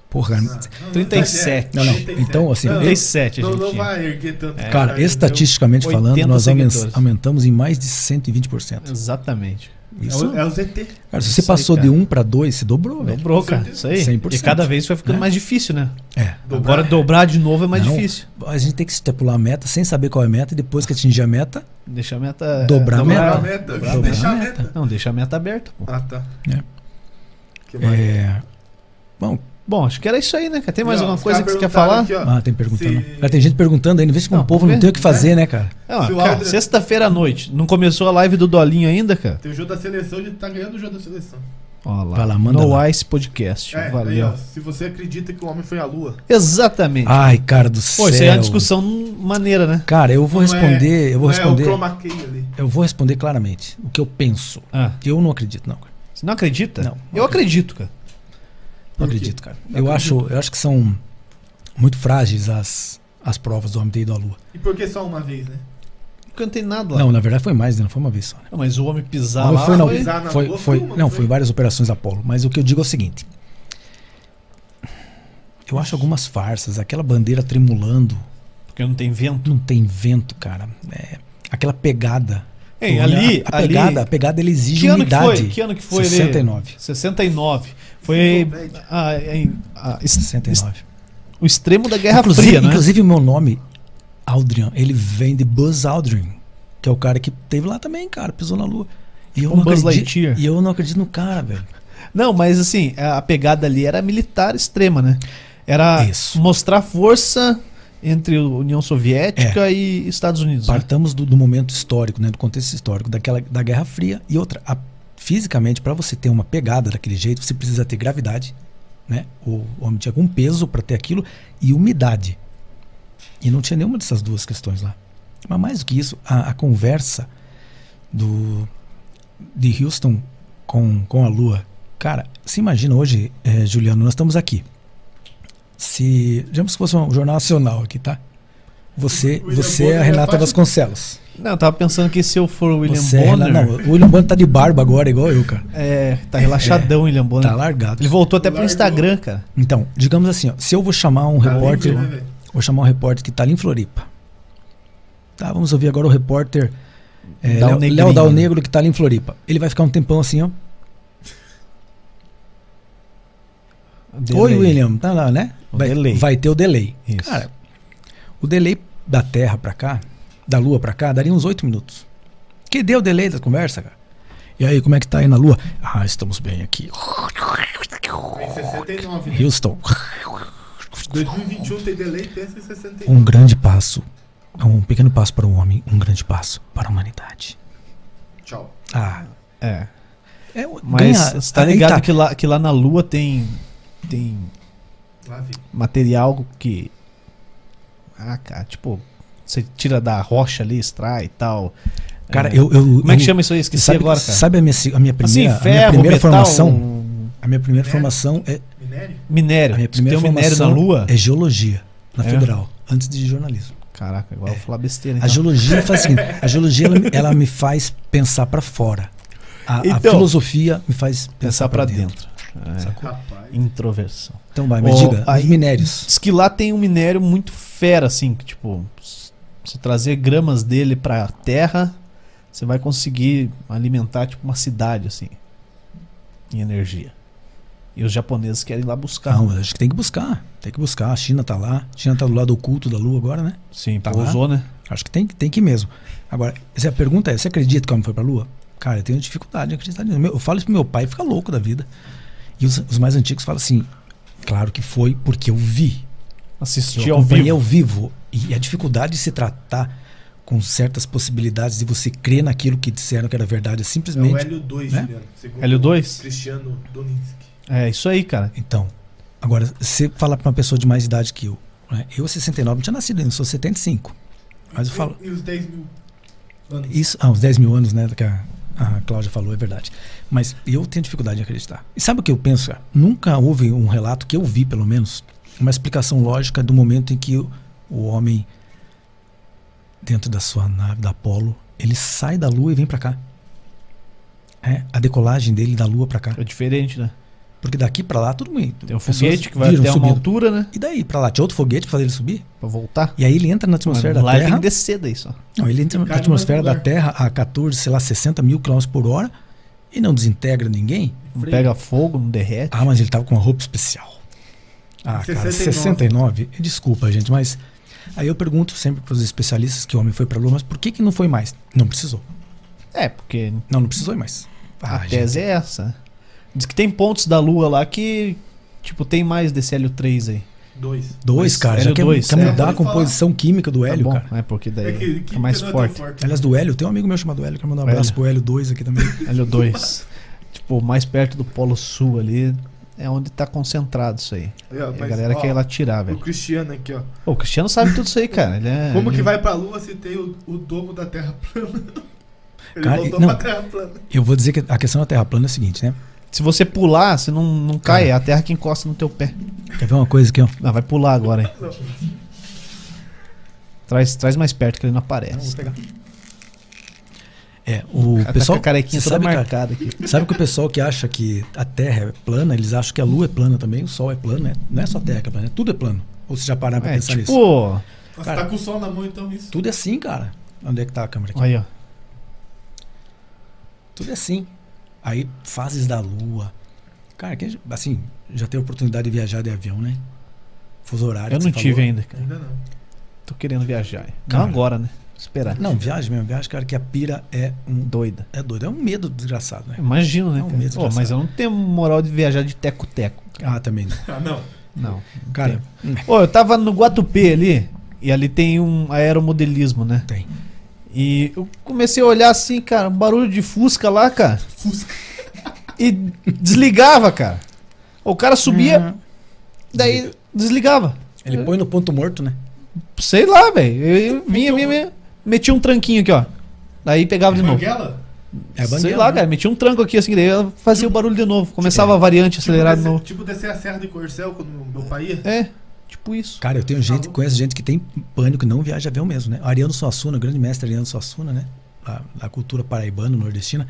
Speaker 3: Porra,
Speaker 2: Não, não, não,
Speaker 1: 37.
Speaker 3: Não, não.
Speaker 2: 37.
Speaker 3: Então, assim,
Speaker 2: Não,
Speaker 3: eu-
Speaker 1: 37 a
Speaker 2: Ah, não,
Speaker 1: gente
Speaker 2: não
Speaker 1: tinha.
Speaker 2: vai erguer tanto. É
Speaker 3: cara,
Speaker 2: entendeu?
Speaker 3: estatisticamente falando,
Speaker 1: 80
Speaker 3: nós aumen-
Speaker 1: É, seguidores.
Speaker 3: aumentamos em mais de 120%.
Speaker 1: Exatamente.
Speaker 2: É
Speaker 3: Isso,
Speaker 2: o, é o ZT.
Speaker 3: cara, se
Speaker 1: isso
Speaker 3: você
Speaker 1: aí,
Speaker 3: passou
Speaker 1: cara.
Speaker 3: de 1 para 2, se dobrou, velho.
Speaker 1: Dobrou, cara. Isso
Speaker 2: certeza.
Speaker 1: aí.
Speaker 3: 100%.
Speaker 1: E cada vez vai ficando mais difícil, né?
Speaker 3: É.
Speaker 1: Agora dobrar de novo é mais
Speaker 3: Não,
Speaker 1: difícil.
Speaker 3: A gente tem que estipular a meta sem saber qual é a meta e depois que atingir a meta,
Speaker 1: Deixar a meta. é,
Speaker 3: Dobrar a
Speaker 2: Dobrar a
Speaker 3: meta.
Speaker 2: meta.
Speaker 3: Dobrar a
Speaker 2: Deixar a
Speaker 3: meta.
Speaker 2: meta.
Speaker 1: Não, deixar a meta aberta, pô.
Speaker 2: Ah, tá.
Speaker 3: É.
Speaker 2: Que mais?
Speaker 3: é... Bom,
Speaker 1: Bom, acho que era isso aí, né, cara? Tem mais
Speaker 2: Não,
Speaker 1: alguma
Speaker 2: os
Speaker 1: coisa que
Speaker 2: caras
Speaker 1: você quer
Speaker 2: perguntaram
Speaker 1: falar?
Speaker 2: aqui, ó,
Speaker 3: ah, tem perguntando.
Speaker 2: se-
Speaker 3: Cara, tem gente perguntando ainda, vê se com
Speaker 1: Não,
Speaker 3: o povo
Speaker 1: vamos
Speaker 3: não
Speaker 1: ver,
Speaker 3: tem o que fazer, né, cara?
Speaker 1: É, ó,
Speaker 2: Se o
Speaker 1: cara,
Speaker 2: Aldra-
Speaker 1: sexta-feira à noite. Não começou a live do Dolinho ainda, cara?
Speaker 2: Tem o jogo da seleção, a gente tá ganhando o jogo da seleção.
Speaker 1: Ó lá.
Speaker 3: Vai lá, manda
Speaker 1: no
Speaker 3: lá.
Speaker 1: Ice Podcast.
Speaker 2: É, aí,
Speaker 1: Valeu.
Speaker 2: ó, se você acredita que o homem foi à lua,
Speaker 1: Exatamente.
Speaker 3: Ai, cara do Ah, céu.
Speaker 1: Pô, isso aí é uma discussão maneira, né?
Speaker 3: Cara, eu vou
Speaker 2: Não é-
Speaker 3: responder, eu vou
Speaker 2: não
Speaker 3: responder,
Speaker 2: É o chroma key ali.
Speaker 3: eu vou responder claramente o que eu penso.
Speaker 1: Ah,
Speaker 3: Eu não acredito, não. cara.
Speaker 1: você não acredita?
Speaker 3: Não, não
Speaker 1: Eu acredito, cara.
Speaker 3: Não
Speaker 2: Por quê?
Speaker 3: acredito, cara. Eu acho, eu acho que são muito frágeis as, as provas do homem ter ido à Lua.
Speaker 2: E por que só uma vez, né?
Speaker 1: Porque não tem nada lá.
Speaker 3: Não, na verdade foi mais, né? Não foi uma vez só. Né?
Speaker 1: Não, mas o homem pisar
Speaker 3: Não,
Speaker 1: Tá lá
Speaker 3: foi, não,
Speaker 1: foi-
Speaker 2: Pisar na
Speaker 3: foi,
Speaker 2: Lua
Speaker 3: foi-
Speaker 2: foi uma,
Speaker 3: não,
Speaker 2: foi?
Speaker 3: foi várias operações Apolo. Mas o que eu digo é o seguinte: eu acho algumas farsas, aquela bandeira tremulando,
Speaker 1: Porque não tem vento.
Speaker 3: não tem vento, cara. É, aquela pegada.
Speaker 1: Ei,
Speaker 3: do-
Speaker 1: ali-
Speaker 3: a, a pegada,
Speaker 1: ali-
Speaker 3: a pegada ela exige
Speaker 1: Que ano que
Speaker 3: umidade.
Speaker 1: foi? Que ano que foi? ele?
Speaker 3: 69.
Speaker 1: 69. Foi
Speaker 2: Ficou bad.
Speaker 1: a- a- a- est-
Speaker 3: 69.
Speaker 1: o extremo da Guerra
Speaker 3: inclusive,
Speaker 1: Fria, né?
Speaker 3: inclusive o meu nome, Aldrin, ele vem de Buzz Aldrin, que é o cara que teve lá também, cara, pisou na lua. E eu,
Speaker 1: Um
Speaker 3: não
Speaker 1: Buzz
Speaker 3: acredito,
Speaker 1: Lightyear.
Speaker 3: e eu não acredito no cara, velho.
Speaker 1: Não, mas assim, a pegada ali era militar extrema, né? Era
Speaker 3: Isso.
Speaker 1: mostrar força entre a União Soviética
Speaker 3: É.
Speaker 1: e Estados Unidos. né?
Speaker 3: Partamos do, do momento histórico, né, do contexto histórico daquela da Guerra Fria e outra, a- fisicamente para você ter uma pegada daquele jeito, você precisa ter gravidade, né? O homem tinha algum peso para ter aquilo e umidade. E não tinha nenhuma dessas duas questões lá. Mas mais do que isso, a, a conversa do de Houston com, com a Lua. Cara, se imagina hoje, eh, Juliano, nós estamos aqui. Se, digamos que fosse um jornal nacional aqui, tá? Você,
Speaker 2: O William
Speaker 3: você é
Speaker 2: Bonner
Speaker 3: a
Speaker 2: é
Speaker 3: Renata
Speaker 2: fácil-
Speaker 3: Vasconcelos.
Speaker 1: Não, eu tava pensando que se eu for o William
Speaker 3: você é
Speaker 1: Bonner.
Speaker 3: Renata- não, o William Bonner tá de barba agora, igual eu, cara.
Speaker 1: É, tá relaxadão o William Bonner.
Speaker 3: Tá largado.
Speaker 1: Ele voltou até pro
Speaker 2: Largou.
Speaker 1: Instagram, cara.
Speaker 3: Então, digamos assim, ó, se eu vou chamar um
Speaker 2: Tá
Speaker 3: repórter,
Speaker 2: livre, né, velho?
Speaker 3: vou chamar um repórter que tá ali em Floripa. Tá, vamos ouvir agora o repórter é,
Speaker 1: Dal
Speaker 3: Léo-
Speaker 1: Negrinho.
Speaker 3: Léo Dal Negro que tá ali em Floripa. Ele vai ficar um tempão assim, ó. Oi,
Speaker 1: Delay.
Speaker 3: William, tá lá, né?
Speaker 1: O
Speaker 3: Vai,
Speaker 1: delay.
Speaker 3: vai ter o delay.
Speaker 1: Isso.
Speaker 3: Cara, o delay da Terra pra cá, da Lua pra cá, daria uns oito minutos. Que deu o delay da conversa, cara? E aí, como é que tá aí na Lua? Ah, estamos bem aqui.
Speaker 2: Tem 69, né?
Speaker 3: Houston,
Speaker 2: 2021 tem delay, pensa em 69.
Speaker 3: um grande passo. Um pequeno passo para o homem, um grande passo para a humanidade.
Speaker 2: Tchau.
Speaker 3: Ah,
Speaker 1: É.
Speaker 3: é,
Speaker 1: Mas você tá
Speaker 3: aí
Speaker 1: ligado
Speaker 3: tá.
Speaker 1: que, lá, que lá na Lua tem. Tem
Speaker 2: Lá vi.
Speaker 1: material que. Ah, cara, tipo. Você tira da rocha ali, extrai e tal.
Speaker 3: Cara,
Speaker 1: É.
Speaker 3: eu, eu.
Speaker 1: Como é que
Speaker 3: eu-
Speaker 1: chama isso aí? Esqueci
Speaker 3: sabe,
Speaker 1: agora, cara. Assim,
Speaker 3: Sabe a minha, se- a minha primeira, a minha primeira
Speaker 1: um-
Speaker 3: formação? A minha primeira
Speaker 2: É.
Speaker 3: formação é
Speaker 2: Minério?
Speaker 1: Minério.
Speaker 3: A minha
Speaker 1: Se
Speaker 3: primeira
Speaker 1: tem um minério na
Speaker 3: formação
Speaker 1: Lua?
Speaker 3: é geologia, na
Speaker 1: É?
Speaker 3: federal, antes de jornalismo.
Speaker 1: Caraca, agora eu vou falar besteira.
Speaker 3: A
Speaker 1: Então.
Speaker 3: geologia faz o seguinte: a geologia ela, me- ela me faz pensar pra fora. A, a
Speaker 1: Então,
Speaker 3: filosofia me faz pensar,
Speaker 1: Pensar pra
Speaker 3: pra dentro.
Speaker 1: dentro. É.
Speaker 3: sacou?
Speaker 2: Rapaz.
Speaker 1: Introversão.
Speaker 3: Então vai, me
Speaker 1: Ó,
Speaker 3: diga,
Speaker 1: aí-
Speaker 3: os minérios.
Speaker 1: Diz que lá tem um minério muito fera, assim, que tipo, se trazer gramas dele pra terra, você vai conseguir alimentar, tipo, uma cidade, assim. em energia. E os japoneses querem ir lá buscar.
Speaker 3: Não, acho que tem que buscar. Tem que buscar. A China tá lá. A China tá do lado oculto da Lua agora, né?
Speaker 1: Sim,
Speaker 3: Tá
Speaker 1: pousou, né?
Speaker 3: Acho que tem, que- tem que ir mesmo. Agora, se a pergunta é: você acredita que o homem foi pra Lua? Cara, eu tenho dificuldade em acreditar nisso. Meu- Eu falo isso pro meu pai, fica louco da vida. E os, os mais antigos falam assim: claro que foi, porque eu vi.
Speaker 1: Assistir
Speaker 3: Eu
Speaker 1: ao
Speaker 3: acompanhei
Speaker 1: vivo.
Speaker 3: ao vivo. E a dificuldade de se tratar com certas possibilidades de você crer naquilo que disseram que era verdade é
Speaker 2: É o
Speaker 3: simplesmente.
Speaker 2: Hélio 2,
Speaker 3: né?
Speaker 2: Juliano. Segundo
Speaker 1: Hélio 2?
Speaker 2: Cristiano Doninsky.
Speaker 1: É isso aí, cara.
Speaker 3: Então, agora, se você falar pra uma pessoa de mais idade que eu, né? eu, 69, não tinha nascido ainda, sou 75. Mas eu falo.
Speaker 2: E, e os 10 mil anos.
Speaker 3: Isso, ah, uns 10 mil anos, né? Que a, a Cláudia falou, é verdade. Mas eu tenho dificuldade em acreditar. E sabe o que eu penso? cara? Nunca houve um relato que eu vi, pelo menos, uma explicação lógica do momento em que o, o homem, dentro da sua nave, da Apolo, ele sai da Lua e vem pra cá. É, a decolagem dele da Lua pra cá.
Speaker 1: É diferente, né?
Speaker 3: Porque daqui pra lá, tudo bem.
Speaker 1: Tem um
Speaker 3: Pessoas
Speaker 1: foguete que vai
Speaker 3: viram
Speaker 1: até uma
Speaker 3: subindo.
Speaker 1: altura, né?
Speaker 3: E daí, pra lá, tinha outro foguete pra fazer ele subir?
Speaker 1: Pra voltar.
Speaker 3: E aí ele entra na atmosfera da
Speaker 1: lá é ele
Speaker 3: Terra.
Speaker 1: tem que descer daí só.
Speaker 3: Não, ele entra na
Speaker 2: Cai no
Speaker 3: atmosfera da
Speaker 2: molecular.
Speaker 3: Terra a 14, sei lá, 60 mil quilômetros por hora e não desintegra ninguém.
Speaker 1: Não pega fogo, não derrete.
Speaker 3: Ah, mas ele tava com uma roupa especial. Ah, cara,
Speaker 2: 69.
Speaker 3: 69? Desculpa, gente, mas. Aí eu pergunto sempre para os especialistas que o homem foi para a Lua, mas por que, que não foi mais? Não precisou.
Speaker 1: É, porque
Speaker 3: Não, não precisou ir mais. Ah,
Speaker 1: a
Speaker 3: gente,
Speaker 1: tese é essa. né? Diz que tem pontos da Lua lá que, tipo, tem mais desse hélio 3 aí. Tá
Speaker 2: Dois.
Speaker 3: dois,
Speaker 1: Mas
Speaker 3: cara,
Speaker 1: hélio
Speaker 3: já quer,
Speaker 1: dois,
Speaker 3: quer
Speaker 1: é.
Speaker 3: mudar a
Speaker 2: Pode falar.
Speaker 3: composição química do hélio,
Speaker 1: tá bom?
Speaker 3: cara.
Speaker 1: É, porque daí
Speaker 2: É que, que
Speaker 1: é mais
Speaker 2: não
Speaker 1: forte.
Speaker 2: É tão forte.
Speaker 3: Aliás, do hélio, tem um amigo meu chamado Hélio, quero mandar um abraço
Speaker 1: Hélio.
Speaker 3: pro Hélio 2 aqui também.
Speaker 1: Hélio 2. tipo, mais perto do Polo Sul ali é onde tá concentrado isso aí.
Speaker 2: Aí,
Speaker 1: E a
Speaker 2: ó, né? É, mas,
Speaker 1: galera
Speaker 2: ó,
Speaker 1: quer ir lá tirar,
Speaker 2: O
Speaker 1: velho.
Speaker 2: Cristiano aqui, ó.
Speaker 1: Ô, O Cristiano sabe tudo isso aí, cara. Ele é-
Speaker 2: Como que
Speaker 1: ele-
Speaker 2: vai pra lua se tem o, o domo da terra plana? Ele
Speaker 3: Cara,
Speaker 2: voltou
Speaker 3: não.
Speaker 2: pra terra plana.
Speaker 3: Eu vou dizer que a questão da Terra plana é a seguinte, né?
Speaker 1: Se você pular, você não, não cai. É a terra que encosta no teu pé.
Speaker 3: Quer ver uma coisa aqui, ó?
Speaker 1: Ah, vai pular agora,
Speaker 2: então.
Speaker 1: hein? Traz, traz mais perto que ele não
Speaker 3: Não,
Speaker 1: aparece.
Speaker 3: vou pegar. É, o
Speaker 1: Cara, tá
Speaker 3: pessoal.
Speaker 1: com a carequinha
Speaker 3: você
Speaker 1: toda
Speaker 3: cara,
Speaker 1: marcada aqui.
Speaker 3: sabe que o pessoal que acha que a Terra é plana, eles acham que a Lua é plana também, o Sol é plano, né? Não é só a Terra que é plana, é tudo é plano. Ou vocês já pararam pra
Speaker 1: É,
Speaker 3: pensar
Speaker 1: tipo.
Speaker 3: nisso?
Speaker 2: Nossa,
Speaker 3: Cara.
Speaker 2: tá com o sol na mão então isso.
Speaker 3: Tudo é assim, cara. Onde é que tá a câmera aqui?
Speaker 1: Aí, ó.
Speaker 3: Tudo é assim. Aí, fases da Lua. Cara, quem, assim, já teve oportunidade de viajar de avião, né? Fuso horário.
Speaker 1: Eu
Speaker 3: que
Speaker 1: não
Speaker 3: você
Speaker 1: tive
Speaker 3: falou.
Speaker 1: ainda, cara.
Speaker 2: Ainda não.
Speaker 1: Tô querendo viajar. hein? Não
Speaker 3: Cara.
Speaker 1: agora, né? Esperar.
Speaker 3: Não, viagem mesmo, viagem, cara, que a pira é um.
Speaker 1: Doida.
Speaker 3: É doido, é um medo desgraçado, né?
Speaker 1: Imagino, né?
Speaker 3: É um
Speaker 1: cara?
Speaker 3: medo
Speaker 1: Pô, mas eu não tenho moral de viajar de teco-teco.
Speaker 3: Ah, também. não.
Speaker 2: Ah, não.
Speaker 1: Não.
Speaker 3: Cara,
Speaker 1: Ô, eu tava no Guatupê ali, e ali tem um aeromodelismo, né?
Speaker 3: tem.
Speaker 1: E eu comecei a olhar assim, cara, um barulho de fusca lá, cara.
Speaker 2: Fusca.
Speaker 1: E desligava, cara. O cara subia, daí desligava.
Speaker 3: Ele põe no ponto morto, né?
Speaker 1: Sei lá, velho. Eu vinha, vinha, vinha. Metia um tranquinho aqui, ó. Daí pegava de novo.
Speaker 2: Banguela?
Speaker 3: É a
Speaker 1: Sei
Speaker 3: banguela,
Speaker 1: lá,
Speaker 3: né?
Speaker 1: cara. Metia um tranco aqui, assim, daí ela fazia o barulho de novo. Começava a variante acelerada de
Speaker 2: tipo,
Speaker 1: novo.
Speaker 2: descer, tipo descer a Serra de Corcel quando meu pai ia.
Speaker 1: É, tipo isso.
Speaker 3: Cara, eu tenho gente, conheço gente que tem pânico e não viaja avião mesmo, né? Ariano Suassuna, o grande mestre Ariano Suassuna, né? Da, da cultura paraibana, nordestina.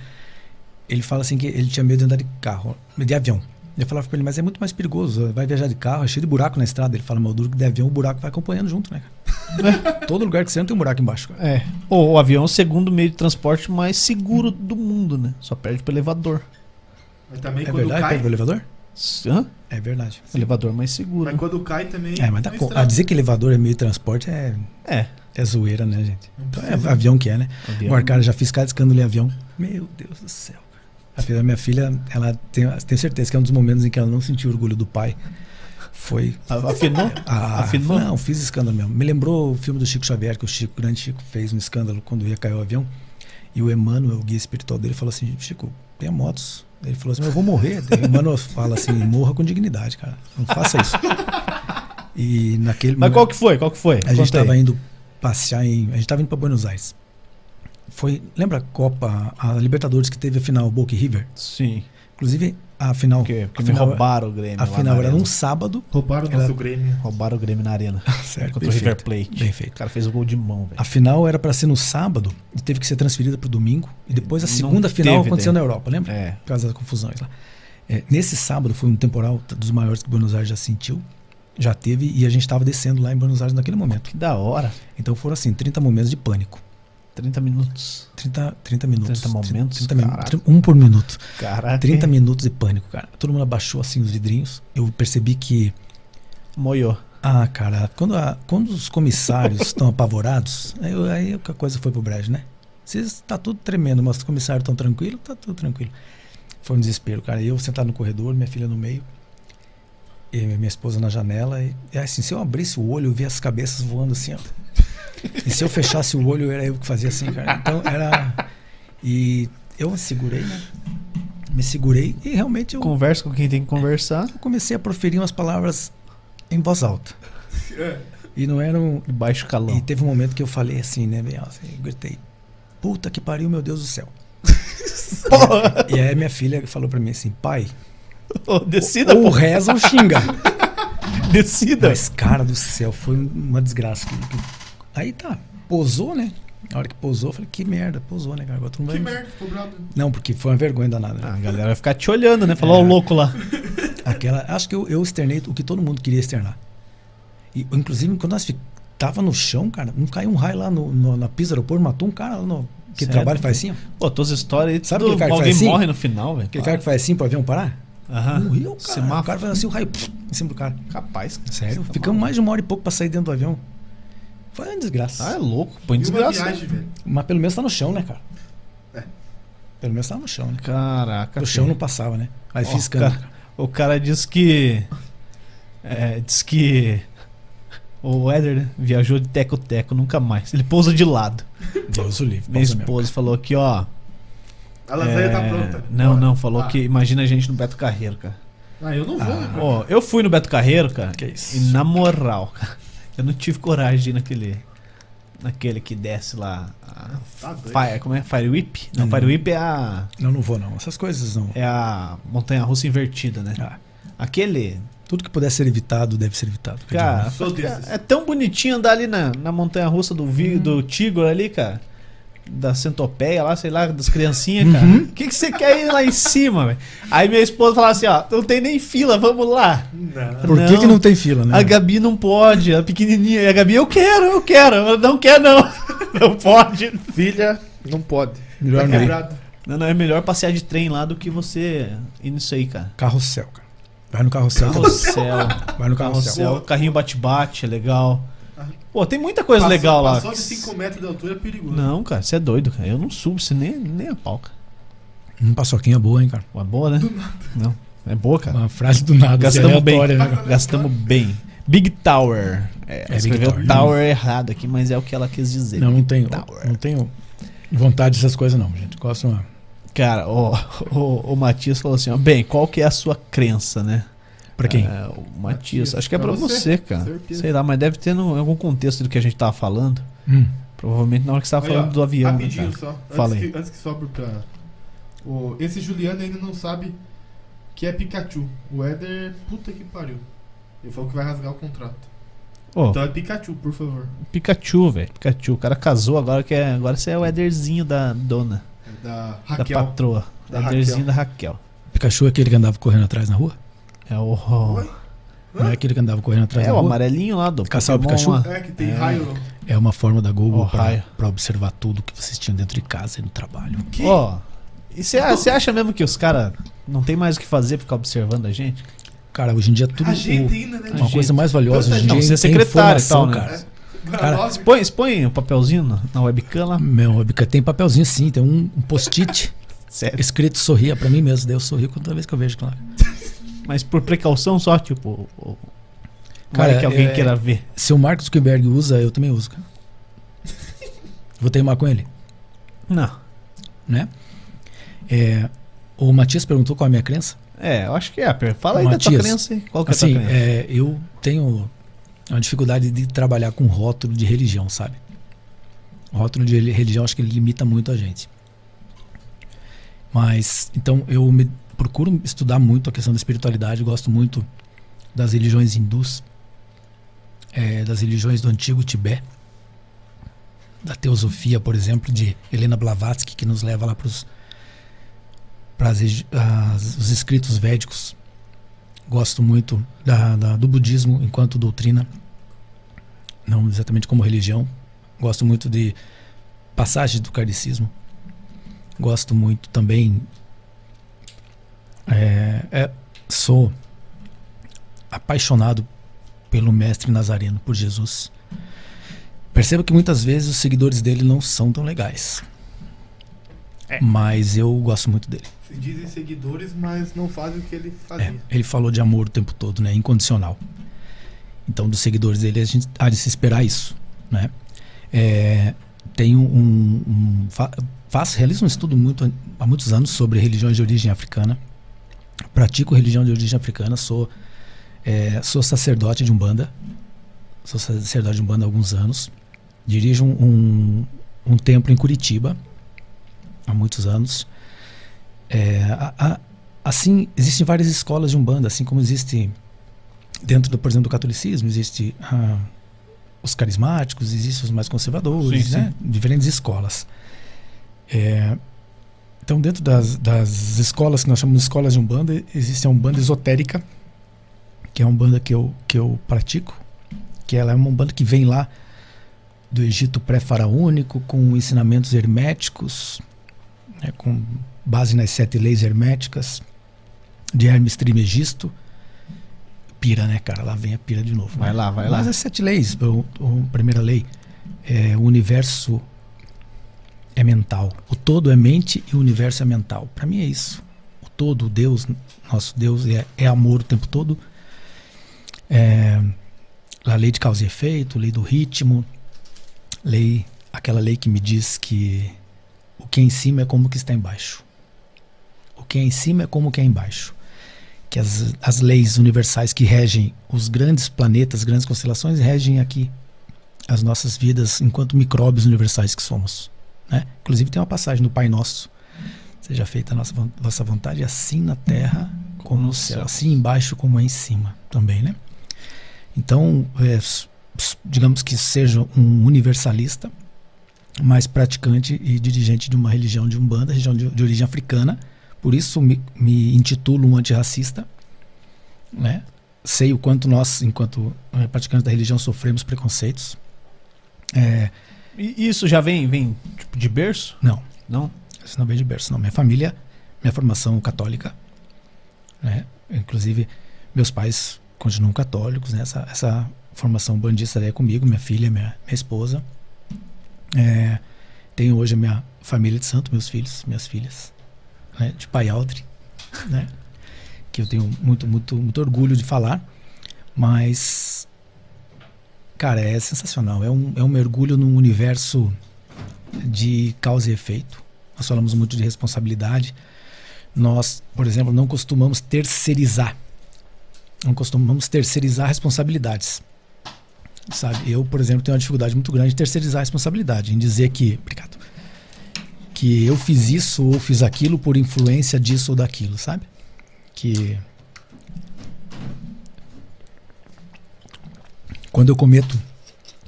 Speaker 3: Ele fala assim que ele tinha medo de andar de carro, de avião. Eu falava pra ele, mas é muito mais perigoso, vai viajar de carro, é cheio de buraco na estrada. Ele fala, mas o duro que de avião, o buraco vai acompanhando junto, né? cara? Todo lugar que você entra tem um buraco embaixo, cara.
Speaker 1: É. Ou o avião é o segundo meio de transporte mais seguro do mundo, né? Só perde pro elevador.
Speaker 2: Mas também
Speaker 3: É
Speaker 2: quando
Speaker 3: verdade,
Speaker 2: cai.
Speaker 3: pega o elevador?
Speaker 1: Hã?
Speaker 3: É verdade.
Speaker 1: Elevador mais seguro.
Speaker 2: Mas quando cai também.
Speaker 3: É, mas dá
Speaker 2: não
Speaker 3: co- a
Speaker 2: estraga.
Speaker 3: dizer que elevador é meio de transporte é,
Speaker 1: É.
Speaker 3: é zoeira, né, gente? Então é avião que é, né? Agora, cara, já fiz cada escândalo em avião. Meu Deus do céu. cara. A filha- a minha filha, ela tem, tenho certeza que é um dos momentos em que ela não sentiu orgulho do pai. Foi.
Speaker 1: Afinou?
Speaker 3: A,
Speaker 1: Afirmou?
Speaker 3: Não, fiz escândalo mesmo. Me lembrou o filme do Chico Xavier, que o Chico, o grande Chico, fez um escândalo quando ia cair o avião. E o Emmanuel, o guia espiritual dele, falou assim: Chico, tenha motos. Ele falou assim: Eu vou morrer. Daí O Emmanuel fala assim: Morra com dignidade, cara. Não faça isso. E naquele
Speaker 1: Mas
Speaker 3: momento-
Speaker 1: qual que foi? Qual que foi?
Speaker 3: a gente
Speaker 1: Conta aí.
Speaker 3: estava indo passear em. A gente estava indo para Buenos Aires. Foi. Lembra a Copa, a Libertadores que teve a final Boca e River?
Speaker 1: Sim.
Speaker 3: Inclusive, a final.
Speaker 1: Porque, porque
Speaker 3: a
Speaker 1: me
Speaker 3: final,
Speaker 1: roubaram o Grêmio.
Speaker 3: a
Speaker 1: né, lá
Speaker 3: final
Speaker 1: na
Speaker 3: era um
Speaker 1: arena.
Speaker 3: num sábado.
Speaker 2: Roubaram o
Speaker 3: Ela-
Speaker 2: nosso Grêmio.
Speaker 1: Roubaram o Grêmio na arena.
Speaker 3: Certo,
Speaker 1: contra o River Plate.
Speaker 3: Bem
Speaker 1: O
Speaker 3: feito.
Speaker 1: cara fez o gol de mão, velho.
Speaker 3: A final era para ser no sábado e teve que ser transferida para o domingo. E depois a
Speaker 1: Não
Speaker 3: segunda
Speaker 1: teve
Speaker 3: final
Speaker 1: daí.
Speaker 3: aconteceu na Europa, lembra?
Speaker 1: É.
Speaker 3: Por causa das confusões lá. É, nesse sábado foi um temporal t- dos maiores que Buenos Aires já sentiu, já teve, e a gente estava descendo lá em Buenos Aires naquele momento.
Speaker 1: Que da hora.
Speaker 3: Então foram assim, 30 momentos de pânico.
Speaker 1: 30 minutos.
Speaker 3: 30, 30 minutos.
Speaker 1: 30 momentos,
Speaker 3: 30 min-
Speaker 1: caraca.
Speaker 3: tri- um por minuto.
Speaker 1: Caraca.
Speaker 3: 30
Speaker 1: hein?
Speaker 3: minutos de pânico, cara. Todo mundo abaixou assim os vidrinhos. Eu percebi que.
Speaker 1: Moiô.
Speaker 3: Ah, cara, quando, a- quando os comissários estão apavorados, aí, eu- aí que a coisa foi pro brejo, né? Vocês tá tudo tremendo, mas os comissários estão tranquilos, tá tudo tranquilo. Foi um desespero, cara. Eu sentado no corredor, minha filha no meio, e minha esposa na janela. E, e assim, se eu abrisse o olho, eu via as cabeças voando assim, ó. E se eu fechasse o olho, era eu que fazia assim, cara. Então era. E eu segurei, né? Me segurei e realmente eu
Speaker 1: Conversa com quem tem que conversar.
Speaker 3: comecei a proferir umas palavras em voz alta.
Speaker 2: É.
Speaker 3: E não eram.
Speaker 1: E baixo
Speaker 3: E
Speaker 1: calão.
Speaker 3: teve um momento que eu falei assim, né, bem alto, eu gritei: Puta que pariu, meu Deus do céu. e aí minha filha falou pra mim assim: Pai,
Speaker 1: Ô, descida,
Speaker 3: ou
Speaker 1: pô.
Speaker 3: reza ou xinga.
Speaker 1: Descida.
Speaker 3: Mas, cara do céu, foi um, uma desgraça. que- que- Aí tá, posou, né? A hora que posou, eu falei: Que merda, posou, né, cara? Agora tu não vai.
Speaker 2: Que merda, ficou bravo.
Speaker 3: Não, porque foi uma vergonha danada. né?
Speaker 1: Ah, a galera vai ficar te olhando, né? Falar, ó, o louco lá.
Speaker 2: Ah.
Speaker 3: Aquela, acho que eu, eu externei o que todo mundo queria externar. E, inclusive, quando nós fi- tava no chão, cara, não caiu um raio lá no, no- na pista do aeroporto, matou um cara lá no, que
Speaker 1: Sério?
Speaker 3: trabalha e faz assim, ó.
Speaker 1: Pô, todas as histórias aí,
Speaker 3: Sabe
Speaker 1: tudo-
Speaker 3: aquele cara que
Speaker 1: alguém
Speaker 3: faz assim?
Speaker 1: morre no final, velho.
Speaker 3: Aquele cara que faz assim pro avião parar?
Speaker 1: Aham.
Speaker 3: Morreu, cara.
Speaker 1: Ah, Semáforo.
Speaker 3: O cara faz assim, o raio pf, em cima do cara.
Speaker 1: Capaz. cara.
Speaker 3: Sério?
Speaker 1: Você tá
Speaker 3: Ficamos
Speaker 1: maluco.
Speaker 3: mais de uma hora e pouco pra sair dentro do avião. Foi uma desgraça.
Speaker 1: Ah, é louco. Põe
Speaker 2: E uma
Speaker 1: desgraça.
Speaker 2: viagem, velho.
Speaker 3: Mas pelo menos tá no chão, né, cara?
Speaker 1: É.
Speaker 3: Pelo menos tá no chão, né?
Speaker 1: Caraca.
Speaker 3: O chão
Speaker 1: filho.
Speaker 3: não passava, né? Aí
Speaker 1: Ó,
Speaker 3: fiz cana.
Speaker 1: cara, O cara diz que. É, diz que. O Weather né, viajou de teco-teco, nunca mais. Ele pousa de lado.
Speaker 3: Deus o
Speaker 1: Minha
Speaker 3: livre. pausa mesmo.
Speaker 1: esposa falou aqui, ó.
Speaker 2: A lasanha tá
Speaker 1: é,
Speaker 2: pronta.
Speaker 1: Não,
Speaker 2: Bora.
Speaker 1: não, falou
Speaker 2: Ah.
Speaker 1: que imagina a gente no Beto Carreiro, cara.
Speaker 2: Ah, eu não vou, né? pô?
Speaker 1: Ó, eu fui no Beto Carreiro, cara.
Speaker 3: Que isso.
Speaker 1: E na moral, cara, eu não tive coragem de ir naquele. Naquele que desce lá. a
Speaker 2: Tá doido.
Speaker 1: Fire, como é? Fire Whip? Não,
Speaker 3: Não.
Speaker 1: Fire Whip é a.
Speaker 3: Não, não vou, não. Essas coisas não.
Speaker 1: É a montanha russa invertida, né?
Speaker 3: Ah,
Speaker 1: Aquele.
Speaker 3: tudo que puder ser evitado, deve ser evitado. né?
Speaker 1: Cara,
Speaker 2: Sou desses.
Speaker 1: é tão bonitinho andar ali na, na montanha russa do,
Speaker 3: Uhum.
Speaker 1: vi, do Tigre ali, cara. Da centopeia lá, sei lá, das criancinhas,
Speaker 3: Uhum.
Speaker 1: cara. O que que você quer ir lá em cima, velho? Aí minha esposa falava assim: ó, não tem nem fila, vamos lá.
Speaker 2: Não.
Speaker 3: Por que,
Speaker 1: Não.
Speaker 3: que não tem fila, né?
Speaker 1: A Gabi não pode, a pequenininha. E a Gabi, eu quero, eu quero. Ela não quer, não. Não pode.
Speaker 4: Filha, não pode.
Speaker 3: Melhor
Speaker 2: Tá
Speaker 3: não. ir.
Speaker 2: quebrado.
Speaker 1: Não, não, é melhor passear de trem lá do que você ir nisso aí, cara.
Speaker 3: Carrossel, cara. Vai no carrossel.
Speaker 1: Carrossel.
Speaker 3: Vai no carrossel.
Speaker 1: Carrossel, carrinho bate-bate, é legal. Pô, tem muita coisa
Speaker 2: Passou-
Speaker 1: legal lá.
Speaker 2: Passou de 5 metros de altura é perigoso.
Speaker 1: Não, cara, você é doido, cara. Eu não subo, você nem, nem a pau, cara.
Speaker 3: Hum, paçoquinha boa, hein, cara.
Speaker 1: Pô, É boa, né? Não, é boa, cara.
Speaker 3: Uma frase do nada. assim,
Speaker 1: Gastamos bem.
Speaker 3: aleatória, né, cara?
Speaker 1: Gastamos bem. Big Tower. É,
Speaker 3: Big
Speaker 1: escreveu
Speaker 3: Tower.
Speaker 1: Tower errado aqui, mas é o que ela quis dizer.
Speaker 3: Não, não tenho.
Speaker 1: Tower.
Speaker 3: Não tenho vontade dessas coisas, não, gente. Gosto uma.
Speaker 1: Cara, o, o, o Matias falou assim: ó, bem, qual que é a sua crença, né?
Speaker 3: Pra quem?
Speaker 1: É, o Matias.
Speaker 2: Matias,
Speaker 1: Acho que é pra,
Speaker 2: pra
Speaker 1: você, é
Speaker 2: você,
Speaker 1: cara.
Speaker 2: certeza.
Speaker 1: Sei lá, mas deve ter no, em algum contexto do que a gente tava falando.
Speaker 3: Hum.
Speaker 1: Provavelmente na hora que você tava
Speaker 2: Aí, ó,
Speaker 1: falando do avião. né,
Speaker 2: Rapidinho
Speaker 1: cara?
Speaker 2: só.
Speaker 1: Fala
Speaker 2: antes
Speaker 1: aí.
Speaker 2: Que, antes que sobre pra. O, esse Juliano ainda não sabe que é Pikachu. O Éder, puta que pariu. Ele falou que vai rasgar o contrato.
Speaker 1: Ô,
Speaker 2: Então é Pikachu, por favor.
Speaker 1: Pikachu, velho. Pikachu. O cara casou agora que é. Agora você é o Ederzinho da dona.
Speaker 2: É da
Speaker 1: Da
Speaker 2: Raquel.
Speaker 1: patroa.
Speaker 2: Da
Speaker 1: Ederzinho da Raquel.
Speaker 3: Pikachu é aquele que andava correndo atrás na rua?
Speaker 1: É o. o-
Speaker 2: Oi?
Speaker 3: Não é aquele que andava correndo atrás
Speaker 1: é
Speaker 3: na
Speaker 1: o
Speaker 3: rua?
Speaker 1: amarelinho lá do.
Speaker 3: Caçar o
Speaker 1: Pokémon
Speaker 3: Pikachu?
Speaker 1: lá.
Speaker 2: É, que tem
Speaker 1: É.
Speaker 2: raio.
Speaker 3: É uma forma da Google
Speaker 1: Ó, raio.
Speaker 3: pra, pra observar tudo que vocês tinham dentro de casa e no trabalho.
Speaker 2: Que?
Speaker 1: Ó. E você você acha mesmo que os caras não tem mais o que fazer pra ficar observando a gente?
Speaker 3: Cara, hoje em dia tudo.
Speaker 2: a gente
Speaker 3: o-
Speaker 2: ainda, né?
Speaker 1: a
Speaker 3: uma
Speaker 1: gente.
Speaker 3: coisa mais valiosa hoje em
Speaker 1: Não,
Speaker 3: dia
Speaker 1: você é
Speaker 3: é
Speaker 1: secretário e tal,
Speaker 3: informação,
Speaker 1: né?
Speaker 3: cara.
Speaker 2: Pra
Speaker 3: cara,
Speaker 2: nós,
Speaker 1: Expõe, expõe o papelzinho na- na webcam lá.
Speaker 3: Meu, webcam tem papelzinho sim, tem um, um post-it
Speaker 1: Sério.
Speaker 3: escrito sorria pra mim mesmo. Daí eu sorrio toda vez que eu vejo, claro.
Speaker 1: Mas por precaução só, tipo. O, o-
Speaker 3: Cara,
Speaker 1: cara, que alguém
Speaker 3: é-
Speaker 1: queira ver.
Speaker 3: Se o Mark Zuckerberg usa, eu também uso, cara. Vou teimar com ele,
Speaker 1: Não.
Speaker 3: né? É, o Matias perguntou qual é a minha crença.
Speaker 1: É, eu acho que é. Per. Fala aí da tua
Speaker 3: Matias,
Speaker 1: crença aí. Qual que é
Speaker 3: Assim,
Speaker 1: a tua crença?
Speaker 3: é, eu tenho uma dificuldade de trabalhar com rótulo de religião, sabe? Rótulo de reli- religião acho que ele limita muito a gente. Mas, então, eu me- procuro estudar muito a questão da espiritualidade, gosto muito das religiões hindus, é, das religiões do antigo Tibete, da teosofia, por exemplo, de Helena Blavatsky, que nos leva lá para os escritos védicos gosto muito da- da- do budismo enquanto doutrina, não exatamente como religião. Gosto muito de Passagem do Cardecismo. Gosto muito também. É, é, sou apaixonado pelo Mestre Nazareno, por Jesus. Perceba que muitas vezes os seguidores dele não são tão legais. Mas eu gosto muito dele.
Speaker 2: Se dizem seguidores, mas não fazem o que ele
Speaker 3: É,
Speaker 2: fazia.
Speaker 3: ele falou de amor o tempo todo, né? Incondicional. Então, dos seguidores dele, a gente há de se esperar isso, né? É, tem um, um- um fa- faço, realizo um estudo muito há muitos anos sobre religiões de origem africana. Pratico religião de origem africana. Sou é, sou sacerdote de umbanda. Sou sacerdote de umbanda há alguns anos. Dirijo um, um, um templo em Curitiba há muitos anos. É, a- a- assim existem várias escolas de umbanda assim como existe dentro do por exemplo do catolicismo existe ah, os carismáticos existem os mais conservadores
Speaker 1: Sim,
Speaker 3: né diferentes escolas É, então dentro das, das escolas que nós chamamos de escolas de umbanda existe a umbanda esotérica que é a umbanda que eu que eu pratico que ela é uma umbanda que vem lá do Egito pré-faraônico com ensinamentos herméticos né, com base nas sete leis herméticas de Hermes Trimegisto. Pira, né, cara? Lá vem a pira de novo.
Speaker 1: Vai
Speaker 3: né?
Speaker 1: lá, vai
Speaker 3: Mas
Speaker 1: lá.
Speaker 3: as sete leis, o, o- primeira lei, é, o universo é mental. O todo é mente e o universo é mental. Para mim é isso. O todo, o Deus, nosso Deus é, é amor o tempo todo. É, a lei de causa e efeito, lei do ritmo, lei, aquela lei que me diz que o que é em cima é como o que está embaixo. O que é em cima é como o que é embaixo. Que as, as leis universais que regem os grandes planetas, grandes constelações, regem aqui as nossas vidas enquanto micróbios universais que somos. Né? Inclusive tem uma passagem no Pai Nosso. Seja feita a nossa, von- vossa vontade, assim na terra como no céu, assim embaixo como é em cima também, né? Então, é, s- s- digamos que seja um universalista, mais praticante e dirigente de uma religião de Umbanda, religião de, de origem africana. Por isso me, me intitulo um antirracista. Né? Sei o quanto nós, enquanto eh, praticantes da religião, sofremos preconceitos. É,
Speaker 1: E isso já vem, vem tipo, de berço?
Speaker 3: não,
Speaker 1: Não?
Speaker 3: isso não veio de berço, não. Minha família, minha formação católica, né? Inclusive, meus pais continuam católicos, né? Essa, essa formação bandista é comigo, minha filha, minha, minha esposa. É, tenho hoje a minha família de santo, meus filhos, minhas filhas, né? De pai altre, né? Que eu tenho muito, muito, muito orgulho de falar, mas... Cara, é sensacional. É um, é um mergulho num universo de causa e efeito. Nós falamos muito de responsabilidade. Nós, por exemplo, não costumamos terceirizar. Não costumamos terceirizar responsabilidades. Sabe? Eu, por exemplo, tenho uma dificuldade muito grande em terceirizar a responsabilidade, em dizer que, obrigado, que eu fiz isso ou fiz aquilo por influência disso ou daquilo, sabe? Que quando eu cometo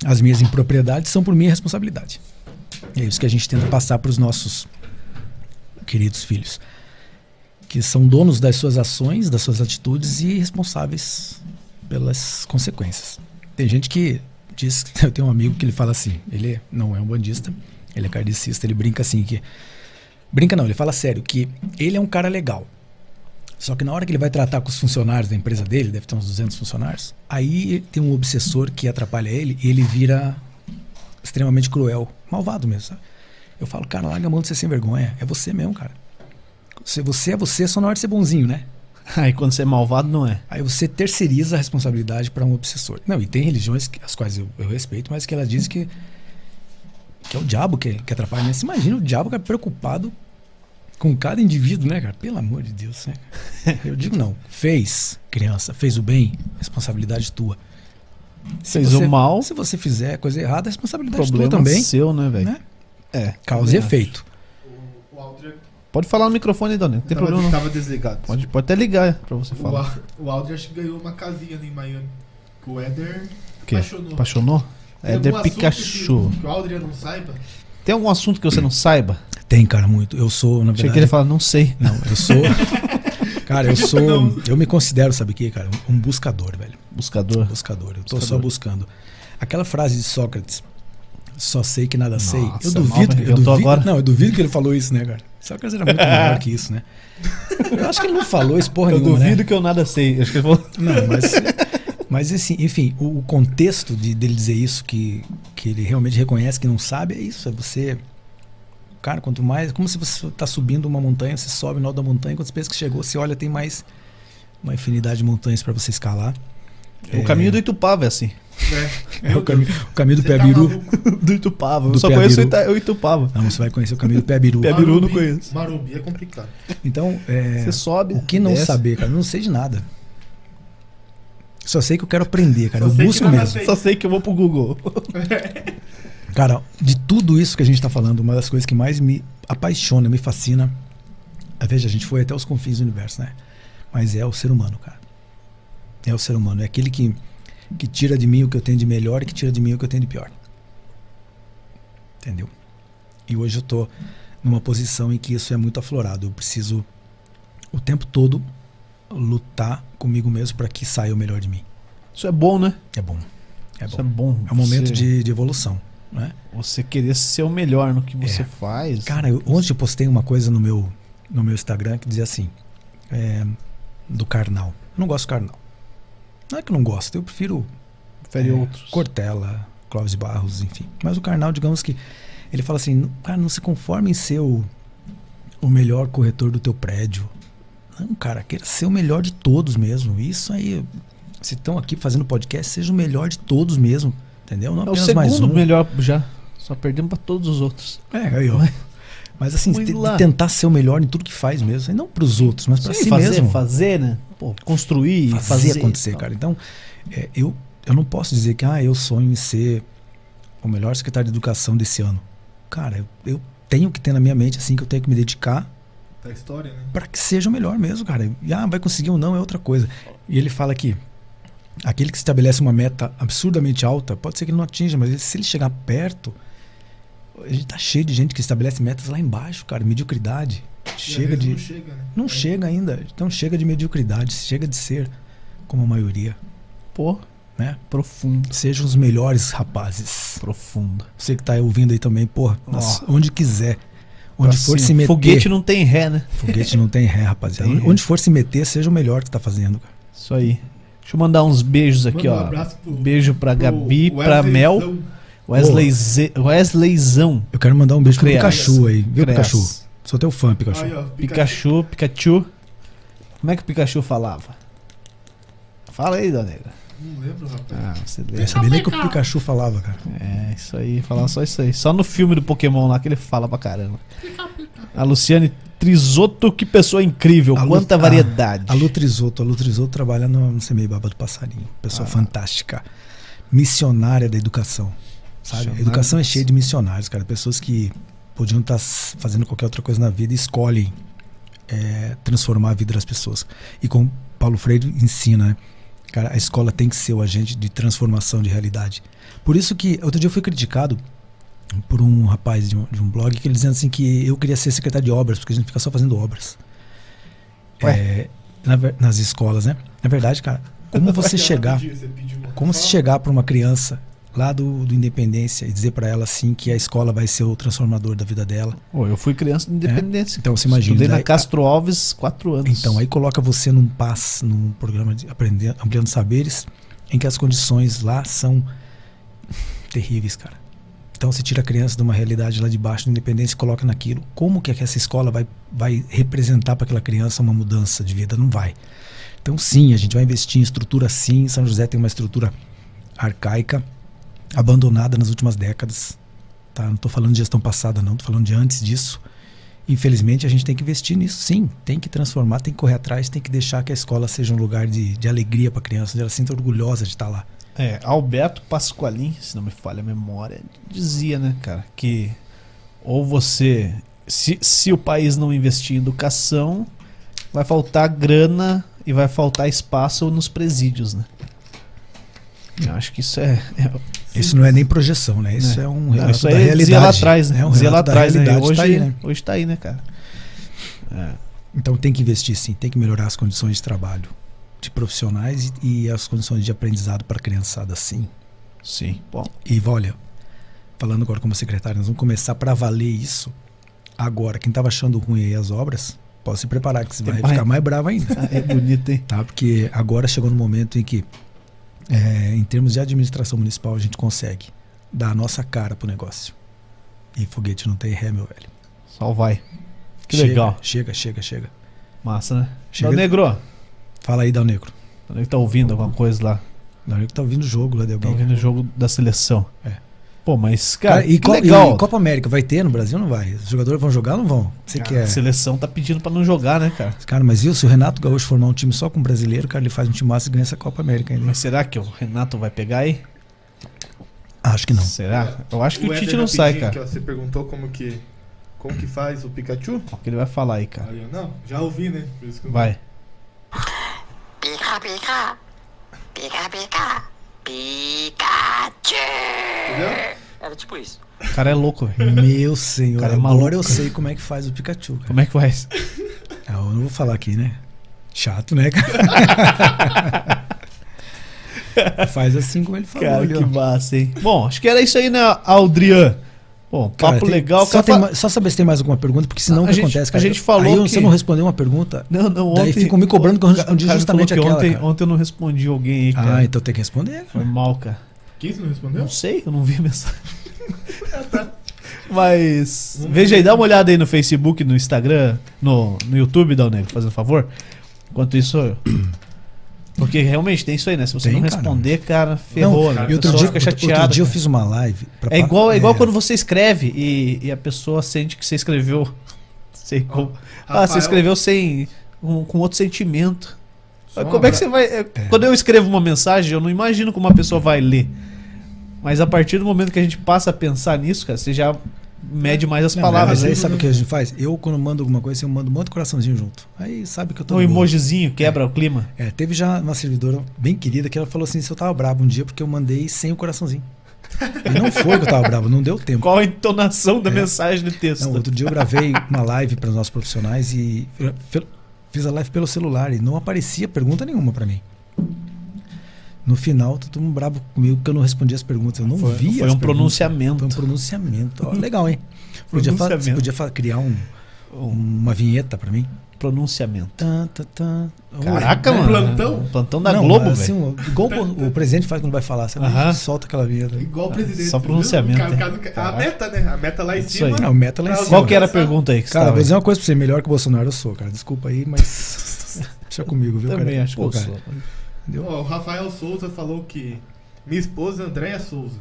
Speaker 3: as minhas impropriedades são por minha responsabilidade. É isso que a gente tenta passar para os nossos queridos filhos, que são donos das suas ações, das suas atitudes e responsáveis pelas consequências. Tem gente que diz, eu tenho um amigo que ele fala assim, ele não é um bandista, ele é kardecista, ele brinca assim que brinca não, ele fala sério que ele é um cara legal. Só que na hora que ele vai tratar com os funcionários da empresa dele, deve ter uns 200 funcionários, aí tem um obsessor que atrapalha ele e ele vira extremamente cruel, malvado mesmo, sabe? Eu falo, cara, larga a mão de ser sem vergonha. É você mesmo, cara. Você, você é você só na hora de ser bonzinho, né?
Speaker 1: Aí quando você é malvado, não é.
Speaker 3: Aí você terceiriza a responsabilidade para um obsessor. Não, e tem religiões que- as quais eu, eu respeito, mas que elas dizem que, que é o diabo que, que atrapalha. Né? Você imagina o diabo que é preocupado com cada indivíduo, né, cara? Pelo amor de Deus, né? cara? Eu digo não. Fez, criança, fez o bem, responsabilidade tua. Se
Speaker 1: Fez o mal.
Speaker 3: Se você fizer coisa errada, é responsabilidade
Speaker 1: Problema
Speaker 3: tua também.
Speaker 1: seu, né, velho?
Speaker 3: Né?
Speaker 1: É.
Speaker 3: Causa e efeito.
Speaker 2: O, o Aldrin
Speaker 1: Pode falar no microfone aí, Dona. Não tem
Speaker 2: tava,
Speaker 1: problema não.
Speaker 2: tava desligado.
Speaker 1: Pode, pode até ligar é, pra você
Speaker 2: O,
Speaker 1: falar.
Speaker 2: Al- o Aldrin acho que ganhou uma casinha ali em Miami. Que o Éder
Speaker 1: O quê?
Speaker 2: apaixonou.
Speaker 1: Apaixonou?
Speaker 2: Tem
Speaker 1: É
Speaker 2: algum
Speaker 1: de
Speaker 2: assunto
Speaker 1: Pikachu.
Speaker 2: Que, que o Aldrin não saiba.
Speaker 1: Tem algum assunto que você não saiba?
Speaker 3: Tem, cara, muito. Eu sou, na
Speaker 1: Achei
Speaker 3: verdade.
Speaker 1: que ele ia falar, não sei.
Speaker 3: Não, eu sou. cara, eu sou. um- Eu me considero, sabe o que, cara? Um buscador, velho. Um
Speaker 1: Buscador.
Speaker 3: Buscador. Eu tô
Speaker 1: Buscador.
Speaker 3: só buscando. Aquela frase de Sócrates: Só sei que nada sei.
Speaker 1: Nossa, é
Speaker 3: Eu
Speaker 1: nova,
Speaker 3: duvido, eu
Speaker 1: inventou
Speaker 3: duvido.
Speaker 1: agora.
Speaker 3: Não, eu duvido que ele falou isso, né, cara? Só que ele era muito melhor que isso, né? Eu acho que ele não falou isso porra
Speaker 1: Eu
Speaker 3: nenhuma, né?
Speaker 1: duvido que eu nada sei. Acho que ele falou.
Speaker 3: Não, mas. Mas assim, enfim, o, o contexto de, dele dizer isso, que, que ele realmente reconhece que não sabe, é isso. É você. Cara, quanto mais. Como se você está subindo uma montanha, você sobe no alto da montanha, quando você pensa que chegou, você olha, tem mais uma infinidade de montanhas para você escalar.
Speaker 1: O caminho do Itupava é assim.
Speaker 2: É,
Speaker 3: É o
Speaker 2: Meu
Speaker 3: caminho,
Speaker 2: Deus.
Speaker 3: o caminho do
Speaker 2: Você
Speaker 3: pé
Speaker 2: tá
Speaker 3: biru.
Speaker 2: maluco.
Speaker 1: Do Itupava. Eu
Speaker 3: Do
Speaker 1: só conheço o
Speaker 3: Piabiru.
Speaker 1: Ita- o Itupava.
Speaker 3: Não, você vai conhecer o caminho do pé biru.
Speaker 1: Pé- Gabiru eu não
Speaker 2: Marumbi-
Speaker 1: conheço.
Speaker 2: Marumbi é complicado.
Speaker 3: Então, é,
Speaker 1: Você sobe.
Speaker 3: o que não
Speaker 1: desce.
Speaker 3: saber, cara? Eu não sei de nada. Só sei que eu quero aprender, cara.
Speaker 2: Só
Speaker 3: eu
Speaker 2: sei que
Speaker 3: busco
Speaker 2: nada
Speaker 3: mesmo.
Speaker 2: sei.
Speaker 1: Só sei que eu vou pro Google.
Speaker 3: Cara, de tudo isso que a gente está falando, uma das coisas que mais me apaixona, me fascina. ah, Veja, a gente foi até os confins do universo, né? Mas é o ser humano, cara. É o ser humano. É aquele que, que tira de mim o que eu tenho de melhor e que tira de mim o que eu tenho de pior. Entendeu? E hoje eu tô numa posição em que isso é muito aflorado. Eu preciso o tempo todo lutar comigo mesmo para que saia o melhor de mim.
Speaker 1: Isso é bom, né?
Speaker 3: É bom. É
Speaker 1: Isso é
Speaker 3: bom.
Speaker 1: bom.
Speaker 3: É um momento
Speaker 1: Você-
Speaker 3: de, de evolução, né?
Speaker 1: Você querer ser o melhor no que você faz.
Speaker 3: É. Cara, eu, ontem eu postei uma coisa no meu, no meu Instagram que dizia assim: é, do carnal. Eu não gosto do carnal. Não é que eu não gosto, eu prefiro
Speaker 1: Fere
Speaker 3: é,
Speaker 1: outros.
Speaker 3: Cortella, Clóvis de Barros, enfim. Mas o carnal, digamos que ele fala assim: "Não- cara, não se conforme em ser o, o melhor corretor do teu prédio. Não, cara, queira ser o melhor de todos mesmo. Isso aí, se estão aqui fazendo podcast, seja o melhor de todos mesmo. Entendeu? Não
Speaker 1: É o
Speaker 3: apenas mais
Speaker 1: segundo
Speaker 3: um.
Speaker 1: melhor já. Só perdemos pra todos os outros.
Speaker 3: É, aí, ó. Mas assim,
Speaker 1: Mas
Speaker 3: te-
Speaker 1: lá-
Speaker 3: de tentar ser o melhor em tudo que faz mesmo. E não pros outros, mas pra
Speaker 1: Sim,
Speaker 3: si
Speaker 1: fazer,
Speaker 3: mesmo.
Speaker 1: fazer, né? Pô, construir,
Speaker 3: Fazer,
Speaker 1: fazer,
Speaker 3: acontecer, cara. Então, é, eu, eu não posso dizer que ah, eu sonho em ser o melhor secretário de educação desse ano. Cara, eu, eu tenho que ter na minha mente assim que eu tenho que me dedicar
Speaker 2: Da história, né?
Speaker 3: para que seja o melhor mesmo, cara. E, ah, vai conseguir ou não é outra coisa. E ele fala que aquele que estabelece uma meta absurdamente alta, pode ser que ele não atinja, mas ele- se ele chegar perto, a gente tá cheio de gente que estabelece metas lá embaixo, cara, mediocridade.
Speaker 2: E às
Speaker 3: Chega
Speaker 2: vezes
Speaker 3: de
Speaker 2: Não chega, né?
Speaker 3: não
Speaker 2: É.
Speaker 3: chega ainda. Então chega de mediocridade, chega de ser como a maioria,
Speaker 1: Pô,
Speaker 3: né?
Speaker 1: profundo.
Speaker 3: Sejam os melhores rapazes.
Speaker 1: Profundo.
Speaker 3: Você que tá aí ouvindo aí também, porra, nas- onde quiser, onde
Speaker 1: Pra
Speaker 3: for
Speaker 1: cima.
Speaker 3: se meter.
Speaker 1: Tá Foguete não tem ré, né?
Speaker 3: Foguete não tem ré, rapaziada.
Speaker 1: Tem ré.
Speaker 3: Onde for se meter, seja o melhor que tá fazendo, cara.
Speaker 1: Isso aí. Deixa eu mandar uns beijos aqui,
Speaker 2: Manda um
Speaker 1: ó.
Speaker 2: abraço pro-
Speaker 1: Beijo pra
Speaker 2: pro
Speaker 1: Gabi, pra
Speaker 2: Wesley
Speaker 1: Mel,
Speaker 2: Zão.
Speaker 1: Wesley Z- Wesleyzão,
Speaker 3: Eu quero mandar um beijo pro
Speaker 1: Cresce.
Speaker 3: Pikachu aí, viu,
Speaker 1: Cresce.
Speaker 3: Pikachu? Sou teu fã, Pikachu.
Speaker 2: Aí, ó,
Speaker 1: Pikachu,
Speaker 2: Pikachu.
Speaker 1: Pikachu. Como é que o Pikachu falava? Fala aí, dona Negra.
Speaker 2: Não lembro, rapaz.
Speaker 1: Ah, você
Speaker 3: Eu não
Speaker 1: deixa.
Speaker 3: sabia nem que o Pikachu falava, cara.
Speaker 1: É, isso aí, falava só isso aí. Só no filme do Pokémon lá que ele fala pra caramba. A Luciane Trisotto, que pessoa incrível,
Speaker 3: A Lu-
Speaker 1: quanta
Speaker 3: a-
Speaker 1: variedade.
Speaker 3: A Lu Trisotto, a Lu Trisotto trabalha no, no CMEI Baba do Passarinho. Pessoa
Speaker 1: Ah.
Speaker 3: fantástica. Missionária da educação. Sabe? A
Speaker 1: Missionária
Speaker 3: educação
Speaker 1: da
Speaker 3: é cheia de missionários, cara. Pessoas que podiam estar fazendo qualquer outra coisa na vida e escolhem é, transformar a vida das pessoas. E como Paulo Freire ensina, né? Cara, a escola tem que ser o agente de transformação de realidade. Por isso que outro dia eu fui criticado por um rapaz de um, de um blog que ele dizendo assim que eu queria ser secretário de obras, porque a gente fica só fazendo obras.
Speaker 1: Ué.
Speaker 3: É, na ver- nas escolas, né? Na verdade, cara, como você
Speaker 2: Ela
Speaker 3: chegar,
Speaker 2: pediu, você pediu uma-
Speaker 3: como você
Speaker 2: Fala.
Speaker 3: chegar para uma criança lá do, do Independência e dizer para ela assim que a escola vai ser o transformador da vida dela?
Speaker 1: Pô, eu fui criança de independência.
Speaker 3: Então você imagina,
Speaker 1: Estudei na
Speaker 3: daí-
Speaker 1: Castro Alves quatro anos.
Speaker 3: Então, aí coloca você num PAS, num programa de aprender, Ampliando Saberes, em que as condições lá são terríveis, cara. Então, você tira a criança de uma realidade lá de baixo, da independência, e coloca naquilo. Como que, é que essa escola vai, vai representar para aquela criança uma mudança de vida? Não vai. Então, sim, a gente vai investir em estrutura, sim. São José tem uma estrutura arcaica, abandonada nas últimas décadas. Tá? Não estou falando de gestão passada, não. Estou falando de antes disso. Infelizmente, a gente tem que investir nisso, sim. Tem que transformar, tem que correr atrás, tem que deixar que a escola seja um lugar de, de alegria para a criança, onde ela se sinta orgulhosa de estar lá.
Speaker 1: É, Alberto Pasqualin, se não me falha a memória, dizia, né, cara, que ou você. Se, se o país não investir em educação, vai faltar grana e vai faltar espaço nos presídios, né? Eu acho que isso é. é-
Speaker 3: Isso não é nem projeção, né? Isso é, um relato
Speaker 1: isso
Speaker 3: da
Speaker 1: aí
Speaker 3: realidade.
Speaker 1: dizia lá atrás, né?
Speaker 3: É um
Speaker 1: dizia lá
Speaker 3: relato da
Speaker 1: atrás, né?
Speaker 3: realidade,
Speaker 1: Hoje,
Speaker 3: tá aí, né?
Speaker 1: hoje tá aí, né, cara?
Speaker 3: Então tem que investir sim, tem que melhorar as condições de trabalho de profissionais e, e as condições de aprendizado para a criançada, sim.
Speaker 1: Sim. Bom,
Speaker 3: E olha, falando agora como secretário, nós vamos começar para valer isso agora. Quem estava achando ruim aí as obras, pode se preparar que você
Speaker 1: Tem
Speaker 3: vai
Speaker 1: mais.
Speaker 3: ficar mais bravo ainda.
Speaker 1: Ah, É bonito, hein?
Speaker 3: tá? Porque agora chegou no momento em que, é, em termos de administração municipal, a gente consegue dar a nossa cara pro negócio. E foguete não tem ré, meu velho.
Speaker 1: Só vai. Que
Speaker 3: Chega,
Speaker 1: legal.
Speaker 3: Chega, chega, chega.
Speaker 1: Massa, né? Chega...
Speaker 3: Chega-
Speaker 1: Negro,
Speaker 3: Fala aí, Dal Negro.
Speaker 1: ele tá ouvindo alguma coisa lá.
Speaker 3: Dal Negro tá ouvindo o jogo lá de
Speaker 1: Tá
Speaker 3: alguém.
Speaker 1: ouvindo o jogo da seleção.
Speaker 3: É.
Speaker 1: Pô, mas, cara,
Speaker 3: Cara, e,
Speaker 1: que
Speaker 3: Co-
Speaker 1: legal.
Speaker 3: e Copa América, vai ter no Brasil ou não vai? Os jogadores vão jogar ou não vão? Você
Speaker 1: Cara,
Speaker 3: quer.
Speaker 1: A seleção tá pedindo pra não jogar, né, cara?
Speaker 3: Cara, mas viu? Se o Renato Gaúcho formar um time só com brasileiro, cara, ele faz um time massa e ganha essa Copa América ainda.
Speaker 1: Mas será que o Renato vai pegar aí?
Speaker 3: Acho que não. tá
Speaker 1: Será? É, Eu acho que o,
Speaker 2: É. Éder
Speaker 1: Tite não
Speaker 2: rapidinho
Speaker 1: sai, cara.
Speaker 2: aqui, ó, você perguntou como que, como que faz o Pikachu?
Speaker 1: O que ele vai falar aí, cara?
Speaker 2: Aí eu, não, já ouvi, né? Por isso que eu-
Speaker 1: Vai.
Speaker 6: Pika pika, pika pika, Pikachu.
Speaker 2: Entendeu?
Speaker 6: Era tipo isso.
Speaker 1: O cara é louco, velho.
Speaker 3: Meu senhor,
Speaker 1: Cara, é maluco,
Speaker 3: agora eu
Speaker 1: cara.
Speaker 3: sei como é que faz o Pikachu, cara.
Speaker 1: Como é que faz?
Speaker 3: Ah, eu não vou falar aqui, né? Chato, né, cara? faz assim como ele falou.
Speaker 1: Cara,
Speaker 3: ali,
Speaker 1: que
Speaker 3: ó.
Speaker 1: massa, hein? Bom, acho que era isso aí, né, Aldrian? Bom,
Speaker 3: Cara,
Speaker 1: papo
Speaker 3: tem-
Speaker 1: legal.
Speaker 3: Só,
Speaker 1: cara,
Speaker 3: tem
Speaker 1: fa-
Speaker 3: ma- só saber se tem mais alguma pergunta, porque senão
Speaker 1: A
Speaker 3: o que
Speaker 1: gente-
Speaker 3: acontece,
Speaker 1: a
Speaker 3: cara?
Speaker 1: gente falou
Speaker 3: Aí eu-
Speaker 1: que- É.
Speaker 3: você não respondeu uma pergunta,
Speaker 1: Não, não, ontem.
Speaker 3: Daí ficam me cobrando que eu respondi
Speaker 1: O cara
Speaker 3: justamente
Speaker 1: falou que
Speaker 3: aquela,
Speaker 1: Ontem,
Speaker 3: cara.
Speaker 1: ontem eu não respondi alguém aí, cara.
Speaker 3: Ah, então tem que responder.
Speaker 1: Foi mal, cara.
Speaker 2: Quem você não respondeu?
Speaker 1: Não sei, eu não vi a mensagem. Mas. Veja aí, dá uma olhada aí no Facebook, no Instagram, no, no YouTube, Dal Negro, fazendo favor. Enquanto isso. eu- Porque realmente tem isso aí, né? Se você
Speaker 3: Tem,
Speaker 1: não
Speaker 3: cara.
Speaker 1: responder, cara, ferrou, né? A
Speaker 3: e outro
Speaker 1: pessoa
Speaker 3: dia,
Speaker 1: fica
Speaker 3: outro-
Speaker 1: chateada.
Speaker 3: outro dia eu
Speaker 1: cara.
Speaker 3: fiz uma live. pra-
Speaker 1: É igual, é igual
Speaker 3: é,
Speaker 1: quando você escreve e, e a pessoa sente que você escreveu. Sei como. ah, você
Speaker 2: Rafael-
Speaker 1: escreveu sem. Com, com outro sentimento.
Speaker 2: Só
Speaker 1: como é que
Speaker 2: um
Speaker 1: você vai. é, Quando eu escrevo uma mensagem, eu não imagino como a pessoa vai ler. Mas a partir do momento que a gente passa a pensar nisso, cara, você já mede mais as
Speaker 3: Não,
Speaker 1: palavras.
Speaker 3: Mas
Speaker 1: Né?
Speaker 3: aí sabe o que a gente faz? Eu, quando mando alguma coisa, eu mando um monte de coraçãozinho junto. Aí sabe que eu tô.
Speaker 1: Um
Speaker 3: no lucro.
Speaker 1: emojizinho quebra o clima.
Speaker 3: É, teve já uma servidora bem querida que ela falou assim: se eu tava brabo um dia, porque eu mandei sem o coraçãozinho. E não foi que eu tava brabo, não deu tempo.
Speaker 1: Qual a entonação da
Speaker 3: É.
Speaker 1: mensagem do texto?
Speaker 3: Não, outro dia eu gravei uma live para os nossos profissionais e eu fe- fiz a live pelo celular e não aparecia pergunta nenhuma para mim. No final, tá todo mundo bravo comigo porque eu não respondi as perguntas. Eu não
Speaker 1: Foi-
Speaker 3: vi
Speaker 1: foi
Speaker 3: as
Speaker 1: um
Speaker 3: perguntas.
Speaker 1: pronunciamento.
Speaker 3: Foi um pronunciamento. Ó, legal, hein? Podia, fa- você
Speaker 1: Pronunciamento.
Speaker 3: podia fa- criar um- uma vinheta para mim?
Speaker 1: Pronunciamento.
Speaker 3: Tan, tan, tan. Oi,
Speaker 1: Caraca,
Speaker 3: né?
Speaker 1: mano.
Speaker 2: plantão?
Speaker 1: O plantão da
Speaker 3: Não,
Speaker 1: Globo,
Speaker 3: mas, assim,
Speaker 1: velho.
Speaker 3: um- Igual o, o presidente faz quando vai falar, sabe?
Speaker 1: Aham.
Speaker 3: Solta aquela vinheta.
Speaker 2: Igual o presidente.
Speaker 1: Só
Speaker 2: entendeu?
Speaker 1: pronunciamento,
Speaker 2: Ca-
Speaker 1: hein? Tá, É
Speaker 2: ca- ca- A meta, né? A meta lá em
Speaker 1: Isso
Speaker 2: cima.
Speaker 1: aí.
Speaker 3: Não, o meta lá em
Speaker 2: Qual
Speaker 3: cima.
Speaker 1: Qual que era a
Speaker 2: Engraçado.
Speaker 1: pergunta aí que você
Speaker 3: Cara,
Speaker 1: tava
Speaker 3: vou
Speaker 1: aí?
Speaker 3: dizer uma coisa pra você, melhor que o Bolsonaro eu sou, cara. Desculpa aí, mas. Deixa comigo, viu, cara?
Speaker 1: Também acho que
Speaker 3: Pô,
Speaker 1: eu
Speaker 3: cara,
Speaker 1: sou.
Speaker 2: Ó, o Rafael Souza falou que minha esposa, Andréia Souza,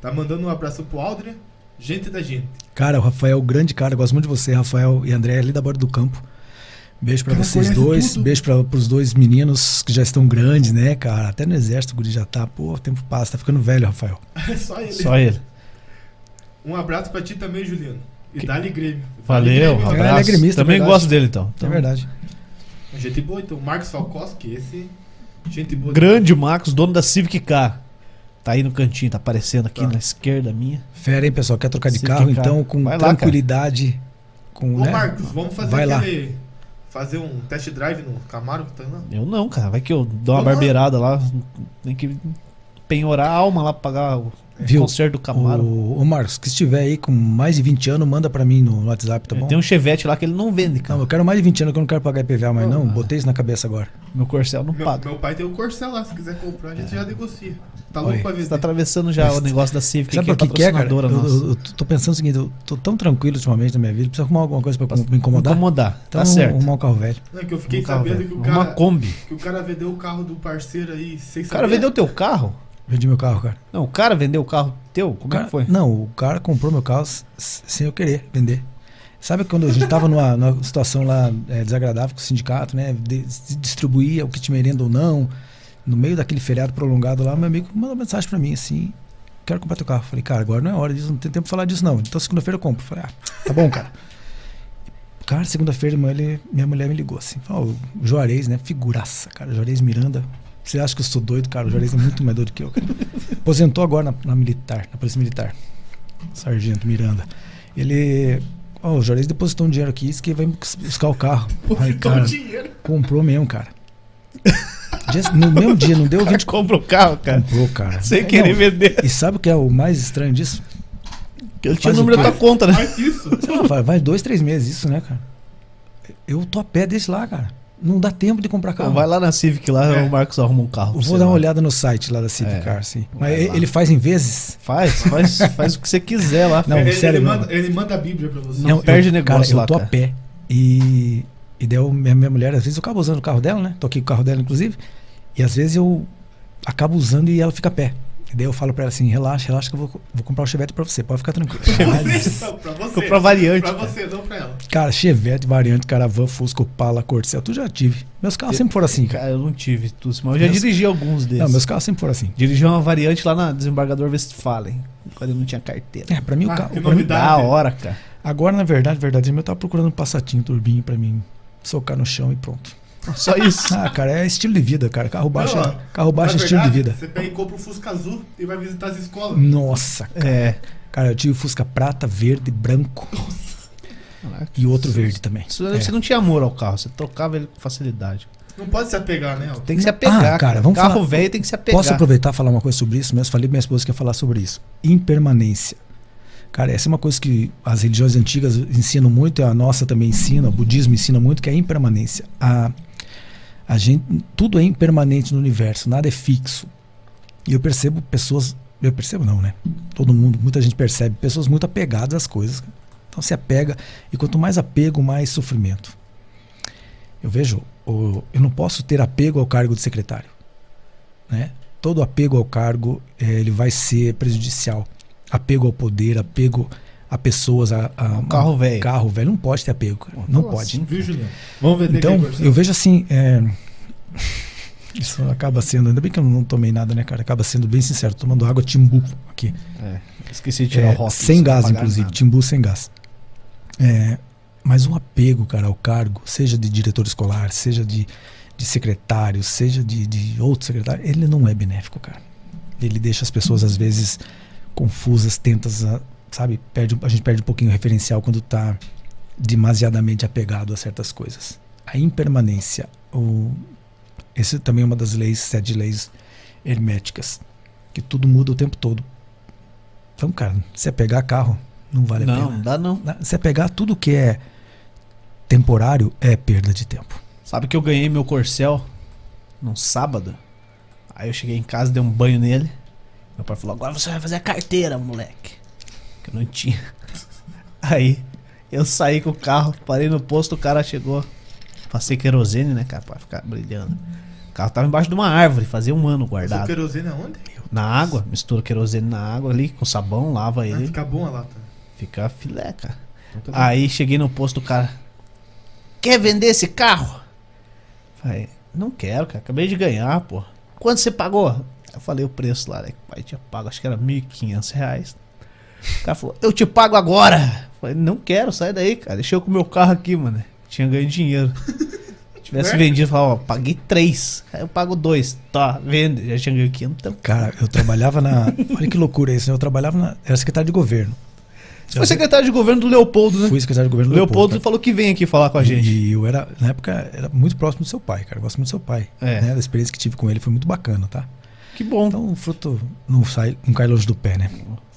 Speaker 2: tá mandando um abraço pro Aldria, gente da gente.
Speaker 3: Cara, o Rafael, grande cara, gosto muito de você, Rafael e André, ali da borda do campo. Beijo pra
Speaker 2: Cara,
Speaker 3: vocês
Speaker 2: conhece
Speaker 3: dois,
Speaker 2: tudo.
Speaker 3: beijo pra, pros dois meninos que já estão grandes, né, cara? Até no exército o guri já tá, pô, o tempo passa, tá ficando velho, Rafael.
Speaker 2: É só ele.
Speaker 1: Só ele.
Speaker 2: Um abraço pra ti também, Juliano. E dali Grêmio.
Speaker 1: Valeu, um
Speaker 2: Dali
Speaker 3: ele
Speaker 1: abraço.
Speaker 3: é gremista, é
Speaker 1: Também
Speaker 3: verdade.
Speaker 1: gosto dele, então.
Speaker 3: É
Speaker 1: Então,
Speaker 3: verdade.
Speaker 2: Gente boa, então. Marcos Falkowski, esse. Gente boa.
Speaker 1: Grande Marcos, dono da Civic K. Tá aí no cantinho, tá aparecendo aqui
Speaker 2: Tá.
Speaker 1: na esquerda minha.
Speaker 3: Fera, hein, pessoal? Quer trocar de
Speaker 1: Sim,
Speaker 3: carro,
Speaker 1: que cara.
Speaker 3: então, com
Speaker 1: Vai lá, cara.
Speaker 3: tranquilidade. com,
Speaker 2: Ô,
Speaker 3: né?
Speaker 2: Marcos, vamos fazer
Speaker 3: Vai lá.
Speaker 2: aquele. Fazer um test drive no Camaro que tá lá.
Speaker 1: Eu não, cara. Vai que eu dou uma
Speaker 2: Vamos lá.
Speaker 1: barbeirada lá. Tem que penhorar a alma lá pra pagar o
Speaker 3: Viu?
Speaker 1: concerto do Camaro.
Speaker 3: Ô, ô, Marcos, que estiver aí com mais de 20 anos, manda pra mim no WhatsApp, tá bom?
Speaker 1: Tem um Chevette lá que ele não vende, cara.
Speaker 3: Não, eu quero mais de 20 anos que eu não quero pagar IPVA mais, não. Botei isso na cabeça agora.
Speaker 1: Meu Corcel não
Speaker 2: Meu,
Speaker 1: paga.
Speaker 2: meu pai tem o Corcel lá, se quiser comprar, a gente já negocia. Tá
Speaker 3: Olha,
Speaker 2: louco pra
Speaker 1: Você
Speaker 2: vender.
Speaker 1: tá atravessando já o negócio da Civic,
Speaker 3: Sabe
Speaker 1: que é
Speaker 3: por que, que é, cara? Eu,
Speaker 1: patrocinadora nossa.
Speaker 3: eu- eu tô pensando o seguinte, eu tô tão tranquilo ultimamente na minha vida, preciso arrumar alguma coisa pra me incomodar.
Speaker 1: Incomodar.
Speaker 3: Então,
Speaker 1: tá certo.
Speaker 3: arrumar um carro velho.
Speaker 2: Não, é que eu fiquei
Speaker 1: Um carro,
Speaker 2: sabendo
Speaker 1: velho.
Speaker 2: que o,
Speaker 1: Uma
Speaker 2: cara,
Speaker 1: Kombi.
Speaker 2: que o cara vendeu o carro do parceiro aí sem
Speaker 1: O cara
Speaker 2: saber.
Speaker 1: vendeu teu carro?
Speaker 3: Vendi meu carro, cara.
Speaker 1: Não, o cara vendeu o carro teu? Como é
Speaker 3: cara
Speaker 1: que foi?
Speaker 3: Não, o cara comprou meu carro s- sem eu querer vender. Sabe quando a gente tava numa, numa situação lá é, desagradável com o sindicato, né? De, se distribuía o kit merenda ou não. No meio daquele feriado prolongado lá, meu amigo mandou uma mensagem pra mim assim: quero comprar teu carro. Falei, cara, agora não é hora disso, não tem tempo pra falar disso não. Então segunda-feira eu compro. Falei, ah, tá bom, cara. Cara, segunda-feira de manhã ele- minha mulher me ligou assim: falou, o Juarez, né? Figuraça, cara. Juarez Miranda. Você acha que eu sou doido, cara? O Juarez é muito mais doido que eu, cara. Aposentou agora na, na militar, na Polícia Militar. Sargento Miranda. Ele. Ó, o Juarez depositou um dinheiro aqui, disse que vai buscar o carro. Aí,
Speaker 2: Depositou um
Speaker 3: cara,
Speaker 2: dinheiro.
Speaker 3: comprou mesmo, cara. Dias- no mesmo dia, não deu 20
Speaker 1: compra o carro, cara.
Speaker 3: comprou, cara.
Speaker 1: Sem
Speaker 3: É,
Speaker 1: querer
Speaker 3: não,
Speaker 1: vender.
Speaker 3: E sabe o que é o mais estranho disso?
Speaker 1: Que ele tinha
Speaker 3: Faz
Speaker 1: o número
Speaker 3: o
Speaker 1: da
Speaker 3: quê?
Speaker 1: tua conta, né?
Speaker 2: Faz isso.
Speaker 3: Sei lá, vai- Vai dois, três meses isso, né, cara? Eu tô a pé desse lá, cara. Não dá tempo de comprar
Speaker 1: Então,
Speaker 3: carro. É.
Speaker 1: vai lá na Civic, lá o Marcos arruma um carro. pra
Speaker 3: Vou
Speaker 1: você
Speaker 3: dar
Speaker 1: lá.
Speaker 3: uma olhada no site lá da Civic
Speaker 1: É.
Speaker 3: Car, sim.
Speaker 1: Vai
Speaker 3: Mas ele
Speaker 1: lá.
Speaker 3: ele faz em vezes?
Speaker 1: Faz, faz, faz o que você quiser lá.
Speaker 3: Não,
Speaker 1: filho.
Speaker 2: ele,
Speaker 3: sério
Speaker 2: ele
Speaker 3: mesmo.
Speaker 2: manda, ele manda a Bíblia pra você.
Speaker 1: Não,
Speaker 3: eu-
Speaker 1: perde negócio
Speaker 3: cara,
Speaker 1: lá,
Speaker 3: Eu tô
Speaker 1: cara.
Speaker 3: a pé. E, e daí eu- minha, minha mulher, às vezes eu acabo usando o carro dela, né? Tô aqui com o carro dela, inclusive. E às vezes eu acabo usando e ela fica a pé. E daí eu falo pra ela assim, relaxa, relaxa que eu vou, vou comprar o Chevette pra você, pode ficar tranquilo.
Speaker 2: Não, pra você.
Speaker 1: Ficou pra variante.
Speaker 2: Pra
Speaker 1: cara.
Speaker 2: você, não pra ela.
Speaker 3: cara, Chevette, variante, Caravan, Fusca, Opala, Corcel, tu já tive. Meus carros sempre foram assim, cara.
Speaker 1: Cara, eu não tive tudo, mas eu já
Speaker 3: Meus-
Speaker 1: dirigi alguns deles.
Speaker 3: Não, meus carros sempre foram assim.
Speaker 1: Dirigi uma variante lá na Desembargador Westphalen, quando eu não tinha carteira.
Speaker 3: É, pra mim o
Speaker 2: Ah,
Speaker 3: carro...
Speaker 2: que
Speaker 3: pra mim-
Speaker 1: Da
Speaker 2: Verdade.
Speaker 1: hora, cara.
Speaker 3: agora, na verdade, verdade, eu tava procurando um passatinho, turbinho pra mim socar no chão e pronto.
Speaker 1: Só isso.
Speaker 3: Ah, cara, é estilo de vida, cara. Carro baixo,
Speaker 2: Não,
Speaker 3: é-
Speaker 2: ó,
Speaker 3: carro baixo é
Speaker 2: na
Speaker 3: estilo de
Speaker 2: verdade,
Speaker 3: vida. Hum.
Speaker 2: Você tá- pega e compra o Fusca Azul e vai visitar as escolas.
Speaker 3: Nossa,
Speaker 1: É.
Speaker 3: Cara, eu tive Fusca prata, verde, branco. E outro verde também.
Speaker 1: Isso-
Speaker 3: É.
Speaker 1: Você não tinha amor ao carro, você trocava ele com facilidade.
Speaker 2: Não pode se apegar, né? Elton?
Speaker 1: Tem que se
Speaker 3: Ah,
Speaker 1: apegar.
Speaker 3: cara, vamos
Speaker 1: carro
Speaker 3: falar-
Speaker 1: velho tem que se apegar.
Speaker 3: Posso aproveitar e falar uma coisa sobre isso? Mas falei pra minha esposa que ia falar sobre isso. Impermanência. Cara, essa é uma coisa que as religiões antigas ensinam muito, e a nossa também ensina, o budismo ensina muito, que é a impermanência. A, a gente, tudo é impermanente no universo, nada é fixo. E eu percebo pessoas, eu percebo não, né? Todo mundo, muita gente percebe, pessoas muito apegadas às coisas. cara. Então se apega, e quanto mais apego, mais sofrimento. Eu vejo, o- eu não posso ter apego ao cargo de secretário né? Todo apego ao cargo eh, ele vai ser prejudicial. Apego ao poder, apego a pessoas, a, a-
Speaker 1: Um
Speaker 3: um
Speaker 1: carro velho.
Speaker 3: carro velho não pode ter apego, cara. não
Speaker 1: Como
Speaker 3: pode.
Speaker 1: assim?
Speaker 2: Viu, Juliano? Vamos vender
Speaker 3: Então
Speaker 2: aqui, Marcelo.
Speaker 3: eu vejo assim, eh, isso acaba sendo ainda bem que eu não tomei nada, né, cara? Acaba sendo bem sincero, tomando água timbu aqui.
Speaker 1: Esqueci de tirar
Speaker 3: É,
Speaker 1: o rock.
Speaker 3: sem
Speaker 1: não
Speaker 3: gás,
Speaker 1: pagaram
Speaker 3: inclusive. tipo,
Speaker 1: nada.
Speaker 3: Timbu sem gás. É, mas o apego, cara, ao cargo, seja de diretor escolar, seja de, de secretário, seja de, de outro secretário, ele não é benéfico, cara. Ele deixa as pessoas, às vezes, confusas, tentas, a- sabe? Perde, a gente perde um pouquinho o referencial quando tá demasiadamente apegado a certas coisas. A impermanência. O, esse também é uma das leis, sete leis herméticas. Que tudo muda o tempo todo. Então, cara, se é pegar carro, não vale a
Speaker 1: Não,
Speaker 3: pena.
Speaker 1: não dá não.
Speaker 3: Na- Se é pegar tudo que é temporário, é perda de tempo.
Speaker 1: Sabe que eu ganhei meu Corcel num sábado? Aí eu cheguei em casa, dei um banho nele. Meu pai falou: Agora você vai fazer a carteira, moleque. Que eu não tinha. Aí eu saí com o carro, parei no posto, o cara chegou. Passei querosene, né, cara, pra ficar brilhando. O carro tava embaixo de uma árvore, fazia um ano
Speaker 2: Seu
Speaker 1: guardado.
Speaker 2: querosene é aonde?
Speaker 1: Na água, mistura querosene na água ali, com sabão, lava
Speaker 2: Ah,
Speaker 1: ele. Ah,
Speaker 2: fica bom a lata.
Speaker 1: Fica filé, cara.
Speaker 2: Então tá
Speaker 1: Aí cheguei no posto, o cara. Quer vender esse carro? Falei, não quero, cara. Acabei de ganhar, pô. Quanto você pagou? Eu falei o preço lá, né? Que o pai tinha pago, acho que era R$ 1.500. reais. O cara falou, eu te pago agora. Eu Falei, não quero, sai daí, cara. Deixa eu com o meu carro aqui, mano. Tinha ganho dinheiro. Se tivesse vendido, eu falava, ó, paguei três. Aí eu pago dois. Tá, vende. Já tinha ganho então, 500.
Speaker 3: Cara, eu trabalhava na. Olha que loucura isso, né? Eu trabalhava na. Era secretário de governo.
Speaker 1: Foi secretário de governo do Leopoldo, né?
Speaker 3: Fui secretário de governo do
Speaker 1: Leopoldo
Speaker 3: Leopoldo,
Speaker 1: falou que vem aqui falar com a
Speaker 3: cara.
Speaker 1: gente.
Speaker 3: E eu era, na época, era muito próximo do seu pai, cara. Eu gosto muito do seu pai.
Speaker 1: É.
Speaker 3: né? Da experiência que tive com ele foi muito bacana, tá?
Speaker 1: Que bom.
Speaker 3: Então o fruto não, sai, não cai longe do pé, né?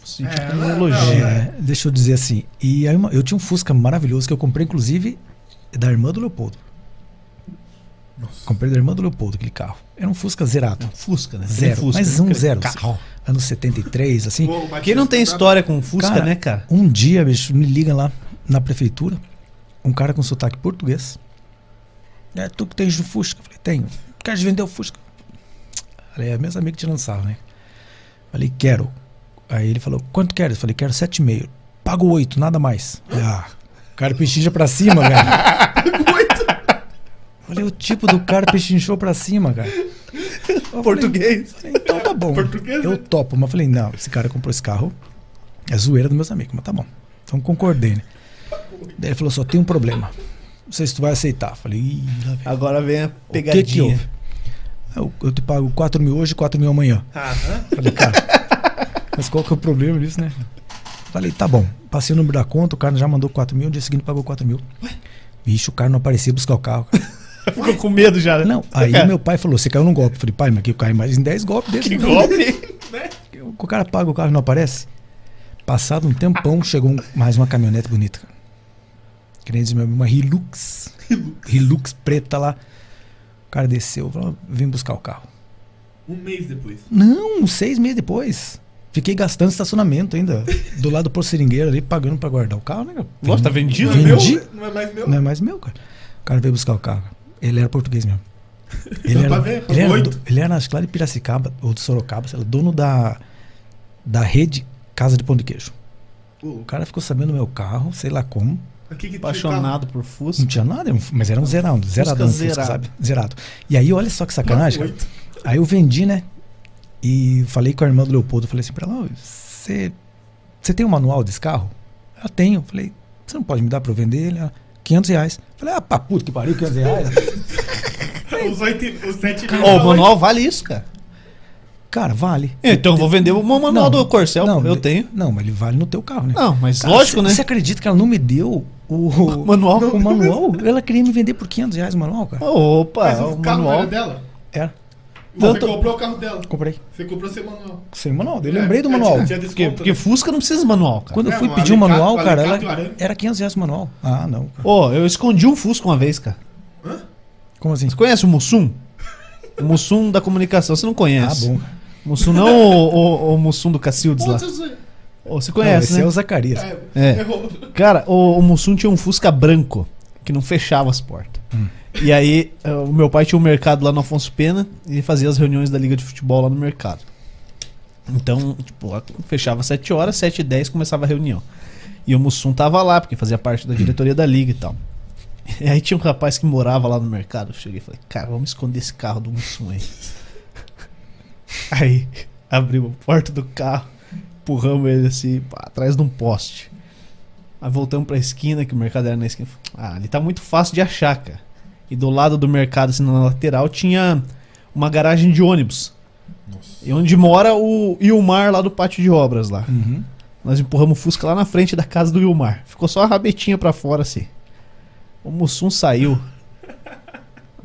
Speaker 1: Senti
Speaker 2: É,
Speaker 1: como um
Speaker 2: não,
Speaker 1: elogio.
Speaker 2: não,
Speaker 3: É, deixa eu dizer assim. E aí uma- eu tinha um Fusca maravilhoso que eu comprei, inclusive, da irmã do Leopoldo. Comprei da irmã do Leopoldo aquele carro. Era um Fusca zerado.
Speaker 1: Fusca, né?
Speaker 3: Zero.
Speaker 1: Fusca,
Speaker 3: mas um
Speaker 1: aquele
Speaker 3: zero.
Speaker 1: Carro.
Speaker 3: Anos 73, assim.
Speaker 2: Pô, o Matias
Speaker 1: Quem não tem
Speaker 2: tá-
Speaker 1: história com Fusca,
Speaker 3: Cara,
Speaker 1: né, cara?
Speaker 3: Um dia, bicho, me liga lá na prefeitura, um cara com sotaque português. É, tu que tens o Fusca? Eu falei, tenho. Queres vender o Fusca? Falei, é meus amigos tirando sarro, né? Falei, quero. Aí ele falou, quanto queres? Eu falei, quero sete e meio. Pago oito, nada mais. Falei, ah, o cara pechincha pra cima, velho. Pago oito? Falei, o tipo do cara pechinchou pra cima, cara.
Speaker 1: Português.
Speaker 3: Falei, então tá bom.
Speaker 2: Português,
Speaker 3: eu
Speaker 2: né?
Speaker 3: topo. Mas falei, não, esse cara comprou esse carro. É zoeira dos meus amigos, mas tá bom. Então concordei, né? Daí ele falou, só tem um problema. Não sei se tu vai aceitar. Falei, ih, lá vem.
Speaker 1: Agora vem a
Speaker 3: O que que
Speaker 1: pegadinha.
Speaker 3: houve? Ah, Eu, eu te pago 4 mil hoje e 4 mil amanhã.
Speaker 2: Aham.
Speaker 3: Falei, cara, mas qual que é o problema disso, né? Falei, tá bom. Passei o número da conta, o cara já mandou 4 mil, no dia seguinte pagou 4 mil. Bicho, o cara não aparecia buscar o carro. cara.
Speaker 1: Ficou com medo já, né?
Speaker 3: Não, aí meu né? pai falou, você caiu num golpe. Falei, pai, mas que eu caí mais em 10 golpes desse.
Speaker 1: Que golpe.
Speaker 3: O cara paga o carro e não aparece? Passado um tempão, chegou um- mais uma caminhonete bonita. cara. Que nem diz meu amigo, uma Hilux. Hilux preta lá. O cara desceu, falou, vim buscar o carro.
Speaker 2: Um mês depois.
Speaker 3: Não, seis meses depois. Fiquei gastando estacionamento ainda. Do lado do Porceringueiro ali, pagando pra guardar o carro, né? cara?
Speaker 1: Nossa, tá vendido?
Speaker 3: Vendi.
Speaker 1: meu?
Speaker 2: Não é mais meu?
Speaker 3: Não é mais meu, cara. O cara veio buscar o carro. cara. Ele era português mesmo. Ele
Speaker 2: Dá pra
Speaker 3: era,
Speaker 2: ver,
Speaker 3: ele era,
Speaker 2: oito.
Speaker 3: do- ele era, acho que lá de Piracicaba, ou de Sorocaba, sei lá, dono da, da rede Casa de Pão de Queijo. O cara ficou sabendo do meu carro, sei lá como.
Speaker 2: Aqui que
Speaker 1: Apaixonado por
Speaker 3: Não
Speaker 1: Fusca.
Speaker 3: tinha nada, era um- mas era um zerado, zerado,
Speaker 1: zerado.
Speaker 3: sabe? Zerado. E aí, olha só que sacanagem. cara.
Speaker 2: Oito.
Speaker 3: Aí eu vendi, né? E falei com a irmã do Leopoldo, falei assim pra ela, "Ô, você você tem o manual desse carro? Ela tenho. Falei, você não pode me dar pra eu vender ele? Ela, 500 reais. Falei, ah, pra puta que pariu, 500 reais.
Speaker 2: Os oito, os sete
Speaker 1: Ô, o manual vale isso, cara.
Speaker 3: Cara, vale.
Speaker 1: Então eu vou vender o manual
Speaker 3: Não,
Speaker 1: do Corcel,
Speaker 3: não,
Speaker 1: eu
Speaker 3: de-
Speaker 1: tenho.
Speaker 3: Não, mas ele vale no teu carro, né?
Speaker 1: Não, mas
Speaker 3: Cara,
Speaker 1: lógico,
Speaker 3: cê-
Speaker 1: né?
Speaker 3: Você acredita que ela não me deu o,
Speaker 1: Manual?
Speaker 3: o manual? Ela queria me vender por 500 reais o manual, cara.
Speaker 1: Opa,
Speaker 2: Mas o
Speaker 1: é o
Speaker 2: carro
Speaker 1: manual.
Speaker 2: não era dela?
Speaker 3: Era.
Speaker 2: Você
Speaker 1: Tanto-
Speaker 2: comprou o carro dela.
Speaker 3: Comprei.
Speaker 2: Você comprou seu manual.
Speaker 3: Sem manual. Eu lembrei do manual.
Speaker 2: Tinha
Speaker 1: Porque,
Speaker 2: desconto. né?
Speaker 1: porque Fusca É. não precisa de manual, cara.
Speaker 3: Quando eu
Speaker 2: É,
Speaker 3: fui
Speaker 2: um
Speaker 3: pedir o
Speaker 2: alicate,
Speaker 3: manual,
Speaker 2: um
Speaker 3: cara, ela
Speaker 2: alicate e um arame.
Speaker 3: era 500 reais o manual. Ah, não. cara.
Speaker 1: Ô, eu escondi um Fusca uma vez, cara.
Speaker 3: Como assim?
Speaker 1: Você conhece o Mussum? O Mussum da comunicação, você não
Speaker 3: Ah,
Speaker 1: conhece.
Speaker 3: bom.
Speaker 1: Mussum não o, o, o Mussum do Cacildes lá.
Speaker 2: Outros, é,
Speaker 1: Ô, você
Speaker 3: Não,
Speaker 1: conhece,
Speaker 3: esse é
Speaker 1: né?
Speaker 3: o Zacarias.
Speaker 1: É.
Speaker 2: Errou.
Speaker 1: Cara, o, o Mussum tinha um Fusca branco que não fechava as portas.
Speaker 3: Hum.
Speaker 1: E aí, eh, o meu pai tinha um mercado lá no Afonso Pena e fazia as reuniões da Liga de Futebol lá no mercado. Então, tipo, lá fechava às 7 horas, 7 e 10 começava a reunião. E o Mussum tava lá, porque fazia parte
Speaker 3: Hum.
Speaker 1: da diretoria da Liga e tal. E aí tinha um rapaz que morava lá no mercado. Eu cheguei e falei, cara, vamos esconder esse carro do Mussum aí. Aí abriu a porta do carro, empurramos ele assim, pá, atrás de um poste. Aí voltamos pra esquina, que o mercado era na esquina. Ah, ali tá muito fácil de achar, cara. E do lado do mercado, assim, na lateral, tinha uma garagem de ônibus. E onde mora o Ilmar lá do pátio de obras lá.
Speaker 3: Uhum.
Speaker 1: Nós empurramos o Fusca lá na frente da casa do Ilmar. Ficou só a rabetinha pra fora, assim. O Mussum saiu.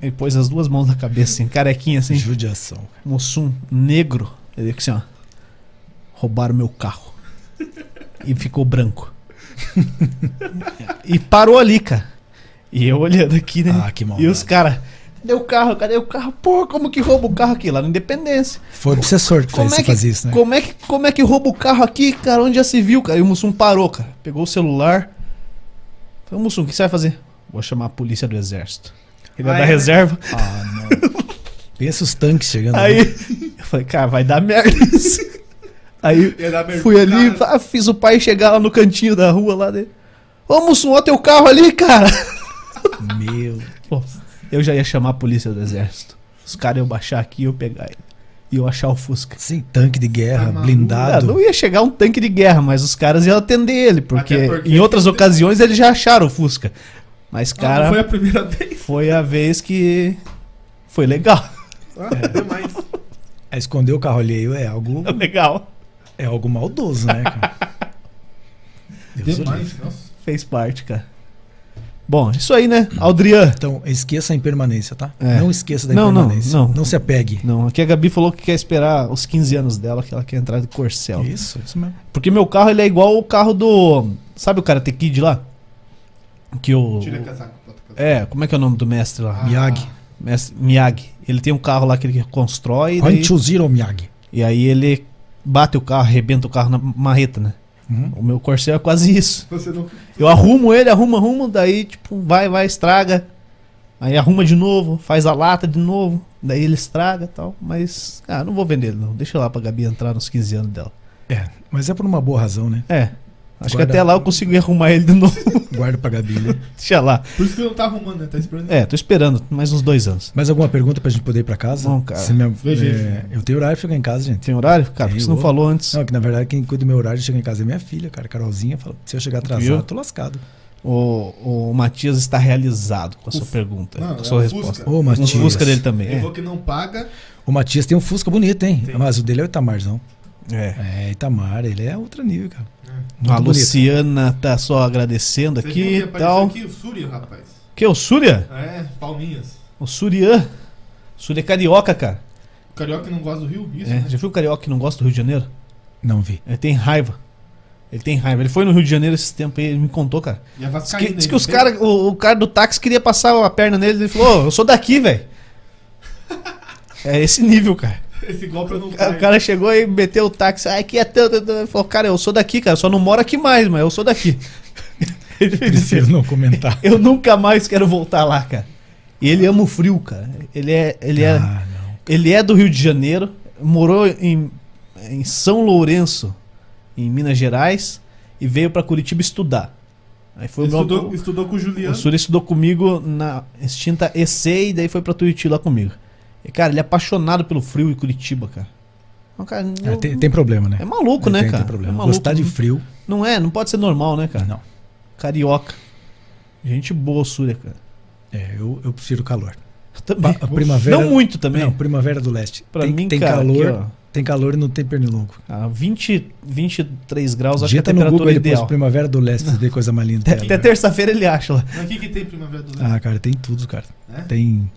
Speaker 1: Ele pôs as duas mãos na cabeça, assim, carequinha, assim.
Speaker 3: Judiação.
Speaker 1: Mussum negro. Ele que assim, ó. Roubaram meu carro. E ficou branco. e parou ali, cara. E eu olhando aqui, né?
Speaker 3: Ah, que maldade.
Speaker 1: E os caras. Cadê o carro? Cadê o carro? Pô, como que rouba o carro aqui? Lá na Independência.
Speaker 3: Foi o obsessor que fez
Speaker 1: Como é
Speaker 3: você
Speaker 1: que,
Speaker 3: fazer isso, né?
Speaker 1: como, é que, como é que rouba o carro aqui, cara? Onde já se viu, cara? E o Mussum parou, cara. Pegou o celular. Falei, Mussum, o que você vai fazer? Vou chamar a polícia do exército. Ele é
Speaker 2: Ah,
Speaker 1: da
Speaker 2: é?
Speaker 1: reserva.
Speaker 3: Ah, não. Pensa os tanques chegando. né?
Speaker 1: Aí eu falei, cara, vai dar merda isso. Aí
Speaker 2: Ia dar merda
Speaker 1: fui
Speaker 2: pro
Speaker 1: ali,
Speaker 2: cara.
Speaker 1: ah, fiz o pai chegar lá no cantinho da rua lá dele. Ô Mussum, olha teu carro ali, cara.
Speaker 3: Meu.
Speaker 1: Pô, eu já ia chamar a polícia do exército. Os caras iam baixar aqui e eu pegar ele. E eu achar o Fusca.
Speaker 3: Sem assim, tanque de guerra,
Speaker 2: Tá maluco.
Speaker 1: Ah,
Speaker 3: blindado.
Speaker 1: não ia chegar um tanque de guerra, mas os caras iam atender ele, porque,
Speaker 2: Até porque-
Speaker 1: em outras ocasiões eles já acharam o Fusca. Mas,
Speaker 2: Ah, não
Speaker 1: cara,
Speaker 2: foi
Speaker 1: foi,
Speaker 2: a primeira vez.
Speaker 1: a vez que foi legal.
Speaker 2: Ah, até mais.
Speaker 3: É, Esconder o carro alheio é algo,
Speaker 1: legal.
Speaker 3: é algo maldoso, né, cara? Deus o livre.
Speaker 2: Demais, nossa.
Speaker 1: Fez parte, cara. Bom, isso aí, né? Aldrian.
Speaker 3: Então, esqueça a impermanência, tá?
Speaker 1: É.
Speaker 3: Não esqueça da
Speaker 1: Não, não,
Speaker 3: impermanência.
Speaker 1: não.
Speaker 3: se apegue.
Speaker 1: Não, aqui a Gabi falou que quer esperar os 15 anos dela, que ela quer entrar de Corcel.
Speaker 3: Isso, isso mesmo.
Speaker 1: Porque meu carro ele é igual o carro do. Sabe o Karate Kid lá? Que o.
Speaker 2: Tira casaco, bota casaco.
Speaker 1: É, como é que é o nome do mestre lá?
Speaker 3: Miyagi.
Speaker 1: Mestre Miyagi. Ele tem um carro lá que ele constrói. daí-
Speaker 3: Hancho Zero Miyagi.
Speaker 1: e aí ele bate o carro, arrebenta o carro na marreta, né?
Speaker 3: Uhum.
Speaker 1: O meu Corcel é quase isso.
Speaker 2: Você não.
Speaker 1: Eu arrumo ele, arrumo, arrumo, daí tipo, vai, vai, estraga. Aí arruma de novo, faz a lata de novo, daí ele estraga e tal. Mas, ah, não vou vender ele não. Deixa lá pra Gabi entrar nos 15 anos dela.
Speaker 3: É, mas é por uma boa razão, né?
Speaker 1: É. Acho que
Speaker 3: Guarda-
Speaker 1: até lá eu consigo arrumar ele de novo.
Speaker 3: Guarda pra Gabi, né?
Speaker 1: Deixa lá.
Speaker 2: Por isso que não tá arrumando, né? Tá esperando.
Speaker 1: É, tô esperando mais uns dois anos.
Speaker 3: Mais alguma pergunta pra gente poder ir pra casa?
Speaker 1: Não, cara.
Speaker 3: Se minha-
Speaker 2: Veja,
Speaker 3: é,
Speaker 2: veja.
Speaker 3: eu tenho horário pra chegar em casa, gente.
Speaker 1: Tem horário? Cara,
Speaker 3: Tem,
Speaker 1: você não
Speaker 3: ô.
Speaker 1: falou antes.
Speaker 3: Não, é que na verdade quem cuida do meu horário chega em casa é minha filha, cara. Carolzinha fala, se eu chegar atrasado,
Speaker 1: Viu?
Speaker 3: eu tô lascado.
Speaker 1: O, o Matias está realizado com a sua
Speaker 2: Uf.
Speaker 1: pergunta,
Speaker 2: Não,
Speaker 1: com
Speaker 2: é
Speaker 1: a sua
Speaker 2: o
Speaker 1: resposta.
Speaker 2: Fusca.
Speaker 3: Ô,
Speaker 1: O
Speaker 3: Matias.
Speaker 1: Fusca dele também. é.
Speaker 2: Ele falou que não paga.
Speaker 3: O Matias tem um Fusca bonito, hein? Mas o dele é o Itamarzão.
Speaker 1: É. É.
Speaker 3: É, Itamar, ele é outro nível, cara. Muito
Speaker 1: A
Speaker 3: bonito.
Speaker 1: Luciana tá só agradecendo
Speaker 2: Você viu
Speaker 1: aqui
Speaker 2: que
Speaker 1: e
Speaker 2: apareceu
Speaker 1: tal.
Speaker 2: aqui o Suri, rapaz.
Speaker 1: Que o Súria?
Speaker 2: É, palminhas.
Speaker 1: O Surian. Súria é carioca, cara.
Speaker 2: O carioca não gosta do Rio? Isso,
Speaker 1: É,
Speaker 2: né?
Speaker 1: já viu o carioca que não gosta do Rio de Janeiro?
Speaker 3: Não vi.
Speaker 1: Ele tem raiva. Ele tem raiva. Ele foi no Rio de Janeiro esses tempos aí, ele me contou, cara.
Speaker 2: E
Speaker 1: Diz
Speaker 2: a
Speaker 1: que,
Speaker 2: Vascaína.
Speaker 1: diz que
Speaker 2: ele
Speaker 1: os
Speaker 2: tem?
Speaker 1: cara, o, o cara do táxi queria passar a perna nele, ele falou, "Ô, eu sou daqui, velho. É esse nível, cara.
Speaker 2: Esse golpe eu não
Speaker 1: É, O cara- O cara chegou e meteu o táxi, ah, aqui é teu, teu, teu." Ele falou, cara, eu sou daqui, cara, só não moro aqui mais, mas eu sou daqui. Ele disse,
Speaker 3: Prefiro não comentar.
Speaker 1: eu nunca mais quero voltar lá, cara. E ele ama o frio, cara. Ele é, ele é,
Speaker 3: Ah, não.
Speaker 1: ele é do Rio de Janeiro, morou em, em São Lourenço, em Minas Gerais, e veio pra Curitiba estudar. Aí foi o meu-
Speaker 2: Estudou, estudou com o
Speaker 1: o
Speaker 2: Juliano.
Speaker 1: Suri estudou comigo na extinta EC e daí foi pra Tuiuti lá comigo. E, cara, ele é apaixonado pelo frio e Curitiba, cara. Não, cara,
Speaker 3: É,
Speaker 1: não-
Speaker 3: tem, tem problema, né?
Speaker 1: é maluco,
Speaker 3: É,
Speaker 1: né,
Speaker 3: tem,
Speaker 1: cara?
Speaker 3: Tem problema.
Speaker 1: É maluco,
Speaker 3: Gostar de
Speaker 1: né?
Speaker 3: frio,
Speaker 1: Não é, não pode ser normal, né, cara?
Speaker 3: não.
Speaker 1: Carioca. Gente boa, Surya, cara.
Speaker 3: É, eu, eu prefiro calor.
Speaker 1: Também.
Speaker 3: a primavera-
Speaker 1: Não muito também.
Speaker 3: Não, primavera do leste.
Speaker 1: Pra
Speaker 3: tem,
Speaker 1: mim,
Speaker 3: tem
Speaker 1: cara,
Speaker 3: calor,
Speaker 1: aqui,
Speaker 3: tem calor e não tem pernilongo.
Speaker 1: Ah, 20, 23 graus, acho que é a
Speaker 3: Digita no Google
Speaker 1: temperatura
Speaker 3: ele pôs
Speaker 1: ideal.
Speaker 3: primavera do leste, você vê coisa mais linda.
Speaker 1: Até,
Speaker 3: que
Speaker 1: até
Speaker 3: ela.
Speaker 1: terça-feira ele acha lá.
Speaker 2: Mas o que, que tem Primavera do Leste?
Speaker 3: Ah, cara, tem tudo, cara.
Speaker 2: É?
Speaker 3: Tem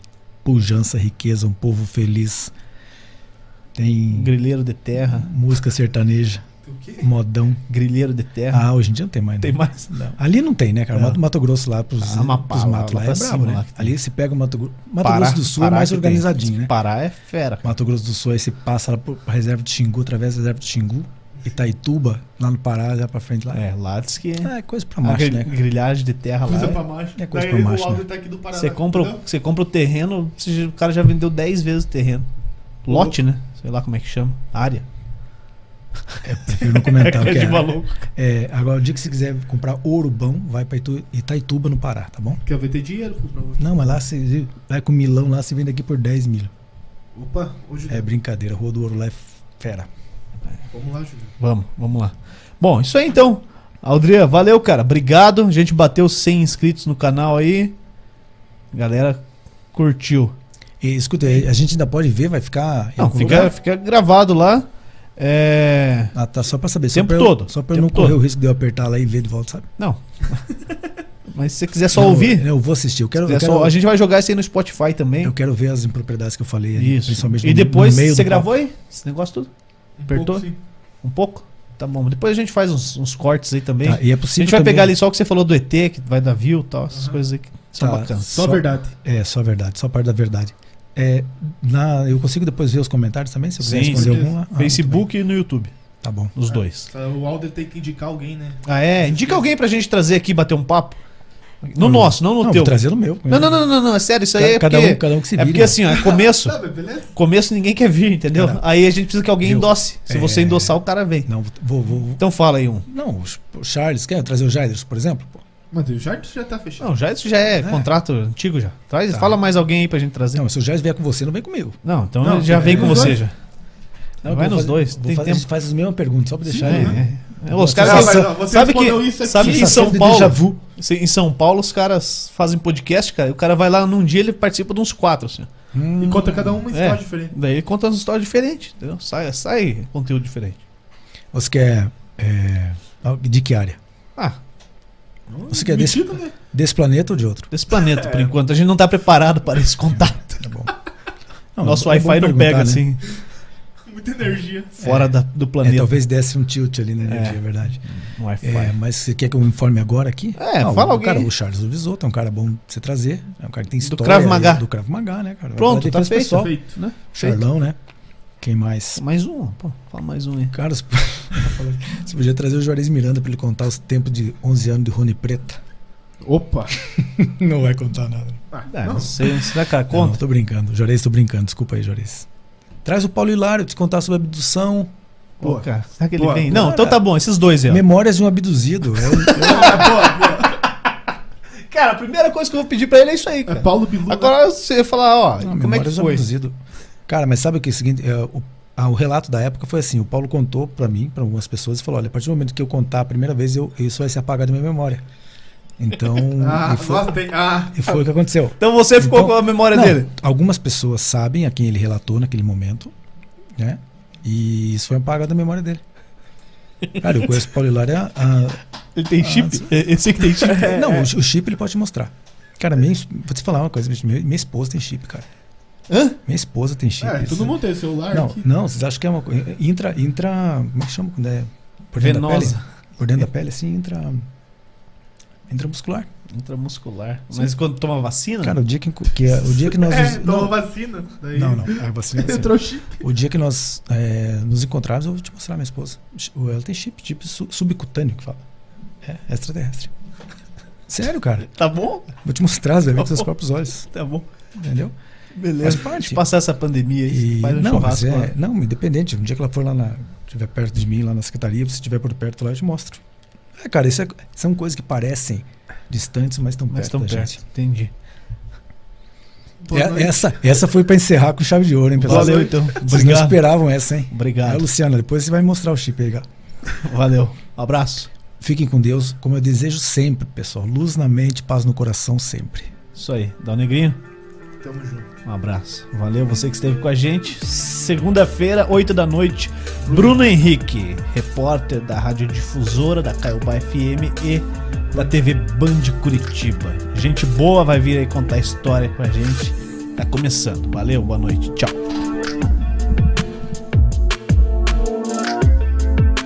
Speaker 3: pujança, riqueza, um povo feliz. Tem
Speaker 1: Grilheiro de terra,
Speaker 3: música sertaneja,
Speaker 2: Tem o quê?
Speaker 3: modão.
Speaker 1: grilheiro de terra.
Speaker 3: Ah, hoje em dia não tem mais. né?
Speaker 1: É. tem mais.
Speaker 3: Ali não tem, né, cara?
Speaker 1: Não.
Speaker 3: Mato, Mato Grosso lá pros,
Speaker 1: Ah, Amapá,
Speaker 3: pros matos
Speaker 1: lá,
Speaker 3: lá,
Speaker 1: lá pra
Speaker 3: é brabo,
Speaker 1: cima, lá
Speaker 3: né?
Speaker 1: que tem.
Speaker 3: Ali se pega o Mato Grosso. Mato
Speaker 1: Pará-
Speaker 3: Grosso do Sul
Speaker 1: Pará
Speaker 3: é mais
Speaker 1: que tem.
Speaker 3: organizadinho, né?
Speaker 1: Pará é fera, cara.
Speaker 3: Mato Grosso do Sul aí você passa lá pro- pra reserva do Xingu, através da reserva do Xingu, Itaituba, lá no Pará, lá pra frente lá.
Speaker 1: É, lá diz que
Speaker 3: Ah, é coisa pra
Speaker 1: a
Speaker 3: macho,
Speaker 1: gri-
Speaker 3: né? cara?
Speaker 1: grilhagem de terra lá.
Speaker 2: Coisa
Speaker 1: é-
Speaker 2: pra macho.
Speaker 3: é coisa
Speaker 2: Daí
Speaker 3: pra macho,
Speaker 2: o Alder
Speaker 3: né?
Speaker 2: tá aqui do Paraná.
Speaker 1: Você compra, o-
Speaker 2: entendeu?
Speaker 1: você compra o terreno, você já- o cara já vendeu 10 vezes o terreno. Lote, né? Sei lá como é que chama. Área.
Speaker 3: Prefiro não comentar o que
Speaker 1: de
Speaker 3: é.
Speaker 1: maluco.
Speaker 3: É, agora, o dia que você quiser comprar ourobão, vai pra Itu- Itaituba, no Pará, tá bom?
Speaker 2: Quer ver ter dinheiro? Comprar hoje.
Speaker 3: Não, mas lá você vai com milão, lá você vende aqui por 10 mil.
Speaker 2: Opa, hoje
Speaker 3: É brincadeira, a Rua do Ouro lá é fera.
Speaker 2: Vamos lá, Juliano.
Speaker 1: Vamos, vamos lá. Bom, isso aí então. Aldria, valeu, cara. Obrigado. A gente bateu 100 inscritos no canal aí. Galera curtiu.
Speaker 3: E escuta, a gente ainda pode ver, vai ficar. em
Speaker 1: Não,
Speaker 3: algum
Speaker 1: fica,
Speaker 3: lugar?
Speaker 1: fica gravado lá. É.
Speaker 3: Ah, tá, só pra saber. só
Speaker 1: Tempo
Speaker 3: pra eu-
Speaker 1: todo,
Speaker 3: Só pra eu
Speaker 1: tempo
Speaker 3: não correr
Speaker 1: todo.
Speaker 3: o risco de eu apertar lá e ver de volta, sabe?
Speaker 1: Não. Mas se você quiser É só
Speaker 3: Não, né,
Speaker 1: ouvir,
Speaker 3: Eu vou assistir. Eu quero,
Speaker 1: quiser
Speaker 3: eu
Speaker 1: só-
Speaker 3: quero,
Speaker 1: a gente vai jogar isso aí no Spotify também.
Speaker 3: eu quero ver as impropriedades que eu falei ali,
Speaker 1: Isso.
Speaker 3: principalmente
Speaker 1: E
Speaker 3: no-
Speaker 1: depois,
Speaker 3: no meio
Speaker 1: você
Speaker 3: do
Speaker 1: gravou aí? Esse negócio tudo?
Speaker 2: Um
Speaker 1: Apertou?
Speaker 2: pouco, sim.
Speaker 1: Um pouco? Tá bom. Depois a gente faz uns, uns cortes aí também.
Speaker 3: papo. Tá, e é
Speaker 1: a
Speaker 3: possível
Speaker 1: gente vai
Speaker 3: também-
Speaker 1: pegar ali só o que você falou do ET, que vai dar view e tal, essas
Speaker 2: Aham.
Speaker 1: coisas aí que são
Speaker 3: Tá.
Speaker 1: bacanas.
Speaker 2: Só a
Speaker 3: Só-
Speaker 2: verdade.
Speaker 3: É, só a verdade, só a parte da verdade. É, na, eu consigo depois ver os comentários também, se eu quiser
Speaker 1: Sim,
Speaker 3: responder
Speaker 2: certeza.
Speaker 3: algum lá. Ah, muito
Speaker 1: Facebook e no YouTube,
Speaker 3: bem. Tá bom.
Speaker 1: nos dois.
Speaker 2: O Alder tem que indicar alguém, né?
Speaker 1: Ah, é? Indica alguém pra gente trazer aqui, bater um papo. No
Speaker 3: Eu-
Speaker 1: nosso, não no
Speaker 3: Hum. não,
Speaker 1: teu.
Speaker 3: vou trazer o meu.
Speaker 1: Não, não, não, não, não, é sério, isso aí é
Speaker 3: Cada
Speaker 1: porque...
Speaker 3: um- cada um que se
Speaker 1: É
Speaker 3: vire,
Speaker 1: porque
Speaker 3: né?
Speaker 1: assim, ó, é começo,
Speaker 2: Sabe, beleza?
Speaker 1: começo ninguém quer vir, entendeu?
Speaker 3: Cara,
Speaker 1: Aí a gente precisa que alguém
Speaker 3: viu?
Speaker 1: endosse. Se você
Speaker 3: É.
Speaker 1: endossar, o cara vem.
Speaker 3: Não, vou, vou- vou-
Speaker 1: Então fala aí um.
Speaker 3: Não, o Charles, quer trazer o Jairus, por exemplo? Pô.
Speaker 2: Mas o Jardim já tá fechado.
Speaker 1: Não, já, isso já é, contrato antigo já. Traz,
Speaker 3: Tá.
Speaker 1: Fala mais alguém aí pra gente trazer.
Speaker 3: Não, se o Jairus vier com você, não vem comigo.
Speaker 1: Não, então
Speaker 2: Não,
Speaker 1: ele já
Speaker 2: é,
Speaker 1: vem com
Speaker 2: os
Speaker 1: você
Speaker 2: dois.
Speaker 1: já.
Speaker 3: Não,
Speaker 1: vai
Speaker 3: eu vou
Speaker 1: nos
Speaker 3: fazer-
Speaker 1: dois,
Speaker 3: vou
Speaker 1: tem
Speaker 3: fazer-
Speaker 1: tempo.
Speaker 3: faz as mesmas perguntas, só pra deixar.
Speaker 1: É,
Speaker 3: né?
Speaker 1: é. Os
Speaker 3: Você-
Speaker 1: caras
Speaker 3: você-
Speaker 1: são-
Speaker 2: você
Speaker 1: sabe que
Speaker 2: respondeu isso aqui.
Speaker 1: sabe que em São
Speaker 3: Sensação de déjà
Speaker 1: Paulo,
Speaker 3: vu.
Speaker 1: se- em São Paulo os caras fazem podcast, cara. E o cara vai lá num dia ele participa de uns quatro, assim.
Speaker 2: E conta cada um uma
Speaker 1: É.
Speaker 2: história diferente.
Speaker 1: Daí ele conta umas histórias diferentes, entendeu? Sai, sai conteúdo diferente.
Speaker 3: Você quer. é, de que área?
Speaker 1: Ah,
Speaker 3: Você quer desse,
Speaker 2: Metido, né?
Speaker 3: desse planeta ou de outro?
Speaker 1: desse planeta
Speaker 3: É.
Speaker 1: por enquanto, a gente não tá preparado para esse contato.
Speaker 3: Tá bom.
Speaker 1: Nosso
Speaker 3: é
Speaker 1: Wi-Fi
Speaker 3: bom
Speaker 1: não
Speaker 3: perguntar,
Speaker 1: pega
Speaker 3: né?
Speaker 1: assim
Speaker 2: Muita energia.
Speaker 1: fora da- do
Speaker 3: É,
Speaker 1: planeta.
Speaker 3: talvez desse um tilt ali na
Speaker 1: É.
Speaker 3: energia, é verdade.
Speaker 1: no
Speaker 3: É,
Speaker 1: Wi-Fi.
Speaker 3: mas você quer que eu informe agora aqui?
Speaker 1: É,
Speaker 3: Não,
Speaker 1: fala
Speaker 3: o
Speaker 1: alguém
Speaker 3: Cara,
Speaker 1: aí.
Speaker 3: o Charles Visoto é um cara bom pra você trazer. É um cara que tem história.
Speaker 1: Krav Maga.
Speaker 3: Do Krav Maga, né, cara? Vai
Speaker 1: Pronto,
Speaker 3: falar de
Speaker 1: tá
Speaker 3: defesa
Speaker 1: feito.
Speaker 3: pessoal.
Speaker 2: Feito.
Speaker 1: Né?
Speaker 3: Charlão, né? Quem mais?
Speaker 1: Mais um, pô, fala mais um aí.
Speaker 3: Cara, você você podia trazer o Juarez Miranda pra ele contar os tempos de 11 anos de Rony Preta.
Speaker 2: Opa.
Speaker 3: Não vai contar nada.
Speaker 2: Ah,
Speaker 1: Ah,
Speaker 2: não.
Speaker 1: não sei, será que ela
Speaker 3: Não,
Speaker 1: conta?
Speaker 3: tô brincando. Juarez, tô brincando. Desculpa aí, Juarez. Traz o Paulo Hilário pra te contar sobre abdução.
Speaker 1: Pô, cara, será que ele
Speaker 2: Boa,
Speaker 1: vem?
Speaker 2: boa.
Speaker 1: Não, então tá bom, esses dois aí. ó.
Speaker 3: Memórias de um abduzido. É o-
Speaker 1: Cara, a primeira coisa que eu vou pedir pra ele é isso aí, cara.
Speaker 2: É Paulo Bilu. né?
Speaker 1: Agora você ia falar, ó,
Speaker 3: Não,
Speaker 1: como é que
Speaker 3: Memórias do
Speaker 1: foi?
Speaker 3: Abduzido. Cara, mas sabe o que é o seguinte? É, o, ah, o relato da época foi assim: o Paulo contou pra mim, pra algumas pessoas, e falou: olha, a partir do momento que eu contar a primeira vez, eu, isso vai se apagar da minha memória. Então.
Speaker 2: Ah,
Speaker 3: e, foi,
Speaker 2: nossa, tem. Ah,
Speaker 3: e foi o que aconteceu.
Speaker 1: Então você ficou
Speaker 3: Então-
Speaker 1: com a memória
Speaker 3: Não,
Speaker 1: dele.
Speaker 3: Algumas pessoas sabem a quem ele relatou naquele momento, né? E isso foi apagado da memória dele. Cara, eu conheço o Paulo Hilário há- há
Speaker 1: Ele
Speaker 3: Ah,
Speaker 1: tem chip? Eu sei que tem chip.
Speaker 3: não, o, o chip ele pode te mostrar. Cara, minha, vou te falar uma coisa, bicho, minha, minha esposa tem chip, cara.
Speaker 1: Hã?
Speaker 3: Minha esposa tem chip.
Speaker 2: é,
Speaker 3: isso-
Speaker 2: todo mundo tem celular
Speaker 3: Não,
Speaker 2: aqui.
Speaker 3: não, vocês acham que é uma coisa. Intra, intra. Como é que chama quando é? Por dentro da
Speaker 1: Venosa.
Speaker 3: pele? Por dentro da pele, assim, entra. Entra muscular.
Speaker 1: Intramuscular. Mas quando toma vacina?
Speaker 3: Cara, o dia que, que- o dia que nós.
Speaker 2: É, toma
Speaker 3: não,
Speaker 2: vacina. Daí
Speaker 3: não, não, a vacina é assim.
Speaker 2: Entrou chip.
Speaker 3: O dia que nós é, nos encontrarmos, eu vou te mostrar minha esposa. Ela tem chip, chip su- subcutâneo que fala. É, extraterrestre. Sério, cara.
Speaker 1: tá bom?
Speaker 3: Vou te mostrar, você vai ver com seus próprios olhos.
Speaker 1: Tá bom.
Speaker 3: Entendeu?
Speaker 1: Beleza.
Speaker 3: Faz parte.
Speaker 1: Deixa eu passar essa pandemia aí.
Speaker 3: E-
Speaker 1: faz um
Speaker 3: não, mas
Speaker 1: churrasco lá.
Speaker 3: é, não, independente. Um dia que ela for lá na. estiver perto de mim, lá na secretaria, se estiver por perto lá, eu te mostro. É, cara, isso é- são coisas que parecem distantes, mas estão
Speaker 1: Mas
Speaker 3: perto.
Speaker 1: estão
Speaker 3: da
Speaker 1: perto.
Speaker 3: é, tá, gente.
Speaker 1: Entendi.
Speaker 2: Boa
Speaker 3: É-
Speaker 2: noite.
Speaker 3: essa, essa foi pra encerrar com chave de ouro, hein, pessoal?
Speaker 1: Valeu, então.
Speaker 3: Vocês não
Speaker 1: Obrigado.
Speaker 3: esperavam essa, hein? É,
Speaker 1: Obrigado.
Speaker 3: Luciana, depois você vai me mostrar o chip aí, cara.
Speaker 1: Valeu. Um abraço.
Speaker 3: Fiquem com Deus, como eu desejo sempre, pessoal. Luz na mente, paz no coração sempre.
Speaker 1: Isso aí. Dá um negrinho.
Speaker 2: Tamo junto.
Speaker 1: Um abraço. Valeu você que esteve com a gente. Segunda-feira, 8 da noite, Bruno Henrique, repórter da radiodifusora da Caiobá FM e da TV Band Curitiba. Gente boa vai vir aí contar história com a gente. Tá começando. Valeu, boa noite. Tchau.